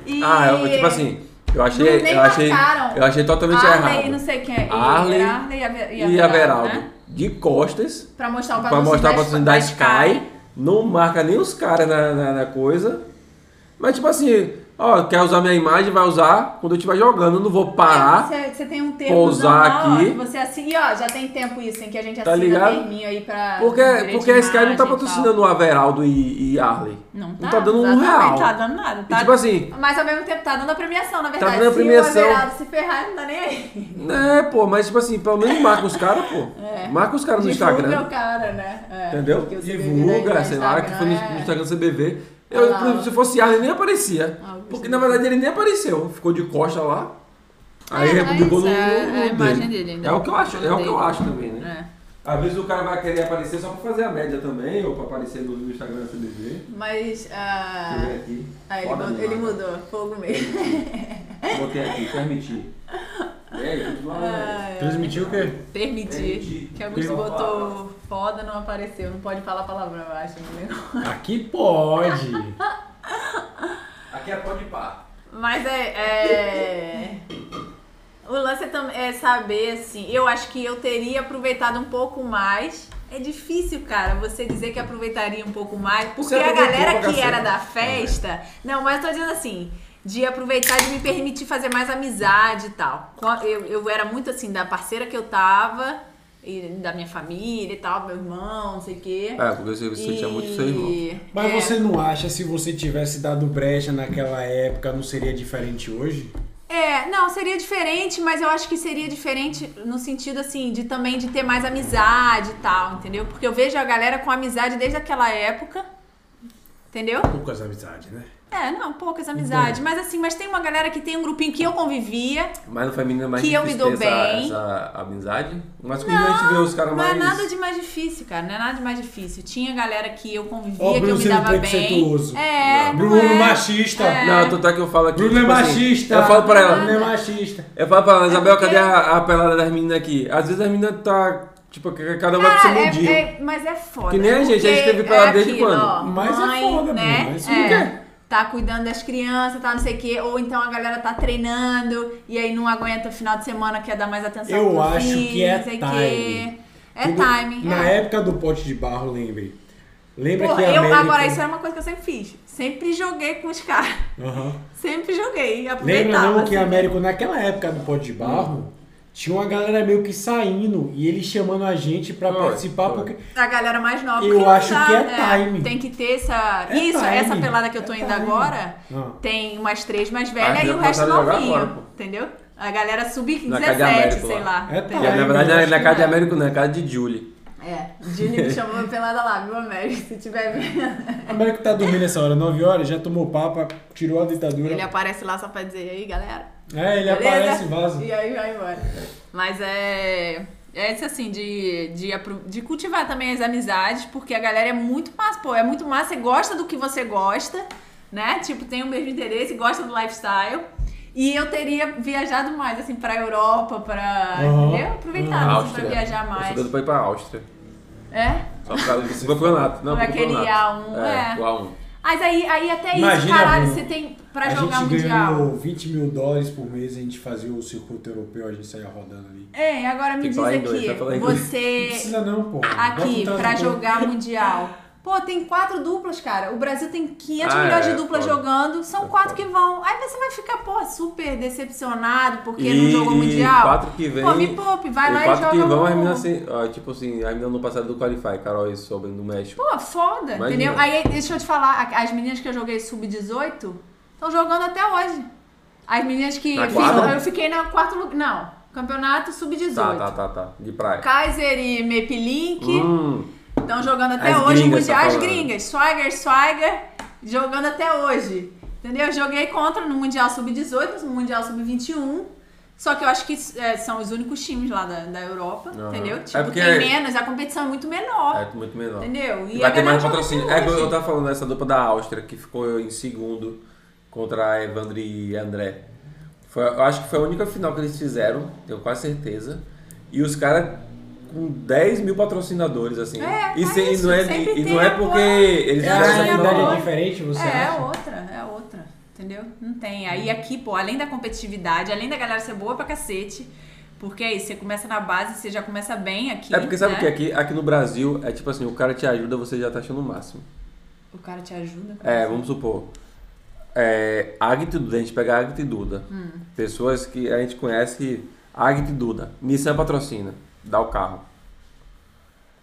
[SPEAKER 4] e...
[SPEAKER 2] Ah, eu, tipo assim, eu
[SPEAKER 4] Não,
[SPEAKER 2] achei.
[SPEAKER 4] nem
[SPEAKER 2] eu achei.
[SPEAKER 4] marcaram.
[SPEAKER 2] Eu achei totalmente
[SPEAKER 4] Arley
[SPEAKER 2] errado.
[SPEAKER 4] e não sei quem. E-
[SPEAKER 2] Arley
[SPEAKER 4] era Arley e Ave- e
[SPEAKER 2] E a
[SPEAKER 4] Averaldo,
[SPEAKER 2] Veraldo,
[SPEAKER 4] né?
[SPEAKER 2] de costas,
[SPEAKER 4] Pra mostrar o
[SPEAKER 2] pra
[SPEAKER 4] patrocínio
[SPEAKER 2] mostrar a
[SPEAKER 4] da- né?
[SPEAKER 2] oportunidade
[SPEAKER 4] da
[SPEAKER 2] Sky. Não marca nem os caras na, na- na coisa. Mas tipo assim, ó, quer usar minha imagem, vai usar quando eu estiver jogando. Eu não vou parar.
[SPEAKER 4] Você, você tem um tempo
[SPEAKER 2] Pousar
[SPEAKER 4] normal,
[SPEAKER 2] aqui.
[SPEAKER 4] que Você assina, e ó, já tem tempo isso, em que a gente
[SPEAKER 2] Tá
[SPEAKER 4] assina
[SPEAKER 2] ligado?
[SPEAKER 4] terminho aí pra.
[SPEAKER 2] Porque,
[SPEAKER 4] direito
[SPEAKER 2] porque a
[SPEAKER 4] de
[SPEAKER 2] Sky não tá
[SPEAKER 4] imagem e
[SPEAKER 2] patrocinando o Averaldo e, e Arley.
[SPEAKER 4] tal. Não tá,
[SPEAKER 2] tá dando um
[SPEAKER 4] exatamente,
[SPEAKER 2] real.
[SPEAKER 4] Tá dando nada.
[SPEAKER 2] E
[SPEAKER 4] Tá,
[SPEAKER 2] tipo assim,
[SPEAKER 4] Mas ao mesmo tempo tá dando a premiação, na verdade.
[SPEAKER 2] dando a premiação.
[SPEAKER 4] Se o Everaldo se ferrar, não tá nem aí.
[SPEAKER 2] é, pô, mas tipo assim, pelo menos marca os caras, pô. Marca os caras no
[SPEAKER 4] É. <laughs> Divulga
[SPEAKER 2] Instagram.
[SPEAKER 4] o cara, né? É,
[SPEAKER 2] Entendeu?
[SPEAKER 4] porque o CBB
[SPEAKER 2] Divulga,
[SPEAKER 4] daí
[SPEAKER 2] sei lá, que foi no,
[SPEAKER 4] Instagram
[SPEAKER 2] no
[SPEAKER 4] é-
[SPEAKER 2] Instagram do CBV.
[SPEAKER 4] Ah
[SPEAKER 2] Eu,
[SPEAKER 4] lá,
[SPEAKER 2] por exemplo,
[SPEAKER 4] ó.
[SPEAKER 2] se fosse Arley, nem aparecia.
[SPEAKER 4] Ah, o
[SPEAKER 2] Porque
[SPEAKER 4] Gustavo.
[SPEAKER 2] na verdade ele nem apareceu. Ficou de costa lá. Aí
[SPEAKER 4] É,
[SPEAKER 2] republicou
[SPEAKER 4] mas
[SPEAKER 2] no, no,
[SPEAKER 4] é-
[SPEAKER 2] no
[SPEAKER 4] é a imagem
[SPEAKER 2] dele.
[SPEAKER 4] dele ainda.
[SPEAKER 2] É o que eu acho, é o que eu
[SPEAKER 4] Dele.
[SPEAKER 2] acho também, né?
[SPEAKER 4] É.
[SPEAKER 2] Às vezes o cara vai querer aparecer só pra fazer a média também, ou pra aparecer no no Instagram da CBV.
[SPEAKER 4] Mas. ah,
[SPEAKER 2] Botei aqui.
[SPEAKER 4] ah, ele,
[SPEAKER 2] Foda
[SPEAKER 4] mudou,
[SPEAKER 2] demais. né?
[SPEAKER 4] ele mudou, fogo mesmo.
[SPEAKER 2] Botei aqui,
[SPEAKER 4] <laughs>
[SPEAKER 2] permitir. E
[SPEAKER 4] É,
[SPEAKER 2] aí, continua lá, né?
[SPEAKER 4] Ai, ai.
[SPEAKER 3] Transmitiu o quê?
[SPEAKER 4] Ah, é. Permitir.
[SPEAKER 2] Permitir.
[SPEAKER 4] Que Augusto
[SPEAKER 2] Permitir.
[SPEAKER 4] botou foda, não apareceu. Não pode falar palavrão, eu acho, no negócio.
[SPEAKER 3] Aqui pode.
[SPEAKER 2] Aqui é pode pá.
[SPEAKER 4] Mas é. é- O lance é, tam- é saber, assim. Eu acho que eu teria aproveitado um pouco mais. É difícil, cara, você dizer que aproveitaria um pouco mais. Porque
[SPEAKER 2] Você
[SPEAKER 4] a
[SPEAKER 2] aproveitou
[SPEAKER 3] um
[SPEAKER 4] galera
[SPEAKER 2] pra
[SPEAKER 4] que
[SPEAKER 2] cacete.
[SPEAKER 3] assim.
[SPEAKER 4] era da festa. Não, mas eu tô dizendo assim. De aproveitar, de me permitir fazer mais amizade e tal. Com- Eu, eu era muito assim, da parceira que eu tava, e da minha família e tal, meu irmão, não sei o quê.
[SPEAKER 2] É, porque você, você tinha muito seu irmão.
[SPEAKER 4] E-
[SPEAKER 3] Mas
[SPEAKER 4] é.
[SPEAKER 3] você não acha se você tivesse dado brecha naquela época não seria diferente hoje?
[SPEAKER 4] É, não, seria diferente, mas eu acho que seria diferente no sentido, assim, de também de ter mais amizade e tal, entendeu? Porque eu vejo a galera com amizade desde aquela época, entendeu?
[SPEAKER 3] Poucas amizades, né?
[SPEAKER 4] É, não, poucas amizades, mas assim, mas tem uma galera que tem um grupinho que eu convivia,
[SPEAKER 2] Mas não foi menina mais
[SPEAKER 4] Que eu me
[SPEAKER 2] difícil
[SPEAKER 4] dou
[SPEAKER 2] ter essa,
[SPEAKER 4] bem.
[SPEAKER 2] essa amizade? Mas quando a gente vê os caras
[SPEAKER 4] não
[SPEAKER 2] mais.
[SPEAKER 4] é nada de mais difícil, cara, não é nada de mais difícil. Tinha galera que eu convivia,
[SPEAKER 3] Ó,
[SPEAKER 4] que eu
[SPEAKER 3] Bruno
[SPEAKER 4] me
[SPEAKER 3] sendo
[SPEAKER 4] dava bem.
[SPEAKER 3] preconceituoso.
[SPEAKER 4] É, não
[SPEAKER 3] Bruno
[SPEAKER 4] é.
[SPEAKER 3] machista.
[SPEAKER 2] Não, tanto é que eu falo aqui.
[SPEAKER 3] Bruno é
[SPEAKER 2] tipo assim,
[SPEAKER 3] machista.
[SPEAKER 2] eu falo pra ela.
[SPEAKER 3] Bruno é machista.
[SPEAKER 2] Eu falo pra ela, Isabel,
[SPEAKER 4] É porque-
[SPEAKER 2] cadê a, a pelada das meninas aqui? Às vezes as meninas tá. Tipo, que- que cada uma pro seu
[SPEAKER 4] é-
[SPEAKER 2] mundinho.
[SPEAKER 4] é- mas é foda.
[SPEAKER 2] Que nem a gente, a gente
[SPEAKER 4] porque
[SPEAKER 2] teve pelada
[SPEAKER 4] é
[SPEAKER 2] desde
[SPEAKER 4] aquilo,
[SPEAKER 2] quando?
[SPEAKER 4] ó,
[SPEAKER 3] Mas é
[SPEAKER 4] mãe,
[SPEAKER 3] foda,
[SPEAKER 4] né?
[SPEAKER 3] Bruno, mas isso
[SPEAKER 4] é,
[SPEAKER 3] não quer.
[SPEAKER 4] Tá cuidando das crianças, tá não sei o quê. Ou então a galera tá treinando e aí não aguenta o final de semana, quer dar mais atenção
[SPEAKER 3] Eu
[SPEAKER 4] pro
[SPEAKER 3] acho
[SPEAKER 4] filho,
[SPEAKER 3] que é
[SPEAKER 4] não sei o quê.
[SPEAKER 3] timing.
[SPEAKER 4] É
[SPEAKER 3] Tudo-
[SPEAKER 4] timing.
[SPEAKER 3] Na
[SPEAKER 4] é.
[SPEAKER 3] época do pote de barro, lembre. Lembra
[SPEAKER 4] Pô,
[SPEAKER 3] que a
[SPEAKER 4] eu,
[SPEAKER 3] América...
[SPEAKER 4] agora, isso é era uma coisa que eu sempre fiz. Sempre joguei com os caras. <laughs>
[SPEAKER 3] Aham.
[SPEAKER 4] Sempre joguei.
[SPEAKER 3] Lembra
[SPEAKER 4] Aproveitava.
[SPEAKER 3] não que
[SPEAKER 4] assim.
[SPEAKER 3] Américo, naquela época do Pode de Barro, tinha uma galera meio que saindo e ele chamando a gente pra
[SPEAKER 2] Foi,
[SPEAKER 3] participar,
[SPEAKER 2] foi.
[SPEAKER 3] porque
[SPEAKER 4] A galera mais nova.
[SPEAKER 3] Eu
[SPEAKER 4] porque não
[SPEAKER 3] acho
[SPEAKER 4] dá,
[SPEAKER 3] que é time.
[SPEAKER 4] Tem que ter essa.
[SPEAKER 3] É
[SPEAKER 4] Isso,
[SPEAKER 3] time.
[SPEAKER 4] essa pelada que eu tô
[SPEAKER 3] É
[SPEAKER 4] indo
[SPEAKER 3] time.
[SPEAKER 4] agora
[SPEAKER 3] Ah.
[SPEAKER 4] tem umas três mais
[SPEAKER 2] Ah,
[SPEAKER 4] velhas e
[SPEAKER 2] já
[SPEAKER 4] o resto
[SPEAKER 2] começaram a jogar
[SPEAKER 4] novinho.
[SPEAKER 2] agora, pô.
[SPEAKER 4] entendeu? A galera
[SPEAKER 2] Na casa de
[SPEAKER 4] sub-17,
[SPEAKER 2] Américo
[SPEAKER 4] sei
[SPEAKER 2] lá.
[SPEAKER 4] lá.
[SPEAKER 3] É
[SPEAKER 4] entendeu?
[SPEAKER 2] E
[SPEAKER 3] Ai,
[SPEAKER 2] na verdade
[SPEAKER 3] meu
[SPEAKER 2] é na
[SPEAKER 3] Deus.
[SPEAKER 2] casa de Américo, não, é na casa de Julie.
[SPEAKER 4] É, Julie me chamou pelada lá, viu, Américo? Se tiver vendo.
[SPEAKER 3] o Américo tá dormindo essa hora, 9 horas, já tomou papa, tirou a ditadura.
[SPEAKER 4] Ele aparece lá só pra dizer, e aí, galera?
[SPEAKER 3] É, ele
[SPEAKER 4] Beleza?
[SPEAKER 3] aparece e vaza.
[SPEAKER 4] E aí vai embora. Mas é. É isso assim, de, de, apro- de cultivar também as amizades, porque a galera é muito massa, pô, é muito massa, você gosta do que você gosta, né? Tipo, tem o mesmo interesse, gosta do lifestyle. E eu teria viajado mais, assim, pra Europa, pra.
[SPEAKER 3] Aham.
[SPEAKER 4] Entendeu? Aproveitado, assim, pra viajar
[SPEAKER 2] Eu
[SPEAKER 4] mais.
[SPEAKER 2] sou doido pra ir pra Áustria.
[SPEAKER 4] É?
[SPEAKER 2] Só por causa do campeonato. Não,
[SPEAKER 4] Pra
[SPEAKER 2] pro
[SPEAKER 4] aquele
[SPEAKER 2] campeonato.
[SPEAKER 4] A1, é.
[SPEAKER 2] O A1.
[SPEAKER 4] Mas aí, aí até isso,
[SPEAKER 3] Imagina,
[SPEAKER 4] caralho,
[SPEAKER 3] Bruno,
[SPEAKER 4] você tem pra
[SPEAKER 3] A
[SPEAKER 4] jogar um
[SPEAKER 3] gente
[SPEAKER 4] mundial.
[SPEAKER 3] ganhou 20 mil dólares por mês, a gente fazia o circuito europeu, a gente saía rodando ali.
[SPEAKER 4] É, agora
[SPEAKER 2] Tem
[SPEAKER 4] me
[SPEAKER 2] que
[SPEAKER 4] diz
[SPEAKER 2] falar inglês,
[SPEAKER 4] aqui,
[SPEAKER 2] vai falar inglês.
[SPEAKER 3] Não
[SPEAKER 4] você
[SPEAKER 3] precisa não, pô.
[SPEAKER 4] aqui
[SPEAKER 3] Bota um
[SPEAKER 4] pra
[SPEAKER 3] tradutor.
[SPEAKER 4] jogar mundial. Pô, tem quatro duplas, cara. O Brasil tem 500
[SPEAKER 2] Ah,
[SPEAKER 4] milhões
[SPEAKER 2] é,
[SPEAKER 4] de duplas
[SPEAKER 2] foda.
[SPEAKER 4] jogando, são
[SPEAKER 2] É
[SPEAKER 4] quatro
[SPEAKER 2] foda.
[SPEAKER 4] que vão. Aí você vai ficar, pô, super decepcionado porque não
[SPEAKER 2] E
[SPEAKER 4] jogou mundial.
[SPEAKER 2] quatro que vem.
[SPEAKER 4] Pô, me poupe, vai
[SPEAKER 2] e
[SPEAKER 4] lá e
[SPEAKER 2] quatro
[SPEAKER 4] joga.
[SPEAKER 2] que vão, as
[SPEAKER 4] no-
[SPEAKER 2] meninas assim, ah, tipo assim, as meninas no passado do Qualify, Carol e Sobre, do México.
[SPEAKER 4] Pô, foda,
[SPEAKER 2] Imagina.
[SPEAKER 4] entendeu? Aí, deixa eu te falar, a- as meninas que eu joguei sub-18 estão jogando até hoje. As meninas que.
[SPEAKER 2] Na
[SPEAKER 4] fiz-
[SPEAKER 2] quadra?
[SPEAKER 4] eu fiquei na quarto lugar. Não, campeonato sub-18.
[SPEAKER 2] Tá, tá, tá, tá. De praia.
[SPEAKER 4] Kaiser e Mepilink
[SPEAKER 2] Hum,
[SPEAKER 4] estão jogando até
[SPEAKER 2] As
[SPEAKER 4] hoje.
[SPEAKER 2] gringas,
[SPEAKER 4] mundial.
[SPEAKER 2] tá
[SPEAKER 4] as
[SPEAKER 2] falando.
[SPEAKER 4] gringas, Swagger, Swagger, jogando até hoje. Entendeu? Eu joguei contra no Mundial Sub-18, no Mundial Sub-21. Só que eu acho que é, são os únicos times lá da, da Europa,
[SPEAKER 2] Aham.
[SPEAKER 4] entendeu?
[SPEAKER 2] É
[SPEAKER 4] Tipo,
[SPEAKER 2] porque-
[SPEAKER 4] tem menos, a competição é muito menor,
[SPEAKER 2] é muito menor.
[SPEAKER 4] entendeu? E
[SPEAKER 2] Vai
[SPEAKER 4] a
[SPEAKER 2] ter
[SPEAKER 4] galera
[SPEAKER 2] mais
[SPEAKER 4] joga
[SPEAKER 2] patrocínio.
[SPEAKER 4] até
[SPEAKER 2] É, eu
[SPEAKER 4] hoje.
[SPEAKER 2] eu tava falando dessa dupla da Áustria, que ficou em segundo contra a Evandre e André. Foi, eu acho que foi a única final que eles fizeram, tenho quase certeza. E os caras com 10 mil patrocinadores, assim.
[SPEAKER 4] É,
[SPEAKER 2] e
[SPEAKER 4] faz
[SPEAKER 2] sem-
[SPEAKER 4] isso,
[SPEAKER 2] não é,
[SPEAKER 4] sempre
[SPEAKER 2] e
[SPEAKER 4] tem
[SPEAKER 2] não é
[SPEAKER 4] apoio.
[SPEAKER 2] porque eles
[SPEAKER 3] É
[SPEAKER 4] Eu
[SPEAKER 2] fizeram
[SPEAKER 3] a
[SPEAKER 2] essa
[SPEAKER 4] tinha
[SPEAKER 2] final.
[SPEAKER 3] nacionalidade
[SPEAKER 4] boa.
[SPEAKER 3] é diferente, você
[SPEAKER 4] é,
[SPEAKER 2] né?
[SPEAKER 3] acha?
[SPEAKER 4] outra, é outra, entendeu? Não tem. Aí aqui, pô, além da competitividade, além da galera ser boa pra cacete, porque aí você começa na base, você já começa bem aqui.
[SPEAKER 2] É porque sabe o
[SPEAKER 4] né?
[SPEAKER 2] que? Aqui, aqui no Brasil é tipo assim, o cara te ajuda, você já tá achando o máximo.
[SPEAKER 4] O cara te ajuda.
[SPEAKER 2] É, vamos supor. É, Agit e Duda, a gente pega Agit e Duda.
[SPEAKER 4] Hum.
[SPEAKER 2] Pessoas que a gente conhece que. Agit e Duda. Nissan patrocina, dá o carro.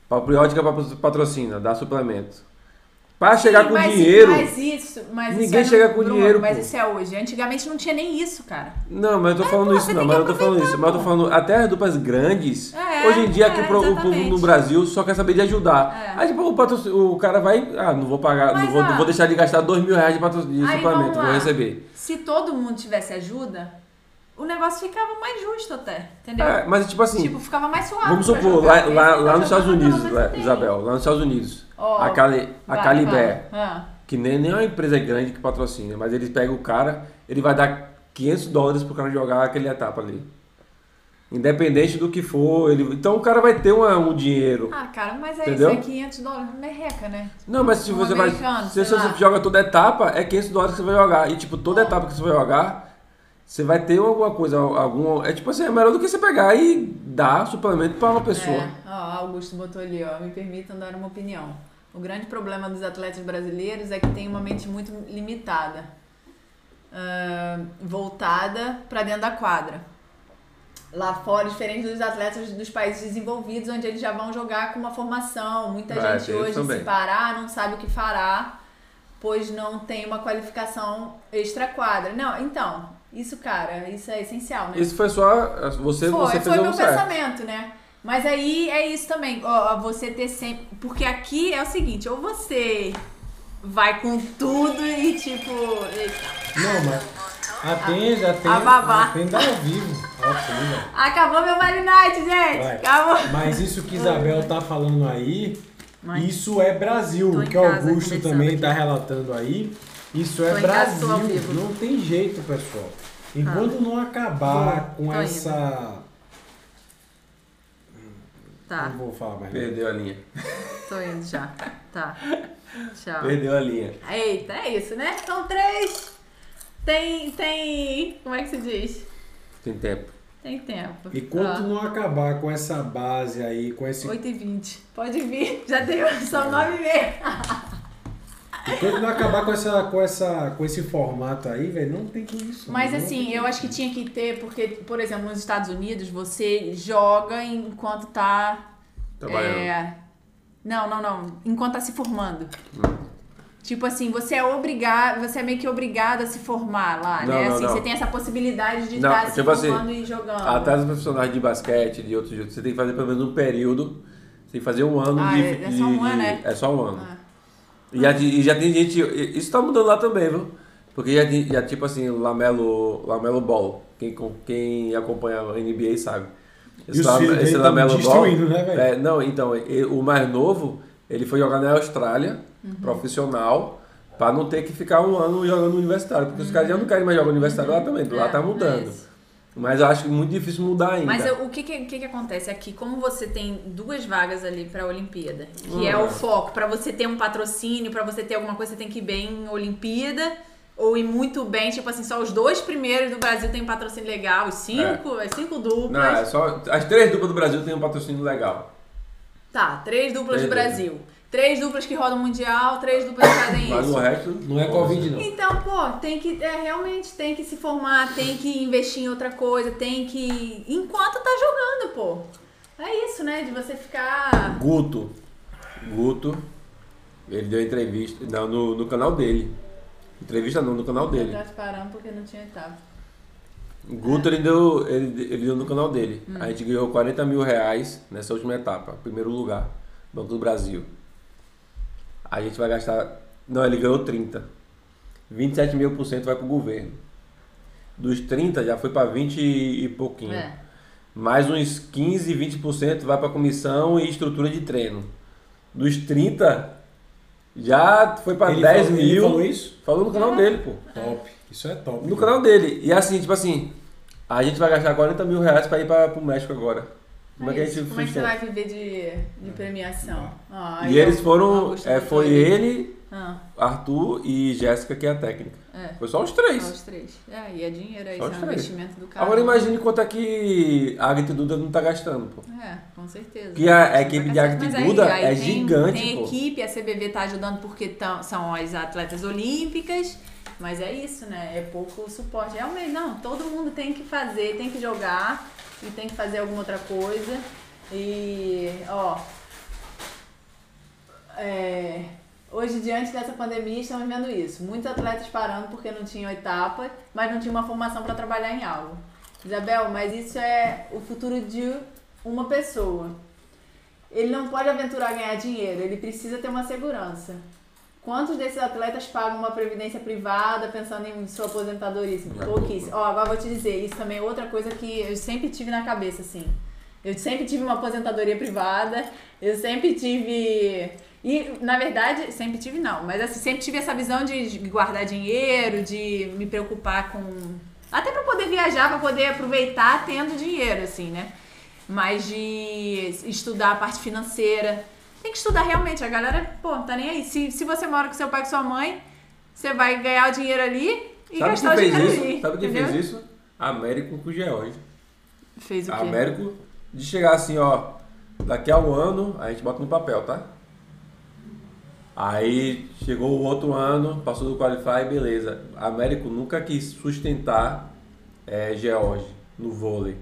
[SPEAKER 2] Papriótica patrocina, dá suplemento. Pra chegar
[SPEAKER 4] Sim,
[SPEAKER 2] com
[SPEAKER 4] mas,
[SPEAKER 2] dinheiro.
[SPEAKER 4] Mas isso, mas isso
[SPEAKER 2] Ninguém
[SPEAKER 4] é
[SPEAKER 2] chega
[SPEAKER 4] no-
[SPEAKER 2] com
[SPEAKER 4] Bruno,
[SPEAKER 2] dinheiro,
[SPEAKER 4] Mas
[SPEAKER 2] pô.
[SPEAKER 4] isso é hoje. Antigamente não tinha nem isso, cara.
[SPEAKER 2] Não, mas eu tô falando
[SPEAKER 4] É, pô,
[SPEAKER 2] isso,
[SPEAKER 4] você
[SPEAKER 2] não.
[SPEAKER 4] tem
[SPEAKER 2] Mas
[SPEAKER 4] que
[SPEAKER 2] eu tô falando
[SPEAKER 4] aproveitar,
[SPEAKER 2] isso. Mas eu tô
[SPEAKER 4] pô.
[SPEAKER 2] falando, até as duplas grandes,
[SPEAKER 4] É,
[SPEAKER 2] hoje em dia aqui
[SPEAKER 4] é,
[SPEAKER 2] pro- o povo
[SPEAKER 4] exatamente.
[SPEAKER 2] no Brasil só quer saber de ajudar.
[SPEAKER 4] É.
[SPEAKER 2] Aí tipo, o, patrocínio- o cara vai, ah, não vou pagar,
[SPEAKER 4] Mas,
[SPEAKER 2] não vou,
[SPEAKER 4] ó,
[SPEAKER 2] não vou deixar de gastar dois mil reais de, patrocínio, de
[SPEAKER 4] aí,
[SPEAKER 2] suplemento,
[SPEAKER 4] vamos
[SPEAKER 2] vou
[SPEAKER 4] lá.
[SPEAKER 2] receber.
[SPEAKER 4] Se todo mundo tivesse ajuda, o negócio ficava mais justo até, entendeu?
[SPEAKER 2] É, mas tipo assim,
[SPEAKER 4] tipo, ficava mais suave.
[SPEAKER 2] vamos
[SPEAKER 4] pra
[SPEAKER 2] supor,
[SPEAKER 4] jogar.
[SPEAKER 2] lá,
[SPEAKER 4] Esse
[SPEAKER 2] lá,
[SPEAKER 4] tá
[SPEAKER 2] lá nos Estados
[SPEAKER 4] jogando,
[SPEAKER 2] Unidos,
[SPEAKER 4] você
[SPEAKER 2] lá,
[SPEAKER 4] tem.
[SPEAKER 2] Isabel, lá nos Estados Unidos,
[SPEAKER 4] Ó,
[SPEAKER 2] a, Cali, a
[SPEAKER 4] Vai,
[SPEAKER 2] Calibé,
[SPEAKER 4] vai. Ah.
[SPEAKER 2] que nem, nem é uma empresa grande que patrocina, mas eles pegam o cara, ele vai dar 500 dólares pro cara jogar aquela etapa ali. Independente do que for, ele, então o cara vai ter uma, um dinheiro.
[SPEAKER 4] Ah, cara, mas aí
[SPEAKER 2] Entendeu?
[SPEAKER 4] isso é 500 dólares, merreca, né?
[SPEAKER 2] Não, mas se
[SPEAKER 4] Um
[SPEAKER 2] você vai.
[SPEAKER 4] americano,
[SPEAKER 2] Se
[SPEAKER 4] sei
[SPEAKER 2] você
[SPEAKER 4] lá.
[SPEAKER 2] joga toda etapa, é 500 dólares que você vai jogar. E, tipo, toda etapa que você vai jogar, você vai ter alguma coisa, algum. É tipo assim, é melhor do que você pegar e dar suplemento pra uma pessoa.
[SPEAKER 4] É, ó, Augusto botou ali, ó, me permitam dar uma opinião. O grande problema dos atletas brasileiros é que tem uma mente muito limitada, ah, voltada para dentro da quadra. Lá fora, diferente dos atletas dos países desenvolvidos, onde eles já vão jogar com uma formação. Muita
[SPEAKER 2] É,
[SPEAKER 4] gente
[SPEAKER 2] tem isso
[SPEAKER 4] hoje se
[SPEAKER 2] também.
[SPEAKER 4] parar, não sabe o que fará, pois não tem uma qualificação extra-quadra. Não, então, isso, cara, isso é essencial, né?
[SPEAKER 2] Isso foi só você,
[SPEAKER 4] Foi,
[SPEAKER 2] você
[SPEAKER 4] foi
[SPEAKER 2] fez
[SPEAKER 4] meu
[SPEAKER 2] o certo.
[SPEAKER 4] pensamento, né? Mas aí é isso também, ó, você ter sempre. Porque aqui é o seguinte, ou você vai com tudo e tipo. eita.
[SPEAKER 3] Não, mas atende, atende.
[SPEAKER 4] a babá.
[SPEAKER 3] Atende ao vivo. Atenda.
[SPEAKER 4] Acabou meu Marinite, gente!
[SPEAKER 3] Vai.
[SPEAKER 4] Acabou!
[SPEAKER 3] Mas isso que Isabel tá falando aí,
[SPEAKER 4] Mãe.
[SPEAKER 3] isso é Brasil.
[SPEAKER 4] Tô
[SPEAKER 3] O
[SPEAKER 4] em
[SPEAKER 3] que o
[SPEAKER 4] casa
[SPEAKER 3] Augusto
[SPEAKER 4] conversando
[SPEAKER 3] também
[SPEAKER 4] aqui.
[SPEAKER 3] tá relatando aí, isso é
[SPEAKER 4] Tô em casa,
[SPEAKER 3] Brasil.
[SPEAKER 4] tô ao vivo. Ah.
[SPEAKER 3] Não tem jeito, pessoal. Enquanto não acabar com
[SPEAKER 4] tô indo.
[SPEAKER 3] essa.
[SPEAKER 4] Tá,
[SPEAKER 3] Não vou falar mais. nada.
[SPEAKER 2] Perdeu a linha.
[SPEAKER 4] tô indo já. Tá. Tchau.
[SPEAKER 2] Perdeu a linha.
[SPEAKER 4] Eita, é isso, né? São três. Tem. Tem. Como é que se diz?
[SPEAKER 2] Tem tempo.
[SPEAKER 4] Tem tempo.
[SPEAKER 3] Enquanto não acabar com essa base aí, com esse
[SPEAKER 4] 8h20. Pode vir. Já deu. São 9h30.
[SPEAKER 3] Enquanto não acabar com, essa, com, essa, com esse formato aí, velho, não tem condição.
[SPEAKER 4] Mas
[SPEAKER 2] Uhum.
[SPEAKER 3] não
[SPEAKER 4] assim,
[SPEAKER 3] tem
[SPEAKER 4] eu acho que tinha que ter, porque, por exemplo, nos Estados Unidos, você joga enquanto tá.
[SPEAKER 2] Trabalhando.
[SPEAKER 4] é, Não, não, não. Enquanto tá se formando.
[SPEAKER 2] Uhum.
[SPEAKER 4] Tipo assim, você é obrigado, você é meio que obrigado a se formar lá,
[SPEAKER 2] Não,
[SPEAKER 4] né?
[SPEAKER 2] não,
[SPEAKER 4] assim,
[SPEAKER 2] não.
[SPEAKER 4] você tem essa possibilidade de
[SPEAKER 2] Não,
[SPEAKER 4] estar se
[SPEAKER 2] tipo assim,
[SPEAKER 4] formando e jogando.
[SPEAKER 2] Até os profissionais de basquete, de outros jeitos, você tem que fazer pelo menos um período. Você tem que fazer um ano
[SPEAKER 4] Ah,
[SPEAKER 2] de,
[SPEAKER 4] é- é só um
[SPEAKER 2] de-
[SPEAKER 4] ano, é?
[SPEAKER 2] É só um ano.
[SPEAKER 4] Ah.
[SPEAKER 2] E, já, ti- e já tem gente. e- Isso tá mudando lá também, viu? Porque já, ti- já tipo assim, Lamelo, Lamelo Ball. Quem, com- quem acompanha a NBA sabe.
[SPEAKER 3] E
[SPEAKER 2] Esse,
[SPEAKER 3] os
[SPEAKER 2] la,
[SPEAKER 3] filhos
[SPEAKER 2] esse
[SPEAKER 3] dele tão
[SPEAKER 2] Lamelo Ball.
[SPEAKER 3] destruindo, né, velho?
[SPEAKER 2] é, não, então, e- o mais novo, ele foi jogar na Austrália,
[SPEAKER 4] Uhum.
[SPEAKER 2] profissional, pra não ter que ficar um ano jogando universitário. Porque os caras já não querem mais jogar universitário lá também, lá
[SPEAKER 4] É,
[SPEAKER 2] tá
[SPEAKER 4] é
[SPEAKER 2] mudando.
[SPEAKER 4] isso.
[SPEAKER 2] Mas eu acho é muito difícil mudar ainda.
[SPEAKER 4] Mas eu- o que que, o que que acontece aqui? Como você tem duas vagas ali pra Olimpíada, que é
[SPEAKER 2] Uhum.
[SPEAKER 4] o foco, pra você ter um patrocínio, pra você ter alguma coisa, você tem que ir bem em Olimpíada ou ir muito bem, tipo assim, só os dois primeiros do Brasil tem patrocínio legal, os cinco, as cinco duplas.
[SPEAKER 2] Não, é só. As três duplas do Brasil têm um patrocínio legal.
[SPEAKER 4] Tá, três duplas do
[SPEAKER 2] Três
[SPEAKER 4] Brasil. Três duplas que rodam mundial, três duplas que
[SPEAKER 2] <coughs>
[SPEAKER 4] fazem
[SPEAKER 2] Mas
[SPEAKER 4] isso.
[SPEAKER 2] o resto.
[SPEAKER 3] Não é Covid, não.
[SPEAKER 4] Então, pô, tem que. É, realmente tem que se formar, tem que investir em outra coisa, tem que. Enquanto tá jogando, pô. É isso, né? De você ficar.
[SPEAKER 2] Guto. Guto. Ele deu entrevista. Não, no, no canal dele. Entrevista não, no canal dele.
[SPEAKER 4] Tá parando porque não tinha etapa.
[SPEAKER 2] O Guto ele deu, ele, ele deu no canal dele. A gente ganhou 40 mil reais nessa última etapa, primeiro lugar, Banco do Brasil. A gente vai gastar. Não, ele ganhou 30. 27 mil por cento vai pro governo. Dos 30 já foi pra 20 e pouquinho.
[SPEAKER 4] É.
[SPEAKER 2] Mais uns 15, 20% vai pra comissão e estrutura de treino. Dos 30 já foi pra
[SPEAKER 3] Ele
[SPEAKER 2] 10
[SPEAKER 3] falou-
[SPEAKER 2] mil.
[SPEAKER 3] ele falou isso?
[SPEAKER 2] Falou no canal dele, pô.
[SPEAKER 3] Top. Isso é top.
[SPEAKER 2] No canal dele. E assim, tipo assim, a gente vai gastar 40 mil reais pra ir pra, pro México agora. Como é, que a
[SPEAKER 4] isso.
[SPEAKER 2] gente
[SPEAKER 4] Como é que você
[SPEAKER 2] sustenta?
[SPEAKER 4] vai viver de, de premiação? Ó, aí
[SPEAKER 2] E
[SPEAKER 4] é
[SPEAKER 2] eles
[SPEAKER 4] o
[SPEAKER 2] foram.
[SPEAKER 4] Augusto
[SPEAKER 2] É,
[SPEAKER 4] que
[SPEAKER 2] foi ele,
[SPEAKER 4] Ah,
[SPEAKER 2] Arthur e Jéssica, que é a técnica.
[SPEAKER 4] É.
[SPEAKER 2] Foi só os
[SPEAKER 4] só
[SPEAKER 2] três.
[SPEAKER 4] os três. É, e é dinheiro aí,
[SPEAKER 2] Só
[SPEAKER 4] isso
[SPEAKER 2] os
[SPEAKER 4] é um
[SPEAKER 2] três.
[SPEAKER 4] investimento do cara.
[SPEAKER 2] Agora imagine quanto é que a Agatha Duda não tá gastando, pô.
[SPEAKER 4] É, com certeza.
[SPEAKER 2] Que a- a equipe de
[SPEAKER 4] Mas
[SPEAKER 2] arte de
[SPEAKER 4] aí-
[SPEAKER 2] Buda
[SPEAKER 4] aí
[SPEAKER 2] é
[SPEAKER 4] tem-
[SPEAKER 2] gigante,
[SPEAKER 4] Tem
[SPEAKER 2] pô.
[SPEAKER 4] equipe, a CBV tá ajudando porque tão- são as atletas olímpicas. Mas é isso, né? É pouco suporte. Realmente, não, todo mundo tem que fazer, tem que jogar e tem que fazer alguma outra coisa. E, ó. é, hoje, diante dessa pandemia, estamos vendo isso. Muitos atletas parando porque não tinham etapa, mas não tinha uma formação para trabalhar em algo. Isabel, mas isso é o futuro de uma pessoa. Ele não pode aventurar ganhar dinheiro, ele precisa ter uma segurança. Quantos desses atletas pagam uma previdência privada pensando em sua aposentadoria? Assim, Pouquíssimo. Ó, agora vou te dizer, isso também é outra coisa que eu sempre tive na cabeça, assim. Eu sempre tive uma aposentadoria privada, eu sempre tive. E, na verdade, sempre tive não, mas assim, sempre tive essa visão de guardar dinheiro, de me preocupar com. Até pra poder viajar, pra poder aproveitar tendo dinheiro, assim, né? mas de estudar a parte financeira. Tem que estudar realmente, a galera, pô, tá nem aí. Se, se você mora com seu pai e com sua mãe, você vai ganhar o dinheiro ali e
[SPEAKER 2] Sabe
[SPEAKER 4] gastar o
[SPEAKER 2] quem
[SPEAKER 4] dinheiro
[SPEAKER 2] fez
[SPEAKER 4] ali.
[SPEAKER 2] isso? Sabe quem
[SPEAKER 4] entendeu?
[SPEAKER 2] fez isso? Américo com o George.
[SPEAKER 4] Fez o quê?
[SPEAKER 2] Américo de chegar assim, ó, daqui a um ano a gente bota no papel, tá? Aí chegou o outro ano, passou do qualify, beleza. Américo nunca quis sustentar é, George no vôlei.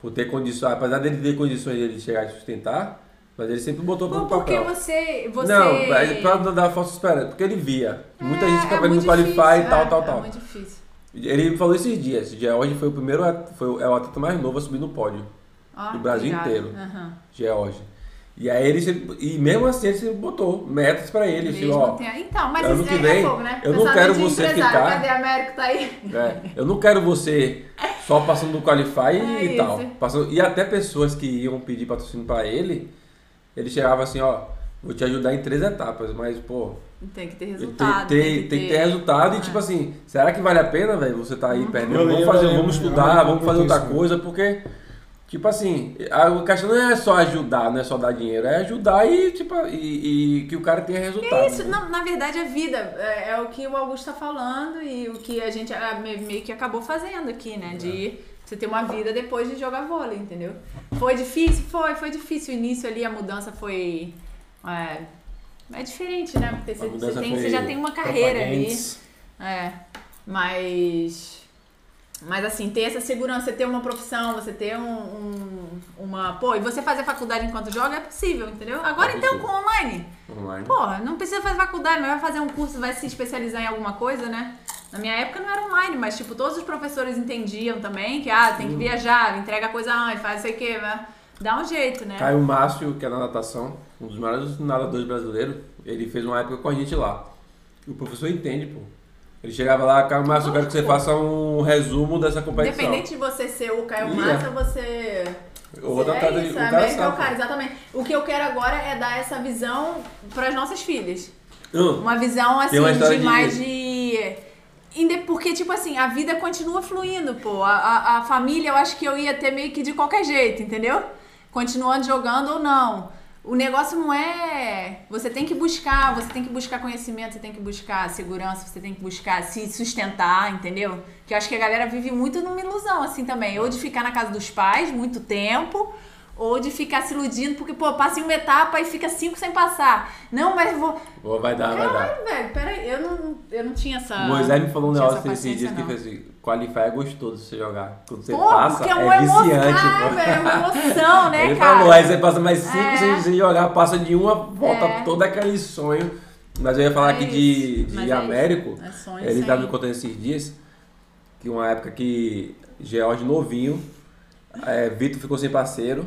[SPEAKER 2] Por ter condições, apesar dele ter condições de ele chegar e sustentar, mas ele sempre botou
[SPEAKER 4] Pô,
[SPEAKER 2] no
[SPEAKER 4] porque
[SPEAKER 2] papel.
[SPEAKER 4] você. você... é
[SPEAKER 2] Não, é, pra- pra não dar falsa esperança, porque ele via. Muita gente ficava vendo no qualify e tal, tal, tal.
[SPEAKER 4] É muito difícil.
[SPEAKER 2] Ele falou esses dias, George foi o primeiro, at- foi, o- é o atleta mais novo a subir no pódio.
[SPEAKER 4] Ó,
[SPEAKER 2] Do Brasil
[SPEAKER 4] obrigada.
[SPEAKER 2] inteiro.
[SPEAKER 4] Aham.
[SPEAKER 2] George. E aí ele sempre- e mesmo assim ele sempre botou metas pra ele,
[SPEAKER 4] Mesmo
[SPEAKER 2] tipo, ó,
[SPEAKER 4] tem- Então, mas
[SPEAKER 2] ano
[SPEAKER 4] isso
[SPEAKER 2] que
[SPEAKER 4] é- é
[SPEAKER 2] vem,
[SPEAKER 4] fogo, né?
[SPEAKER 2] eu não
[SPEAKER 4] Pensamento
[SPEAKER 2] quero
[SPEAKER 4] de
[SPEAKER 2] você
[SPEAKER 4] empresário,
[SPEAKER 2] ficar-
[SPEAKER 4] Cadê a Américo? Tá aí. <laughs>
[SPEAKER 2] né, eu não quero você só passando do qualify
[SPEAKER 4] É
[SPEAKER 2] e
[SPEAKER 4] isso.
[SPEAKER 2] tal. Passando, e até pessoas que iam pedir patrocínio pra ele, ele chegava assim, ó, vou te ajudar em três etapas, mas pô,
[SPEAKER 4] Tem que ter
[SPEAKER 2] tem,
[SPEAKER 4] resultado.
[SPEAKER 2] tem- tem que ter resultado e
[SPEAKER 4] É.
[SPEAKER 2] tipo assim, será que vale a pena, velho, você tá aí perdendo?
[SPEAKER 3] Eu
[SPEAKER 2] vamos
[SPEAKER 3] lembro,
[SPEAKER 2] fazer,
[SPEAKER 3] eu
[SPEAKER 2] vamos
[SPEAKER 3] lembro,
[SPEAKER 2] estudar,
[SPEAKER 3] eu lembro
[SPEAKER 2] vamos fazer outra
[SPEAKER 3] disso.
[SPEAKER 2] coisa, porque tipo assim, a questão não é só ajudar, não é só dar dinheiro, é ajudar e tipo e, e que o cara tenha resultado.
[SPEAKER 4] É isso,
[SPEAKER 2] né?
[SPEAKER 4] na, na verdade é vida. É, é o que o Augusto tá falando e o que a gente ah, me- meio que acabou fazendo aqui, né?
[SPEAKER 2] É.
[SPEAKER 4] De você ter uma vida depois de jogar vôlei, entendeu? Foi difícil? Foi, foi difícil. O início ali, a mudança foi. É, é diferente, né? Porque você,
[SPEAKER 2] A
[SPEAKER 4] você
[SPEAKER 2] mudança
[SPEAKER 4] tem- você
[SPEAKER 2] foi
[SPEAKER 4] já tem uma carreira ali.
[SPEAKER 3] Propagandas.
[SPEAKER 4] É, mas. Mas assim, ter essa segurança, você ter uma profissão, você ter um, um- uma. Pô, e você fazer faculdade enquanto joga é possível, entendeu? Agora
[SPEAKER 2] É
[SPEAKER 4] então com
[SPEAKER 2] possível.
[SPEAKER 4] online.
[SPEAKER 2] Online.
[SPEAKER 4] Porra, não precisa fazer faculdade, mas vai fazer um curso, vai se especializar em alguma coisa, né? Na minha época não era online, mas tipo, todos os professores entendiam também que, ah, tem que viajar, entrega coisa antes, faz sei o quê, né? Dá um jeito, né?
[SPEAKER 2] Caio Márcio, que é na natação, um dos maiores nadadores brasileiros, ele fez uma época com a gente lá. E o professor entende, pô. Ele chegava lá, Caio Márcio, eu quero que você faça um resumo dessa competição. é.
[SPEAKER 4] Independente de você ser o Caio
[SPEAKER 2] Ia.
[SPEAKER 4] Massa, você
[SPEAKER 2] Outra
[SPEAKER 4] é
[SPEAKER 2] atrás
[SPEAKER 4] isso,
[SPEAKER 2] ali,
[SPEAKER 4] a
[SPEAKER 2] o cara
[SPEAKER 4] América é o
[SPEAKER 2] sabe.
[SPEAKER 4] cara, exatamente. O que eu quero agora é dar essa visão para as nossas filhas.
[SPEAKER 1] Hum,
[SPEAKER 4] Uma visão assim
[SPEAKER 1] Tem uma história
[SPEAKER 4] de
[SPEAKER 1] de-
[SPEAKER 4] mais de. Inde- Porque, tipo assim, a vida continua fluindo, pô. A, a, a família eu acho que eu ia ter meio que de qualquer jeito, entendeu? Continuando jogando ou não. O negócio não é. Você tem que buscar, você tem que buscar conhecimento, você tem que buscar segurança, você tem que buscar se sustentar, entendeu? Que eu acho que a galera vive muito numa ilusão, assim também. Ou de ficar na casa dos pais muito tempo, ou de ficar se iludindo, porque, pô, passa em uma etapa e fica cinco sem passar. Não, mas eu vou.
[SPEAKER 2] Ó, Vai dar, vai dar.
[SPEAKER 4] Caralho, Ah, velho, peraí, eu não, eu não tinha essa.
[SPEAKER 2] O Moisés me falou um
[SPEAKER 4] não Ah, tinha essa
[SPEAKER 2] negócio esses dias que
[SPEAKER 4] paciência,
[SPEAKER 2] fez assim, qualificar é gostoso de você jogar. Quando você
[SPEAKER 4] não. Pô,
[SPEAKER 2] passa,
[SPEAKER 4] porque é uma
[SPEAKER 2] é
[SPEAKER 4] emoção,
[SPEAKER 2] viciante.
[SPEAKER 4] ah, velho, é uma emoção, né,
[SPEAKER 2] Ele
[SPEAKER 4] cara?
[SPEAKER 2] falou, aí você passa mais cinco
[SPEAKER 4] É.
[SPEAKER 2] sem sem jogar, passa de uma, volta
[SPEAKER 4] É.
[SPEAKER 2] todo aquele sonho. Mas eu ia falar
[SPEAKER 4] É
[SPEAKER 2] aqui de,
[SPEAKER 4] isso, mas é
[SPEAKER 2] de
[SPEAKER 4] isso.
[SPEAKER 2] Américo.
[SPEAKER 4] É sonho
[SPEAKER 2] Ele
[SPEAKER 4] sem-
[SPEAKER 2] estava me contando esses dias que uma época que George novinho, é, Vitor ficou sem parceiro.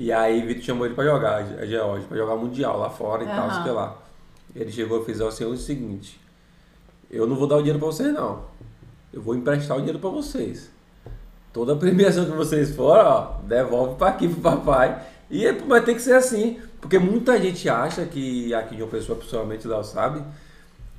[SPEAKER 2] E aí Vitor chamou ele pra jogar, Ge- George, pra jogar Mundial lá fora e tal,
[SPEAKER 4] Aham.
[SPEAKER 2] sei lá. Ele chegou e fez assim, o seguinte. Eu não vou dar o dinheiro pra vocês, não. Eu vou emprestar o dinheiro pra vocês. Toda premiação que vocês forem, ó, devolve pra aqui pro papai. E é- vai ter que ser assim. Porque muita gente acha que aqui de uma pessoa, principalmente lá, sabe,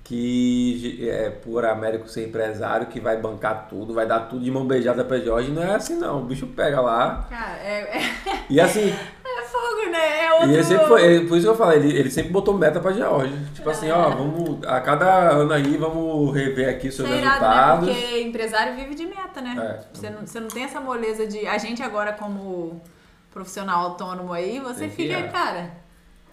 [SPEAKER 2] que é por Américo ser empresário, que vai bancar tudo, vai dar tudo de mão beijada pra Jorge. Não é assim, não. O bicho pega lá.
[SPEAKER 4] Cara, é, <laughs> é-
[SPEAKER 2] E assim,
[SPEAKER 4] é fogo, né? É outro.
[SPEAKER 2] e ele sempre foi, ele- por isso que eu falei, ele, ele sempre botou meta pra George. Tipo assim, ó, vamos. A cada ano aí vamos rever aqui seus
[SPEAKER 4] Isso é irado, né?
[SPEAKER 2] resultados.
[SPEAKER 4] Porque empresário vive de meta, né?
[SPEAKER 2] É.
[SPEAKER 4] Você, não, você não tem essa moleza de. A gente agora, como profissional autônomo aí, você
[SPEAKER 2] Tem que
[SPEAKER 4] fica,
[SPEAKER 2] ir. é.
[SPEAKER 4] cara.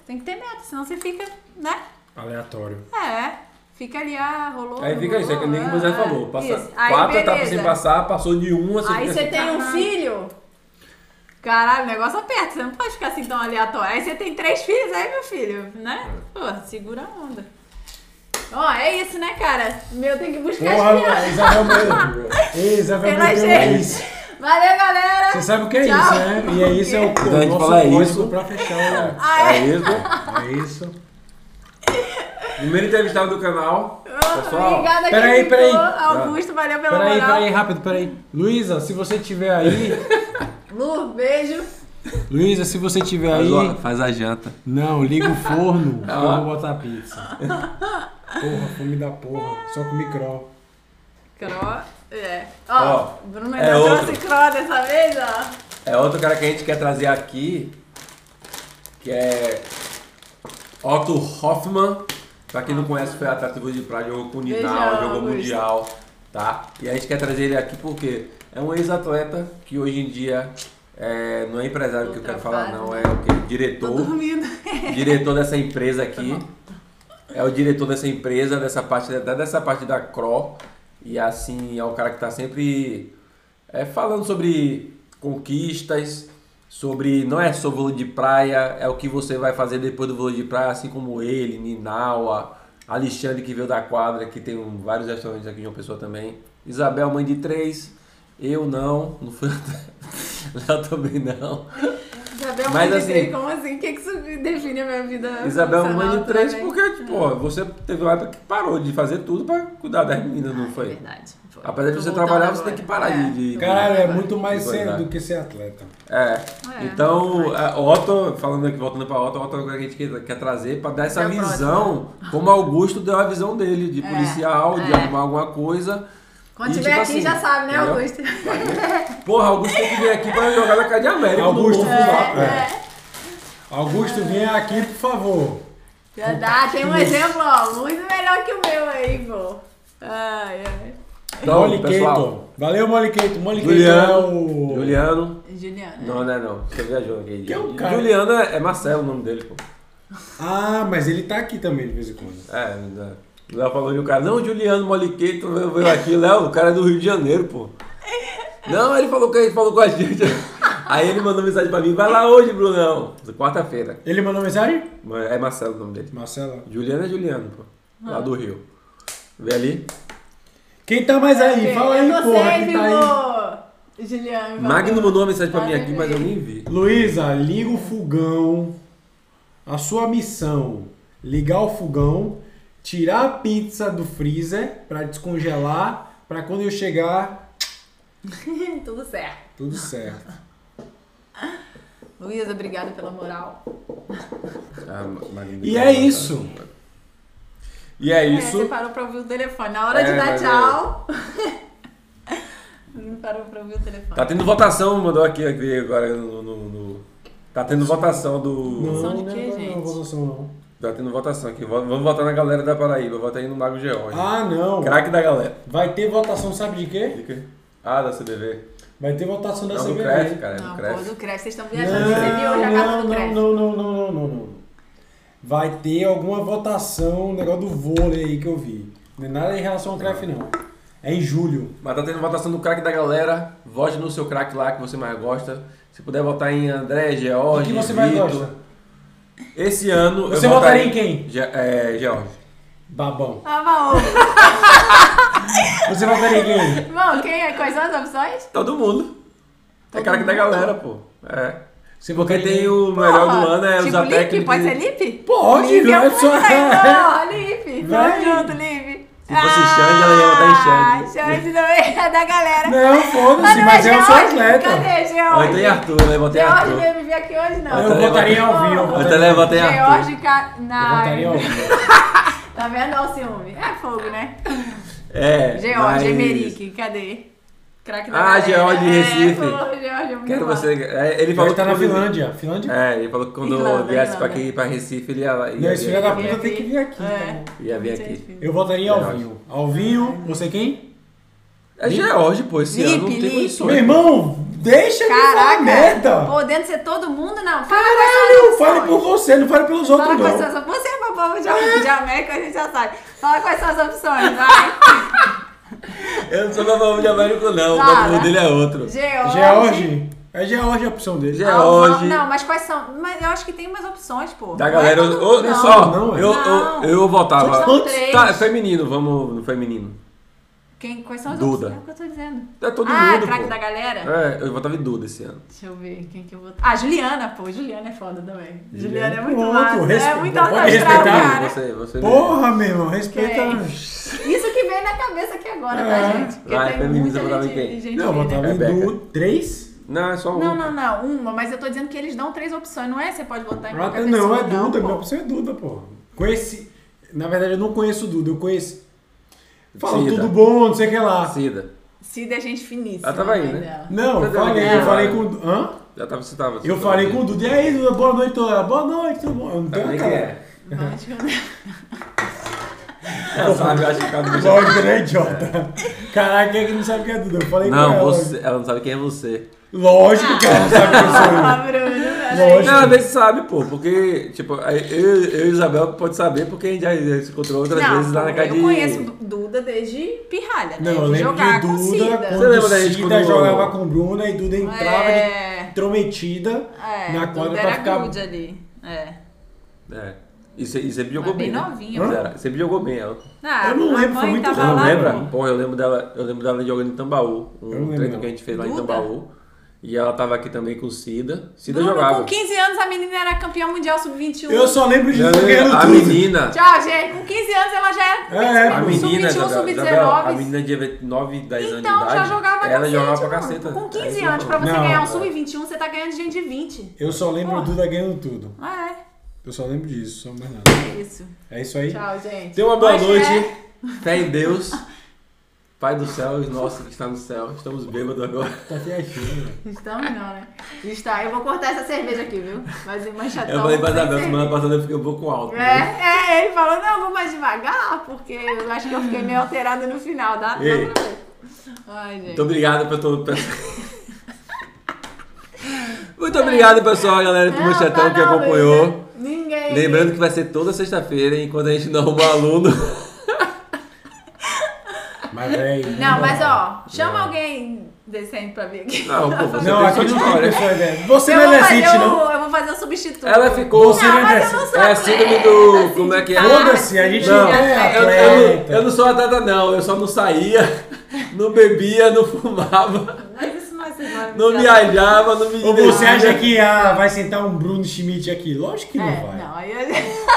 [SPEAKER 4] Tem que ter meta, senão você fica, né?
[SPEAKER 3] Aleatório.
[SPEAKER 4] É. Fica ali, ah, rolou.
[SPEAKER 2] Aí
[SPEAKER 4] não
[SPEAKER 2] fica isso, é
[SPEAKER 4] rolou,
[SPEAKER 2] que nem o
[SPEAKER 4] ah,
[SPEAKER 2] Moisés
[SPEAKER 4] ah.
[SPEAKER 2] falou. Passa
[SPEAKER 4] Isso. Aí,
[SPEAKER 2] quatro etapas sem
[SPEAKER 4] beleza.
[SPEAKER 2] passar, passou de uma, você
[SPEAKER 4] Aí
[SPEAKER 2] fica
[SPEAKER 4] você
[SPEAKER 2] <laughs> assim,
[SPEAKER 4] tem
[SPEAKER 3] tá
[SPEAKER 4] um
[SPEAKER 2] "Caralho".
[SPEAKER 4] filho. Caralho, o negócio aperta, você não pode ficar assim tão aleatório. Aí você tem três filhos, aí meu filho, né?
[SPEAKER 3] É.
[SPEAKER 4] Pô, segura a onda. Ó, é isso, né, cara? Meu, tem que buscar as
[SPEAKER 3] Porra,
[SPEAKER 4] crianças.
[SPEAKER 3] Isabel Bueno.
[SPEAKER 4] <laughs>
[SPEAKER 3] Ei, Isabel
[SPEAKER 4] Pela
[SPEAKER 3] Bueno é
[SPEAKER 4] gente.
[SPEAKER 3] isso.
[SPEAKER 4] Valeu, galera!
[SPEAKER 3] Você sabe o que é
[SPEAKER 4] Tchau.
[SPEAKER 3] isso, né? E é isso, é o,
[SPEAKER 2] Então,
[SPEAKER 3] o
[SPEAKER 2] a gente
[SPEAKER 3] nosso
[SPEAKER 2] fala
[SPEAKER 3] código
[SPEAKER 2] isso.
[SPEAKER 3] pra fechar. né?
[SPEAKER 4] Ai.
[SPEAKER 2] É isso.
[SPEAKER 3] É isso.
[SPEAKER 2] Primeiro entrevistado do canal. Pessoal,
[SPEAKER 4] Obrigada,
[SPEAKER 3] É, peraí,
[SPEAKER 4] quem ficou.
[SPEAKER 3] peraí.
[SPEAKER 4] Augusto, valeu pela
[SPEAKER 3] Peraí,
[SPEAKER 4] moral.
[SPEAKER 3] peraí, rápido, peraí. Luísa, se você tiver aí.
[SPEAKER 4] Lu, beijo.
[SPEAKER 3] Luísa, se você tiver aí.
[SPEAKER 2] faz a janta.
[SPEAKER 3] Não, liga o
[SPEAKER 2] <laughs>
[SPEAKER 3] forno que eu
[SPEAKER 2] Ah.
[SPEAKER 3] vou botar a pizza. Porra, fome da porra. Só com micro.
[SPEAKER 4] Cro. É. Ó,
[SPEAKER 2] Ó,
[SPEAKER 4] Bruno
[SPEAKER 2] é
[SPEAKER 4] ainda trouxe
[SPEAKER 2] outro.
[SPEAKER 4] Cro dessa vez, ó.
[SPEAKER 2] É outro cara que a gente quer trazer aqui, que é Otto Hoffman. Pra quem não conhece, foi atrativo de praia, jogou com o Ninal,
[SPEAKER 4] Beijão,
[SPEAKER 2] jogou
[SPEAKER 4] Augusto.
[SPEAKER 2] Mundial, tá? E a gente quer trazer ele aqui porque é um ex-atleta que hoje em dia é, não é empresário que eu quero falar, não, é o que?
[SPEAKER 4] Tô
[SPEAKER 2] Diretor.
[SPEAKER 4] dormindo. <laughs>
[SPEAKER 2] diretor dessa empresa aqui. É o diretor dessa empresa, dessa parte, até dessa parte da CRO. E assim, é o cara que tá sempre é, falando sobre conquistas, sobre. Não é só vôlei de praia, é o que você vai fazer depois do vôlei de praia, assim como ele, Ninawa, Alexandre que veio da quadra, que tem um- vários restaurantes aqui de uma pessoa também. Isabel, mãe de três. Eu não, não fui até. <laughs> Léo também não.
[SPEAKER 4] Isabel
[SPEAKER 2] Mas,
[SPEAKER 4] Mas,
[SPEAKER 2] assim,
[SPEAKER 4] como assim? O que, que isso define a minha vida?
[SPEAKER 2] Isabel é
[SPEAKER 4] profissional
[SPEAKER 2] mãe de três,
[SPEAKER 4] também? É.
[SPEAKER 2] porque, tipo, ó, você teve uma época que parou de fazer tudo pra cuidar das meninas, não
[SPEAKER 4] É
[SPEAKER 2] foi?
[SPEAKER 4] verdade. Foi.
[SPEAKER 2] Apesar de
[SPEAKER 4] Tô
[SPEAKER 2] você
[SPEAKER 4] voltando
[SPEAKER 2] trabalhar, você tem
[SPEAKER 4] agora.
[SPEAKER 2] que parar
[SPEAKER 4] É,
[SPEAKER 2] de- de-
[SPEAKER 4] tô
[SPEAKER 3] Caralho, é
[SPEAKER 4] voltando
[SPEAKER 3] muito mais
[SPEAKER 2] Depois
[SPEAKER 3] cedo
[SPEAKER 2] vai.
[SPEAKER 3] do que ser atleta.
[SPEAKER 2] É.
[SPEAKER 4] É,
[SPEAKER 2] então,
[SPEAKER 4] mas-
[SPEAKER 2] a Otto, falando aqui, voltando pra Otto, Otto é o que a gente quer, quer trazer pra dar essa
[SPEAKER 4] Da
[SPEAKER 2] visão, como Augusto deu a visão dele, de
[SPEAKER 4] É,
[SPEAKER 2] policial, de
[SPEAKER 4] é.
[SPEAKER 2] arrumar alguma coisa.
[SPEAKER 4] Quando
[SPEAKER 2] E,
[SPEAKER 4] tiver
[SPEAKER 2] tipo
[SPEAKER 4] aqui,
[SPEAKER 2] assim,
[SPEAKER 4] já sabe, né,
[SPEAKER 2] entendeu?
[SPEAKER 4] Augusto?
[SPEAKER 2] Porra, Augusto tem que vir aqui pra jogar na Casa de América. no
[SPEAKER 3] Augusto,
[SPEAKER 2] novo
[SPEAKER 3] é,
[SPEAKER 2] lá.
[SPEAKER 4] É,
[SPEAKER 3] Augusto, vem aqui, por favor.
[SPEAKER 4] já dá. Tem um exemplo, ó, muito melhor que o meu aí, pô. Ai, ai.
[SPEAKER 2] Então,
[SPEAKER 3] Molly
[SPEAKER 2] pessoal,
[SPEAKER 3] Keito. Valeu, Molly Keito. Molly Keito é
[SPEAKER 2] Juliano,
[SPEAKER 3] o.
[SPEAKER 2] Juliano,
[SPEAKER 4] Juliana.
[SPEAKER 2] não, não é não, você viajou aqui.
[SPEAKER 3] Que é o cara?
[SPEAKER 2] Juliano é, é Marcelo o nome dele, pô.
[SPEAKER 3] Ah, mas ele tá aqui também de vez em quando.
[SPEAKER 2] É, né? o Léo falou que o cara, não, Juliano Moliqueto veio veio aqui, Léo, o cara é do Rio de Janeiro, pô. Não, ele falou que ele falou com a gente. <laughs> Aí ele mandou mensagem pra mim, vai lá hoje, Brunão. Quarta-feira.
[SPEAKER 3] Ele mandou mensagem?
[SPEAKER 2] É Marcelo o nome dele.
[SPEAKER 3] Marcela.
[SPEAKER 2] Juliano é Juliano, pô. Lá do Rio. Vê ali.
[SPEAKER 3] Quem tá mais aí? Fala aí,
[SPEAKER 4] eu tô
[SPEAKER 3] porra. Quem
[SPEAKER 4] sempre,
[SPEAKER 3] tá aí?
[SPEAKER 4] pô. É Juliana. me
[SPEAKER 2] Magno
[SPEAKER 4] falou. <laughs>
[SPEAKER 2] mandou uma mensagem pra mim
[SPEAKER 4] Magno
[SPEAKER 2] aqui, mas eu nem vi.
[SPEAKER 3] Luísa, liga o fogão. A sua missão: ligar o fogão, tirar a pizza do freezer pra descongelar, pra quando eu chegar,
[SPEAKER 4] Tudo certo.
[SPEAKER 3] tudo certo.
[SPEAKER 4] Luísa, obrigada pela moral.
[SPEAKER 2] Ah, Magnífico.
[SPEAKER 3] E é isso.
[SPEAKER 2] E é
[SPEAKER 4] É,
[SPEAKER 2] isso.
[SPEAKER 4] você parou pra ouvir o telefone. Na hora de
[SPEAKER 2] É,
[SPEAKER 4] dar
[SPEAKER 2] mas é-
[SPEAKER 4] tchau. <laughs> Não parou pra ouvir o telefone.
[SPEAKER 2] Tá tendo votação, mandou aqui, aqui agora no, no- no- Tá tendo votação do.
[SPEAKER 4] Votação de
[SPEAKER 3] não,
[SPEAKER 4] quê,
[SPEAKER 3] não,
[SPEAKER 4] gente?
[SPEAKER 3] Não, votação não.
[SPEAKER 2] Tá tendo votação aqui. Vo- Vamos votar na galera da Paraíba, vota aí no Mago Geon.
[SPEAKER 3] Ah, não.
[SPEAKER 2] Craque da galera.
[SPEAKER 3] Vai ter votação, sabe de quê?
[SPEAKER 2] Fica aí. Ah, da CBV.
[SPEAKER 3] Vai ter votação da
[SPEAKER 2] Não, do
[SPEAKER 3] CBV.
[SPEAKER 2] Craft, cara,
[SPEAKER 4] Não,
[SPEAKER 2] do
[SPEAKER 4] pô,
[SPEAKER 2] Craft.
[SPEAKER 4] do creche, vocês estão viajando. Você viu eu já
[SPEAKER 3] Não,
[SPEAKER 4] acabou do
[SPEAKER 3] não,
[SPEAKER 4] creche.
[SPEAKER 3] não, não, não, não, não, não. Vai ter alguma votação, um negócio do vôlei aí que eu vi. Não é nada em relação ao craft, não. É em julho.
[SPEAKER 2] Mas tá tendo votação do craque da galera. Vote no seu craque lá que você mais gosta. Se puder votar em André,
[SPEAKER 3] O
[SPEAKER 2] George,
[SPEAKER 3] que você mais
[SPEAKER 2] Vitor.
[SPEAKER 3] gosta?
[SPEAKER 2] Esse ano.
[SPEAKER 3] Você
[SPEAKER 2] eu
[SPEAKER 3] votaria em quem?
[SPEAKER 2] Ge é, George.
[SPEAKER 3] Babão.
[SPEAKER 4] Ah, bom.
[SPEAKER 3] Você votaria em quem?
[SPEAKER 4] Bom, quem é? Quais são as opções?
[SPEAKER 2] Todo mundo. é
[SPEAKER 4] Todo
[SPEAKER 2] craque da
[SPEAKER 4] mundo.
[SPEAKER 2] galera, pô. É.
[SPEAKER 3] Você
[SPEAKER 2] Porque
[SPEAKER 3] votaria em
[SPEAKER 2] tem
[SPEAKER 3] quem?
[SPEAKER 2] o melhor do
[SPEAKER 4] Porra,
[SPEAKER 2] ano, é
[SPEAKER 4] tipo
[SPEAKER 2] usar
[SPEAKER 4] Lipe?
[SPEAKER 2] técnica.
[SPEAKER 4] Pode ser é Lipe?
[SPEAKER 3] Pode,
[SPEAKER 4] Lipe,
[SPEAKER 3] vai,
[SPEAKER 4] eu
[SPEAKER 3] só-
[SPEAKER 2] <laughs>
[SPEAKER 4] Não, Lipe. um Tamo
[SPEAKER 3] Vai.
[SPEAKER 4] junto, Lipe.
[SPEAKER 2] Se fosse Xande, ela ia botar em Xande.
[SPEAKER 4] Ah, Xande também é da galera.
[SPEAKER 3] Não, foda-se,
[SPEAKER 4] não
[SPEAKER 3] mas eu sou
[SPEAKER 4] George?
[SPEAKER 3] atleta.
[SPEAKER 2] Ó,
[SPEAKER 4] Cadê,
[SPEAKER 2] eu tenho
[SPEAKER 4] George?
[SPEAKER 2] Arthur, eu levantei
[SPEAKER 4] George
[SPEAKER 2] Arthur.
[SPEAKER 4] veio me ver aqui hoje, não.
[SPEAKER 3] Eu votaria em Alvinho.
[SPEAKER 4] Eu
[SPEAKER 2] Eu até levantei Arthur.
[SPEAKER 4] George Ca...
[SPEAKER 3] Eu
[SPEAKER 4] na-
[SPEAKER 3] votaria em Alvinho.
[SPEAKER 4] Tá vendo? Olha o ciúme. É fogo, né?
[SPEAKER 2] É.
[SPEAKER 4] George,
[SPEAKER 2] mas-
[SPEAKER 4] Emerick, cadê? Crack da
[SPEAKER 2] Ah,
[SPEAKER 4] galera.
[SPEAKER 2] George, Recife.
[SPEAKER 4] É, pô, George, vamos
[SPEAKER 2] Quero
[SPEAKER 4] lá.
[SPEAKER 2] você. é, ele falou
[SPEAKER 3] Ele tá
[SPEAKER 2] que
[SPEAKER 3] na
[SPEAKER 2] quando-
[SPEAKER 3] Finlândia. Finlândia?
[SPEAKER 2] É, ele falou que quando
[SPEAKER 4] Irlanda,
[SPEAKER 2] viesse pra,
[SPEAKER 4] Irlanda.
[SPEAKER 2] aqui, pra Recife, ele ia, lá- ia,
[SPEAKER 3] Não, esse filho da
[SPEAKER 2] vir aqui.
[SPEAKER 3] puta tem que vir aqui.
[SPEAKER 4] É.
[SPEAKER 3] tá bom.
[SPEAKER 2] Ia vir
[SPEAKER 4] Muito
[SPEAKER 2] aqui.
[SPEAKER 4] difícil.
[SPEAKER 3] Eu votaria em
[SPEAKER 2] George.
[SPEAKER 3] Alvinho. Alvinho, você quem?
[SPEAKER 2] É George, pô, esse
[SPEAKER 4] Lipe,
[SPEAKER 2] ano não tem
[SPEAKER 4] Lipe.
[SPEAKER 2] condições.
[SPEAKER 3] Meu irmão, deixa de falar
[SPEAKER 4] Caraca!
[SPEAKER 3] merda.
[SPEAKER 4] Podendo ser todo mundo, não. Fala
[SPEAKER 3] Caralho,
[SPEAKER 4] quais são as
[SPEAKER 3] fale por
[SPEAKER 4] opções.
[SPEAKER 3] você, não fale pelos outros
[SPEAKER 4] Fala
[SPEAKER 3] não.
[SPEAKER 4] quais são as opções. Você é pra povo de, de América, a gente já sabe. Fala quais são as opções, vai.
[SPEAKER 2] Eu não sou meu nome de Américo, não.
[SPEAKER 4] Fala.
[SPEAKER 2] O nome dele é outro.
[SPEAKER 4] George.
[SPEAKER 3] George, é George a opção dele.
[SPEAKER 2] George.
[SPEAKER 4] Alva- Não, mas quais são? Mas eu acho que tem umas opções, pô.
[SPEAKER 2] Da galera,
[SPEAKER 4] Não é
[SPEAKER 2] eu,
[SPEAKER 4] todo
[SPEAKER 2] eu,
[SPEAKER 4] mundo,
[SPEAKER 2] só,
[SPEAKER 3] Não, não,
[SPEAKER 2] eu,
[SPEAKER 4] não.
[SPEAKER 2] eu, eu votava.
[SPEAKER 4] São três.
[SPEAKER 2] Tá, feminino, vamos no feminino.
[SPEAKER 4] Quem, quais são as
[SPEAKER 2] Duda.
[SPEAKER 4] opções? É o que eu tô dizendo.
[SPEAKER 2] É todo
[SPEAKER 4] ah,
[SPEAKER 2] mundo.
[SPEAKER 4] craque
[SPEAKER 2] pô.
[SPEAKER 4] da galera?
[SPEAKER 2] É, eu votava em Duda esse ano.
[SPEAKER 4] Deixa eu ver quem que eu vou. Ah, Juliana, pô. Juliana é foda também. Juliana é muito
[SPEAKER 3] Pronto,
[SPEAKER 4] massa. É
[SPEAKER 3] respeita.
[SPEAKER 4] muito
[SPEAKER 3] Pode
[SPEAKER 4] orquestral,
[SPEAKER 3] respeitar.
[SPEAKER 4] cara.
[SPEAKER 2] Você, você
[SPEAKER 3] Porra, meu irmão,
[SPEAKER 4] É,
[SPEAKER 3] respeita.
[SPEAKER 4] Isso que vem na cabeça aqui agora, tá,
[SPEAKER 3] É.
[SPEAKER 4] gente? Porque
[SPEAKER 2] Vai,
[SPEAKER 4] tem
[SPEAKER 2] feminista,
[SPEAKER 4] muita
[SPEAKER 2] votava em
[SPEAKER 4] gente,
[SPEAKER 2] quem?
[SPEAKER 4] gente
[SPEAKER 3] Não, eu
[SPEAKER 4] fina.
[SPEAKER 3] votava em
[SPEAKER 2] Rebeca.
[SPEAKER 3] Du. Três?
[SPEAKER 2] Não, é só um.
[SPEAKER 4] Não, não, não. Uma, mas eu tô dizendo que eles dão três opções, não é? Você pode votar em
[SPEAKER 3] Ah,
[SPEAKER 4] qualquer
[SPEAKER 3] tá- não,
[SPEAKER 4] pessoa,
[SPEAKER 3] é Duda, minha
[SPEAKER 4] pô.
[SPEAKER 3] opção é Duda, pô. Conheci. Na verdade, eu não conheço o Duda, eu conheço. Fala
[SPEAKER 2] Cida.
[SPEAKER 3] tudo bom, não sei o que lá.
[SPEAKER 2] Cida.
[SPEAKER 4] Cida é gente finíssima.
[SPEAKER 2] Ela tava aí, né?
[SPEAKER 4] mãe dela.
[SPEAKER 3] Não, eu
[SPEAKER 2] Cadê ela?
[SPEAKER 3] falei, eu falei com. o Du- Hã?
[SPEAKER 2] Já tava, você tava.
[SPEAKER 3] Eu falei com o Duda, e aí, Duda, boa noite, Duda. boa noite, tudo bom? Eu não tenho
[SPEAKER 2] Sabe
[SPEAKER 3] uma
[SPEAKER 2] quem
[SPEAKER 3] cara.
[SPEAKER 2] é?
[SPEAKER 4] Vamos
[SPEAKER 3] <laughs>
[SPEAKER 4] te mandar.
[SPEAKER 2] Ela sabe, eu acho que ela não
[SPEAKER 3] Lógico, né, idiota? Caraca, quem é que não sabe quem é Duda? Eu falei com
[SPEAKER 2] Não,
[SPEAKER 3] ela.
[SPEAKER 2] você, ela não sabe quem é você.
[SPEAKER 3] Lógico que ela não sabe quem sou eu.
[SPEAKER 4] Ah, Bruno, peraí.
[SPEAKER 3] Lógico.
[SPEAKER 2] Não, às vezes sabe, pô, porque, tipo, aí eu, eu e Isabel pode saber porque a gente já se encontrou outras
[SPEAKER 4] Não,
[SPEAKER 2] vezes lá na
[SPEAKER 4] pô,
[SPEAKER 2] casa
[SPEAKER 4] eu
[SPEAKER 2] de.
[SPEAKER 4] conheço Duda desde pirralha, né?
[SPEAKER 3] Não, eu
[SPEAKER 4] De
[SPEAKER 3] lembro
[SPEAKER 4] jogar
[SPEAKER 3] de
[SPEAKER 4] com
[SPEAKER 3] Duda,
[SPEAKER 4] Cida.
[SPEAKER 3] quando
[SPEAKER 2] Você lembra da gente
[SPEAKER 3] Cida
[SPEAKER 2] quando-
[SPEAKER 3] jogava com Bruna e Duda entrava
[SPEAKER 4] É.
[SPEAKER 3] de trometida
[SPEAKER 4] É,
[SPEAKER 3] na
[SPEAKER 4] Duda
[SPEAKER 3] quadra
[SPEAKER 4] era
[SPEAKER 3] pra ficar...
[SPEAKER 4] grude ali. É.
[SPEAKER 2] É. E você e sempre jogou
[SPEAKER 4] Mas bem
[SPEAKER 2] bem. né?
[SPEAKER 4] novinha,
[SPEAKER 2] Hã?
[SPEAKER 4] né?
[SPEAKER 2] Era, Sempre jogou bem ela.
[SPEAKER 4] Ah,
[SPEAKER 3] Eu não
[SPEAKER 4] a
[SPEAKER 3] lembro, foi
[SPEAKER 4] mãe
[SPEAKER 3] muito
[SPEAKER 4] tava
[SPEAKER 2] Você não
[SPEAKER 4] lá,
[SPEAKER 2] lembra?
[SPEAKER 4] pô.
[SPEAKER 2] Porra, eu lembro dela, eu lembro dela jogando em Tambaú.
[SPEAKER 3] Eu não
[SPEAKER 2] Um
[SPEAKER 3] lembro,
[SPEAKER 2] treino
[SPEAKER 3] não.
[SPEAKER 2] que a gente fez lá em
[SPEAKER 4] Duda?
[SPEAKER 2] Tambaú. E ela tava aqui também com Cida. Cida
[SPEAKER 4] Bruno,
[SPEAKER 2] jogava.
[SPEAKER 4] com 15 anos, a menina era campeã mundial sub-21.
[SPEAKER 3] Eu só lembro de Duda ganhando
[SPEAKER 2] a
[SPEAKER 3] tudo.
[SPEAKER 2] menina.
[SPEAKER 4] Tchau, gente. Com 15 anos, ela já
[SPEAKER 3] É,
[SPEAKER 4] era
[SPEAKER 2] A
[SPEAKER 3] Sub-
[SPEAKER 2] menina,
[SPEAKER 4] sub-21,
[SPEAKER 2] Isabel, Isabel, a
[SPEAKER 4] sub-19.
[SPEAKER 2] menina de 9, 10 anos de
[SPEAKER 4] Então,
[SPEAKER 2] idade.
[SPEAKER 4] já jogava
[SPEAKER 2] Ela
[SPEAKER 4] cacete,
[SPEAKER 2] jogava pra
[SPEAKER 4] mano.
[SPEAKER 2] caceta.
[SPEAKER 4] Com
[SPEAKER 2] É isso
[SPEAKER 4] 15
[SPEAKER 2] que eu
[SPEAKER 4] anos, pra você
[SPEAKER 3] Não,
[SPEAKER 4] ganhar um
[SPEAKER 3] é.
[SPEAKER 4] sub-21, você tá ganhando de gente de 20.
[SPEAKER 3] Eu só lembro Duda ganhando tudo.
[SPEAKER 4] Ah, é.
[SPEAKER 3] Eu só lembro disso, só mais nada.
[SPEAKER 4] É isso.
[SPEAKER 3] É isso aí.
[SPEAKER 4] Tchau, gente.
[SPEAKER 2] Tenha uma boa
[SPEAKER 4] Hoje
[SPEAKER 2] noite.
[SPEAKER 4] é-
[SPEAKER 2] Fé em Deus. Pai do céu e nosso que está no céu. Estamos bêbados agora.
[SPEAKER 3] Tá até aqui, né?
[SPEAKER 4] Estamos não, né? Está. Eu vou cortar essa cerveja aqui, viu? Mas em manchatão.
[SPEAKER 2] Eu falei pra
[SPEAKER 4] sem
[SPEAKER 2] Isabel,
[SPEAKER 4] cerveja.
[SPEAKER 2] semana passada eu fiquei um pouco alto. né?
[SPEAKER 4] É, é, ele falou, não, vou mais devagar, porque eu acho que eu fiquei meio alterada no final, tá?" dá, dá pra
[SPEAKER 2] Ei.
[SPEAKER 4] ver. Ai, gente.
[SPEAKER 2] Muito obrigado pra todo Muito obrigado, pessoal, galera do
[SPEAKER 4] Não,
[SPEAKER 2] Manchetão
[SPEAKER 4] tá
[SPEAKER 2] que
[SPEAKER 4] não, é
[SPEAKER 2] acompanhou.
[SPEAKER 4] Luísa. Ninguém.
[SPEAKER 2] Lembrando que vai ser toda sexta-feira, enquanto a gente não arruma aluno.
[SPEAKER 3] Mas, velho...
[SPEAKER 4] Não, mas ó, chama alguém decente pra vir aqui.
[SPEAKER 2] Não, pô, você
[SPEAKER 3] Não,
[SPEAKER 2] tem sua
[SPEAKER 3] aqui não tem né?
[SPEAKER 2] história.
[SPEAKER 3] pessoa, velho. Você
[SPEAKER 4] <laughs> eu,
[SPEAKER 3] não
[SPEAKER 4] vou
[SPEAKER 3] é
[SPEAKER 4] fazer um-
[SPEAKER 3] decente, não.
[SPEAKER 4] o, eu vou fazer o substituto.
[SPEAKER 2] Ela ficou.
[SPEAKER 3] Você não
[SPEAKER 4] Ah,
[SPEAKER 3] é
[SPEAKER 4] mas
[SPEAKER 3] decente.
[SPEAKER 4] eu não sou
[SPEAKER 2] É a
[SPEAKER 4] atleta,
[SPEAKER 2] síndrome do-
[SPEAKER 4] assim,
[SPEAKER 2] como é que é?
[SPEAKER 4] de falar.
[SPEAKER 3] Foda-se, a gente
[SPEAKER 2] Não,
[SPEAKER 3] não é
[SPEAKER 2] eu, eu
[SPEAKER 3] atleta.
[SPEAKER 2] não, eu não sou atleta, não. Eu só não saía, <laughs> não bebia, não fumava,
[SPEAKER 4] Mas isso não é sinônimo
[SPEAKER 2] não
[SPEAKER 4] de
[SPEAKER 2] viajava, não me
[SPEAKER 3] Ou você
[SPEAKER 2] divertia.
[SPEAKER 3] acha que ah, vai sentar um Bruno Schmidt aqui? Lógico que não
[SPEAKER 4] É,
[SPEAKER 3] vai.
[SPEAKER 4] não, aí eu...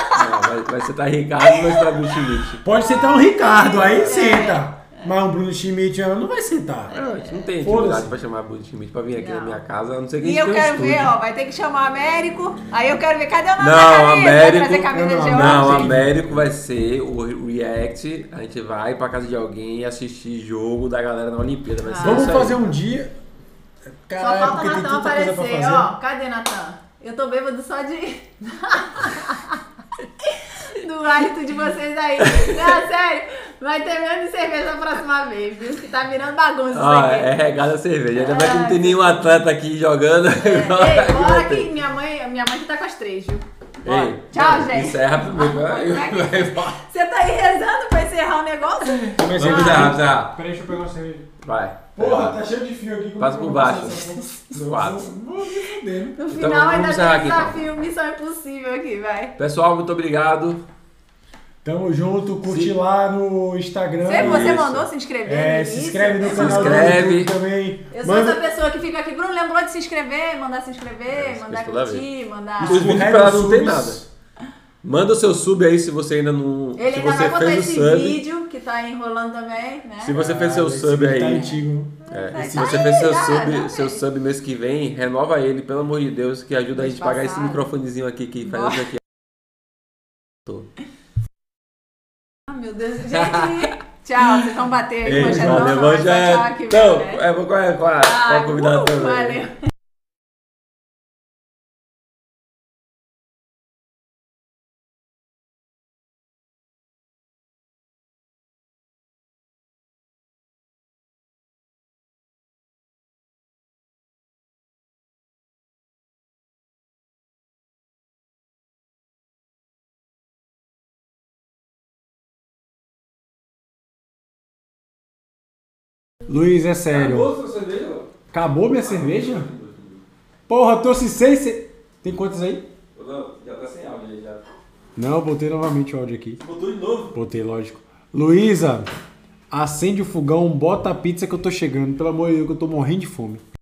[SPEAKER 2] tá Não, vai, vai sentar Ricardo e vai sentar Bill Schmidt.
[SPEAKER 4] É.
[SPEAKER 3] Pode sentar um Ricardo, aí senta. Mas o Bruno Schmidt ela não vai sentar.
[SPEAKER 2] Não, a gente não tem
[SPEAKER 3] Foda-se.
[SPEAKER 2] intimidade pra chamar Bruno Schmidt pra vir aqui na
[SPEAKER 6] Não.
[SPEAKER 2] minha casa, a não ser que a
[SPEAKER 4] E
[SPEAKER 2] gente
[SPEAKER 4] eu
[SPEAKER 2] tenha um
[SPEAKER 4] quero ver,
[SPEAKER 2] estúdio.
[SPEAKER 4] ó, vai ter que chamar o Américo. Aí eu quero ver, cadê o nome da
[SPEAKER 2] Não,
[SPEAKER 4] camisa?
[SPEAKER 2] Américo-
[SPEAKER 4] Trazer camisa
[SPEAKER 3] Não,
[SPEAKER 4] de
[SPEAKER 2] Não,
[SPEAKER 4] hoje.
[SPEAKER 2] Américo vai ser o React. A gente vai pra casa de alguém e assistir jogo da galera na Olimpíada. Vai ser
[SPEAKER 3] Vamos
[SPEAKER 2] isso aí.
[SPEAKER 3] fazer um dia.
[SPEAKER 4] Só
[SPEAKER 3] Caralho,
[SPEAKER 4] falta
[SPEAKER 3] porque
[SPEAKER 4] o
[SPEAKER 3] tem
[SPEAKER 4] Natan
[SPEAKER 3] tanta coisa pra
[SPEAKER 4] aparecer,
[SPEAKER 3] fazer.
[SPEAKER 4] ó. Cadê Natan?
[SPEAKER 6] Eu tô bêbado só de.
[SPEAKER 4] <laughs> Do hálito de vocês aí. Não, sério. Vai ter menos cerveja a próxima vez, viu? Que tá virando bagunça isso
[SPEAKER 2] Ah,
[SPEAKER 4] aqui.
[SPEAKER 2] é regada a cerveja. Ainda bem que não
[SPEAKER 4] Ai.
[SPEAKER 2] tem nenhum atleta aqui jogando. <laughs>
[SPEAKER 4] É, Ei, bora que minha mãe, minha mãe que tá com as três, viu? Bora.
[SPEAKER 2] Ei, é-
[SPEAKER 4] Tchau, gente.
[SPEAKER 2] Encerra primeiro. vai,
[SPEAKER 4] Vai que-
[SPEAKER 2] vai, vai.
[SPEAKER 4] Você tá aí rezando pra encerrar o negócio?
[SPEAKER 3] Comecei
[SPEAKER 2] Vamos lá, vamos lá.
[SPEAKER 7] Peraí, deixa eu pegar uma cerveja.
[SPEAKER 2] Vai.
[SPEAKER 3] Porra, tá cheio de fio aqui.
[SPEAKER 2] Passa por baixo. <laughs> Quatro.
[SPEAKER 3] Vou me fuder, né?
[SPEAKER 4] No
[SPEAKER 2] Então,
[SPEAKER 4] final
[SPEAKER 2] vamos
[SPEAKER 4] ainda tem
[SPEAKER 2] encerrar aqui, então.
[SPEAKER 4] desafio, missão impossível aqui, vai.
[SPEAKER 2] Pessoal, muito obrigado.
[SPEAKER 3] Tamo junto, curte
[SPEAKER 2] Sim.
[SPEAKER 3] lá no Instagram.
[SPEAKER 4] Você, é você
[SPEAKER 2] Então, Isso.
[SPEAKER 4] mandou se inscrever
[SPEAKER 3] É,
[SPEAKER 4] no
[SPEAKER 3] se
[SPEAKER 4] início?
[SPEAKER 3] inscreve no
[SPEAKER 4] Eu
[SPEAKER 3] canal do
[SPEAKER 2] inscreve.
[SPEAKER 3] YouTube também.
[SPEAKER 4] né? Eu sou
[SPEAKER 3] Manda
[SPEAKER 4] essa pessoa que fica aqui. Bruno lembrou de se inscrever, mandar se inscrever,
[SPEAKER 2] isso
[SPEAKER 4] mandar
[SPEAKER 2] fez toda
[SPEAKER 4] curtir, mandar.
[SPEAKER 2] Os vídeos
[SPEAKER 3] Escorrega
[SPEAKER 2] pra lá
[SPEAKER 3] os
[SPEAKER 2] não tem
[SPEAKER 3] subs.
[SPEAKER 2] nada. Manda o seu sub aí se você ainda não.
[SPEAKER 4] Ele
[SPEAKER 2] se
[SPEAKER 4] ainda
[SPEAKER 2] você
[SPEAKER 4] vai botar
[SPEAKER 2] fez o
[SPEAKER 4] esse
[SPEAKER 2] sub.
[SPEAKER 4] vídeo que tá enrolando também, né?
[SPEAKER 2] Se você fez seu
[SPEAKER 3] Esse
[SPEAKER 2] sub
[SPEAKER 3] vídeo tá
[SPEAKER 2] aí.
[SPEAKER 3] antigo.
[SPEAKER 2] É,
[SPEAKER 4] Vai,
[SPEAKER 2] e se
[SPEAKER 4] tá
[SPEAKER 2] você
[SPEAKER 4] aí,
[SPEAKER 2] fez seu
[SPEAKER 4] dá,
[SPEAKER 2] sub,
[SPEAKER 4] dá,
[SPEAKER 2] seu
[SPEAKER 4] velho.
[SPEAKER 2] sub mês que vem, renova ele, pelo amor de Deus, que ajuda a
[SPEAKER 4] Mês
[SPEAKER 2] gente a pagar esse
[SPEAKER 4] passado.
[SPEAKER 2] microfonezinho aqui que faz
[SPEAKER 4] <laughs>
[SPEAKER 2] isso aqui.
[SPEAKER 4] Ah, meu Deus, gente. Tchau, vocês vão bater aí.
[SPEAKER 2] Ei,
[SPEAKER 4] manchete
[SPEAKER 2] valeu,
[SPEAKER 4] não, não,
[SPEAKER 2] vamos
[SPEAKER 4] mas
[SPEAKER 2] já-
[SPEAKER 4] tchau aqui,
[SPEAKER 2] Então,
[SPEAKER 4] né?
[SPEAKER 2] é, vou com a, com a, com
[SPEAKER 4] Ah,
[SPEAKER 2] a convidada
[SPEAKER 4] uh,
[SPEAKER 2] também.
[SPEAKER 4] valeu.
[SPEAKER 3] Luiz, é sério. Acabou sua cerveja? Acabou minha cerveja? Porra, eu trouxe seis. ce- Tem quantas aí?
[SPEAKER 2] Já tá sem áudio aí já.
[SPEAKER 3] Não, eu botei novamente o áudio aqui.
[SPEAKER 2] Botou de novo.
[SPEAKER 3] Botei, lógico. Luísa, acende o fogão, bota a pizza que eu tô chegando. Pelo amor de Deus, que eu tô morrendo de fome.